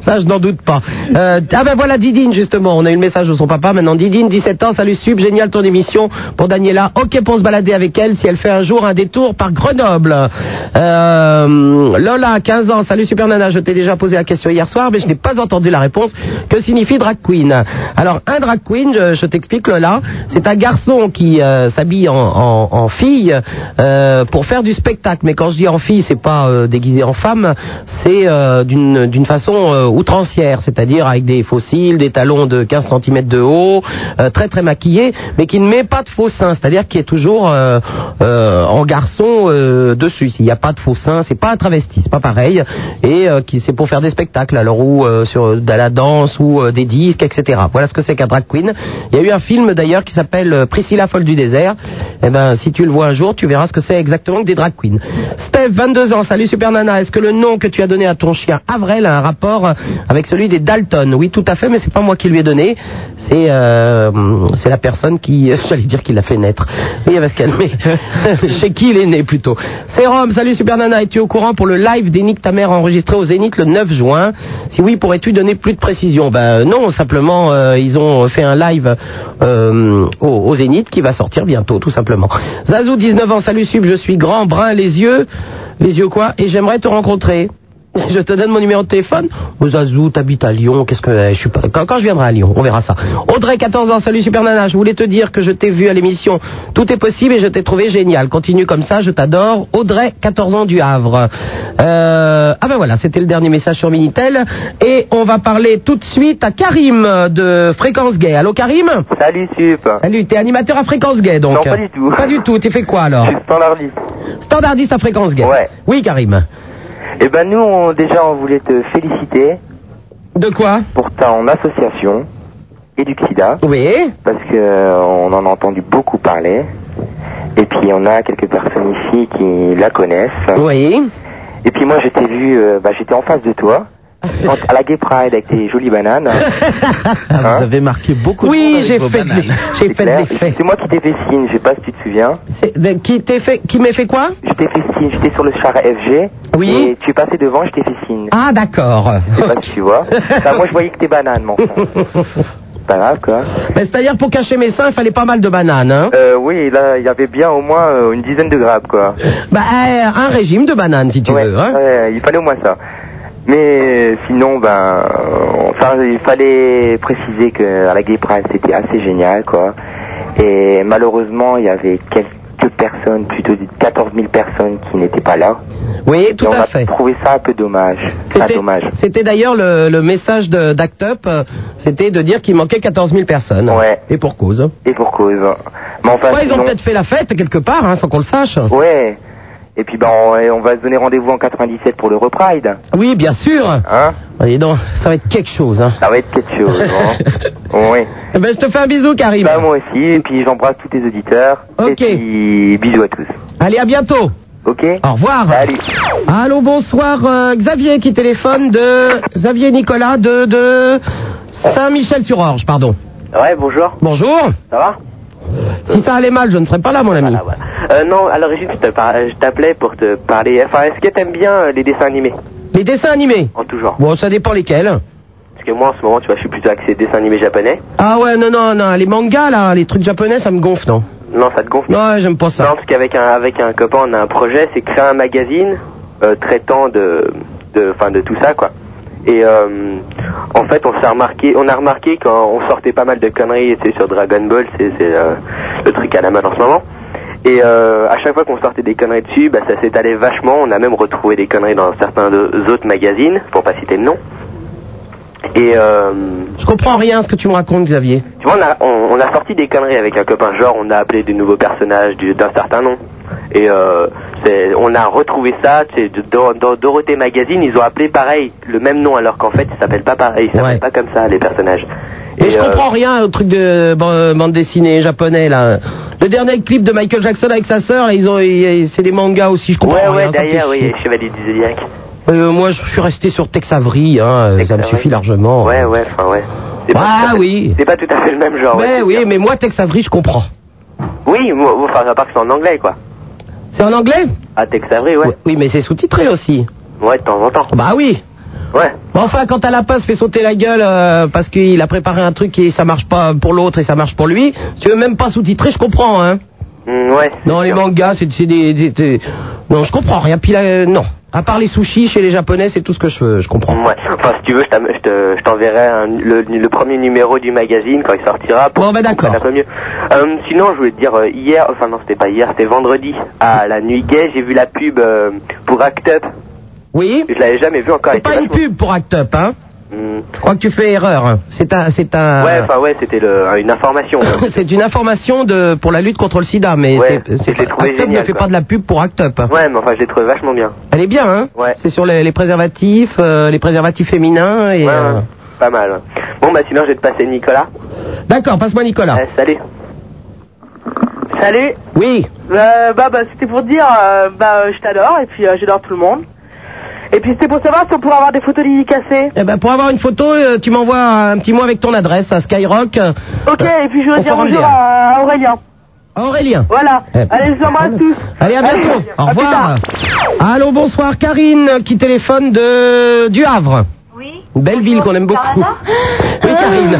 S4: Ça, je n'en doute pas. Euh, ah ben voilà Didine, justement, on a eu le message de son papa maintenant. Didine, 17 ans, salut Sub, génial ton émission. pour Daniela. Ok pour se balader avec elle si elle fait un jour un détour par Grenoble. Euh, Lola, 15 ans. Salut Super Nana. Je t'ai déjà posé la question hier soir, mais je n'ai pas entendu la réponse. Que signifie drag queen Alors, un drag queen, je, je t'explique Lola, c'est un garçon qui euh, s'habille en, en- en fille euh, pour faire du spectacle. Mais quand je dis en fille, c'est pas euh, déguisé en femme, c'est euh, d'une d'une façon euh, outrancière, c'est-à-dire avec des faux cils, des talons de 15 cm de haut, euh, très très maquillé, mais qui ne met pas de faux seins, c'est-à-dire qui est toujours euh, euh, en garçon euh, dessus. S'il n'y a pas de faux seins, c'est pas un travesti, c'est pas pareil, et euh, qui c'est pour faire des spectacles, alors ou euh, sur de la danse ou euh, des disques, etc. Voilà ce que c'est qu'un drag queen. Il y a eu un film d'ailleurs qui s'appelle euh, Priscilla folle du désert. Eh ben, si tu le vois un jour, tu verras ce que c'est exactement que des drag queens. Steph, 22 ans, salut Super Nana. Est-ce que le nom que tu as donné à ton chien Avrel a un rapport euh, avec celui des Dalton Oui, tout à fait, mais c'est pas moi qui lui ai donné. C'est euh, c'est la personne qui, euh, j'allais dire qui l'a fait naître. Oui, elle va se calmer. Chez qui il est né plutôt C'est Rome, salut Super Nana. Es-tu au courant pour le live d'Enic ta mère enregistré au Zénith le 9 juin Si oui, pourrais-tu donner plus de précisions Ben non, simplement euh, ils ont fait un live euh, au, au Zénith qui va sortir bientôt, tout simplement. Zazou, 19 ans, salut Sub, je suis grand, brun, les yeux, les yeux quoi Et j'aimerais te rencontrer. Je te donne mon numéro de téléphone. Oh, Zazou, t'habites à Lyon. Qu'est-ce que je suis pas quand, quand je viendrai à Lyon, on verra ça. Audrey, 14 ans. Salut Super Nana. Je voulais te dire que je t'ai vu à l'émission. Tout est possible et je t'ai trouvé génial. Continue comme ça, je t'adore. Audrey, 14 ans du Havre. Euh, ah ben voilà, c'était le dernier message sur Minitel et on va parler tout de suite à Karim de Fréquence Gay. Allô Karim.
S12: Salut Sup.
S4: Salut, t'es animateur à Fréquence Gay donc.
S12: Non, pas du tout.
S4: Pas du tout. T'es fait quoi alors
S12: Standardiste.
S4: Standardiste à Fréquence Gay.
S12: Ouais.
S4: Oui Karim.
S12: Eh ben nous, on, déjà, on voulait te féliciter.
S4: De quoi
S12: Pour ta en association et du sida.
S4: Oui.
S12: Parce que euh, on en a entendu beaucoup parler. Et puis on a quelques personnes ici qui la connaissent.
S4: Oui.
S12: Et puis moi, je t'ai vu, euh, bah, j'étais en face de toi. en- à la Gay Pride avec tes jolies bananes.
S24: Vous avez marqué beaucoup de
S12: Oui,
S24: monde avec
S12: j'ai
S24: vos
S12: fait
S24: bananes.
S12: des- j'ai C'est fait clair. des faits. C'est moi qui t'ai fait signe, je sais pas si tu te souviens.
S4: C'est- de- Qui t'est fait Qui m'est fait quoi
S12: Je t'ai fait signe, j'étais sur le char FG. Oui. Et tu es passé devant, je t'ai fait signe.
S4: Ah d'accord.
S12: Je sais pas si tu vois. Enfin, moi, je voyais que tes bananes, mon frère. C'est Pas grave, quoi.
S4: Ben, C'est-à-dire pour cacher mes seins, il fallait pas mal de bananes. Hein
S12: Euh, oui, là, il y avait bien au moins euh, une dizaine de grappes, quoi.
S4: Bah, euh, un régime de bananes si tu veux. Hein
S12: Ouais, il fallait au moins ça. Mais euh, sinon, ben, euh, enfin, il fallait préciser que à la Gay Pride, c'était assez génial, quoi. Et malheureusement, il y avait quelques personnes, plutôt 14 000 personnes qui n'étaient pas là.
S4: Oui, tout
S12: Et
S4: à
S12: On a trouvé ça un peu dommage. Enfin,
S4: C'était-
S12: dommage.
S4: C'était d'ailleurs le, le message de- d'Act Up, euh, c'était de dire qu'il manquait 14 000 personnes. Et pour cause.
S12: Et pour cause. Mais enfin,
S4: Ouais, ils ont
S12: sinon-
S4: peut-être fait la fête quelque part, hein, sans qu'on le sache.
S12: Ouais. Et puis ben, on, et on va se donner rendez-vous en 97 pour le Repride.
S4: Oui, bien sûr.
S12: Hein
S4: Allez donc, ça va être quelque chose. Hein.
S12: Ça va être quelque chose. hein. oui.
S4: Eh ben, je te fais un bisou, Karim.
S12: Bah, moi aussi. Et puis j'embrasse tous tes auditeurs.
S4: Ok.
S12: Et puis bisous à tous.
S4: Allez, à bientôt.
S12: Ok.
S4: Au revoir. Allô, bonsoir. euh, Xavier qui téléphone de Xavier Nicolas de de Saint-Michel-sur-Orge, pardon.
S7: Ouais, bonjour.
S4: Bonjour.
S7: Ça va
S4: Si ça allait mal, je ne serais pas là, mon ami.
S7: euh, Non, à l'origine, je te par- je t'appelais pour te parler. Enfin, est-ce que t'aimes bien euh, les dessins animés
S4: Les dessins animés.
S7: En tout genre.
S4: Bon, ça dépend lesquels.
S7: Parce que moi, en ce moment, tu vois, je suis plutôt axé dessins animés japonais.
S4: Ah ouais, non, non, non, les mangas là, les trucs japonais, ça me gonfle, non
S7: Non, ça te gonfle
S4: Ouais, j'aime pas ça.
S7: Non, parce qu'avec un, avec un copain, on a un projet, c'est créer un magazine euh, traitant de, de, fin, de tout ça, quoi. Et euh, en fait, on s'est remarqué, on a remarqué quand on sortait pas mal de conneries, tu sais, sur Dragon Ball, c'est c'est, euh, le truc à la mode en ce moment. Et euh, à chaque fois qu'on sortait des conneries dessus, bah, ça s'étalait vachement. On a même retrouvé des conneries dans certains de- autres magazines, pour pas citer de nom. Et euh,
S4: Je comprends rien à ce que tu me racontes, Xavier.
S7: tu vois, on a, on, on a sorti des conneries avec un copain, genre on a appelé des nouveaux personnages du- d'un certain nom. Et euh, c'est- on a retrouvé ça, tu sais, de- dans, dans Dorothée Magazine, ils ont appelé pareil, le même nom, alors qu'en fait, ils s'appellent pas pareil, ils s'appellent pas comme ça, les personnages.
S4: Et, je
S7: euh,
S4: comprends rien au truc de ban- bande dessinée japonais là. Le dernier clip de Michael Jackson avec sa sœur, là, ils ont, ils- c'est des mangas aussi. Je comprends
S7: Ouais,
S4: rien.
S7: ouais,
S4: ça me fait
S7: d'ailleurs, oui,
S4: chier.
S7: Chevalier du Zodiac.
S4: Euh, moi, je suis resté sur Tex Avery, hein, ça me suffit largement.
S7: Ouais, ouais, enfin, ouais. C'est pas
S4: Ah
S7: tout à fait-
S4: oui.
S7: C'est pas tout à fait le même genre. ouais,
S4: Mais
S7: c'est
S4: oui,
S7: bien.
S4: mais moi Tex Avery, je comprends.
S7: Oui, moi, enfin, à part que c'est en anglais, quoi.
S4: C'est en anglais
S7: Ah, Tex Avery, ouais.
S4: Oui, mais c'est sous-titré aussi.
S7: Ouais, de temps en temps.
S4: Bah oui.
S12: Ouais.
S4: Bon, enfin, quand t'as lapin se fait sauter la gueule euh, parce qu'il a préparé un truc et ça marche pas pour l'autre et ça marche pour lui, si tu veux même pas sous-titrer, je comprends, hein.
S12: Mm, ouais.
S4: Non, les mangas, c'est c'est des, des- des- Non, je comprends rien. Puis là, euh, non. À part les sushis chez les japonais, c'est tout ce que je veux, je comprends.
S12: Ouais. Enfin, si tu veux, je t'am- je te- je t'enverrai un- le, le premier numéro du magazine quand il sortira. Pour bon, ben d'accord. Un peu mieux. Euh, sinon, je voulais te dire, euh, hier, enfin non, c'était pas hier, c'était vendredi, à la nuit gay, j'ai vu la pub euh, pour Act Up.
S4: Oui.
S12: Je l'avais jamais vu encore.
S4: C'est pas une pub pour Act Up, hein. Je crois que tu fais erreur. hein. C'est un, c'est un.
S12: Mm. Ouais, enfin ouais, c'était le- euh, une information.
S4: Ah. c'est une information de pour la lutte contre le SIDA, mais
S12: Ouais,
S4: c'est, c'est
S12: je l'ai trouvé
S4: Act Up ne
S12: génial,
S4: fait
S12: quoi.
S4: pas de la pub pour Act Up.
S12: ouais, mais enfin, je l'ai trouvé vachement bien.
S4: Elle est bien, hein C'est sur les, les préservatifs, euh, les préservatifs féminins et. euh,
S12: Pas mal. Bon, bah sinon, je vais te passer Nicolas.
S4: D'accord, passe-moi Nicolas.
S27: Eh,
S12: salut.
S27: Salut.
S4: Oui.
S27: Euh, bah, bah, c'était pour dire, euh, bah, euh, je t'adore et puis euh, j'adore tout le monde. Et puis c'était pour savoir si on pourrait avoir des photos dédicacées.
S4: Eh ben, pour avoir une photo, euh, tu m'envoies un petit mot avec ton adresse à Skyrock. Euh,
S27: Ok, et puis je
S4: On
S27: veux dire
S4: fera
S27: bonjour
S4: le lien.
S27: à à Aurélien.
S4: Aurélien.
S27: Voilà.
S4: Eh ben,
S27: Allez, je vous embrasse tous.
S4: Allez, à bientôt. Au revoir. Allô, bonsoir. Karine qui téléphone de du Havre. Oui. Une belle ville qu'on aime beaucoup. Oui, Karine.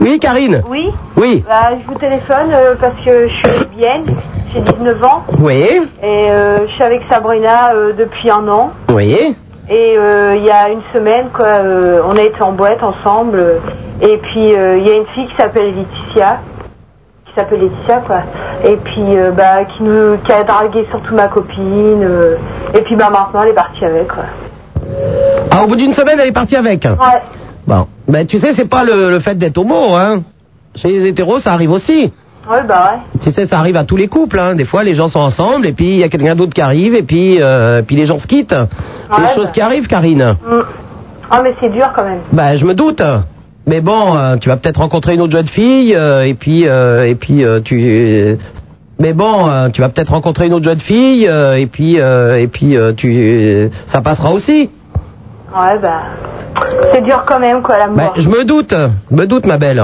S4: Oui, Karine.
S7: Oui
S4: Oui.
S7: Bah, je vous téléphone euh, parce que je suis bien, j'ai 19 ans
S4: Oui.
S7: et euh, je suis avec Sabrina euh, depuis un an.
S4: Oui.
S7: Et euh, il y a une semaine, quoi, euh, on a été en boîte ensemble. euh, et puis euh, il y a une fille qui s'appelle Laetitia, qui s'appelle Laetitia, quoi. Et puis euh, bah qui nous, qui a dragué surtout ma copine. euh, et puis bah maintenant elle est partie avec, quoi.
S4: Ah, au bout d'une semaine, elle est partie avec.
S7: Ouais.
S4: Bon. Ben, tu sais, c'est pas le, le fait d'être homo, hein. Chez les hétéros, ça arrive aussi.
S7: Ouais, bah ouais.
S4: Tu sais, ça arrive à tous les couples. Hein. Des fois, les gens sont ensemble et puis il y a quelqu'un d'autre qui arrive et puis, euh, puis les gens se quittent. C'est
S7: Ouais,
S4: des choses
S7: bah.
S4: qui arrivent, Karine.
S7: Mm. Ah mais c'est dur quand même.
S4: Ben, je me doute. Mais bon, euh, tu vas peut-être rencontrer une autre jeune fille euh, et puis euh, et puis euh, tu. Mais bon, euh, tu vas peut-être rencontrer une autre jeune fille euh, et puis euh, et puis euh, tu. Ça passera aussi.
S7: Ouais, bah c'est dur quand même, quoi, l'amour.
S4: Ben, je me doute, je me doute, ma belle.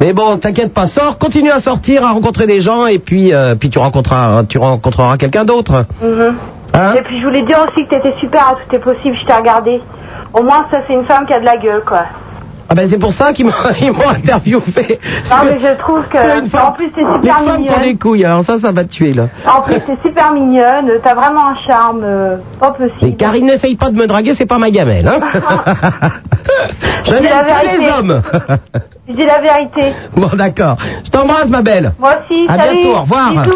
S4: Mais bon, t'inquiète pas, sors, continue à sortir, à rencontrer des gens et puis euh, puis tu rencontreras tu rencontreras quelqu'un d'autre.
S7: Mhm.
S4: Hein
S7: Et puis je voulais dire aussi que t'étais super à tout est possible, je t'ai regardé. Au moins ça c'est une femme qui a de la gueule quoi.
S4: Ah ben c'est pour ça qu'ils m'ont ils m'ont interviewé.
S7: Non Ah, mais je trouve
S4: C'est
S7: que
S4: une
S7: en plus t'es
S4: Les
S7: super
S4: femmes qui ont
S7: mignonne.
S4: des couilles, alors ça, ça va te tuer là.
S7: En plus t'es super mignonne, euh, t'as vraiment un charme euh, pas possible.
S4: Et Karine n'essaye pas de me draguer, c'est pas ma gamelle. Hein je
S7: C'est
S4: n'aime
S7: la
S4: pas les
S7: vérité.
S4: hommes.
S7: Je dis la vérité.
S4: bon d'accord, je t'embrasse ma belle.
S7: Moi aussi,
S4: à
S7: salut.
S4: bientôt, au revoir.
S7: Bisous.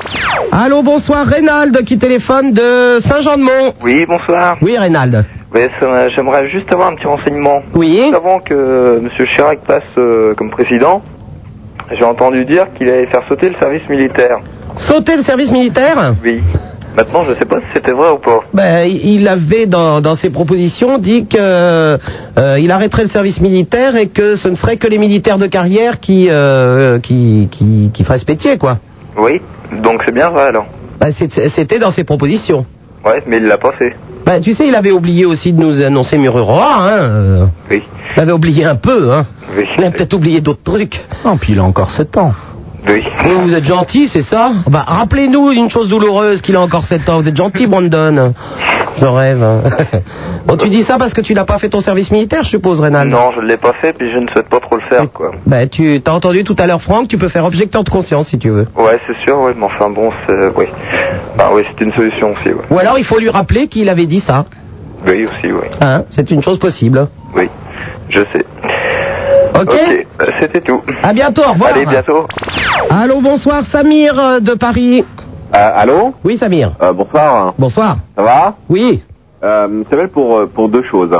S4: Allô, bonsoir, Reynald qui téléphone de Saint-Jean-de-Mont.
S11: Oui, bonsoir.
S4: Oui, Reynald.
S11: Oui, ça- j'aimerais juste avoir un petit renseignement.
S4: Oui.
S11: Avant que euh, M. Chirac passe euh, comme président, j'ai entendu dire qu'il allait faire sauter le service militaire.
S4: Sauter le service militaire
S11: Oui. Maintenant, je ne sais pas si c'était vrai ou pas.
S4: Ben, il avait dans, dans ses propositions dit que euh, il arrêterait le service militaire et que ce ne serait que les militaires de carrière qui euh, qui, qui qui feraient ce métier quoi.
S11: Oui. Donc c'est bien vrai alors.
S4: Ben, c'est- c'était dans ses propositions.
S11: Ouais, mais il l'a pas fait.
S4: Ben, tu sais, il avait oublié aussi de nous annoncer Mururora, hein. euh.
S11: Oui.
S4: Il avait oublié un peu, hein. Il a peut-être oublié d'autres trucs.
S28: Non, puis il a encore 7 ans.
S11: Oui.
S4: vous êtes gentil, c'est ça Bah, rappelez-nous une chose douloureuse qu'il a encore 7 ans. Vous êtes gentil, Brandon. Je rêve. hein. bon, tu dis ça parce que tu n'as pas fait ton service militaire, je suppose, Rénal.
S11: Non, je ne l'ai pas fait, puis je ne souhaite pas trop le faire, quoi.
S4: Ben, tu t'as entendu tout à l'heure, Franck, tu peux faire objecteur de conscience si tu veux.
S11: Ouais, c'est sûr, ouais, mais enfin bon, c'est... euh, Oui. Bah oui, c'est une solution aussi, ouais.
S4: Ou alors, il faut lui rappeler qu'il avait dit ça.
S11: Oui, aussi, oui.
S4: Hein C'est une chose possible.
S11: Oui, je sais.
S4: Ok.
S11: euh, C'était tout.
S4: À bientôt, au revoir.
S11: Allez, bientôt.
S4: Allô, bonsoir, Samir euh, de Paris.
S11: Ah,
S29: Euh, allô
S4: Oui, Samir.
S29: Euh, bonsoir.
S4: Bonsoir.
S29: Ça va
S4: Oui.
S29: Euh, je t'appelle pour, euh, pour deux choses.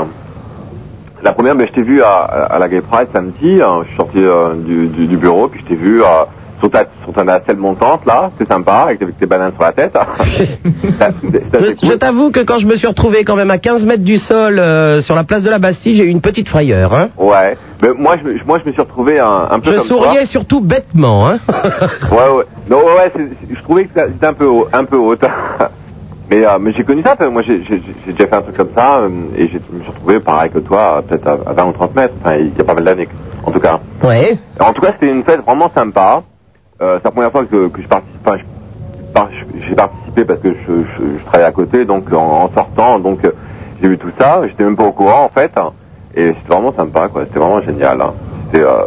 S29: La première, ben, je t'ai vu à, à la Gay Pride samedi. hein. Je suis sorti euh, du, du, du bureau, puis je t'ai vu euh, sur, ta, sur ta nacelle montante, là. C'est sympa, avec, avec tes bananes sur la tête. Ça, c'est- ça, c'est
S4: Je, je t'avoue que quand je me suis retrouvé quand même à 15 mètres du sol euh, sur la place de la Bastille, j'ai eu une petite frayeur. Hein.
S29: Ouais. Mais moi, je, me- moi, je me suis retrouvé un, un peu
S4: Je
S29: comme
S4: souriais surtout bêtement. Hein.
S29: toi. Ouais, ouais. Non, ouais, ouais, c'est- c'est- je trouvais que ça- c'était un peu haut, un peu haute. mais, euh, mais j'ai connu ça. Enfin, Moi, j'ai j'ai- j'ai déjà fait un truc comme ça, euh, et j'ai- je me suis retrouvé pareil que toi, euh, peut-être à à 20 ou 30 mètres. Enfin, il y a pas mal d'années, en tout cas.
S4: Ouais.
S29: En tout cas, c'était une fête vraiment sympa. Euh, c'est la première fois que, que je participe. Enfin, je par- j'ai participé parce que je, je, je travaillais à côté, donc en, en sortant, donc euh, J'ai vu tout ça, j'étais même pas au courant en fait. hein. Et c'était vraiment sympa, quoi. C'était vraiment génial. hein. C'était euh,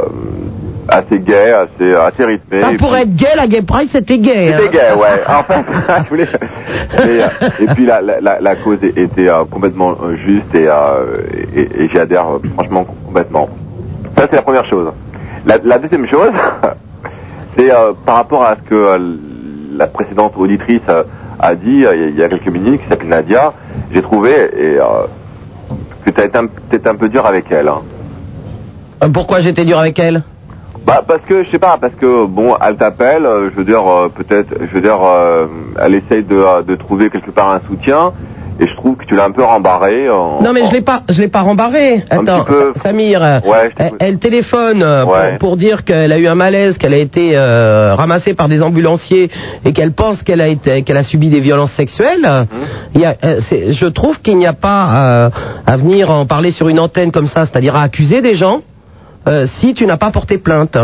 S29: assez gay, assez, assez rythmé.
S4: Ça
S29: Et
S4: pour être gay, la gay pride, c'était gay.
S29: c'était
S4: hein.
S29: gay, ouais. En fait, je voulais- mais, euh, et puis la, la- la- la cause était euh, complètement euh, juste et, euh, et- et j'y adhère euh, franchement complètement. Ça, c'est la première chose. La, la deuxième chose, c'est euh, par rapport à ce que euh, la précédente auditrice euh, a dit euh, il y a quelques minutes, qui s'appelle Nadia, j'ai trouvé et, euh, que tu as été un, peut-être un peu dur avec elle. hein.
S4: Euh, Pourquoi j'étais dur avec elle
S29: Bah parce que je sais pas, parce que bon, elle t'appelle, euh, je veux dire euh, peut-être, je veux dire, euh, elle essaye de, euh, de trouver quelque part un soutien, et je trouve que tu l'as un peu rembarré. euh, en-
S4: Non mais je l'ai pas, je l'ai pas rembarré. Attends, Sa- Samir, euh, elle, elle téléphone euh, pour- pour, dire qu'elle a eu un malaise, qu'elle a été euh, ramassée par des ambulanciers et qu'elle pense qu'elle a été, qu'elle a subi des violences sexuelles. Il y a, euh, c'est- je trouve qu'il n'y a pas euh, à venir en parler sur une antenne comme ça, c'est-à-dire à accuser des gens euh, si tu n'as pas porté plainte.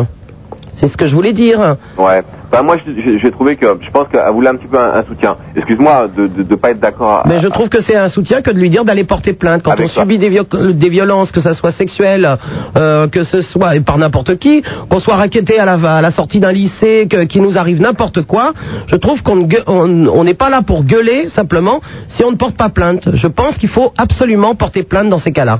S4: C'est ce que je voulais dire.
S29: Ouais. Bah moi, je- je- j'ai trouvé que, je pense qu'elle voulait un petit peu un, un soutien. Excuse-moi de, de de pas être d'accord.
S4: Mais je trouve que c'est un soutien que de lui dire d'aller porter plainte quand on subit des, vio- des violences, que ça soit sexuelle, euh, que ce soit et par n'importe qui, qu'on soit racketté à la, à la sortie d'un lycée, que, qu'il nous arrive n'importe quoi. Je trouve qu'on ne gueu- on- on n'est pas là pour gueuler simplement si on ne porte pas plainte. Je pense qu'il faut absolument porter plainte dans ces cas-là.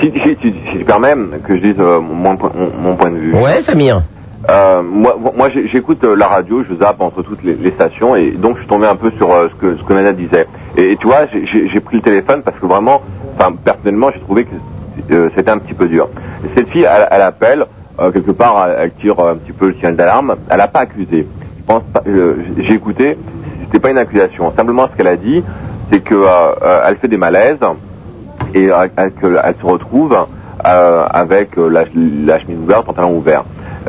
S29: Si, si, si, si tu permets que je dise euh, mon, point- mon- mon point de vue.
S4: Ouais, Samir.
S29: Euh, moi, moi j'ai- j'écoute euh, la radio, je zappe entre toutes les, les stations et donc je suis tombé un peu sur euh, ce que ce que Nana disait. Et, et tu vois, j'ai- j'ai j'ai pris le téléphone parce que vraiment, enfin personnellement, j'ai trouvé que euh, c'était un petit peu dur. Cette fille, elle, elle appelle euh, quelque part, elle, elle tire euh, un petit peu le signal d'alarme. Elle n'a pas accusé. Je pense, pas- euh, j'ai écouté, c'était pas une accusation. Simplement, ce qu'elle a dit, c'est que euh, euh, elle fait des malaises et euh, elle, que- elle se retrouve euh, avec euh, la, la chemise ouverte, pantalon ouvert.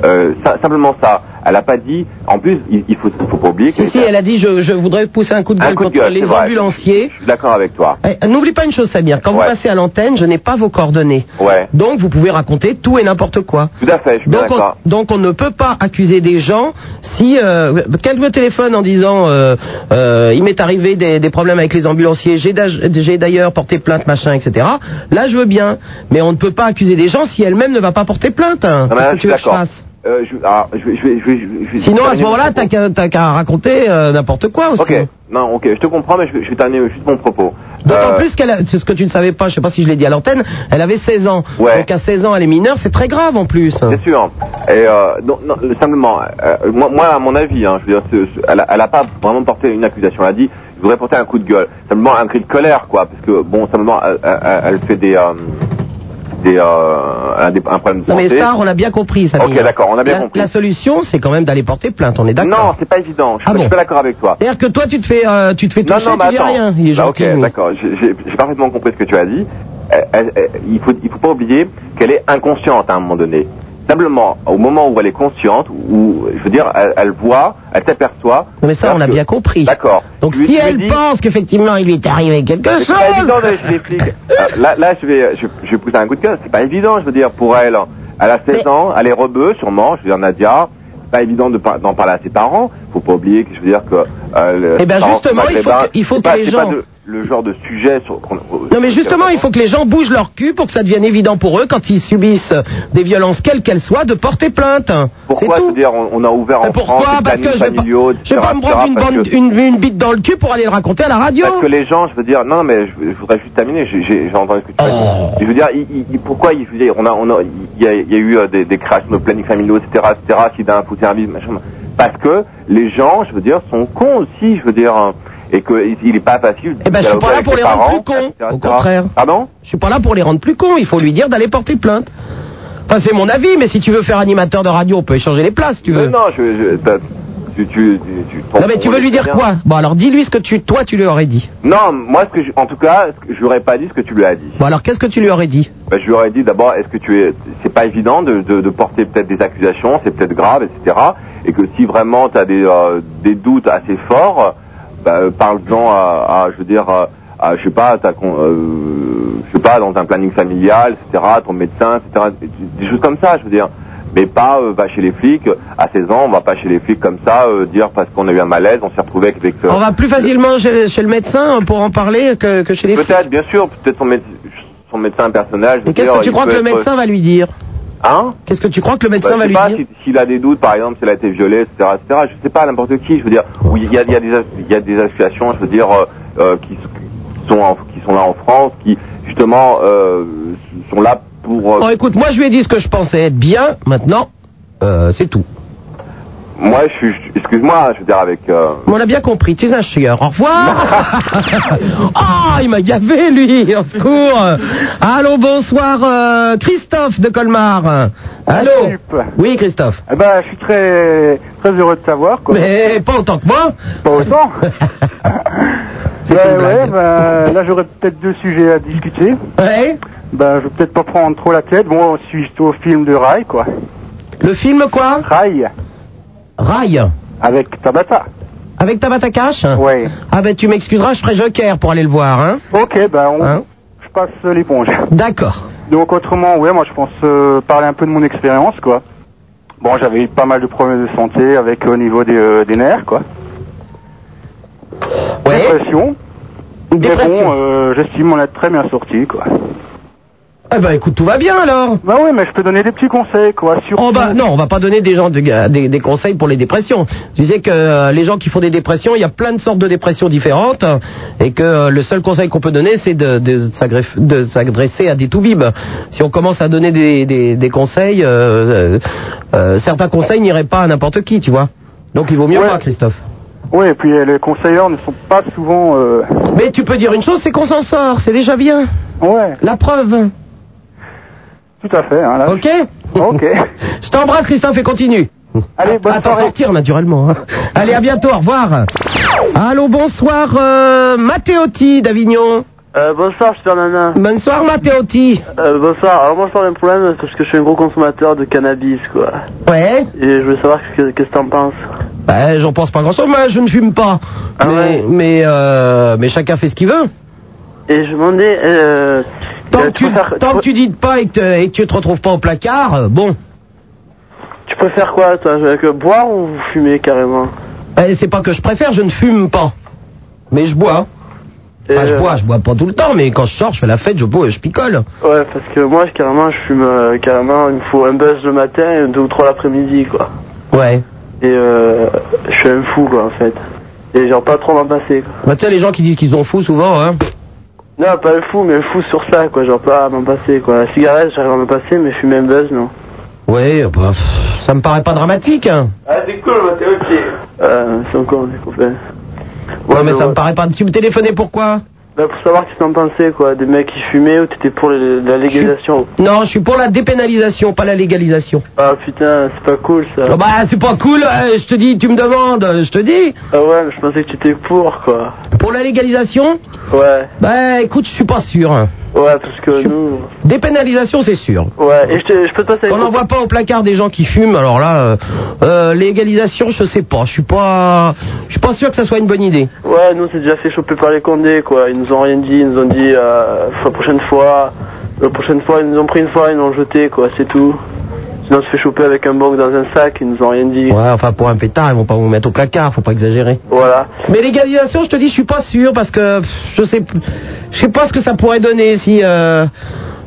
S29: Euh, ça- simplement ça. Elle n'a pas dit. En plus, il, il faut, faut pas oublier
S4: Si,
S29: qu'elle
S4: si,
S29: était-
S4: elle a dit je, je voudrais pousser un coup de
S29: Un
S4: gueule
S29: coup de
S4: contre
S29: gueule,
S4: les
S29: c'est vrai.
S4: ambulanciers.
S29: Je suis d'accord avec toi.
S4: Eh, N'oublie pas une chose, Samir, quand vous passez à l'antenne, je n'ai pas vos coordonnées.
S29: Ouais.
S4: Donc vous pouvez raconter tout et n'importe quoi.
S29: Tout à fait. Je suis bien
S4: Donc on,
S29: d'accord.
S4: donc on ne peut pas accuser des gens si euh, quelqu'un me téléphone en disant euh, euh, il m'est arrivé des, des problèmes avec les ambulanciers, j'ai d'aj- j'ai d'ailleurs porté plainte, machin, etc. Là je veux bien, mais on ne peut pas accuser des gens si elle-même ne va pas porter plainte. hein.
S29: Non, mais
S4: Qu'est-ce que tu veux que
S29: là, Ah ben, je suis
S4: je
S29: d'accord.
S4: fasse
S29: Euh, je- alors, je vais- je vais- je vais- je vais-
S4: Sinon à
S29: terminer
S4: ce
S29: mon
S4: moment-là t'as qu'à t'as qu'à raconter euh, n'importe quoi aussi.
S29: Ok, non, ok, je te comprends, mais je, vais- je vais terminer juste mon propos.
S4: D'autant
S29: Euh,
S4: plus qu'elle, a- c'est ce que tu ne savais pas, je sais pas si je l'ai dit à l'antenne, elle avait 16 ans. Donc à 16 ans, elle est mineure, c'est très grave en plus. hein.
S29: Bien sûr. Et euh, non, non, simplement, euh, moi, moi, à mon avis, hein, je veux dire, ce- ce- elle, a- elle a pas vraiment porté une accusation. Elle a dit, je voudrais porter un coup de gueule, simplement un cri de colère, quoi, parce que bon, simplement, elle, elle- elle fait des, euh, des, euh, elle a des- un problème de
S4: Non mais
S29: santé.
S4: ça, on l'a bien compris, ça.
S29: Ok, d'accord, on a bien
S4: la,
S29: compris.
S4: La solution, c'est quand même d'aller porter plainte, on est d'accord.
S29: Non, c'est pas évident. Je suis
S4: Ah
S29: pas-
S4: bon.
S29: je suis pas d'accord avec toi.
S4: C'est-à-dire que toi, tu te fais, euh, tu te fais toucher, tu dis rien. Il est
S29: Bah,
S4: gentil.
S29: ok,
S4: lui.
S29: d'accord. J'ai- J'ai j'ai parfaitement compris ce que tu as dit. Euh, euh, euh, il faut, il faut pas oublier qu'elle est inconsciente hein, à un moment donné. Simplement, au moment où elle est consciente, où je veux dire, elle, elle voit, elle s'aperçoit.
S4: Non mais ça, on a bien compris.
S29: D'accord.
S4: Donc
S29: Lui-
S4: si
S29: lui
S4: elle
S29: dit-
S4: pense qu'effectivement il lui est arrivé quelque
S29: Bah,
S4: chose,
S29: c'est pas évident d'aller chez les flics. Euh, là, là, je vais, je, je vais pousser un coup de cœur. C'est pas évident, je veux dire, pour elle. Elle a 16 ans, elle est rebeu, sûrement. Je veux dire, Nadia. C'est pas évident de par- d'en parler à ses parents. Faut pas oublier que je veux dire que. euh, le-
S4: Eh ben,
S29: les parents
S4: justement,
S29: sont
S4: il faut
S29: maghrébins.
S4: que- il faut
S29: C'est
S4: que
S29: pas-
S4: les
S29: c'est pas
S4: gens-
S29: de- le genre de sujet sur. qu'on-
S4: Non mais justement, il faut que les gens bougent leur cul pour que ça devienne évident pour eux quand ils subissent des violences quelles qu'elles soient de porter plainte. C'est
S29: Pourquoi, je veux dire, on, on a ouvert en
S4: Pourquoi
S29: France les
S4: Parce
S29: plannings
S4: que je vais pas,
S29: familiaux,
S4: je vais
S29: etc.,
S4: pas me prendre
S29: etc.,
S4: une,
S29: parce
S4: bande-
S29: que-
S4: une- une bite dans le cul pour aller le raconter à la radio.
S29: Parce que les gens, je veux dire, non, mais je, je voudrais juste terminer. J'ai- J'ai j'ai entendu ce que tu as
S4: Ah.
S29: dit. Je veux dire, il- il- il- pourquoi il, je veux dire, on a, on a, il y a, il y a eu euh, des, des créations de plannings familiaux, etc., etc., qui d'un coup service, machin. Parce que les gens, je veux dire, sont cons aussi, je veux dire, hein, et que il- il est pas facile.
S4: Eh ben, je suis pas là pour les rendre plus cons. Au contraire.
S29: Pardon
S4: Je suis pas là pour les rendre plus cons. Il faut lui dire d'aller porter plainte. Enfin, c'est mon avis, mais si tu veux faire animateur de radio, on peut échanger les places, si tu veux.
S29: Non, je, je- t'as- tu, tu, tu- tu-
S4: Non, mais tu veux lui dire
S29: bien.
S4: quoi Bon, alors dis-lui ce que tu, toi, tu lui aurais dit.
S29: Non, moi, ce que je- en tout cas, ce que- je lui aurais pas dit ce que tu lui as dit.
S4: Bon, alors qu'est-ce que tu lui aurais dit
S29: Ben, je lui aurais dit d'abord, est-ce que tu es, c'est pas évident de, de, de porter peut-être des accusations, c'est peut-être grave, etc. Et que si vraiment tu as des, euh, des doutes assez forts, ben, euh, parle-en à, à, je veux dire, à, à, je sais pas, à ta con- euh, je sais pas, dans un planning familial, etc., ton médecin, etc., des choses comme ça, je veux dire. Mais mais pas euh, va chez les flics. À 16 ans, on va pas chez les flics comme ça, euh, dire parce qu'on a eu un malaise, on s'est retrouvé avec. euh,
S4: On va plus facilement chez, chez le médecin hein, pour en parler que, que chez les flics.
S29: Peut-être, bien sûr, peut-être son, méde- son médecin personnel.
S4: Mais qu'est-ce que tu crois que le médecin va lui dire
S29: Hein
S4: Qu'est-ce que tu crois que le médecin
S29: Bah,
S4: va
S29: je sais
S4: lui
S29: pas,
S4: dire
S29: si- S'il a des doutes, par exemple, s'il a été violé, etc., etc., je sais pas, n'importe qui, je veux dire, où il y a, il y a des, as- il y a des associations, je veux dire, euh, euh, qui, s- qui sont en- qui sont là en France, qui, justement, euh, sont là pour... euh,
S4: Bon, écoute, moi je lui ai dit ce que je pensais être bien, maintenant, euh, c'est tout.
S29: moi, je suis... Excuse-moi, je veux dire, avec... euh,
S4: Mais on a bien compris, tu es un chieur. Au revoir Ah, il m'a gavé, lui Au secours Allô, bonsoir, euh, Christophe de Colmar. Allô Oui, Christophe.
S2: Eh ben, je suis très, très heureux de savoir. Quoi.
S4: Mais pas autant que moi.
S2: Pas autant. Ben ouais, ben, là j'aurais peut-être deux sujets à discuter.
S4: Ouais.
S2: Ben, je vais peut-être pas prendre trop la tête. Bon, on suit au film de Rai, quoi.
S4: Le film quoi
S2: Rai.
S4: Rai.
S2: Avec Tabata.
S4: Avec Tabata Cash
S2: Ouais.
S4: Ah ben tu m'excuseras, je ferai joker pour aller le voir, hein
S2: Ok, ben on, je passe l'éponge.
S4: D'accord.
S2: Donc autrement, ouais, moi je pense euh, parler un peu de mon expérience, quoi. Bon, j'avais eu pas mal de problèmes de santé avec au niveau des, euh, des nerfs, quoi. Dépression. Mais bon, euh, j'estime en être très bien sorti, quoi.
S4: Eh ben écoute, tout va bien alors
S2: Bah oui, mais je peux donner des petits conseils, quoi. Sur
S4: oh bah non, on va pas donner des gens de- des, des conseils pour les dépressions. Tu sais que euh, les gens qui font des dépressions, il y a plein de sortes de dépressions différentes, hein, et que euh, le seul conseil qu'on peut donner, c'est de, de s'agref- de s'adresser à des toubibs. Si on commence à donner des, des- des conseils, euh, euh, euh, certains conseils n'iraient pas à n'importe qui, tu vois. Donc il vaut mieux pas, Christophe.
S2: Ouais, et puis euh, les conseilleurs ne sont pas souvent. euh,
S4: Mais tu peux dire une chose, c'est qu'on s'en sort, c'est déjà bien.
S2: Ouais.
S4: La preuve.
S2: Tout à fait, hein, là.
S4: Ok
S2: Ok.
S4: Je t'embrasse, Christophe, et continue. Allez, bonne à t'en sortir, naturellement. hein. Allez, à bientôt, au revoir. Allô, bonsoir, euh, Matteotti d'Avignon.
S11: Euh, bonsoir, Super Nana.
S4: Bonsoir, Matteotti.
S11: Euh, bonsoir. Alors, moi, je parle d'un problème parce que je suis un gros consommateur de cannabis, quoi.
S4: Ouais.
S11: Et je voulais savoir ce que- qu'est-ce que t'en penses.
S4: Bah, j'en pense pas grand-chose, moi, je ne fume pas.
S11: Ah
S4: mais, mais, euh, mais chacun fait ce qu'il veut.
S11: Et je me demandais, euh,
S4: Tant, que, tu, tant que tu dis pas et que, te- et que tu te retrouves pas au placard, euh, bon.
S11: tu préfères quoi, toi je- Que boire ou fumer carrément
S4: Eh, c'est pas que je préfère, je ne fume pas. Mais je bois. Enfin,
S11: Euh.
S4: je bois, je bois pas tout le temps, mais quand je sors, je fais la fête, je bois et je picole.
S11: Ouais, parce que moi, je- carrément, je fume, euh, carrément, il me faut un buzz le matin et deux ou trois l'après-midi, quoi.
S4: Ouais.
S11: Et euh, je suis un fou, quoi, en fait. Et genre pas trop m'en passer, quoi.
S4: Bah, tu sais, les gens qui disent qu'ils sont fous souvent, hein.
S11: Non, pas le fou, mais le fou sur ça, quoi. Genre pas à m'en passer, quoi. La cigarette, j'arrive à m'en passer, mais fumer un buzz, non.
S4: Ouais, bah, pff, ça me paraît pas dramatique, hein.
S11: Ah, c'est cool, bah, t'es ok. Euh, c'est encore des copains.
S4: Ouais, mais ça me paraît pas. Tu me téléphonais pourquoi
S11: Bah, pour savoir ce que t'en pensais, quoi. Des mecs qui fumaient ou t'étais pour les- la légalisation.
S4: Non, je suis pour la dépénalisation, pas la légalisation.
S11: Ah, putain, c'est pas cool, ça.
S4: Ah bah, c'est pas cool, euh, je te dis, tu me demandes, euh, je te dis.
S11: Ah ouais, mais je pensais que tu étais pour, quoi.
S4: Pour la légalisation
S11: Ouais.
S4: Bah, écoute, je suis pas sûr. hein.
S11: Ouais, parce que nous.
S4: Dépénalisation, c'est sûr.
S11: Ouais, et je, te- je peux te passer
S4: On n'en voit pas au placard des gens qui fument, alors là, euh, euh, légalisation, je sais pas, je suis pas, je suis pas sûr que ça soit une bonne idée.
S11: Ouais, nous, on s'est déjà fait choper par les condés, quoi. Ils nous ont rien dit, ils nous ont dit, euh, la prochaine fois. La prochaine fois, ils nous ont pris une fois, ils nous ont jeté, quoi, c'est tout. Sinon, on se fait choper avec un bong dans un sac, ils nous ont rien dit.
S4: Ouais, enfin pour un pétard, ils vont pas vous mettre au placard, faut pas exagérer.
S11: Voilà.
S4: Mais légalisation, je te dis, je suis pas sûr parce que pff, je sais, je sais pas ce que ça pourrait donner si, euh,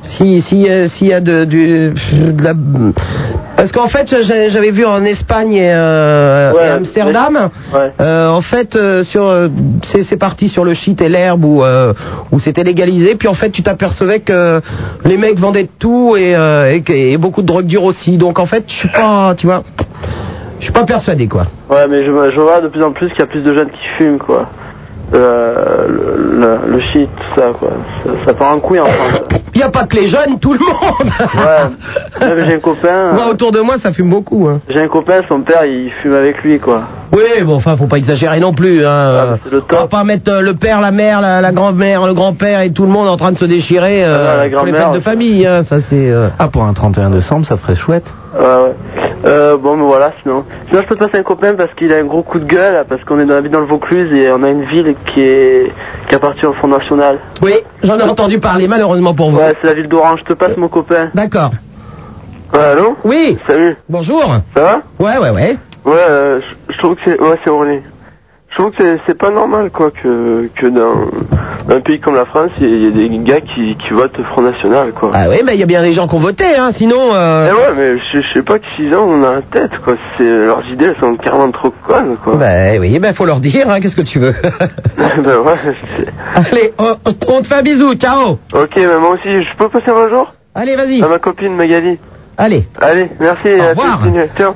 S4: si, si, euh, s'il y a de, du, de la- parce qu'en fait, j'ai- j'avais vu en Espagne et, euh, et Amsterdam, euh, en fait, euh, sur, euh, c'est c'est parti sur le shit et l'herbe où, euh, où c'était légalisé, puis en fait, tu t'apercevais que les mecs vendaient de tout et, euh, et que- et beaucoup de drogue dure aussi. Donc en fait, je suis pas, tu vois, je suis pas persuadé quoi.
S11: Ouais, mais je, je vois de plus en plus qu'il y a plus de jeunes qui fument, quoi. Euh, le, le, le shit, tout ça, quoi. Ça, ça part en couille en France.
S4: Il n'y a pas que les jeunes, tout le monde
S11: Ouais, même j'ai un copain.
S4: Moi, autour de moi, ça fume beaucoup. Hein.
S11: J'ai un copain, son père, il fume avec lui, quoi.
S4: Oui, bon, enfin, faut pas exagérer non plus.
S11: Ah,
S4: Hein. On va pas mettre euh, le père, la mère, la, la grand-mère, le grand-père et tout le monde en train de se déchirer euh,
S11: Ah, la
S4: pour les
S11: grand-mère,
S4: fêtes de famille. hein. Ça, c'est. euh,
S30: Ah, pour un 31 décembre, ça ferait chouette.
S11: Ouais, ouais. Euh, bon, mais voilà, sinon. Sinon, je peux te passer un copain parce qu'il a un gros coup de gueule, là, parce qu'on est dans, habite dans le Vaucluse et on a une ville qui est qui appartient au Front National.
S4: Oui, j'en ai entendu parler, malheureusement pour vous.
S11: Ouais, c'est la ville d'Orange. Je te passe mon copain.
S4: D'accord.
S11: allô
S4: Oui
S11: Salut
S4: Bonjour
S11: Ça va
S4: Ouais, ouais, ouais.
S11: Ouais, euh, je, je trouve que c'est... Ouais, c'est Aurélien. Je trouve que c'est- c'est pas normal, quoi, que, que dans dans un pays comme la France, il y, a des gars qui, qui votent Front National, quoi.
S4: Ah oui, mais il y a bien des gens qui ont voté, hein, sinon... euh,
S11: Eh ouais, mais je, je sais pas qu'ils ont on a la tête, quoi. C'est, leurs idées, elles sont carrément trop connes, quoi.
S4: Ben oui, ben faut leur dire, hein, qu'est-ce que tu veux.
S11: ben ouais, c'est-
S4: Allez, on, on te fait un bisou, ciao
S11: Ok, mais moi aussi, je peux passer un bonjour
S4: Allez, vas-y.
S11: À ma copine Magali.
S4: Allez.
S11: Allez, merci. et à
S4: revoir.
S11: tous, continuez. Ciao.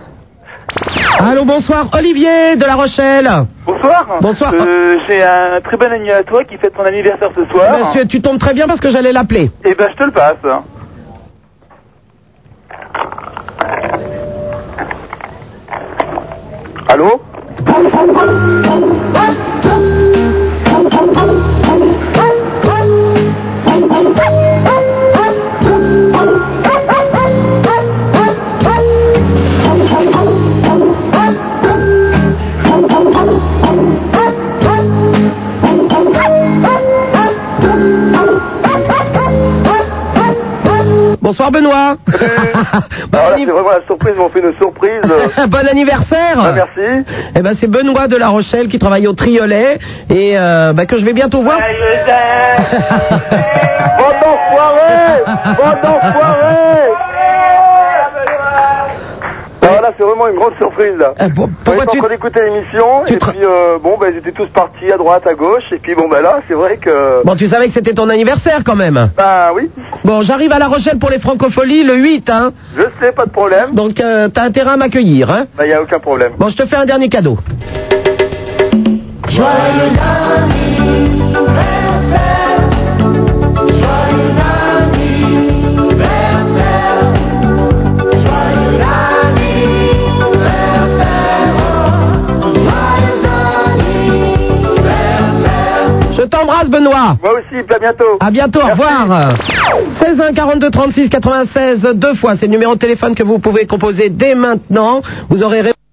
S4: Allô, bonsoir, Olivier de La Rochelle.
S31: Bonsoir.
S4: Bonsoir.
S31: Euh, J'ai un très bon ami à toi qui fête son anniversaire ce soir.
S4: Monsieur, tu tombes très bien parce que j'allais l'appeler.
S31: Et ben je te le passe.
S11: Allô
S4: Bonsoir, Benoît.
S11: Eh, Voilà, c'est vraiment la surprise, ils m'ont fait une surprise.
S4: bon anniversaire.
S11: Ah, merci.
S4: Eh ben, c'est Benoît de La Rochelle qui travaille au Triolet et euh, ben, que je vais bientôt voir.
S31: Bon enfoiré Bon enfoiré
S11: Alors Ah, là, c'est vraiment une grande surprise là.
S4: Pourquoi
S11: Eh, tu en train d'écouter l'émission et puis euh, bon, ben ils étaient tous partis à droite, à gauche et puis bon ben là, c'est vrai que
S4: Bon, tu savais que c'était ton anniversaire quand même.
S11: Bah oui.
S4: Bon, j'arrive à La Rochelle pour les francopholies le 8, hein.
S11: Je sais, pas de problème.
S4: Donc, euh, t'as intérêt à m'accueillir, hein.
S11: bah il y a aucun problème.
S4: Bon, je te fais un dernier cadeau. Je t'embrasse, Benoît.
S11: Moi aussi, à bientôt.
S4: À bientôt, au revoir. 16 1 42 36 96 deux fois, c'est le numéro de téléphone que vous pouvez composer dès maintenant. Vous aurez répondu